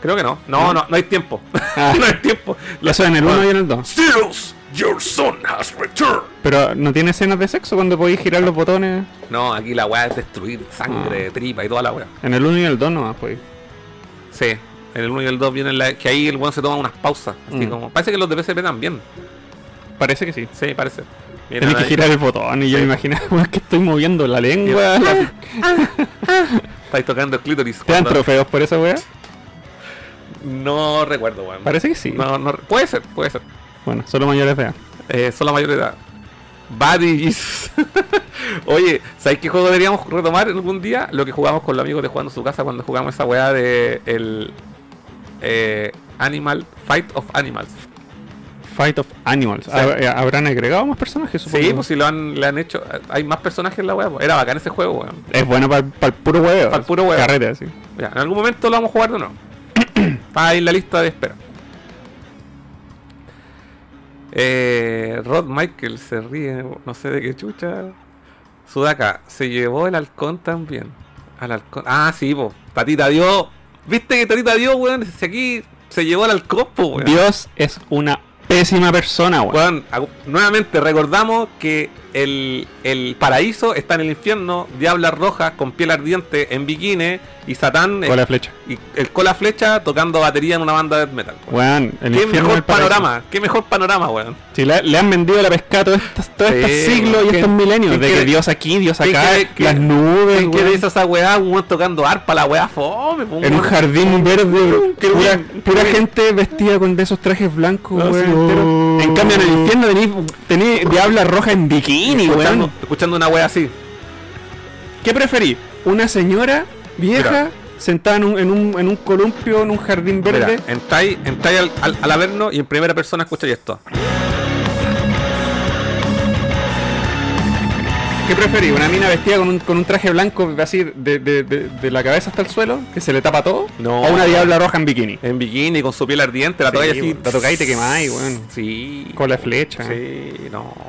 [SPEAKER 2] Creo que no. No, no, no hay tiempo.
[SPEAKER 3] Ah.
[SPEAKER 2] no hay tiempo.
[SPEAKER 3] Eso en el 1 y en el 2.
[SPEAKER 2] Zeros, your son has returned.
[SPEAKER 3] Pero no tiene escenas de sexo cuando podéis girar los botones.
[SPEAKER 2] No, aquí la weá es destruir
[SPEAKER 3] Mm.
[SPEAKER 2] sangre, tripa y toda la weá.
[SPEAKER 3] En el 1 y el 2 nomás pues. podéis.
[SPEAKER 2] Sí, en el 1 y el 2 vienen la. Que ahí el weón se toma unas pausas. Así
[SPEAKER 3] Mm.
[SPEAKER 2] como. Parece que los de PSP también.
[SPEAKER 3] Parece que sí.
[SPEAKER 2] Sí, parece. Mira,
[SPEAKER 3] Tenéis que
[SPEAKER 2] ahí-
[SPEAKER 3] girar el botón y yo
[SPEAKER 2] Sí.
[SPEAKER 3] me imagino weón, que estoy moviendo la lengua.
[SPEAKER 2] Mira. Estáis tocando el clítoris.
[SPEAKER 3] ¿Te dan
[SPEAKER 2] cuando-
[SPEAKER 3] trofeos por esa weá?
[SPEAKER 2] No recuerdo, weón.
[SPEAKER 3] Parece que sí.
[SPEAKER 2] No, no, puede ser, puede ser.
[SPEAKER 3] Bueno, solo mayores de edad.
[SPEAKER 2] Eh, son la mayor edad. Badis. Oye, ¿sabes qué juego deberíamos retomar algún día? Lo que jugamos con los amigos de jugando en su casa cuando jugamos esa weá de el eh, Animal Fight of Animals.
[SPEAKER 3] Fight of Animals. Hab- eh, ¿Habrán agregado más personajes?
[SPEAKER 2] Sí, pues si lo han, le han hecho. Hay más personajes en la weá. po. Era bacán ese juego, weón.
[SPEAKER 3] Es bueno para el puro huevo.
[SPEAKER 2] Pa'l puro huevo.
[SPEAKER 3] Carrete, así.
[SPEAKER 2] Ya, en algún momento lo vamos a jugar de nuevo. Está ahí en la lista de espera. Eh, Rod Michael se ríe, no sé de qué chucha. Sudaka, se llevó el halcón también. Al halcón. Ah, sí, po. Tatita dio. ¿Viste que Tatita dio, weón? Si aquí se llevó el halcón, po, weón.
[SPEAKER 3] Dios es una pésima persona, weón.
[SPEAKER 2] Weón, agu- nuevamente recordamos que el, el paraíso está en el infierno, diablas rojas con piel ardiente en bikini y Satán
[SPEAKER 3] Con la
[SPEAKER 2] eh,
[SPEAKER 3] flecha.
[SPEAKER 2] y el cola flecha tocando batería en una banda de metal. weón.
[SPEAKER 3] Weón, el
[SPEAKER 2] Qué
[SPEAKER 3] infierno es
[SPEAKER 2] mejor
[SPEAKER 3] el paraíso.
[SPEAKER 2] panorama, qué mejor panorama, weón.
[SPEAKER 3] Si le, le han vendido la pesca todo estos todo
[SPEAKER 2] Sí,
[SPEAKER 3] estos siglos y
[SPEAKER 2] ¿quién-
[SPEAKER 3] estos milenios.
[SPEAKER 2] quién
[SPEAKER 3] De que
[SPEAKER 2] quiere-
[SPEAKER 3] Dios aquí, Dios
[SPEAKER 2] quién
[SPEAKER 3] acá,
[SPEAKER 2] quiere-
[SPEAKER 3] las
[SPEAKER 2] quién-
[SPEAKER 3] nubes.
[SPEAKER 2] ¿Quién quiere
[SPEAKER 3] weón.
[SPEAKER 2] esa weá? Un weón tocando arpa, la weá fome, po,
[SPEAKER 3] En un
[SPEAKER 2] weón.
[SPEAKER 3] jardín verde,
[SPEAKER 2] Qué
[SPEAKER 3] pura,
[SPEAKER 2] bien,
[SPEAKER 3] pura
[SPEAKER 2] qué bien.
[SPEAKER 3] gente vestida con de esos trajes blancos,
[SPEAKER 2] Ah,
[SPEAKER 3] weón,
[SPEAKER 2] sí.
[SPEAKER 3] entero. En cambio, en el infierno tenéis tenéis diablas rojas en bikini,
[SPEAKER 2] escuchando,
[SPEAKER 3] weón.
[SPEAKER 2] escuchando una weá así.
[SPEAKER 3] ¿Qué preferís? ¿Una señora vieja sentada en un, en, un, en un columpio en un jardín
[SPEAKER 2] Mira,
[SPEAKER 3] verde?
[SPEAKER 2] entráis entráis al, al, al Averno y en primera persona escucháis esto.
[SPEAKER 3] ¿Qué preferís? ¿Una mina vestida con un, con un traje blanco así de, de- de- de la cabeza hasta el suelo, que se le tapa todo?
[SPEAKER 2] No.
[SPEAKER 3] ¿O una diabla roja en bikini?
[SPEAKER 2] En bikini, con su piel ardiente, la
[SPEAKER 3] Sí,
[SPEAKER 2] tocáis así.
[SPEAKER 3] weón, la tocáis y te quemáis, weón.
[SPEAKER 2] Sí.
[SPEAKER 3] Con la flecha.
[SPEAKER 2] Sí, no. no.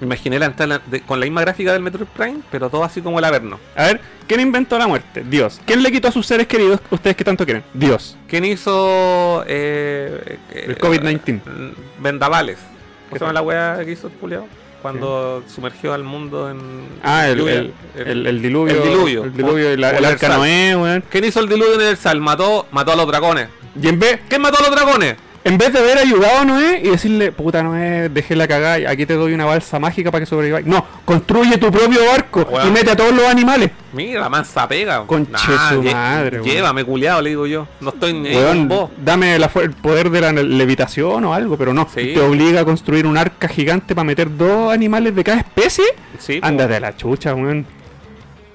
[SPEAKER 2] Me imaginé la entrada de- con la misma gráfica del Metroid Prime, pero todo así como el Averno.
[SPEAKER 3] A ver, ¿quién inventó la muerte? Dios. ¿Quién le quitó a sus seres queridos ustedes que tanto quieren? Dios.
[SPEAKER 2] ¿Quién hizo. eh, eh,
[SPEAKER 3] El COVID-19.
[SPEAKER 2] eh, Vendavales. ¿Cómo
[SPEAKER 3] ¿Qué
[SPEAKER 2] se llama
[SPEAKER 3] tal?
[SPEAKER 2] la weá que hizo el culiao? Cuando sumergió al mundo en.
[SPEAKER 3] Ah, el,
[SPEAKER 2] lluvia,
[SPEAKER 3] el, el- el diluvio.
[SPEAKER 2] El diluvio.
[SPEAKER 3] El diluvio y la- el arca
[SPEAKER 2] Universal.
[SPEAKER 3] Noé, weón.
[SPEAKER 2] ¿Quién hizo el diluvio universal? Mató, mató a los dragones.
[SPEAKER 3] Y en vez,
[SPEAKER 2] ¿Quién mató a los dragones?
[SPEAKER 3] en vez de haber ayudado a Noé y decirle, puta Noé, dejé la cagada, y aquí te doy una balsa mágica para que sobrevivas. No, construye tu propio barco
[SPEAKER 2] Weón.
[SPEAKER 3] y mete a todos los animales.
[SPEAKER 2] Mira, la mansa pega.
[SPEAKER 3] Conche su
[SPEAKER 2] lle-
[SPEAKER 3] madre, weón.
[SPEAKER 2] Llévame, culiado, le digo yo. No estoy ni ahí
[SPEAKER 3] Weón,
[SPEAKER 2] con vos.
[SPEAKER 3] dame la fu- el poder de la ne- levitación o algo, pero no.
[SPEAKER 2] Sí.
[SPEAKER 3] Te obliga a construir un arca gigante para meter dos animales de cada especie.
[SPEAKER 2] Sí, po.
[SPEAKER 3] Ándate a la chucha, weón.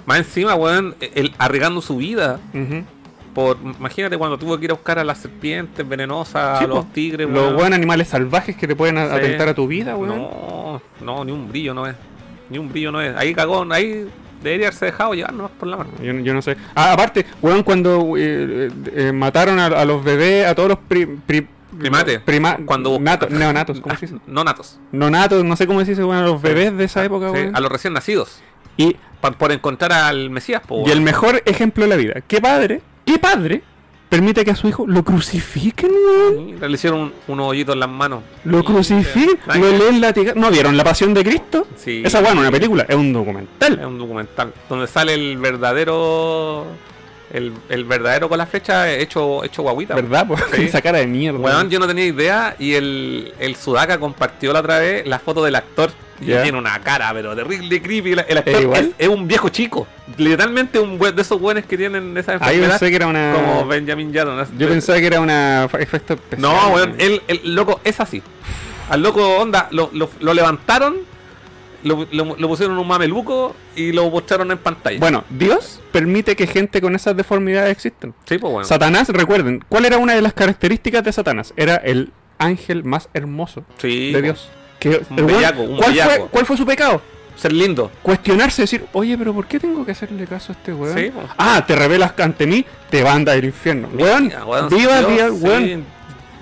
[SPEAKER 2] Más encima, weón, el, arriesgando su vida.
[SPEAKER 3] Ujú.
[SPEAKER 2] Por, imagínate cuando tuvo que ir a buscar a las serpientes venenosas,
[SPEAKER 3] Sí,
[SPEAKER 2] a los
[SPEAKER 3] po.
[SPEAKER 2] tigres,
[SPEAKER 3] Los buenos animales salvajes que te pueden a-
[SPEAKER 2] Sí.
[SPEAKER 3] atentar a tu vida, weón.
[SPEAKER 2] No, no, ni un brillo no es. Ni un brillo no es. Ahí cagón, ahí debería haberse dejado llevar nomás por la mano.
[SPEAKER 3] Yo, yo no sé. Ah, aparte, weón, cuando eh, eh, eh, mataron a, a los bebés, a todos los pri- pri-
[SPEAKER 2] Primates.
[SPEAKER 3] prima-
[SPEAKER 2] Cuando-
[SPEAKER 3] nato- neonatos, ¿cómo se dice?
[SPEAKER 2] No natos.
[SPEAKER 3] Nonatos, no sé cómo se dice, weón, a los bebés de esa época,
[SPEAKER 2] Sí,
[SPEAKER 3] weón.
[SPEAKER 2] a los recién nacidos.
[SPEAKER 3] Y,
[SPEAKER 2] Pa- por encontrar al Mesías, po,
[SPEAKER 3] y el
[SPEAKER 2] weón.
[SPEAKER 3] mejor ejemplo de la vida. ¿Qué padre? ¿Qué padre? Permite que a su hijo lo crucifiquen, weón.
[SPEAKER 2] Sí, Le hicieron un, un hoyito en las manos.
[SPEAKER 3] Lo
[SPEAKER 2] Sí,
[SPEAKER 3] crucifiquen,
[SPEAKER 2] sí.
[SPEAKER 3] lo leen latigar. ¿No vieron La Pasión de Cristo?
[SPEAKER 2] Sí.
[SPEAKER 3] Esa weón no es una película, es un
[SPEAKER 2] Es
[SPEAKER 3] documental.
[SPEAKER 2] un documental donde sale el verdadero. El, el verdadero con la flecha hecho, hecho guaguita.
[SPEAKER 3] ¿Verdad? po?
[SPEAKER 2] Sí.
[SPEAKER 3] Esa cara de mierda.
[SPEAKER 2] Weón, yo no tenía idea y el, el Sudaka compartió la otra vez la foto del actor. Y
[SPEAKER 3] Ya.
[SPEAKER 2] tiene una cara, pero terrible, creepy. El actor
[SPEAKER 3] ¿Es
[SPEAKER 2] es,
[SPEAKER 3] igual?
[SPEAKER 2] es un viejo chico. Literalmente un we- de esos weones que tienen esa
[SPEAKER 3] Ahí
[SPEAKER 2] enfermedad.
[SPEAKER 3] pensé que era una.
[SPEAKER 2] Como Benjamin Jaron. Es-
[SPEAKER 3] Yo
[SPEAKER 2] es-
[SPEAKER 3] pensaba que era una fa- efecto especial.
[SPEAKER 2] No, weón, eh,
[SPEAKER 3] weón.
[SPEAKER 2] el, el loco es así. Al loco, onda, lo, lo- lo levantaron, lo, lo- lo pusieron en un mameluco y lo mostraron en pantalla.
[SPEAKER 3] Bueno, Dios permite que gente con esas deformidades existan.
[SPEAKER 2] sí, pues bueno.
[SPEAKER 3] Satanás, recuerden, ¿cuál era una de las características de Satanás? Era el ángel más hermoso
[SPEAKER 2] Sí,
[SPEAKER 3] de
[SPEAKER 2] po.
[SPEAKER 3] Dios. Que-
[SPEAKER 2] Un
[SPEAKER 3] el weón-
[SPEAKER 2] bellaco, un
[SPEAKER 3] ¿cuál,
[SPEAKER 2] bellaco.
[SPEAKER 3] fue, cuál fue su pecado?
[SPEAKER 2] Ser lindo.
[SPEAKER 3] Cuestionarse, decir, oye, pero ¿por qué tengo que hacerle caso a este weón?
[SPEAKER 2] Sí, pues. po.
[SPEAKER 3] ah, te rebelas ante mí, te van a ir al infierno. Weón,
[SPEAKER 2] Ah, weón,
[SPEAKER 3] viva
[SPEAKER 2] Dios,
[SPEAKER 3] Dios,
[SPEAKER 2] sí.
[SPEAKER 3] weón.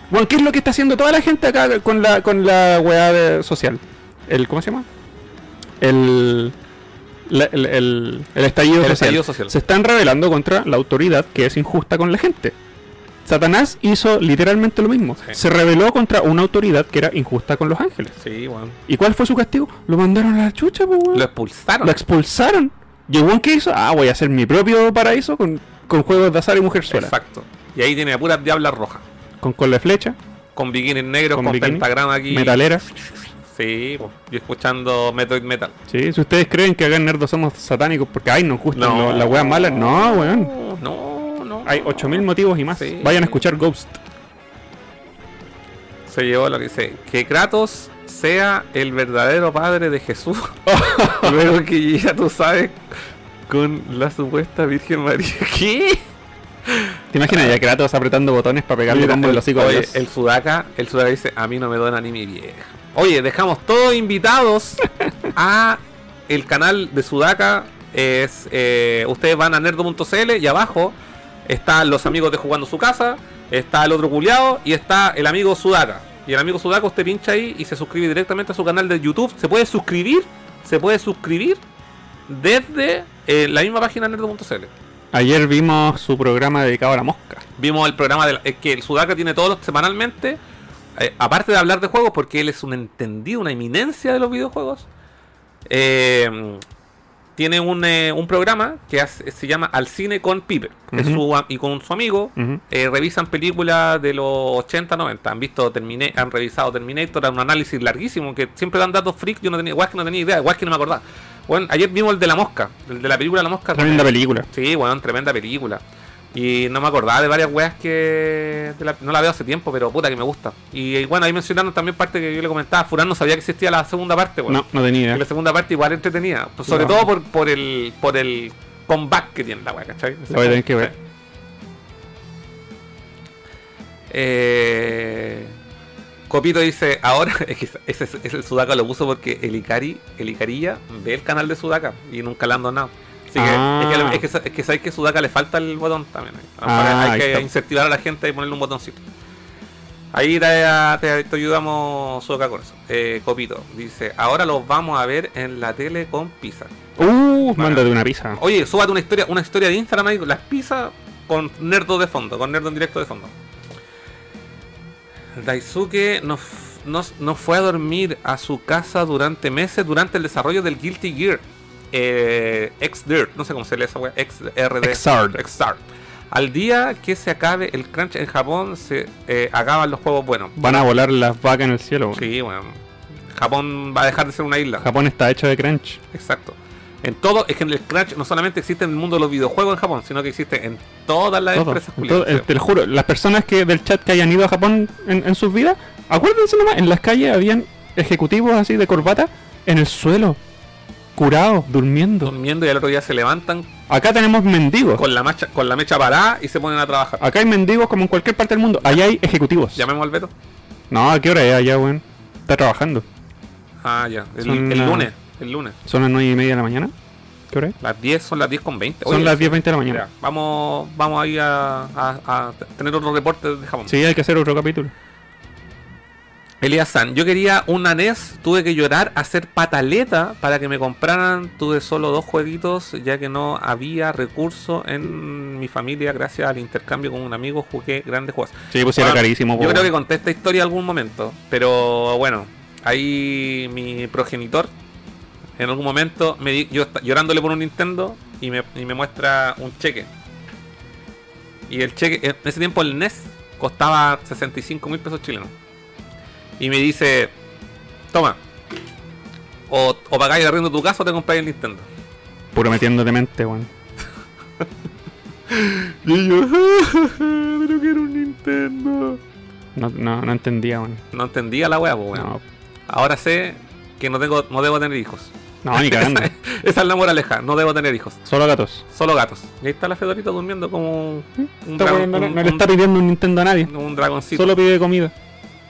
[SPEAKER 3] Weón, ¿qué es lo que está haciendo toda la gente acá con la con la weá de- social? El, ¿Cómo se llama? El, la- el, el- el estallido,
[SPEAKER 2] El
[SPEAKER 3] social.
[SPEAKER 2] estallido social.
[SPEAKER 3] Se están rebelando contra la autoridad que es injusta con la gente. Satanás hizo literalmente lo mismo.
[SPEAKER 2] Sí.
[SPEAKER 3] Se rebeló contra una autoridad que era injusta con los ángeles.
[SPEAKER 2] Sí, weón.
[SPEAKER 3] ¿Y cuál fue su castigo? Lo mandaron a la chucha, po, weón.
[SPEAKER 2] Lo
[SPEAKER 3] Lo,
[SPEAKER 2] expulsaron.
[SPEAKER 3] expulsaron. ¿Y el weón qué hizo? Ah, voy a hacer mi propio paraíso con, con juegos de azar y mujer sola.
[SPEAKER 2] Exacto. Y ahí tiene a puras diablas rojas.
[SPEAKER 3] Con cola de flecha,
[SPEAKER 2] Con bikinis negros,
[SPEAKER 3] Con
[SPEAKER 2] con,
[SPEAKER 3] bikini,
[SPEAKER 2] pentagrama aquí.
[SPEAKER 3] metaleras.
[SPEAKER 2] Sí, po. yo escuchando Metroid Metal.
[SPEAKER 3] Sí, si ustedes creen que acá en Nerdo somos satánicos porque ay nos gustan
[SPEAKER 2] No.
[SPEAKER 3] lo- las weas malas, no, weón.
[SPEAKER 2] No, no.
[SPEAKER 3] Hay 8000 motivos y más.
[SPEAKER 2] Sí.
[SPEAKER 3] Vayan a escuchar Ghost.
[SPEAKER 2] Se llevó lo que dice. Que Kratos sea el verdadero padre de Jesús. Luego que ya tú sabes con la supuesta Virgen María. ¿Qué?
[SPEAKER 3] ¿Te imaginas ya Kratos apretando botones para pegarle
[SPEAKER 2] Mira,
[SPEAKER 3] como
[SPEAKER 2] el-
[SPEAKER 3] el hocico a
[SPEAKER 2] oye,
[SPEAKER 3] Dios?
[SPEAKER 2] el sudaca, el sudaca dice, a mí no me dona ni mi vieja. Oye, dejamos todos invitados a el canal de sudaca. Es, eh, ustedes van a nerdo.cl y abajo están los amigos de Jugando Su Casa, está el otro culiado y está el amigo sudaca. Y el amigo sudaca usted pincha ahí y se suscribe directamente a su canal de YouTube. Se puede suscribir, se puede suscribir desde eh, la misma página nerdo.cl.
[SPEAKER 3] Ayer vimos su programa dedicado a la mosca.
[SPEAKER 2] Vimos el programa de la- es que el Sudaca tiene todos los semanalmente. eh, aparte de hablar de juegos, porque él es un entendido, una eminencia de los videojuegos, eh, tiene un, eh, un programa que hace- se llama Al Cine con Pipe. que es
[SPEAKER 3] Ujú.
[SPEAKER 2] su a- y con su amigo
[SPEAKER 3] Ujú.
[SPEAKER 2] eh, revisan películas de los 80, 90. Han visto Termina- han revisado Terminator, han un análisis larguísimo, que siempre dan datos freak, yo no tenía, igual que no tenía idea, igual que no me acordaba. Bueno, ayer vimos el de la mosca, el de la película La Mosca.
[SPEAKER 3] Tremenda película.
[SPEAKER 2] Sí, weón, tremenda película. Y no me acordaba de varias weas que de la- no la veo hace tiempo, pero puta que me gusta. Y, eh, bueno, ahí mencionando también parte que yo le comentaba, Furán no sabía que existía la segunda parte, weón.
[SPEAKER 3] No, no tenía
[SPEAKER 2] Y la
[SPEAKER 3] idea.
[SPEAKER 2] segunda parte igual entretenida. pues, sobre
[SPEAKER 3] No.
[SPEAKER 2] todo por, por el por el comeback que tiene la wea, ¿cachai?
[SPEAKER 3] La voy a tener que ver.
[SPEAKER 2] Eh, Copito dice, ahora, es que ese, ese- el Sudaca lo puso porque el Icari, el Icarilla ve el canal de Sudaca y nunca le han donado. Así que,
[SPEAKER 3] Ah.
[SPEAKER 2] es que lo- es que, sa- es que sabes que a Sudaca le falta el botón también. ahí. A lo mejor
[SPEAKER 3] Ah, ahí
[SPEAKER 2] hay que
[SPEAKER 3] está.
[SPEAKER 2] incentivar a la gente y ponerle un botoncito. Ahí te, te- te ayudamos, Sudaca, con eso. Eh, Copito dice, ahora los vamos a ver en la tele con pizza.
[SPEAKER 3] Uh, mándate una pizza.
[SPEAKER 2] Oye, súbate una historia, una historia de Instagram ahí, las pizzas con nerdo de fondo, con nerdo en directo de fondo. Daisuke no, f- no s- no fue a dormir a su casa durante meses durante el desarrollo del Guilty Gear. Eh, X-Dirt, no sé cómo se lee esa wea, X-RD.
[SPEAKER 3] Xrd.
[SPEAKER 2] Xrd. Al día que se acabe el crunch en Japón, se eh, acaban los juegos buenos.
[SPEAKER 3] Van a volar las vacas en el cielo. weón.
[SPEAKER 2] Sí, bueno. Japón va a dejar de ser una isla.
[SPEAKER 3] Japón está hecho de crunch.
[SPEAKER 2] Exacto. En todo, es que en el Crash no solamente existe en el mundo de los videojuegos en Japón, sino que existe en todas las
[SPEAKER 3] Todo.
[SPEAKER 2] empresas
[SPEAKER 3] Todo, eh,
[SPEAKER 2] culiadas.
[SPEAKER 3] te lo juro, las personas que del chat que hayan ido a Japón en, en sus vidas, acuérdense nomás, en las calles habían ejecutivos así de corbata en el suelo, curados, durmiendo.
[SPEAKER 2] Durmiendo y al otro día se levantan
[SPEAKER 3] Acá tenemos mendigos.
[SPEAKER 2] con la, macha, con la mecha parada y se ponen a trabajar.
[SPEAKER 3] Acá hay mendigos como en cualquier parte del mundo. Allá hay ejecutivos.
[SPEAKER 2] Llamemos al Beto.
[SPEAKER 3] No, ¿a qué hora es allá, weón? Está trabajando.
[SPEAKER 2] Ah, ya. El,
[SPEAKER 3] Son
[SPEAKER 2] el
[SPEAKER 3] una-
[SPEAKER 2] lunes. El lunes.
[SPEAKER 3] Son las 9 y media de la mañana. ¿Qué hora es?
[SPEAKER 2] Las 10 son las 10 con 20.
[SPEAKER 3] Son
[SPEAKER 2] Oye,
[SPEAKER 3] las 10.20 de
[SPEAKER 2] mira,
[SPEAKER 3] la mañana.
[SPEAKER 2] vamos, vamos ahí a, a- a tener otro reporte de Japón.
[SPEAKER 3] Sí, hay que hacer otro capítulo.
[SPEAKER 2] Elías San, yo quería una NES, tuve que llorar, hacer pataleta para que me compraran. Tuve solo dos jueguitos, ya que no había recursos en mi familia. Gracias al intercambio con un amigo, jugué grandes juegos.
[SPEAKER 3] Sí, pues sí, era
[SPEAKER 2] Bueno,
[SPEAKER 3] carísimo. po,
[SPEAKER 2] Yo creo que
[SPEAKER 3] weón.
[SPEAKER 2] conté esta historia en algún momento, pero bueno, ahí mi progenitor en algún momento me di- yo esta- llorándole por un Nintendo y me, y me muestra un cheque. Y el cheque, en ese tiempo el NES costaba 65 mil pesos chilenos. Y me dice, toma, o, o pagáis el arriendo de tu casa o te compráis el Nintendo.
[SPEAKER 3] Puro metiéndote mente, weón.
[SPEAKER 2] Y yo, pero quiero un Nintendo.
[SPEAKER 3] No, no, no entendía, weón.
[SPEAKER 2] No entendía la wea, pues weón.
[SPEAKER 3] No,
[SPEAKER 2] Ahora sé que no tengo, no debo tener hijos.
[SPEAKER 3] no, ni cagando.
[SPEAKER 2] Esa es la moraleja, no debo tener hijos,
[SPEAKER 3] Solo gatos.
[SPEAKER 2] solo gatos. Y ahí está la Fedorita durmiendo como un, un
[SPEAKER 3] Esta
[SPEAKER 2] dra-
[SPEAKER 3] weón no,
[SPEAKER 2] un-
[SPEAKER 3] no le está pidiendo un Nintendo a nadie.
[SPEAKER 2] un- un dragoncito
[SPEAKER 3] Solo pide comida.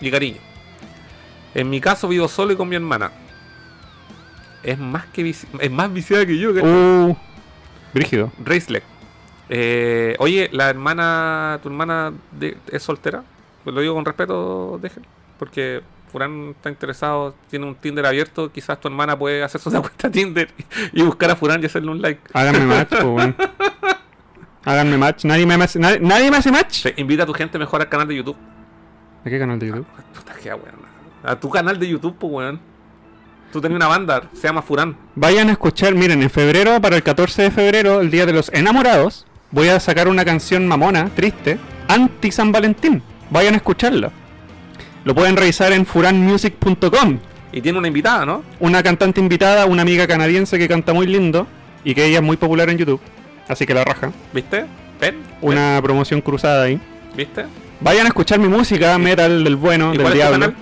[SPEAKER 2] y cariño. En mi caso vivo solo y con mi hermana. Es más que vici- es más viciada que yo, que
[SPEAKER 3] Uh, brígido.
[SPEAKER 2] Raceleg. Eh, oye, la hermana, tu hermana de- es soltera. Pues lo digo con respeto, dejen. Porque Furán está interesado, tiene un Tinder abierto. Quizás tu hermana puede hacerse una cuenta Tinder y buscar a Furán y hacerle un like.
[SPEAKER 3] Háganme match, po, weón. Háganme match. Nadie me hace, nadie, nadie me hace match.
[SPEAKER 2] Sí, invita a tu gente mejor al canal de YouTube.
[SPEAKER 3] ¿A qué canal de YouTube?
[SPEAKER 2] Puta que weón. A tu canal de YouTube, pues, weón. Tú tenías una banda, se llama Furán.
[SPEAKER 3] Vayan a escuchar, miren, en febrero, para el 14 de febrero, el Día de los Enamorados, voy a sacar una canción mamona, triste, anti San Valentín. Vayan a escucharla. Lo pueden revisar en furanmusic.com.
[SPEAKER 2] Y tiene una invitada, ¿no?
[SPEAKER 3] Una cantante invitada, una amiga canadiense que canta muy lindo y que ella es muy popular en YouTube. Así que la raja.
[SPEAKER 2] ¿Viste? ¿Ven?
[SPEAKER 3] Una promoción cruzada ahí.
[SPEAKER 2] ¿Ven? ¿Viste?
[SPEAKER 3] Vayan a escuchar mi música, metal del bueno,
[SPEAKER 2] ¿Y
[SPEAKER 3] del
[SPEAKER 2] cuál es tu
[SPEAKER 3] diablo.
[SPEAKER 2] canal?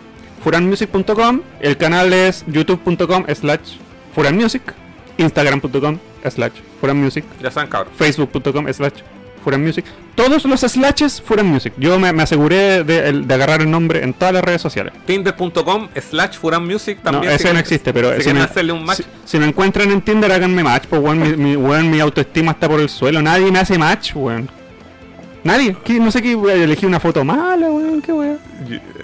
[SPEAKER 3] Furanmusic.com, el canal es youtube.com slash furanmusic, instagram.com slash furanmusic,
[SPEAKER 2] Ya saben, cabrón.
[SPEAKER 3] facebook.com slash furanmusic. Todos los slashes furanmusic. Yo me, me aseguré de, el- de agarrar el nombre en todas las redes sociales.
[SPEAKER 2] Tinder.com slash Furán Music
[SPEAKER 3] No,
[SPEAKER 2] también. si
[SPEAKER 3] ese no
[SPEAKER 2] quieren-
[SPEAKER 3] existe, pero
[SPEAKER 2] Si
[SPEAKER 3] si
[SPEAKER 2] quieren
[SPEAKER 3] me,
[SPEAKER 2] hacerle un match.
[SPEAKER 3] si- si me encuentran en Tinder, háganme match, pues weón, mi, mi- weón, mi autoestima está por el suelo, nadie me hace match, weón. Nadie, ¿Qué- no sé qué, weón, elegí una foto mala, weón, qué weón.
[SPEAKER 2] Eh,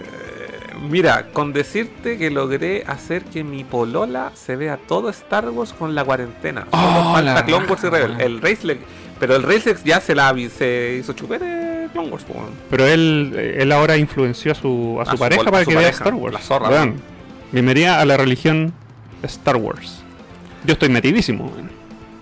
[SPEAKER 2] Mira, con decirte que logré hacer que mi polola se vea todo Star Wars con la cuarentena. Solo
[SPEAKER 3] Oh,
[SPEAKER 2] falta
[SPEAKER 3] la
[SPEAKER 2] Clone Wars y
[SPEAKER 3] raja,
[SPEAKER 2] Rebel.
[SPEAKER 3] weón.
[SPEAKER 2] El Raceleg. Pero el Raceleg ya se la vi- se hizo chupete Clone Wars, po, weón.
[SPEAKER 3] Pero él, él ahora influenció a su, a su
[SPEAKER 2] su
[SPEAKER 3] pareja
[SPEAKER 2] pol- a
[SPEAKER 3] para
[SPEAKER 2] su
[SPEAKER 3] que vea
[SPEAKER 2] pareja,
[SPEAKER 3] Star Wars.
[SPEAKER 2] la zorra,
[SPEAKER 3] Weón,
[SPEAKER 2] weón.
[SPEAKER 3] Bienvenida a la religión Star Wars. Yo estoy metidísimo. weón.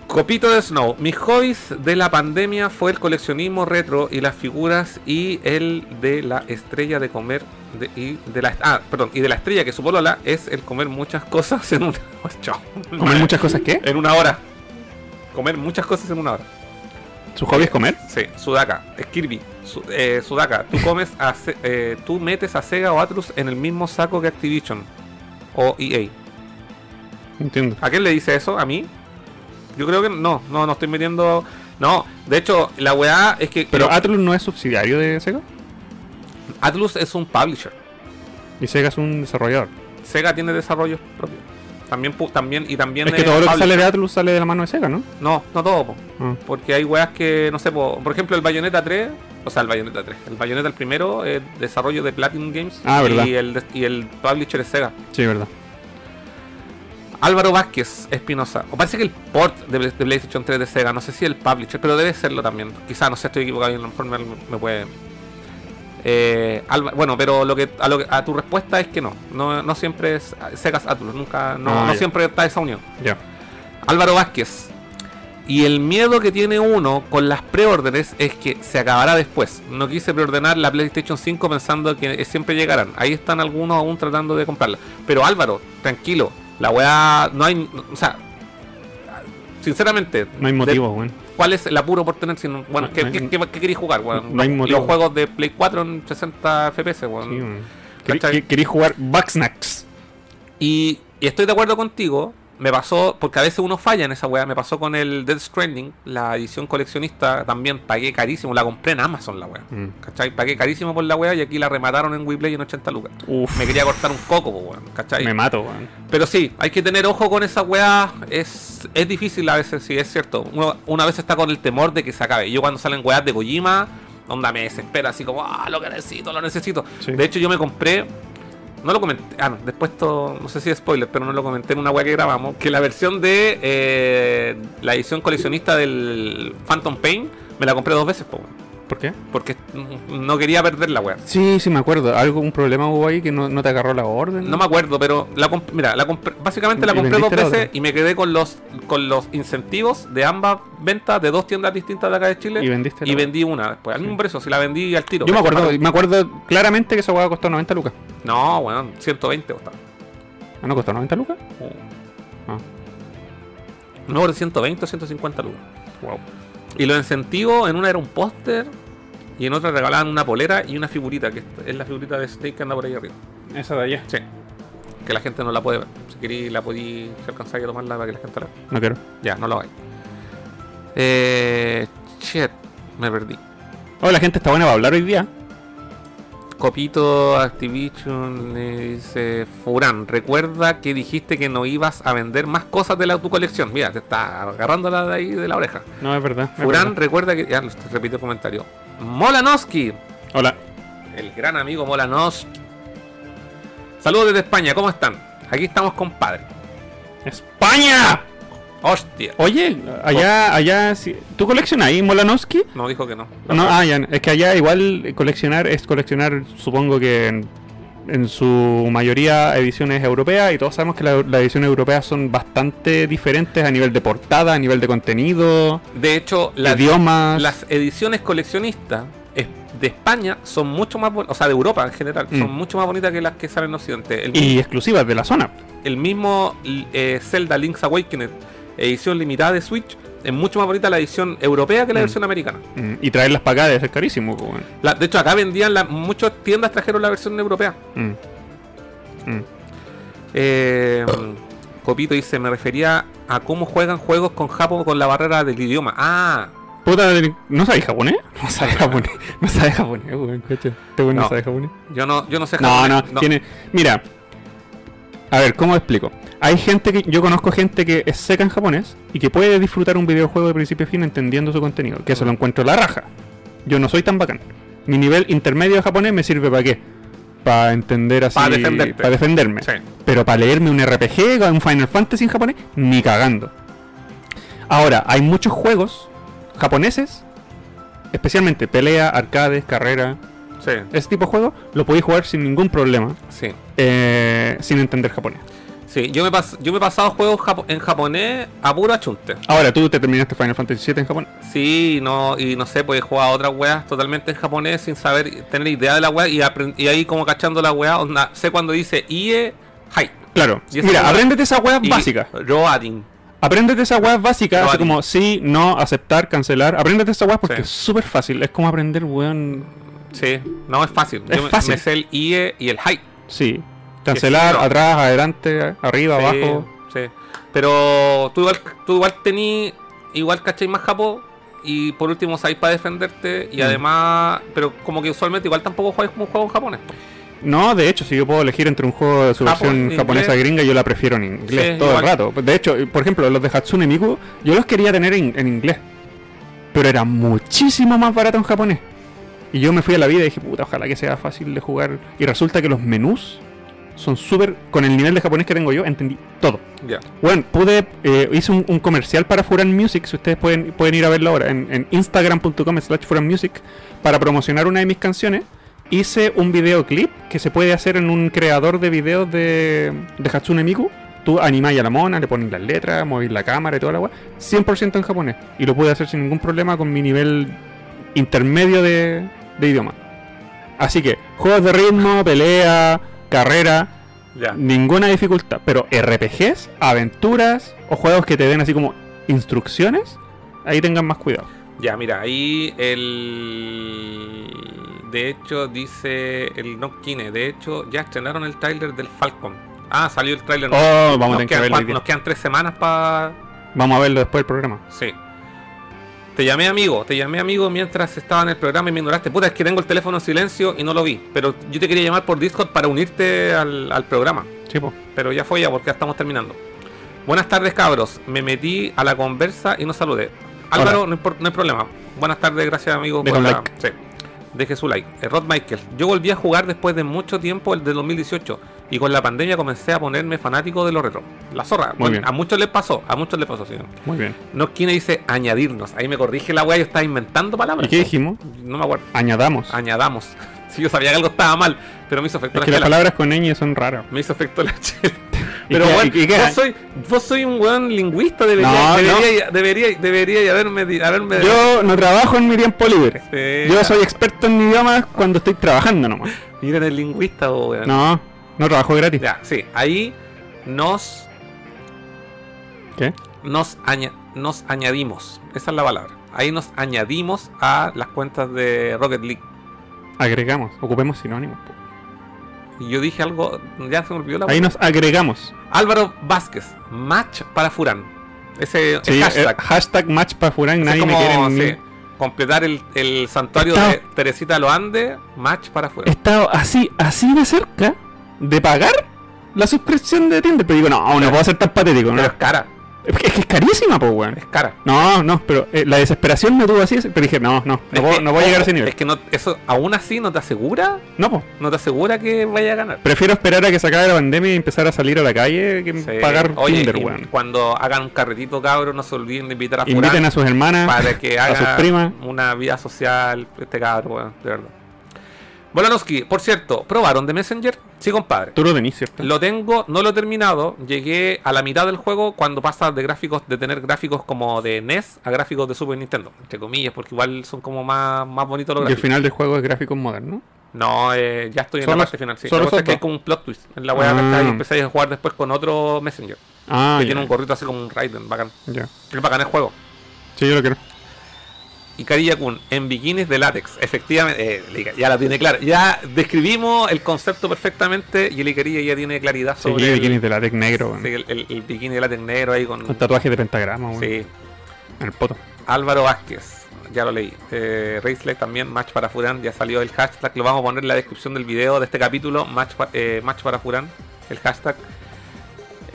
[SPEAKER 2] Copito de Snow. Mis hobbies de la pandemia fue el coleccionismo retro y las figuras y el de la estrella de comer de- y de la ah, perdón, y de la estrella que su polola es el comer muchas cosas en una Chao.
[SPEAKER 3] ¿Comer muchas cosas qué?
[SPEAKER 2] en una hora. Comer muchas cosas en una hora.
[SPEAKER 3] ¿Su hobby es comer?
[SPEAKER 2] Sí, Sudaka, es Kirby, Su- eh, Sudaka, tú comes a Se- eh, tú metes a Sega o Atlus en el mismo saco que Activision o E EA.
[SPEAKER 3] Entiendo.
[SPEAKER 2] ¿A quién le dice eso? ¿A mí? Yo creo que no, no, no estoy metiendo. No, de hecho, la weá es que.
[SPEAKER 3] Pero
[SPEAKER 2] no,
[SPEAKER 3] Atlus no es subsidiario de Sega
[SPEAKER 2] Atlus es un publisher.
[SPEAKER 3] y Sega es un desarrollador.
[SPEAKER 2] Sega tiene desarrollos propios. También, pu- también, y también.
[SPEAKER 3] Es que
[SPEAKER 2] es
[SPEAKER 3] todo lo que
[SPEAKER 2] publisher.
[SPEAKER 3] sale de Atlus sale de la mano de Sega, ¿no?
[SPEAKER 2] No, no todo, po.
[SPEAKER 3] Ah.
[SPEAKER 2] porque hay weas que, no sé, po, por ejemplo, el Bayonetta 3, o sea, el Bayonetta 3, el Bayonetta el primero, es desarrollo de Platinum Games
[SPEAKER 3] Ah, verdad.
[SPEAKER 2] y, el, des- y el publisher es Sega.
[SPEAKER 3] Sí, verdad.
[SPEAKER 2] Álvaro Vázquez Espinosa. O parece que el port de, Play- de PlayStation 3 de Sega, no sé si el publisher, pero debe serlo también. Quizá, no sé, estoy equivocado y a lo mejor me, me puede. Eh, Alba- bueno, pero lo que, a, lo que- a tu respuesta es que no. No, no siempre es Sega Atlus, nunca, no,
[SPEAKER 3] Ah,
[SPEAKER 2] no
[SPEAKER 3] ya.
[SPEAKER 2] siempre está esa unión.
[SPEAKER 3] Ya.
[SPEAKER 2] Álvaro Vázquez. Y el miedo que tiene uno con las preórdenes es que se acabará después. No quise preordenar la PlayStation 5 pensando que siempre llegarán. Ahí están algunos aún tratando de comprarla. Pero Álvaro, tranquilo. La weá no hay... O sea, sinceramente...
[SPEAKER 3] No hay
[SPEAKER 2] de-
[SPEAKER 3] motivo, weón.
[SPEAKER 2] ¿Cuál es el apuro por tener? si no- bueno,
[SPEAKER 3] No,
[SPEAKER 2] ¿qué,
[SPEAKER 3] no hay-
[SPEAKER 2] qué- qué- qué queréis jugar? weón?
[SPEAKER 3] no hay motivo.
[SPEAKER 2] Los juegos de Play 4 en 60 FPS, weón.
[SPEAKER 3] Sí, weón. Querí-
[SPEAKER 2] ¿Cachai?
[SPEAKER 3] que- Querí jugar Bugsnax.
[SPEAKER 2] Y, y estoy de acuerdo contigo. Me pasó, porque a veces uno falla en esa weá. Me pasó con el Dead Stranding, la edición coleccionista. También pagué carísimo. La compré en Amazon, la weá.
[SPEAKER 3] Mm.
[SPEAKER 2] ¿Cachai? Pagué carísimo por la weá y aquí la remataron en Weplay en 80 lucas.
[SPEAKER 3] Uf,
[SPEAKER 2] Me quería cortar un coco, po, weón. ¿Cachai?
[SPEAKER 3] me mato, weón.
[SPEAKER 2] Pero sí, hay que tener ojo con esa weá. Es, es difícil a veces, sí, es cierto. Uno, una vez está con el temor de que se acabe. Yo cuando salen weas de Kojima, onda me desespera, así como, ah, lo que necesito, lo necesito.
[SPEAKER 3] Sí.
[SPEAKER 2] De hecho, yo me compré. No lo comenté. Ah, no, después esto. No sé si es spoiler, pero no lo comenté en una weá que grabamos. Que la versión de eh, la edición coleccionista del Phantom Pain me la compré dos veces, po, weón,
[SPEAKER 3] ¿Por qué?
[SPEAKER 2] porque mm, no quería perder la weá.
[SPEAKER 3] Sí, sí, me acuerdo. Algo, un problema hubo ahí que no, no te agarró la orden.
[SPEAKER 2] No me acuerdo, pero la comp- mira, la compré- básicamente la
[SPEAKER 3] ¿Y
[SPEAKER 2] compré dos
[SPEAKER 3] vendiste la
[SPEAKER 2] veces
[SPEAKER 3] otra?
[SPEAKER 2] y me quedé con los con los incentivos de ambas ventas de dos tiendas distintas de acá de Chile
[SPEAKER 3] Y vendiste la
[SPEAKER 2] y
[SPEAKER 3] otra.
[SPEAKER 2] vendí una después. Al mismo precio, si la vendí al tiro.
[SPEAKER 3] Yo me acuerdo,
[SPEAKER 2] Para-
[SPEAKER 3] me acuerdo claramente que esa hueá costó 90 lucas.
[SPEAKER 2] No, bueno, 120 costaba.
[SPEAKER 3] Ah, no costó 90 lucas. Ah.
[SPEAKER 2] No, por 120 o 150 lucas.
[SPEAKER 3] Wow.
[SPEAKER 2] Y los incentivos en una era un póster y en otra regalaban una polera y una figurita, que es la figurita de Snake que anda por ahí arriba.
[SPEAKER 3] Esa de allá.
[SPEAKER 2] Sí. Que la gente no la puede ver. Si queréis la podí, si alcanzáis a tomarla para que la gente la vea.
[SPEAKER 3] No quiero.
[SPEAKER 2] Ya, no lo hay. Eh. Shit, me perdí.
[SPEAKER 3] Oh, la gente está buena para hablar hoy día.
[SPEAKER 2] Copito Activision le dice Furán, recuerda que dijiste que no ibas a vender más cosas de la tu colección. Mira, te está agarrando la de ahí de la oreja.
[SPEAKER 3] No, es verdad. es
[SPEAKER 2] Furán,
[SPEAKER 3] verdad.
[SPEAKER 2] recuerda que. Ya, lo- te repito el comentario. Molanoski,
[SPEAKER 3] Hola.
[SPEAKER 2] el gran amigo Molanoski. Saludos desde España, ¿cómo están? Aquí estamos, compadre.
[SPEAKER 3] ¡España!
[SPEAKER 2] Hostia.
[SPEAKER 3] Oye, allá, allá. sí- ¿Tú coleccionas ahí Molanowski?
[SPEAKER 2] No dijo que no.
[SPEAKER 3] No, ah, ya. no. Es que allá igual eh, coleccionar es coleccionar, supongo que en, en su mayoría ediciones europeas y todos sabemos que la- las ediciones europeas son bastante diferentes a nivel de portada, a nivel de contenido,
[SPEAKER 2] De hecho, la,
[SPEAKER 3] idiomas.
[SPEAKER 2] Las ediciones coleccionistas es- de España son mucho más bonitas, o sea, de Europa en general,
[SPEAKER 3] Mm.
[SPEAKER 2] son mucho más bonitas que las que salen en Occidente. El,
[SPEAKER 3] Y exclusivas de la zona.
[SPEAKER 2] el mismo eh, Zelda Link's Awakening, edición limitada de Switch, es mucho más bonita la edición europea que la
[SPEAKER 3] Mm.
[SPEAKER 2] versión americana.
[SPEAKER 3] Mm, Y traerlas para acá debe ser carísimo. pues, bueno.
[SPEAKER 2] La- de hecho, acá vendían, la- muchas tiendas trajeron la versión europea.
[SPEAKER 3] Mm. Mm.
[SPEAKER 2] Eh, Copito dice, me refería a cómo juegan juegos con Japón con la barrera del idioma. Ah,
[SPEAKER 3] Puta, ¿no sabes japonés? No sabes japonés. No sabes japonés, weón, coche. Este weón no
[SPEAKER 2] No.
[SPEAKER 3] sabe japonés.
[SPEAKER 2] yo no, yo no sé
[SPEAKER 3] No, no,
[SPEAKER 2] japonés,
[SPEAKER 3] tiene. Mira, a ver, ¿cómo explico? Hay gente que. Yo conozco gente que es seca en japonés y que puede disfrutar un videojuego de principio a fin entendiendo su contenido. Que eso lo encuentro la raja. Yo no soy tan bacán. Mi nivel intermedio de japonés me sirve para qué? Para entender así.
[SPEAKER 2] Para defenderte.
[SPEAKER 3] Para defenderme.
[SPEAKER 2] Sí.
[SPEAKER 3] Pero para leerme un RPG o un Final Fantasy en japonés, ni cagando. Ahora, hay muchos juegos japoneses especialmente pelea, arcades, carrera,
[SPEAKER 2] Sí,
[SPEAKER 3] ese tipo de juegos, lo podéis jugar sin ningún problema,
[SPEAKER 2] sí.
[SPEAKER 3] eh, sin entender japonés.
[SPEAKER 2] Sí, yo me, pas- yo me he pasado juegos japo- en japonés a puro achunte.
[SPEAKER 3] Ahora, tú te terminaste Final Fantasy VII en Japón.
[SPEAKER 2] Sí, no, y no sé, pues he jugado a otras weas totalmente en japonés sin saber, tener idea de la wea y, apren- y ahí como cachando la wea, onda, sé cuando dice IE, hi.
[SPEAKER 3] Claro.
[SPEAKER 2] Y esa
[SPEAKER 3] Mira,
[SPEAKER 2] hueá-
[SPEAKER 3] apréndete esas weas
[SPEAKER 2] y
[SPEAKER 3] básicas.
[SPEAKER 2] Roading.
[SPEAKER 3] Apréndete esas weas básicas,
[SPEAKER 2] Lo
[SPEAKER 3] así
[SPEAKER 2] haría.
[SPEAKER 3] como sí, no, aceptar, cancelar. Apréndete esas weas porque
[SPEAKER 2] Sí.
[SPEAKER 3] es súper fácil. Es como aprender, weón.
[SPEAKER 2] Sí, no es fácil.
[SPEAKER 3] Es
[SPEAKER 2] me-
[SPEAKER 3] fácil.
[SPEAKER 2] Me sé el IE y el hi.
[SPEAKER 3] Sí. Cancelar,
[SPEAKER 2] no.
[SPEAKER 3] atrás, adelante, arriba,
[SPEAKER 2] Sí,
[SPEAKER 3] abajo.
[SPEAKER 2] Sí. Pero tú igual, tú igual tení, igual cachai más japo y por último sabéis para defenderte y
[SPEAKER 3] Mm.
[SPEAKER 2] además, pero como que usualmente igual tampoco jugáis como un juego en japonés.
[SPEAKER 3] No, de hecho, si yo puedo elegir entre un juego de su
[SPEAKER 2] Japón,
[SPEAKER 3] versión
[SPEAKER 2] Ah, pues, inglés.
[SPEAKER 3] japonesa gringa, yo la prefiero en inglés
[SPEAKER 2] Sí,
[SPEAKER 3] todo el
[SPEAKER 2] igual.
[SPEAKER 3] rato. De hecho, por ejemplo, los de Hatsune Miku, yo los quería tener en, en inglés. Pero era muchísimo más barato en japonés. Y yo me fui a la vida y dije, puta, ojalá que sea fácil de jugar. Y resulta que los menús son súper. Con el nivel de japonés que tengo yo, entendí todo.
[SPEAKER 2] Ya.
[SPEAKER 3] Bueno, pude. eh, hice un, un comercial para Furan Music. Si ustedes pueden, pueden ir a verlo ahora en, en instagram.com/slash Furan Music para promocionar una de mis canciones. Hice un videoclip que se puede hacer en un creador de videos de, de Hatsune Miku. Tú animáis a la mona, le pones las letras, movís la cámara y toda la weá. 100% en japonés. Y lo pude hacer sin ningún problema con mi nivel intermedio de, de idioma. Así que, juegos de ritmo, pelea, carrera,
[SPEAKER 2] Ya.
[SPEAKER 3] ninguna dificultad, pero RPGs, aventuras o juegos que te den así como instrucciones, ahí tengan más cuidado.
[SPEAKER 2] Ya, mira, ahí el. De hecho, dice el No Kine. De hecho, ya estrenaron el tráiler del Falcon. Ah, salió el tráiler.
[SPEAKER 3] Oh, vamos a
[SPEAKER 2] nos,
[SPEAKER 3] tener que
[SPEAKER 2] quedan,
[SPEAKER 3] verlo. hoy
[SPEAKER 2] cuan-
[SPEAKER 3] día.
[SPEAKER 2] nos quedan tres semanas para.
[SPEAKER 3] Vamos a verlo después del programa.
[SPEAKER 2] Sí. Te llamé amigo, te llamé amigo mientras estaba en el programa y me ignoraste. Puta, es que tengo el teléfono en silencio y no lo vi. Pero yo te quería llamar por Discord para unirte al, al programa.
[SPEAKER 3] Sí, po.
[SPEAKER 2] Pero ya fue ya porque ya estamos terminando. Buenas tardes, cabros. Me metí a la conversa y no saludé. Álvaro, no, impor- no hay problema. Buenas tardes, gracias, amigo.
[SPEAKER 3] Deja
[SPEAKER 2] por
[SPEAKER 3] un
[SPEAKER 2] la- sí. Deje su like. Eh, Rod Michael, yo volví a jugar después de mucho tiempo, el de 2018, y con la pandemia comencé a ponerme fanático de los retro. La zorra. Bueno,
[SPEAKER 3] bien.
[SPEAKER 2] A muchos les pasó, a muchos les pasó, sí.
[SPEAKER 3] Muy bien.
[SPEAKER 2] No quiere dice añadirnos. Ahí me corrige la weá, yo estaba inventando palabras.
[SPEAKER 3] ¿Y qué dijimos?
[SPEAKER 2] No me acuerdo.
[SPEAKER 3] Añadamos.
[SPEAKER 2] Añadamos. Si yo sabía que algo estaba mal, pero me hizo efecto
[SPEAKER 3] es
[SPEAKER 2] la
[SPEAKER 3] que las
[SPEAKER 2] chela.
[SPEAKER 3] palabras con ñ son raras.
[SPEAKER 2] Me hizo efecto la chela.
[SPEAKER 3] ¿Y
[SPEAKER 2] Pero
[SPEAKER 3] qué-
[SPEAKER 2] bueno,
[SPEAKER 3] y qué- y qué-
[SPEAKER 2] vos, soy, vos soy un weón lingüista, debería,
[SPEAKER 3] No,
[SPEAKER 2] debería, debería, debería haberme, di- haberme este,
[SPEAKER 3] Yo no trabajo en mi tiempo libre.
[SPEAKER 2] Sí.
[SPEAKER 3] Yo soy experto en idiomas cuando estoy trabajando nomás.
[SPEAKER 2] Mira, eres lingüista, vos, weón.
[SPEAKER 3] No, no trabajo gratis.
[SPEAKER 2] Ya, sí, ahí nos
[SPEAKER 3] ¿Qué?
[SPEAKER 2] nos, aña- nos añadimos. Esa es la palabra. Ahí nos añadimos a las cuentas de Rocket League.
[SPEAKER 3] Agregamos, ocupemos sinónimos. po.
[SPEAKER 2] Y yo dije algo, ya se me olvidó la
[SPEAKER 3] Ahí nos agregamos.
[SPEAKER 2] Álvaro Vázquez, match para Furán. Ese
[SPEAKER 3] Sí,
[SPEAKER 2] el
[SPEAKER 3] eh,
[SPEAKER 2] hashtag.
[SPEAKER 3] hashtag. match para Furán,
[SPEAKER 2] Ese
[SPEAKER 3] nadie
[SPEAKER 2] es
[SPEAKER 3] me quiere.
[SPEAKER 2] como,
[SPEAKER 3] ni-
[SPEAKER 2] sí, completar el, el santuario
[SPEAKER 3] Está-
[SPEAKER 2] de Teresita Loande, match para
[SPEAKER 3] he
[SPEAKER 2] Furán.
[SPEAKER 3] estado así, así de cerca de pagar la suscripción de Tinder. Pero digo, no, no puedo ser tan patético. ¿no?
[SPEAKER 2] Pero es cara,
[SPEAKER 3] Es que es, que es carísima, po, weón.
[SPEAKER 2] es cara.
[SPEAKER 3] No, no, pero eh, la desesperación me tuvo así. Pero dije, no, no, no,
[SPEAKER 2] Es
[SPEAKER 3] puedo,
[SPEAKER 2] que-
[SPEAKER 3] no voy a llegar a ese
[SPEAKER 2] ojo,
[SPEAKER 3] nivel.
[SPEAKER 2] Es que no, eso aún así no te asegura,
[SPEAKER 3] No, po.
[SPEAKER 2] no te asegura que vaya a ganar.
[SPEAKER 3] Prefiero esperar a que se acabe la pandemia y empezar a salir a la calle que
[SPEAKER 2] Sí.
[SPEAKER 3] pagar
[SPEAKER 2] Oye,
[SPEAKER 3] Tinder,
[SPEAKER 2] y
[SPEAKER 3] weón.
[SPEAKER 2] Cuando hagan un carretito, cabros, no se olviden de invitar a
[SPEAKER 3] Inviten
[SPEAKER 2] Furán
[SPEAKER 3] a sus hermanas,
[SPEAKER 2] para que haga
[SPEAKER 3] a sus primas.
[SPEAKER 2] una vida social este cabrón, weón, de verdad. Bolanowski, por cierto, ¿probaron de Messenger? Sí, compadre.
[SPEAKER 3] Tú lo tenís, ¿cierto?
[SPEAKER 2] Lo tengo, no lo he terminado. Llegué a la mitad del juego cuando pasa de gráficos, de tener gráficos como de NES a gráficos de Super Nintendo, entre comillas, porque igual son como más, más bonitos los
[SPEAKER 3] Y el
[SPEAKER 2] gráficos.
[SPEAKER 3] final del juego es gráfico moderno.
[SPEAKER 2] No, eh, ya estoy en
[SPEAKER 3] Solo-
[SPEAKER 2] la parte final. Sí. La
[SPEAKER 3] solo
[SPEAKER 2] cosa es que
[SPEAKER 3] esos
[SPEAKER 2] hay como un plot twist en la weá,
[SPEAKER 3] Ah.
[SPEAKER 2] ¿cachai? Y empecé a jugar después con otro Messenger,
[SPEAKER 3] Ah,
[SPEAKER 2] que
[SPEAKER 3] ya.
[SPEAKER 2] tiene un gorrito así como un Raiden, bacán.
[SPEAKER 3] ya.
[SPEAKER 2] Es bacán el juego.
[SPEAKER 3] Sí, yo lo quiero.
[SPEAKER 2] Y Karilla Kun, en bikinis de látex, efectivamente, eh, Lica, ya la tiene clara. Ya describimos el concepto perfectamente y el Icarilla ya tiene claridad
[SPEAKER 3] Sí,
[SPEAKER 2] sobre el,
[SPEAKER 3] bikinis de látex negro, weón.
[SPEAKER 2] sí, el- el- el bikini de látex negro ahí con...
[SPEAKER 3] Con tatuajes de pentagrama, weón.
[SPEAKER 2] Sí,
[SPEAKER 3] En el poto.
[SPEAKER 2] Álvaro Vázquez, ya lo leí. Eh, Racelet también, match para Furán, ya salió el hashtag, lo vamos a poner en la descripción del video de este capítulo, match, pa- eh, match para Furán, el hashtag.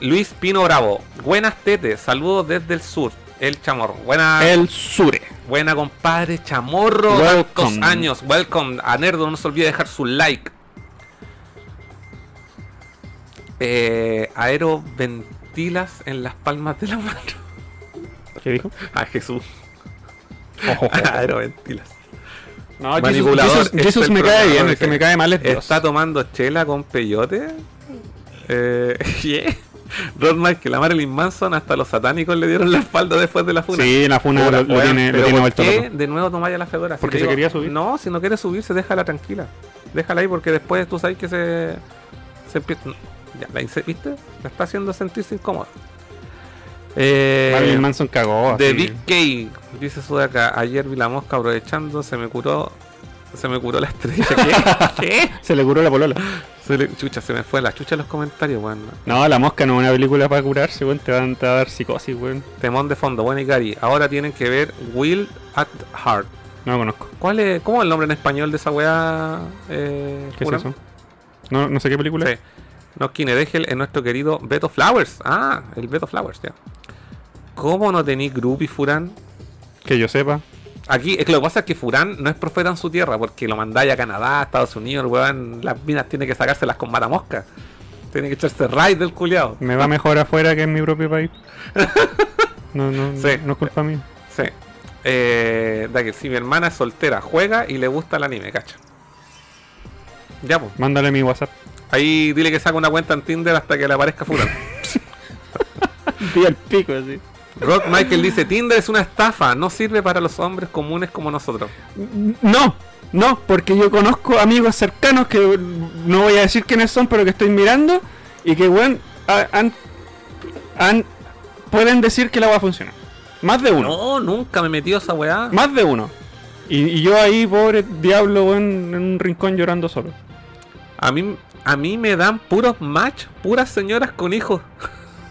[SPEAKER 2] Luis Pino Bravo, buenas tetes, saludos desde el sur, el chamorro. Buena,
[SPEAKER 3] El Sure.
[SPEAKER 2] buena compadre chamorro,
[SPEAKER 3] Welcome.
[SPEAKER 2] tantos años, welcome a Nerdo, no se olvide dejar su like. Eh, Aero ventilas en las palmas de la mano.
[SPEAKER 3] ¿Qué dijo?
[SPEAKER 2] A Jesús. Ah,
[SPEAKER 3] Ojo, ojo.
[SPEAKER 2] Aeroventilas.
[SPEAKER 3] No, Jesus-
[SPEAKER 2] Manipulador.
[SPEAKER 3] Jesus, Jesus
[SPEAKER 2] está el
[SPEAKER 3] me cae bien,
[SPEAKER 2] programador
[SPEAKER 3] el que
[SPEAKER 2] ese.
[SPEAKER 3] me cae mal es Dios.
[SPEAKER 2] Está tomando chela con peyote. Eh, yeah. Ron Michael, la Marilyn Manson, hasta los satánicos le dieron la espalda después de la funa.
[SPEAKER 3] Sí, la funa lo, lo
[SPEAKER 2] Weón,
[SPEAKER 3] tiene, lo
[SPEAKER 2] pero
[SPEAKER 3] tiene
[SPEAKER 2] ¿por
[SPEAKER 3] vuelto
[SPEAKER 2] qué
[SPEAKER 3] loco.
[SPEAKER 2] de nuevo tomáis a la Fedora? Si
[SPEAKER 3] Porque
[SPEAKER 2] te
[SPEAKER 3] se quería subir.
[SPEAKER 2] No, si no quiere subirse, déjala tranquila. Déjala ahí porque después tú sabes que se. se empie- ya, la inse- ¿Viste? La está haciendo sentirse incómoda. Eh,
[SPEAKER 3] Marilyn Manson cagó.
[SPEAKER 2] de
[SPEAKER 3] así.
[SPEAKER 2] Big K, dice Sudaka, ayer vi la mosca aprovechando, se me curó, se me curó la estrella. ¿Qué? ¿Qué?
[SPEAKER 3] Se le curó la polola.
[SPEAKER 2] Se le- chucha, se me fue la chucha en los comentarios, weón.
[SPEAKER 3] No, La Mosca no es una película para curarse, weón. Te van te va a dar psicosis, weón.
[SPEAKER 2] Temón de fondo, bueno y Gary. Ahora tienen que ver Will at Heart.
[SPEAKER 3] No la conozco.
[SPEAKER 2] ¿Cuál es, ¿Cómo es el nombre en español de esa weá? Eh,
[SPEAKER 3] ¿Qué
[SPEAKER 2] Juran?
[SPEAKER 3] es eso? No, no sé qué película.
[SPEAKER 2] Sí. No, Kine Degel es nuestro querido Beto Flowers. Ah, el Beto Flowers, ya. ¿Cómo no tení Groupie Furán?
[SPEAKER 3] Que yo sepa.
[SPEAKER 2] Aquí, es que lo que pasa es que Furán no es profeta en su tierra, porque lo mandáis a Canadá, a Estados Unidos, el weón, las minas tiene que sacárselas con matamosca. Tiene que echarse raid del culiado.
[SPEAKER 3] Me va mejor afuera que en mi propio país. No, no,
[SPEAKER 2] Sí.
[SPEAKER 3] no es culpa mía.
[SPEAKER 2] Sí. Eh, da que si mi hermana es soltera, juega y le gusta el anime, cacho. Ya, pues.
[SPEAKER 3] Mándale mi WhatsApp.
[SPEAKER 2] Ahí dile que saca una cuenta en Tinder hasta que le aparezca Furán.
[SPEAKER 3] Tío, el pico, así.
[SPEAKER 2] Rock Michael dice, Tinder es una estafa, no sirve para los hombres comunes como nosotros.
[SPEAKER 3] No, no, porque yo conozco amigos cercanos que no voy a decir quiénes son, pero que estoy mirando y que, weón, ha- han, han- pueden decir que la va a funcionar. Más de uno,
[SPEAKER 2] No, nunca me he metido a esa weá.
[SPEAKER 3] más de uno. Y, y yo ahí, pobre diablo, weón, en un rincón llorando solo.
[SPEAKER 2] A mí, a mí me dan puros match, puras señoras con hijos.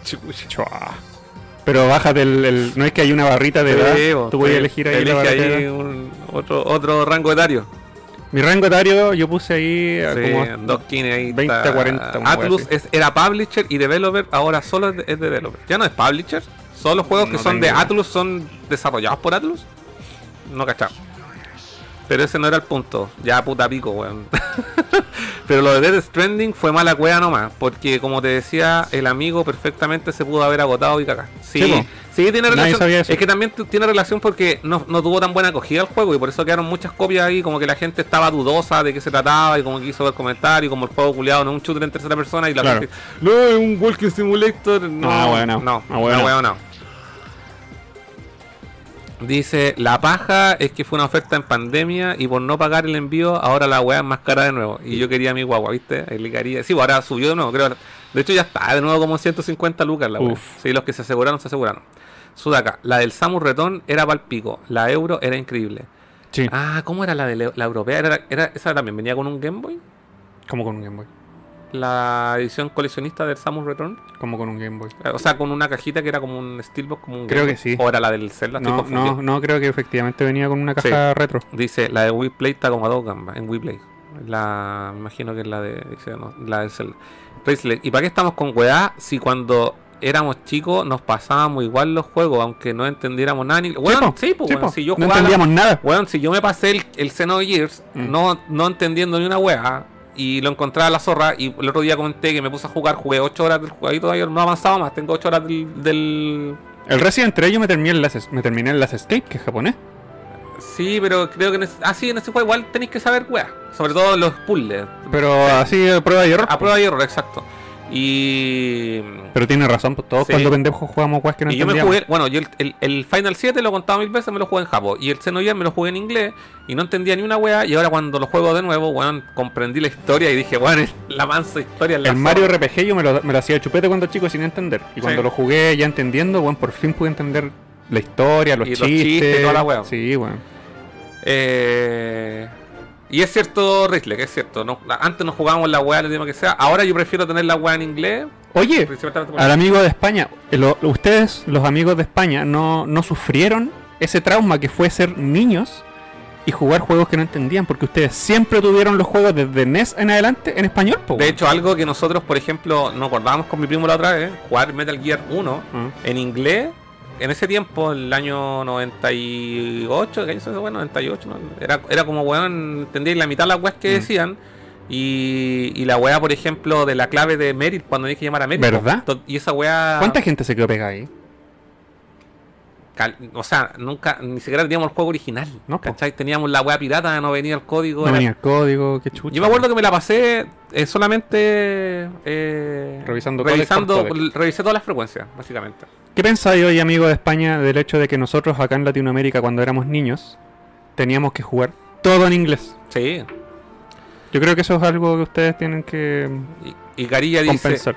[SPEAKER 2] Chucha.
[SPEAKER 3] Chua. Pero bájate el, el- No es que hay una barrita de edad.
[SPEAKER 2] Sí, vos,
[SPEAKER 3] Tú voy a
[SPEAKER 2] sí.
[SPEAKER 3] elegir ahí la
[SPEAKER 2] Elige
[SPEAKER 3] barrita de
[SPEAKER 2] ahí
[SPEAKER 3] edad.
[SPEAKER 2] un- otro, otro rango etario.
[SPEAKER 3] Mi rango etario yo puse ahí a
[SPEAKER 2] Sí,
[SPEAKER 3] como
[SPEAKER 2] dos kines ahí.
[SPEAKER 3] 20 a
[SPEAKER 2] está.
[SPEAKER 3] 40, una
[SPEAKER 2] Atlus
[SPEAKER 3] wea
[SPEAKER 2] es- era publisher y developer, ahora solo es, es developer. Ya no es publisher, solo juegos que
[SPEAKER 3] No
[SPEAKER 2] son
[SPEAKER 3] tengo
[SPEAKER 2] de
[SPEAKER 3] idea.
[SPEAKER 2] Atlus son desarrollados por Atlus. No cachamos. Pero ese no era el punto. Ya puta pico, weón. Pero lo de Dead Stranding fue mala cueva nomás. Porque como te decía, el amigo perfectamente se pudo haber agotado y cagar. Sí,
[SPEAKER 3] Sí, po.
[SPEAKER 2] sí tiene
[SPEAKER 3] Nadie
[SPEAKER 2] relación.
[SPEAKER 3] sabía eso.
[SPEAKER 2] Es que también t- tiene relación porque no, no tuvo tan buena acogida el juego y por eso quedaron muchas copias ahí, como que la gente estaba dudosa de qué se trataba y como que hizo el comentario, como el juego culiado no es un shooter en tercera persona y la
[SPEAKER 3] Claro.
[SPEAKER 2] gente, no, es un walking simulator, no,
[SPEAKER 3] Ah, bueno, no.
[SPEAKER 2] no,
[SPEAKER 3] Ah, bueno,
[SPEAKER 2] no,
[SPEAKER 3] no.
[SPEAKER 2] bueno, no. Dice, la paja es que fue una oferta en pandemia y por no pagar el envío, ahora la weá es más cara de nuevo. Y yo quería mi guagua, ¿viste? El Icaría. Sí, pues ahora subió de nuevo, creo. De hecho, ya está de nuevo como en 150 lucas la weá.
[SPEAKER 3] Uf.
[SPEAKER 2] Sí, los que se aseguraron, se aseguraron. Sudaka, la del Samus Retón era pal pico, la euro era increíble.
[SPEAKER 3] Sí,
[SPEAKER 2] Ah, ¿cómo era la de la europea? Era, era- esa también venía con un Game Boy,
[SPEAKER 3] como con un Game Boy.
[SPEAKER 2] la edición coleccionista del Samus Return.
[SPEAKER 3] Como con un Game Boy.
[SPEAKER 2] Eh, O sea, con una cajita que era como un Steelbox, como un
[SPEAKER 3] Creo
[SPEAKER 2] Game
[SPEAKER 3] que
[SPEAKER 2] Boy.
[SPEAKER 3] sí.
[SPEAKER 2] O era la del Zelda, estoy
[SPEAKER 3] No,
[SPEAKER 2] confundido.
[SPEAKER 3] no, no, creo que efectivamente venía con una caja retro.
[SPEAKER 2] Dice, la de Wii Play está como a dos gambas en Wii Play. La, me imagino que es la de dice, no, la del Zelda. Raisler, ¿y para qué estamos con weá si cuando éramos chicos nos pasábamos igual los juegos, aunque no entendiéramos nada? Ni... Weón,
[SPEAKER 3] po,
[SPEAKER 2] sí, pues,
[SPEAKER 3] sí,
[SPEAKER 2] weón,
[SPEAKER 3] po.
[SPEAKER 2] si yo
[SPEAKER 3] no
[SPEAKER 2] jugaba la-
[SPEAKER 3] entendíamos nada.
[SPEAKER 2] Weón, si yo me pasé el, el Xenogears
[SPEAKER 3] Mm.
[SPEAKER 2] no, no entendiendo ni una wea y lo encontraba la zorra y el otro día comenté que me puse a jugar, jugué 8 horas del jueguito y no avanzaba más, tengo 8 horas del... del-
[SPEAKER 3] El Resident 3 yo me terminé en las, me terminé en las Escape, que es japonés.
[SPEAKER 2] Sí, pero creo que... En ese- ah, sí, en ese juego igual tenéis que saber wea, sobre todo los puzzles.
[SPEAKER 3] Pero así, a prueba y error.
[SPEAKER 2] A prueba y error, exacto. Y...
[SPEAKER 3] Pero tiene razón, pues todos
[SPEAKER 2] Sí.
[SPEAKER 3] cuando pendejos jugamos cosas que no
[SPEAKER 2] y yo me
[SPEAKER 3] entendíamos.
[SPEAKER 2] jugué, bueno, yo el, el- el Final 7 lo he contado mil veces, me lo jugué en Japón. Y el Xenogears me lo jugué en inglés y no entendía ni una wea. Y ahora cuando lo juego de nuevo, weón, comprendí la historia y dije, weón, es la mansa historia. es la
[SPEAKER 3] el
[SPEAKER 2] zorra.
[SPEAKER 3] Mario RPG yo me lo, me lo hacía chupete cuando chico sin entender. Y cuando
[SPEAKER 2] Sí.
[SPEAKER 3] lo jugué ya entendiendo, bueno, por fin pude entender la historia, los
[SPEAKER 2] Y los
[SPEAKER 3] chistes.
[SPEAKER 2] chistes y toda la wea.
[SPEAKER 3] Sí, bueno.
[SPEAKER 2] Eh, y es cierto, Risley, que es cierto. No, antes no jugábamos la weá, el idioma que sea. Ahora yo prefiero tener la weá en inglés.
[SPEAKER 3] Oye,
[SPEAKER 2] principalmente por-
[SPEAKER 3] al amigo de España, eh, lo- ustedes, los amigos de España, no, no sufrieron ese trauma que fue ser niños y jugar juegos que no entendían, porque ustedes siempre tuvieron los juegos desde NES en adelante en español, po,
[SPEAKER 2] De
[SPEAKER 3] weón.
[SPEAKER 2] hecho, algo que nosotros, por ejemplo, nos acordábamos con mi primo la otra vez, jugar Metal Gear 1
[SPEAKER 3] Ah.
[SPEAKER 2] en inglés. En ese tiempo, el año 98, ¿qué año es eso? Bueno, 98, ¿no? era, era como, weón, entendíais la mitad de las weas que
[SPEAKER 3] Mm.
[SPEAKER 2] decían. Y, y la wea, por ejemplo, de la clave de Merit, cuando dije llamar a Merit.
[SPEAKER 3] ¿Verdad?
[SPEAKER 2] Y esa wea...
[SPEAKER 3] ¿Cuánta gente se quedó pegada ahí?
[SPEAKER 2] cal- o sea, nunca, ni siquiera teníamos el juego original.
[SPEAKER 3] No, po.
[SPEAKER 2] ¿cachai? Teníamos la weá pirata, no venía el código.
[SPEAKER 3] No
[SPEAKER 2] era-
[SPEAKER 3] venía el código, qué chucha.
[SPEAKER 2] Yo me acuerdo que me la pasé eh, solamente eh,
[SPEAKER 3] Revisando codec por
[SPEAKER 2] revisando,
[SPEAKER 3] codec.
[SPEAKER 2] revisé todas las frecuencias, básicamente.
[SPEAKER 3] ¿Qué pensáis hoy, amigo de España, del hecho de que nosotros acá en Latinoamérica, cuando éramos niños, teníamos que jugar todo en inglés?
[SPEAKER 2] Sí.
[SPEAKER 3] Yo creo que eso es algo que ustedes tienen que
[SPEAKER 2] Y, y Carilla dice,
[SPEAKER 3] compensar.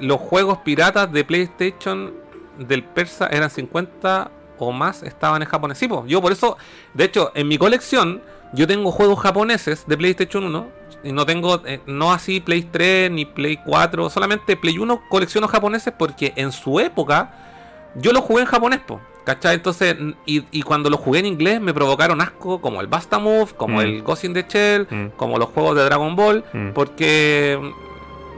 [SPEAKER 2] los juegos piratas de PlayStation del Persa eran 50 o más estaban en japonés. Sí, po, yo por eso, de hecho, en mi colección yo tengo juegos japoneses de PlayStation 1 y no tengo, eh, no así Play 3 ni Play 4, solamente Play 1 colecciono japoneses porque en su época yo lo jugué en japonés, po, ¿cachai? Entonces, n- y, y cuando lo jugué en inglés me provocaron asco, como el Basta Move, como
[SPEAKER 3] Mm.
[SPEAKER 2] el Ghost in the Shell,
[SPEAKER 3] Mm.
[SPEAKER 2] como los juegos de Dragon Ball,
[SPEAKER 3] Mm.
[SPEAKER 2] porque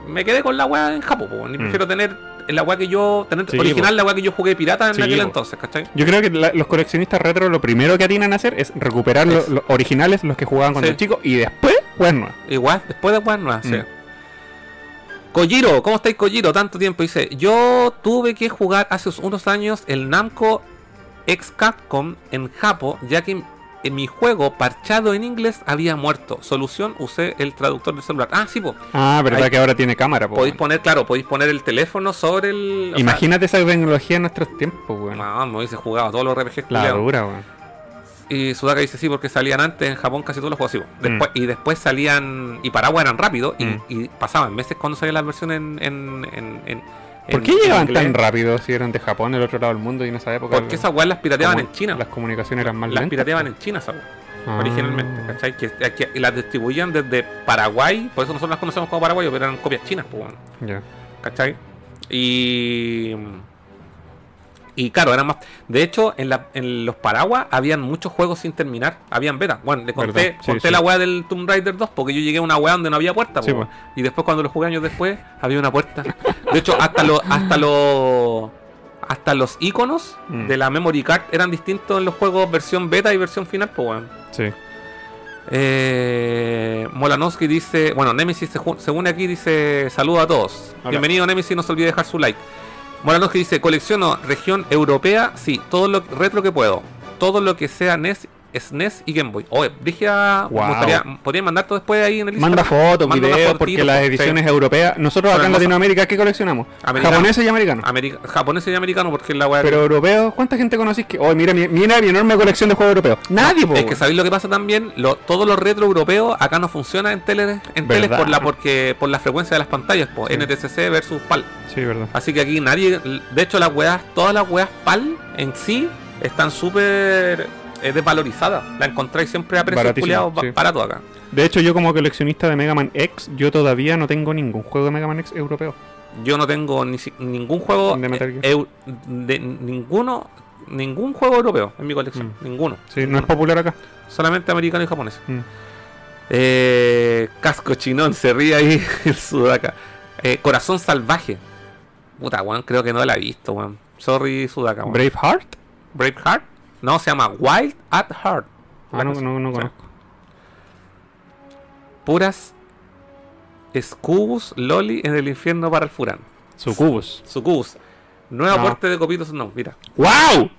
[SPEAKER 2] me quedé con la weá en Japón, po, ni
[SPEAKER 3] Mm.
[SPEAKER 2] prefiero tener la weá que yo, tener
[SPEAKER 3] Sí,
[SPEAKER 2] original la weá que yo jugué pirata en
[SPEAKER 3] Sí,
[SPEAKER 2] aquel
[SPEAKER 3] po.
[SPEAKER 2] entonces, ¿cachai?
[SPEAKER 3] Yo creo que la- los coleccionistas retro lo primero que atinan a hacer es recuperar lo-
[SPEAKER 2] Es-
[SPEAKER 3] los originales, los que jugaban cuando
[SPEAKER 2] Sí.
[SPEAKER 3] chicos, y después, bueno.
[SPEAKER 2] Igual, después de weá no hace.
[SPEAKER 3] Mm.
[SPEAKER 2] Kojiro, ¿cómo estáis Kojiro? Tanto tiempo dice, yo tuve que jugar hace unos años el Namco ex Capcom en Japón, ya que en mi juego parchado en inglés había muerto. Solución, usé el traductor del celular. Ah, sí, po.
[SPEAKER 3] Ah, verdad
[SPEAKER 2] Ahí-
[SPEAKER 3] que ahora tiene cámara, po,
[SPEAKER 2] podéis
[SPEAKER 3] weón.
[SPEAKER 2] poner, claro, podéis poner el teléfono sobre el... o sea,
[SPEAKER 3] Imagínate esa tecnología en nuestros tiempos, weón.
[SPEAKER 2] No, me hubiese jugado todos los RPGs
[SPEAKER 3] La
[SPEAKER 2] culiados.
[SPEAKER 3] dura, weón.
[SPEAKER 2] Y Sudaka dice sí, porque salían antes en Japón casi todos los juegos. sí, po. Después, Y después salían. Y Paraguay eran rápido. Y,
[SPEAKER 3] Mm.
[SPEAKER 2] y pasaban meses cuando salía la versión en. en, en, en-
[SPEAKER 3] ¿Por
[SPEAKER 2] en-
[SPEAKER 3] qué
[SPEAKER 2] en
[SPEAKER 3] llegaban
[SPEAKER 2] inglés.
[SPEAKER 3] tan rápido si eran de Japón, del otro lado del mundo y en esa época?
[SPEAKER 2] Porque esas weas las pirateaban
[SPEAKER 3] comu-
[SPEAKER 2] en China.
[SPEAKER 3] Las
[SPEAKER 2] Las,
[SPEAKER 3] comunicaciones eran más lentas.
[SPEAKER 2] pirateaban en China, ¿sabes?
[SPEAKER 3] Ah.
[SPEAKER 2] Originalmente, ¿cachai? Que, que- y las distribuían desde Paraguay. Por eso nosotros las conocemos como paraguayos, pero eran copias chinas, pues, bueno,
[SPEAKER 3] Ya.
[SPEAKER 2] ¿cachai? Y. Y claro, eran más. De hecho, en, la, en los Paraguas habían muchos juegos sin terminar. Habían beta. Bueno, le conté,
[SPEAKER 3] Verdad, sí,
[SPEAKER 2] conté
[SPEAKER 3] sí.
[SPEAKER 2] la weá del Tomb Raider 2 porque yo llegué a una weá donde no había puerta.
[SPEAKER 3] Sí,
[SPEAKER 2] po.
[SPEAKER 3] po.
[SPEAKER 2] Y después, cuando lo jugué años después, había una puerta. De hecho, hasta los. Hasta los hasta los iconos
[SPEAKER 3] Mm.
[SPEAKER 2] de la memory card eran distintos en los juegos versión beta y versión final, pues weón.
[SPEAKER 3] Sí.
[SPEAKER 2] Eh, Molanowski dice, bueno, Nemesis se, ju- se une aquí, dice, saludo a todos.
[SPEAKER 3] Hola.
[SPEAKER 2] Bienvenido Nemesis, no se olvide dejar su like. Molanowski dice, colecciono región europea, sí, todo lo retro que puedo. Todo lo que sea E NES, SNES y Game Boy. Oye, Brigia,
[SPEAKER 3] Wow.
[SPEAKER 2] me gustaría, podrían mandar todo después ahí en el
[SPEAKER 3] Manda
[SPEAKER 2] Instagram?
[SPEAKER 3] fotos,
[SPEAKER 2] Manda unas
[SPEAKER 3] videos,
[SPEAKER 2] fotitos,
[SPEAKER 3] porque las
[SPEAKER 2] sí.
[SPEAKER 3] ediciones europeas. Nosotros
[SPEAKER 2] Son
[SPEAKER 3] acá en
[SPEAKER 2] hermosas.
[SPEAKER 3] Latinoamérica, ¿qué coleccionamos?
[SPEAKER 2] Americano.
[SPEAKER 3] Japoneses y americanos.
[SPEAKER 2] Ameri- japonés y americano, porque es la weá. que-
[SPEAKER 3] Pero europeos, ¿cuánta gente conocís que.? Oh, mira, mi- mira mi enorme colección de juegos europeos. Nadie, po,
[SPEAKER 2] Es
[SPEAKER 3] weón.
[SPEAKER 2] que sabéis lo que pasa también, Lo- todos los retro europeos acá no funciona en teles, en teles
[SPEAKER 3] ¿Verdad?
[SPEAKER 2] por la porque por la frecuencia de las pantallas, po,
[SPEAKER 3] Sí.
[SPEAKER 2] NTCC versus PAL.
[SPEAKER 3] Sí, verdad.
[SPEAKER 2] Así que aquí nadie. De hecho, las weas, todas las weas PAL en sí están súper eh, desvalorizadas. La encontráis siempre a precios
[SPEAKER 3] Baratísimo,
[SPEAKER 2] culiados
[SPEAKER 3] sí.
[SPEAKER 2] ba- barato acá.
[SPEAKER 3] De hecho, yo como coleccionista de Mega Man X, yo todavía no tengo ningún juego de Mega Man X europeo.
[SPEAKER 2] Yo no tengo ni si- ningún juego. eh,
[SPEAKER 3] De Metal Gear.
[SPEAKER 2] eu- de ninguno. Ningún juego europeo en mi colección.
[SPEAKER 3] Mm.
[SPEAKER 2] Ninguno.
[SPEAKER 3] Sí, no es popular acá.
[SPEAKER 2] Solamente americano y japonés.
[SPEAKER 3] Mm.
[SPEAKER 2] Eh, casco chinón, se ríe ahí el sudaca. Eh, corazón salvaje. Puta, weón, creo que no la he visto, weón. Sorry, sudaca, weón.
[SPEAKER 3] Braveheart?
[SPEAKER 2] Braveheart. No, se llama Wild at Heart.
[SPEAKER 3] Ah, no, no, no
[SPEAKER 2] pues, Sí.
[SPEAKER 3] conozco.
[SPEAKER 2] Puras Scubus Loli en el infierno para el Furán.
[SPEAKER 3] Sucubus.
[SPEAKER 2] Sucubus. Nueva
[SPEAKER 3] No.
[SPEAKER 2] muerte de copitos. No, mira.
[SPEAKER 3] ¡Wow!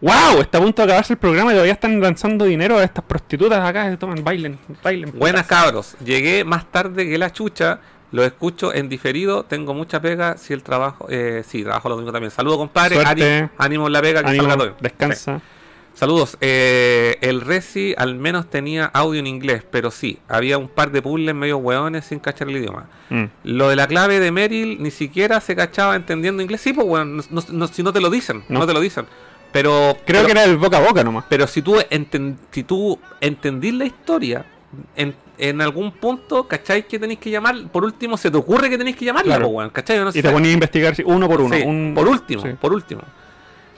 [SPEAKER 3] ¡Wow! Está a punto de acabarse el programa y todavía están lanzando dinero a estas prostitutas acá. Toman, bailen, bailen.
[SPEAKER 2] Buenas cabros. Llegué más tarde que la chucha. Lo escucho en diferido. Tengo mucha pega. Si el trabajo. Eh, sí, trabajo los domingos también. Saludos, compadre.
[SPEAKER 3] Suerte.
[SPEAKER 2] Ani- Ánimo en la pega. Que
[SPEAKER 3] Ánimo,
[SPEAKER 2] salga todo. Sí.
[SPEAKER 3] descansa.
[SPEAKER 2] Saludos. Eh, el Resi al menos tenía audio en inglés. Pero sí, había un par de puzzles medio hueones sin cachar el idioma.
[SPEAKER 3] Mm.
[SPEAKER 2] Lo de la clave de Meryl ni siquiera se cachaba entendiendo inglés. Sí, pues, weón, no- no- si no te lo dicen, no,
[SPEAKER 3] No.
[SPEAKER 2] te lo dicen. Pero,
[SPEAKER 3] Creo
[SPEAKER 2] pero,
[SPEAKER 3] que era el boca a boca nomás.
[SPEAKER 2] pero si tú, enten- si tú entendís la historia, en, en algún punto, ¿cacháis que tenéis que llamar? Por último, se te ocurre que tenéis que llamarla,
[SPEAKER 3] Claro.
[SPEAKER 2] po, weón, ¿cachai? Yo No
[SPEAKER 3] Y te ponía a investigar si- uno por uno.
[SPEAKER 2] Sí,
[SPEAKER 3] un-
[SPEAKER 2] por último,
[SPEAKER 3] sí.
[SPEAKER 2] por último.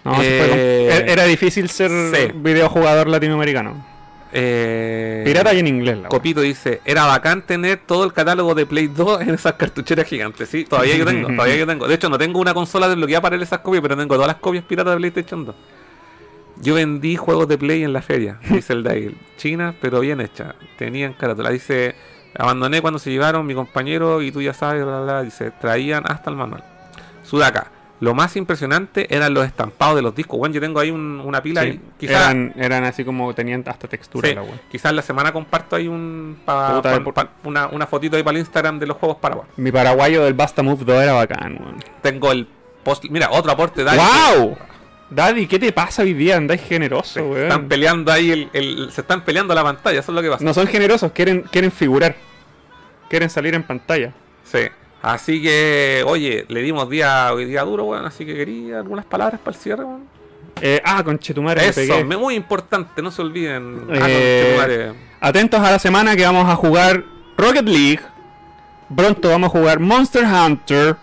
[SPEAKER 3] No, sí fue com-
[SPEAKER 2] Eh,
[SPEAKER 3] er- Era difícil ser
[SPEAKER 2] sí.
[SPEAKER 3] videojugador latinoamericano.
[SPEAKER 2] Eh,
[SPEAKER 3] Pirata y en inglés. la
[SPEAKER 2] Copito dice, era bacán tener todo el catálogo de Play 2 en esas cartucheras gigantes, sí, todavía yo tengo, todavía yo tengo. De hecho, no tengo una consola desbloqueada para leer esas copias, pero tengo todas las copias piratas de PlayStation 2. Yo vendí juegos de Play en la feria, dice el Dail. China, pero bien hecha. Tenían carátula. Dice, abandoné cuando se llevaron mi compañero y tú ya sabes, bla, bla, bla. Dice, traían hasta el manual. Sudaka, Lo más impresionante eran los estampados de los discos. Bueno, yo tengo ahí un- una pila.
[SPEAKER 3] Sí,
[SPEAKER 2] ahí. Quizás
[SPEAKER 3] eran, eran así como tenían hasta textura
[SPEAKER 2] sí,
[SPEAKER 3] la wea.
[SPEAKER 2] quizás la semana comparto ahí un pa-
[SPEAKER 3] Puta,
[SPEAKER 2] pa-
[SPEAKER 3] por-
[SPEAKER 2] pa- una, una fotito ahí para el Instagram de los juegos Paraguay.
[SPEAKER 3] Mi paraguayo del Basta Move 2 era bacán, weón.
[SPEAKER 2] Tengo el post. Mira, otro aporte de
[SPEAKER 3] ¡Wow! Daddy, ¿qué te pasa hoy día? Andáis generoso,
[SPEAKER 2] Se
[SPEAKER 3] weón.
[SPEAKER 2] están peleando ahí, el, el- se están peleando la pantalla, eso es lo que pasa.
[SPEAKER 3] No son generosos, quieren, quieren figurar. Quieren salir en pantalla.
[SPEAKER 2] Sí. Así que, oye, le dimos día, hoy día duro, weón, así que quería algunas palabras para el cierre, weón.
[SPEAKER 3] Eh, ah, conchetumare, me
[SPEAKER 2] Eso,
[SPEAKER 3] pegué.
[SPEAKER 2] me- muy importante, no se olviden. Ah, no,
[SPEAKER 3] Eh,
[SPEAKER 2] qué madre.
[SPEAKER 3] Atentos a la semana que vamos a jugar Rocket League. Pronto vamos a jugar Monster Hunter.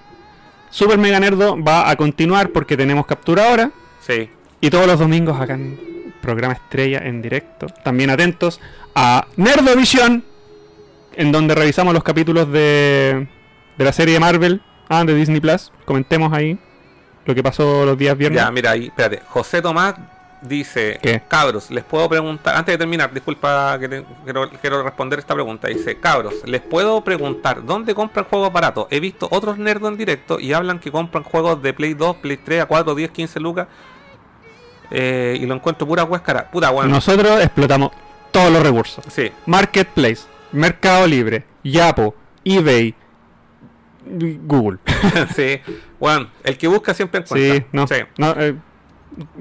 [SPEAKER 3] Super Mega Nerdo va a continuar porque tenemos captura ahora.
[SPEAKER 2] Sí.
[SPEAKER 3] Y todos los domingos acá en programa estrella en directo. También atentos a Nerdovisión, en donde revisamos los capítulos de, de la serie de Marvel, ah, de Disney Plus. Comentemos ahí lo que pasó los días viernes.
[SPEAKER 2] Ya, mira ahí, espérate. José Tomás dice,
[SPEAKER 3] ¿Qué?
[SPEAKER 2] cabros, les puedo preguntar, antes de terminar, disculpa que te- quiero, quiero responder esta pregunta. Dice, cabros, les puedo preguntar, ¿dónde compran juegos baratos? He visto otros nerdos en directo y hablan que compran juegos de Play 2, Play 3, a 4, 10, 15 lucas. eh, y lo encuentro pura huescara. Puta, bueno.
[SPEAKER 3] Nosotros explotamos todos los recursos.
[SPEAKER 2] Sí,
[SPEAKER 3] Marketplace, Mercado Libre, Yapo, eBay, Google.
[SPEAKER 2] sí. Bueno, el que busca siempre encuentra.
[SPEAKER 3] Sí, no. no, eh,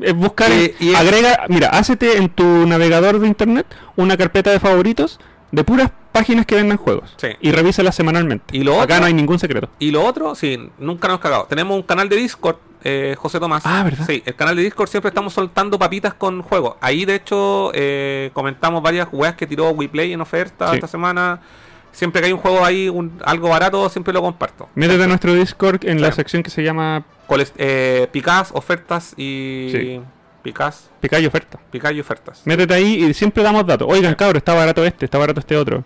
[SPEAKER 3] es buscar.
[SPEAKER 2] Y-
[SPEAKER 3] en-
[SPEAKER 2] y es-
[SPEAKER 3] agrega, mira, hácete en tu navegador de internet una carpeta de favoritos de puras páginas que vendan juegos.
[SPEAKER 2] Sí.
[SPEAKER 3] Y revísalas semanalmente.
[SPEAKER 2] Y lo
[SPEAKER 3] Acá
[SPEAKER 2] otro-
[SPEAKER 3] no hay ningún secreto.
[SPEAKER 2] Y lo otro, sí, nunca nos hemos cagado. Tenemos un canal de Discord, eh, José Tomás.
[SPEAKER 3] Ah, ¿verdad?
[SPEAKER 2] Sí, el canal de Discord siempre estamos soltando papitas con juegos. Ahí, de hecho, eh, comentamos varias weas que tiró WePlay en oferta
[SPEAKER 3] Sí.
[SPEAKER 2] esta semana. Siempre que hay un juego ahí, un, algo barato, siempre lo comparto.
[SPEAKER 3] Métete a nuestro Discord en la
[SPEAKER 2] Sí.
[SPEAKER 3] sección que se llama
[SPEAKER 2] Coles- eh, picás, ofertas y.
[SPEAKER 3] Sí.
[SPEAKER 2] Picás,
[SPEAKER 3] Picay Oferta.
[SPEAKER 2] picás y ofertas.
[SPEAKER 3] Métete ahí y siempre damos datos. Oigan, cabro, está barato este, está barato este otro.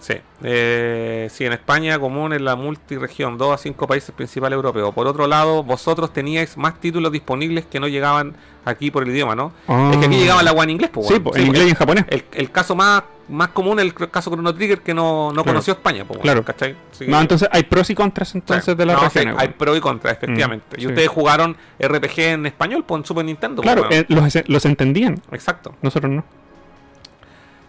[SPEAKER 2] Sí. Eh, sí, en España común en la multiregión, 2 a 5 países principales europeos. Por otro lado, vosotros teníais más títulos disponibles que no llegaban aquí por el idioma, ¿no?
[SPEAKER 3] Ah.
[SPEAKER 2] Es que aquí llegaba la agua en inglés, pues.
[SPEAKER 3] sí, po, en inglés y en japonés.
[SPEAKER 2] El, el caso más, más común es el cr- caso Chrono Trigger que no, no
[SPEAKER 3] Claro.
[SPEAKER 2] conoció España, pues.
[SPEAKER 3] Claro.
[SPEAKER 2] ¿Cachai? Así que-
[SPEAKER 3] No, entonces hay pros y contras entonces
[SPEAKER 2] claro.
[SPEAKER 3] de las
[SPEAKER 2] No, sí,
[SPEAKER 3] regiones.
[SPEAKER 2] hay
[SPEAKER 3] weón. Mm,
[SPEAKER 2] pro y contra, efectivamente. y
[SPEAKER 3] sí.
[SPEAKER 2] ustedes jugaron RPG en español, pues en Super Nintendo. pues,
[SPEAKER 3] claro,
[SPEAKER 2] weón.
[SPEAKER 3] eh, los, los entendían.
[SPEAKER 2] Exacto.
[SPEAKER 3] Nosotros no.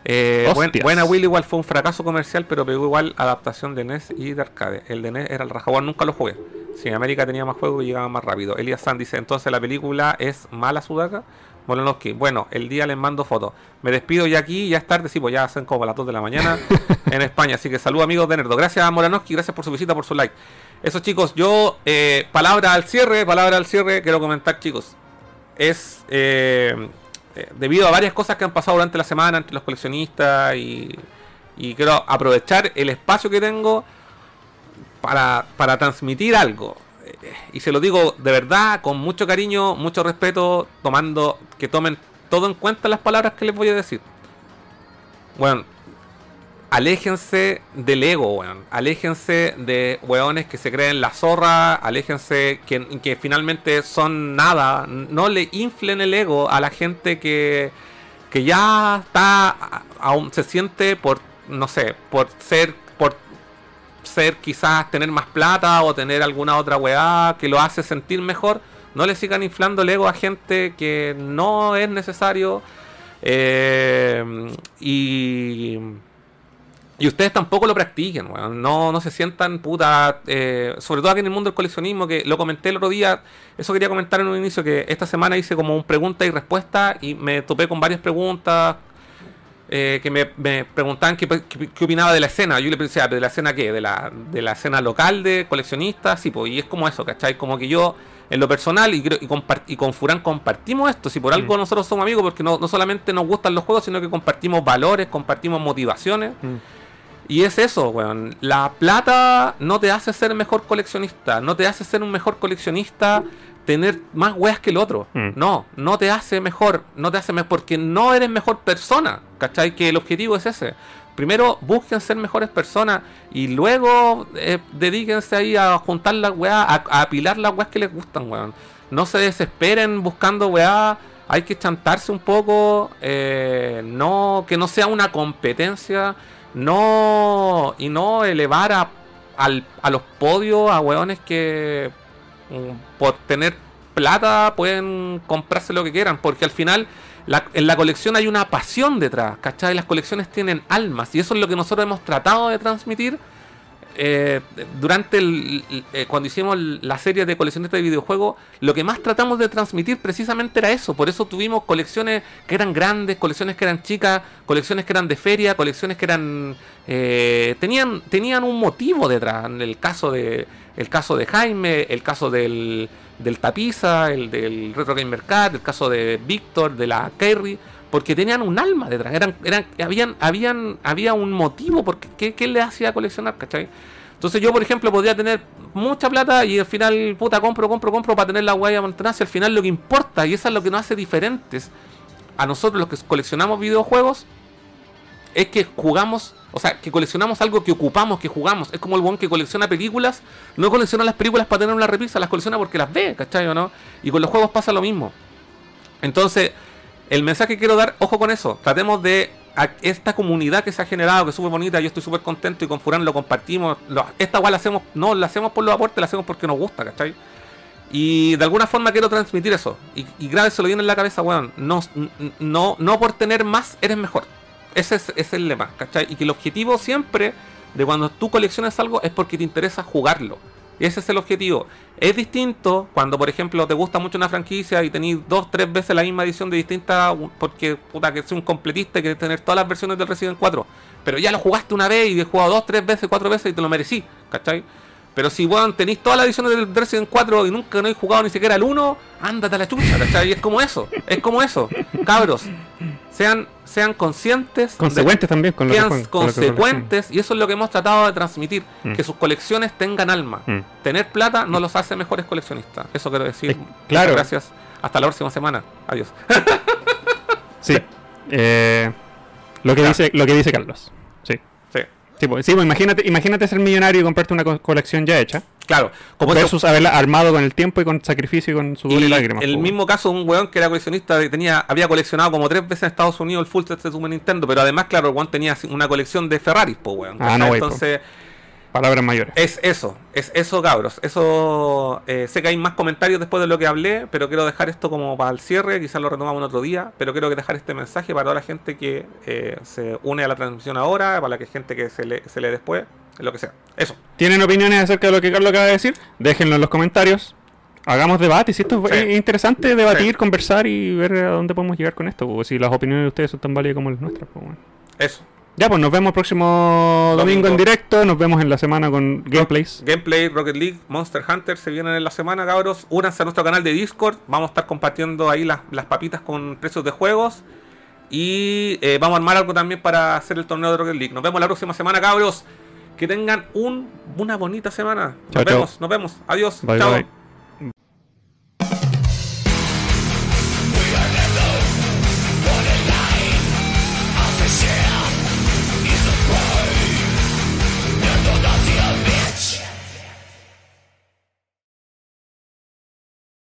[SPEAKER 2] Eh, buen-
[SPEAKER 3] Hostias.
[SPEAKER 2] buena Will igual fue un fracaso comercial, pero pegó igual adaptación de NES y de arcade. El de NES era el rajaguán, nunca lo jugué. Si en América tenía más juegos y llegaba más rápido. Elias Sand dice, entonces la película es mala sudaca. Molonovsky, bueno, el día les mando fotos. Me despido ya aquí, ya es tarde, sí, pues ya hacen como las 2 de la mañana en España. Así que salud amigos de Nerdo. Gracias a Molanovsky, gracias por su visita, por su like. Eso chicos, yo, eh, palabra al cierre, palabra al cierre, quiero comentar chicos es eh, eh, debido a varias cosas que han pasado durante la semana entre los coleccionistas y, y quiero aprovechar el espacio que tengo para, para transmitir algo. Eh, eh, Y se lo digo de verdad, con mucho cariño, mucho respeto, tomando que tomen todo en cuenta las palabras que les voy a decir. Bueno, aléjense del ego, weón. Aléjense de weones que se creen la zorra. Aléjense que, que finalmente son nada. No le inflen el ego a la gente que, que ya está, a- aún se siente por, no sé, por ser, por ser quizás tener más plata o tener alguna otra weá que lo hace sentir mejor. No le sigan inflando el ego a gente que no es necesario. Eh, y y ustedes tampoco lo practiquen, weón. No, no se sientan puta. eh, sobre todo aquí en el mundo del coleccionismo, que lo comenté el otro día. Eso quería comentar en un inicio, que esta semana hice como un pregunta y respuesta y me topé con varias preguntas eh, que me, me preguntaban qué, qué- qué opinaba de la escena. Yo le pensé, ah, ¿pero ¿de la escena qué? ¿De la, de la escena local de coleccionistas? Sí, pues, y es como eso, ¿cachai? Como que yo, en lo personal, y, creo- y, compar- y con Furán compartimos esto. Si por algo nosotros somos amigos, porque no, no solamente nos gustan los juegos, sino que compartimos valores, compartimos motivaciones. Y es eso, weón. La plata no te hace ser mejor coleccionista. No te hace ser un mejor coleccionista tener más weas que el otro.
[SPEAKER 3] Mm.
[SPEAKER 2] No, no te hace mejor. No te hace mejor porque no eres mejor persona. ¿Cachai? Que el objetivo es ese. Primero busquen ser mejores personas y luego eh, dedíquense ahí a juntar las weas, a, a apilar las weas que les gustan, weón. No se desesperen buscando weas. Hay que chantarse un poco. eh, no, que no sea una competencia no y no elevar a al- a los podios a hueones que mm, por tener plata pueden comprarse lo que quieran, porque al final la- en la colección hay una pasión detrás, ¿cachai? Las colecciones tienen almas y eso es lo que nosotros hemos tratado de transmitir eh, durante el, el- eh, cuando hicimos el- la serie de coleccionistas de videojuegos, lo que más tratamos de transmitir precisamente era eso. Por eso tuvimos colecciones que eran grandes, colecciones que eran chicas, colecciones que eran de feria, colecciones que eran eh, tenían tenían un motivo detrás. En el caso de el caso de Jaime, el caso del del Tapiza, el del Retro Gamer Cat, el caso de Víctor, de la Kerry, porque tenían un alma detrás, eran, eran, habían, habían, había un motivo porque qué, qué le hacía coleccionar, ¿cachai? Entonces yo, por ejemplo, podría tener mucha plata y al final, puta, compro, compro, compro para tener la guaya mantenerse, al final lo que importa, y eso es lo que nos hace diferentes a nosotros los que coleccionamos videojuegos, es que jugamos, o sea, que coleccionamos algo que ocupamos, que jugamos. Es como el buen que colecciona películas, no colecciona las películas para tener una repisa, las colecciona porque las ve, ¿cachai o no? Y con los juegos pasa lo mismo. Entonces, el mensaje que quiero dar, ojo con eso, tratemos de a- esta comunidad que se ha generado, que es súper bonita, yo estoy súper contento y con Furán lo compartimos. lo- esta igual la hacemos, no la hacemos por los aportes, la hacemos porque nos gusta, ¿cachai? Y de alguna forma quiero transmitir eso. Y, y grábeselo bien en la cabeza, weón. No, n- no, no por tener más eres mejor. Ese es, ese es el lema, ¿cachai? Y que el objetivo siempre de cuando tú coleccionas algo es porque te interesa jugarlo. Ese es el objetivo. Es distinto cuando, por ejemplo, te gusta mucho una franquicia y tenéis dos, tres veces la misma edición de distinta, porque puta que soy un completista y querés tener todas las versiones del Resident 4. Pero ya lo jugaste una vez y lo he jugado dos, tres veces, cuatro veces y te lo merecí, ¿cachai? Pero si, weón, tenéis todas las ediciones del Resident 4 y nunca no he jugado ni siquiera el 1, ándate a la chucha, ¿cachai? Y es como eso, es como eso. Cabros, sean, sean conscientes de-
[SPEAKER 3] Consecuentes también con lo que
[SPEAKER 2] sean
[SPEAKER 3] juegan, con lo que
[SPEAKER 2] consecuentes y eso es lo que hemos tratado de transmitir,
[SPEAKER 3] Mm.
[SPEAKER 2] que sus colecciones tengan alma.
[SPEAKER 3] coleccionan. Mm.
[SPEAKER 2] Tener plata no los hace mejores coleccionistas. Eso quiero decir.
[SPEAKER 3] Eh, claro.
[SPEAKER 2] Gracias. Hasta la próxima semana. Adiós.
[SPEAKER 3] Sí. Eh, lo, que dice, lo que dice Carlos. Sí.
[SPEAKER 2] Sí.
[SPEAKER 3] Sí, pues, sí, pues, imagínate, imagínate ser millonario y comprarte una co- colección ya hecha.
[SPEAKER 2] Claro, como eso-
[SPEAKER 3] versus haberla armado con el tiempo y con sacrificio y con sudor y,
[SPEAKER 2] y
[SPEAKER 3] lágrimas. pues,
[SPEAKER 2] el
[SPEAKER 3] po,
[SPEAKER 2] mismo caso de un weón que era coleccionista de- tenía había coleccionado como tres veces en Estados Unidos el full set de Super Nintendo, pero además claro, el weón tenía así una colección de Ferraris, po weón.
[SPEAKER 3] Ah, no,
[SPEAKER 2] ¿cachai?
[SPEAKER 3] wey, po.
[SPEAKER 2] Entonces,
[SPEAKER 3] weón. Palabras mayores.
[SPEAKER 2] Es eso, es eso, cabros. Eso eh, sé que hay más comentarios después de lo que hablé, pero quiero dejar esto como para el cierre, quizás lo retomamos en otro día, pero quiero que dejar este mensaje para toda la gente que eh, se une a la transmisión ahora, para la que gente que se lee, se lee después, lo que sea. Eso.
[SPEAKER 3] ¿Tienen opiniones acerca de lo que Carlos acaba de decir? Déjenlo en los comentarios. Hagamos debate. Si esto es
[SPEAKER 2] Sí.
[SPEAKER 3] es interesante, debatir,
[SPEAKER 2] Sí.
[SPEAKER 3] conversar y ver a dónde podemos llegar con esto. po, si las opiniones de ustedes son tan válidas como las nuestras. pues, po, weón.
[SPEAKER 2] Eso.
[SPEAKER 3] Ya, pues nos vemos el próximo domingo,
[SPEAKER 2] Domingo.
[SPEAKER 3] en directo. Nos vemos en la semana con gameplays.
[SPEAKER 2] Gameplay, Rocket League, Monster Hunter se vienen en la semana, cabros. Únanse a nuestro canal de Discord. Vamos a estar compartiendo ahí las, las papitas con precios de juegos. Y eh, vamos a armar algo también para hacer el torneo de Rocket League. Nos vemos la próxima semana, cabros. Que tengan un, una bonita semana. Nos
[SPEAKER 3] Chao, chao.
[SPEAKER 2] vemos, nos vemos. Adiós.
[SPEAKER 3] Bye,
[SPEAKER 2] chao.
[SPEAKER 3] bye.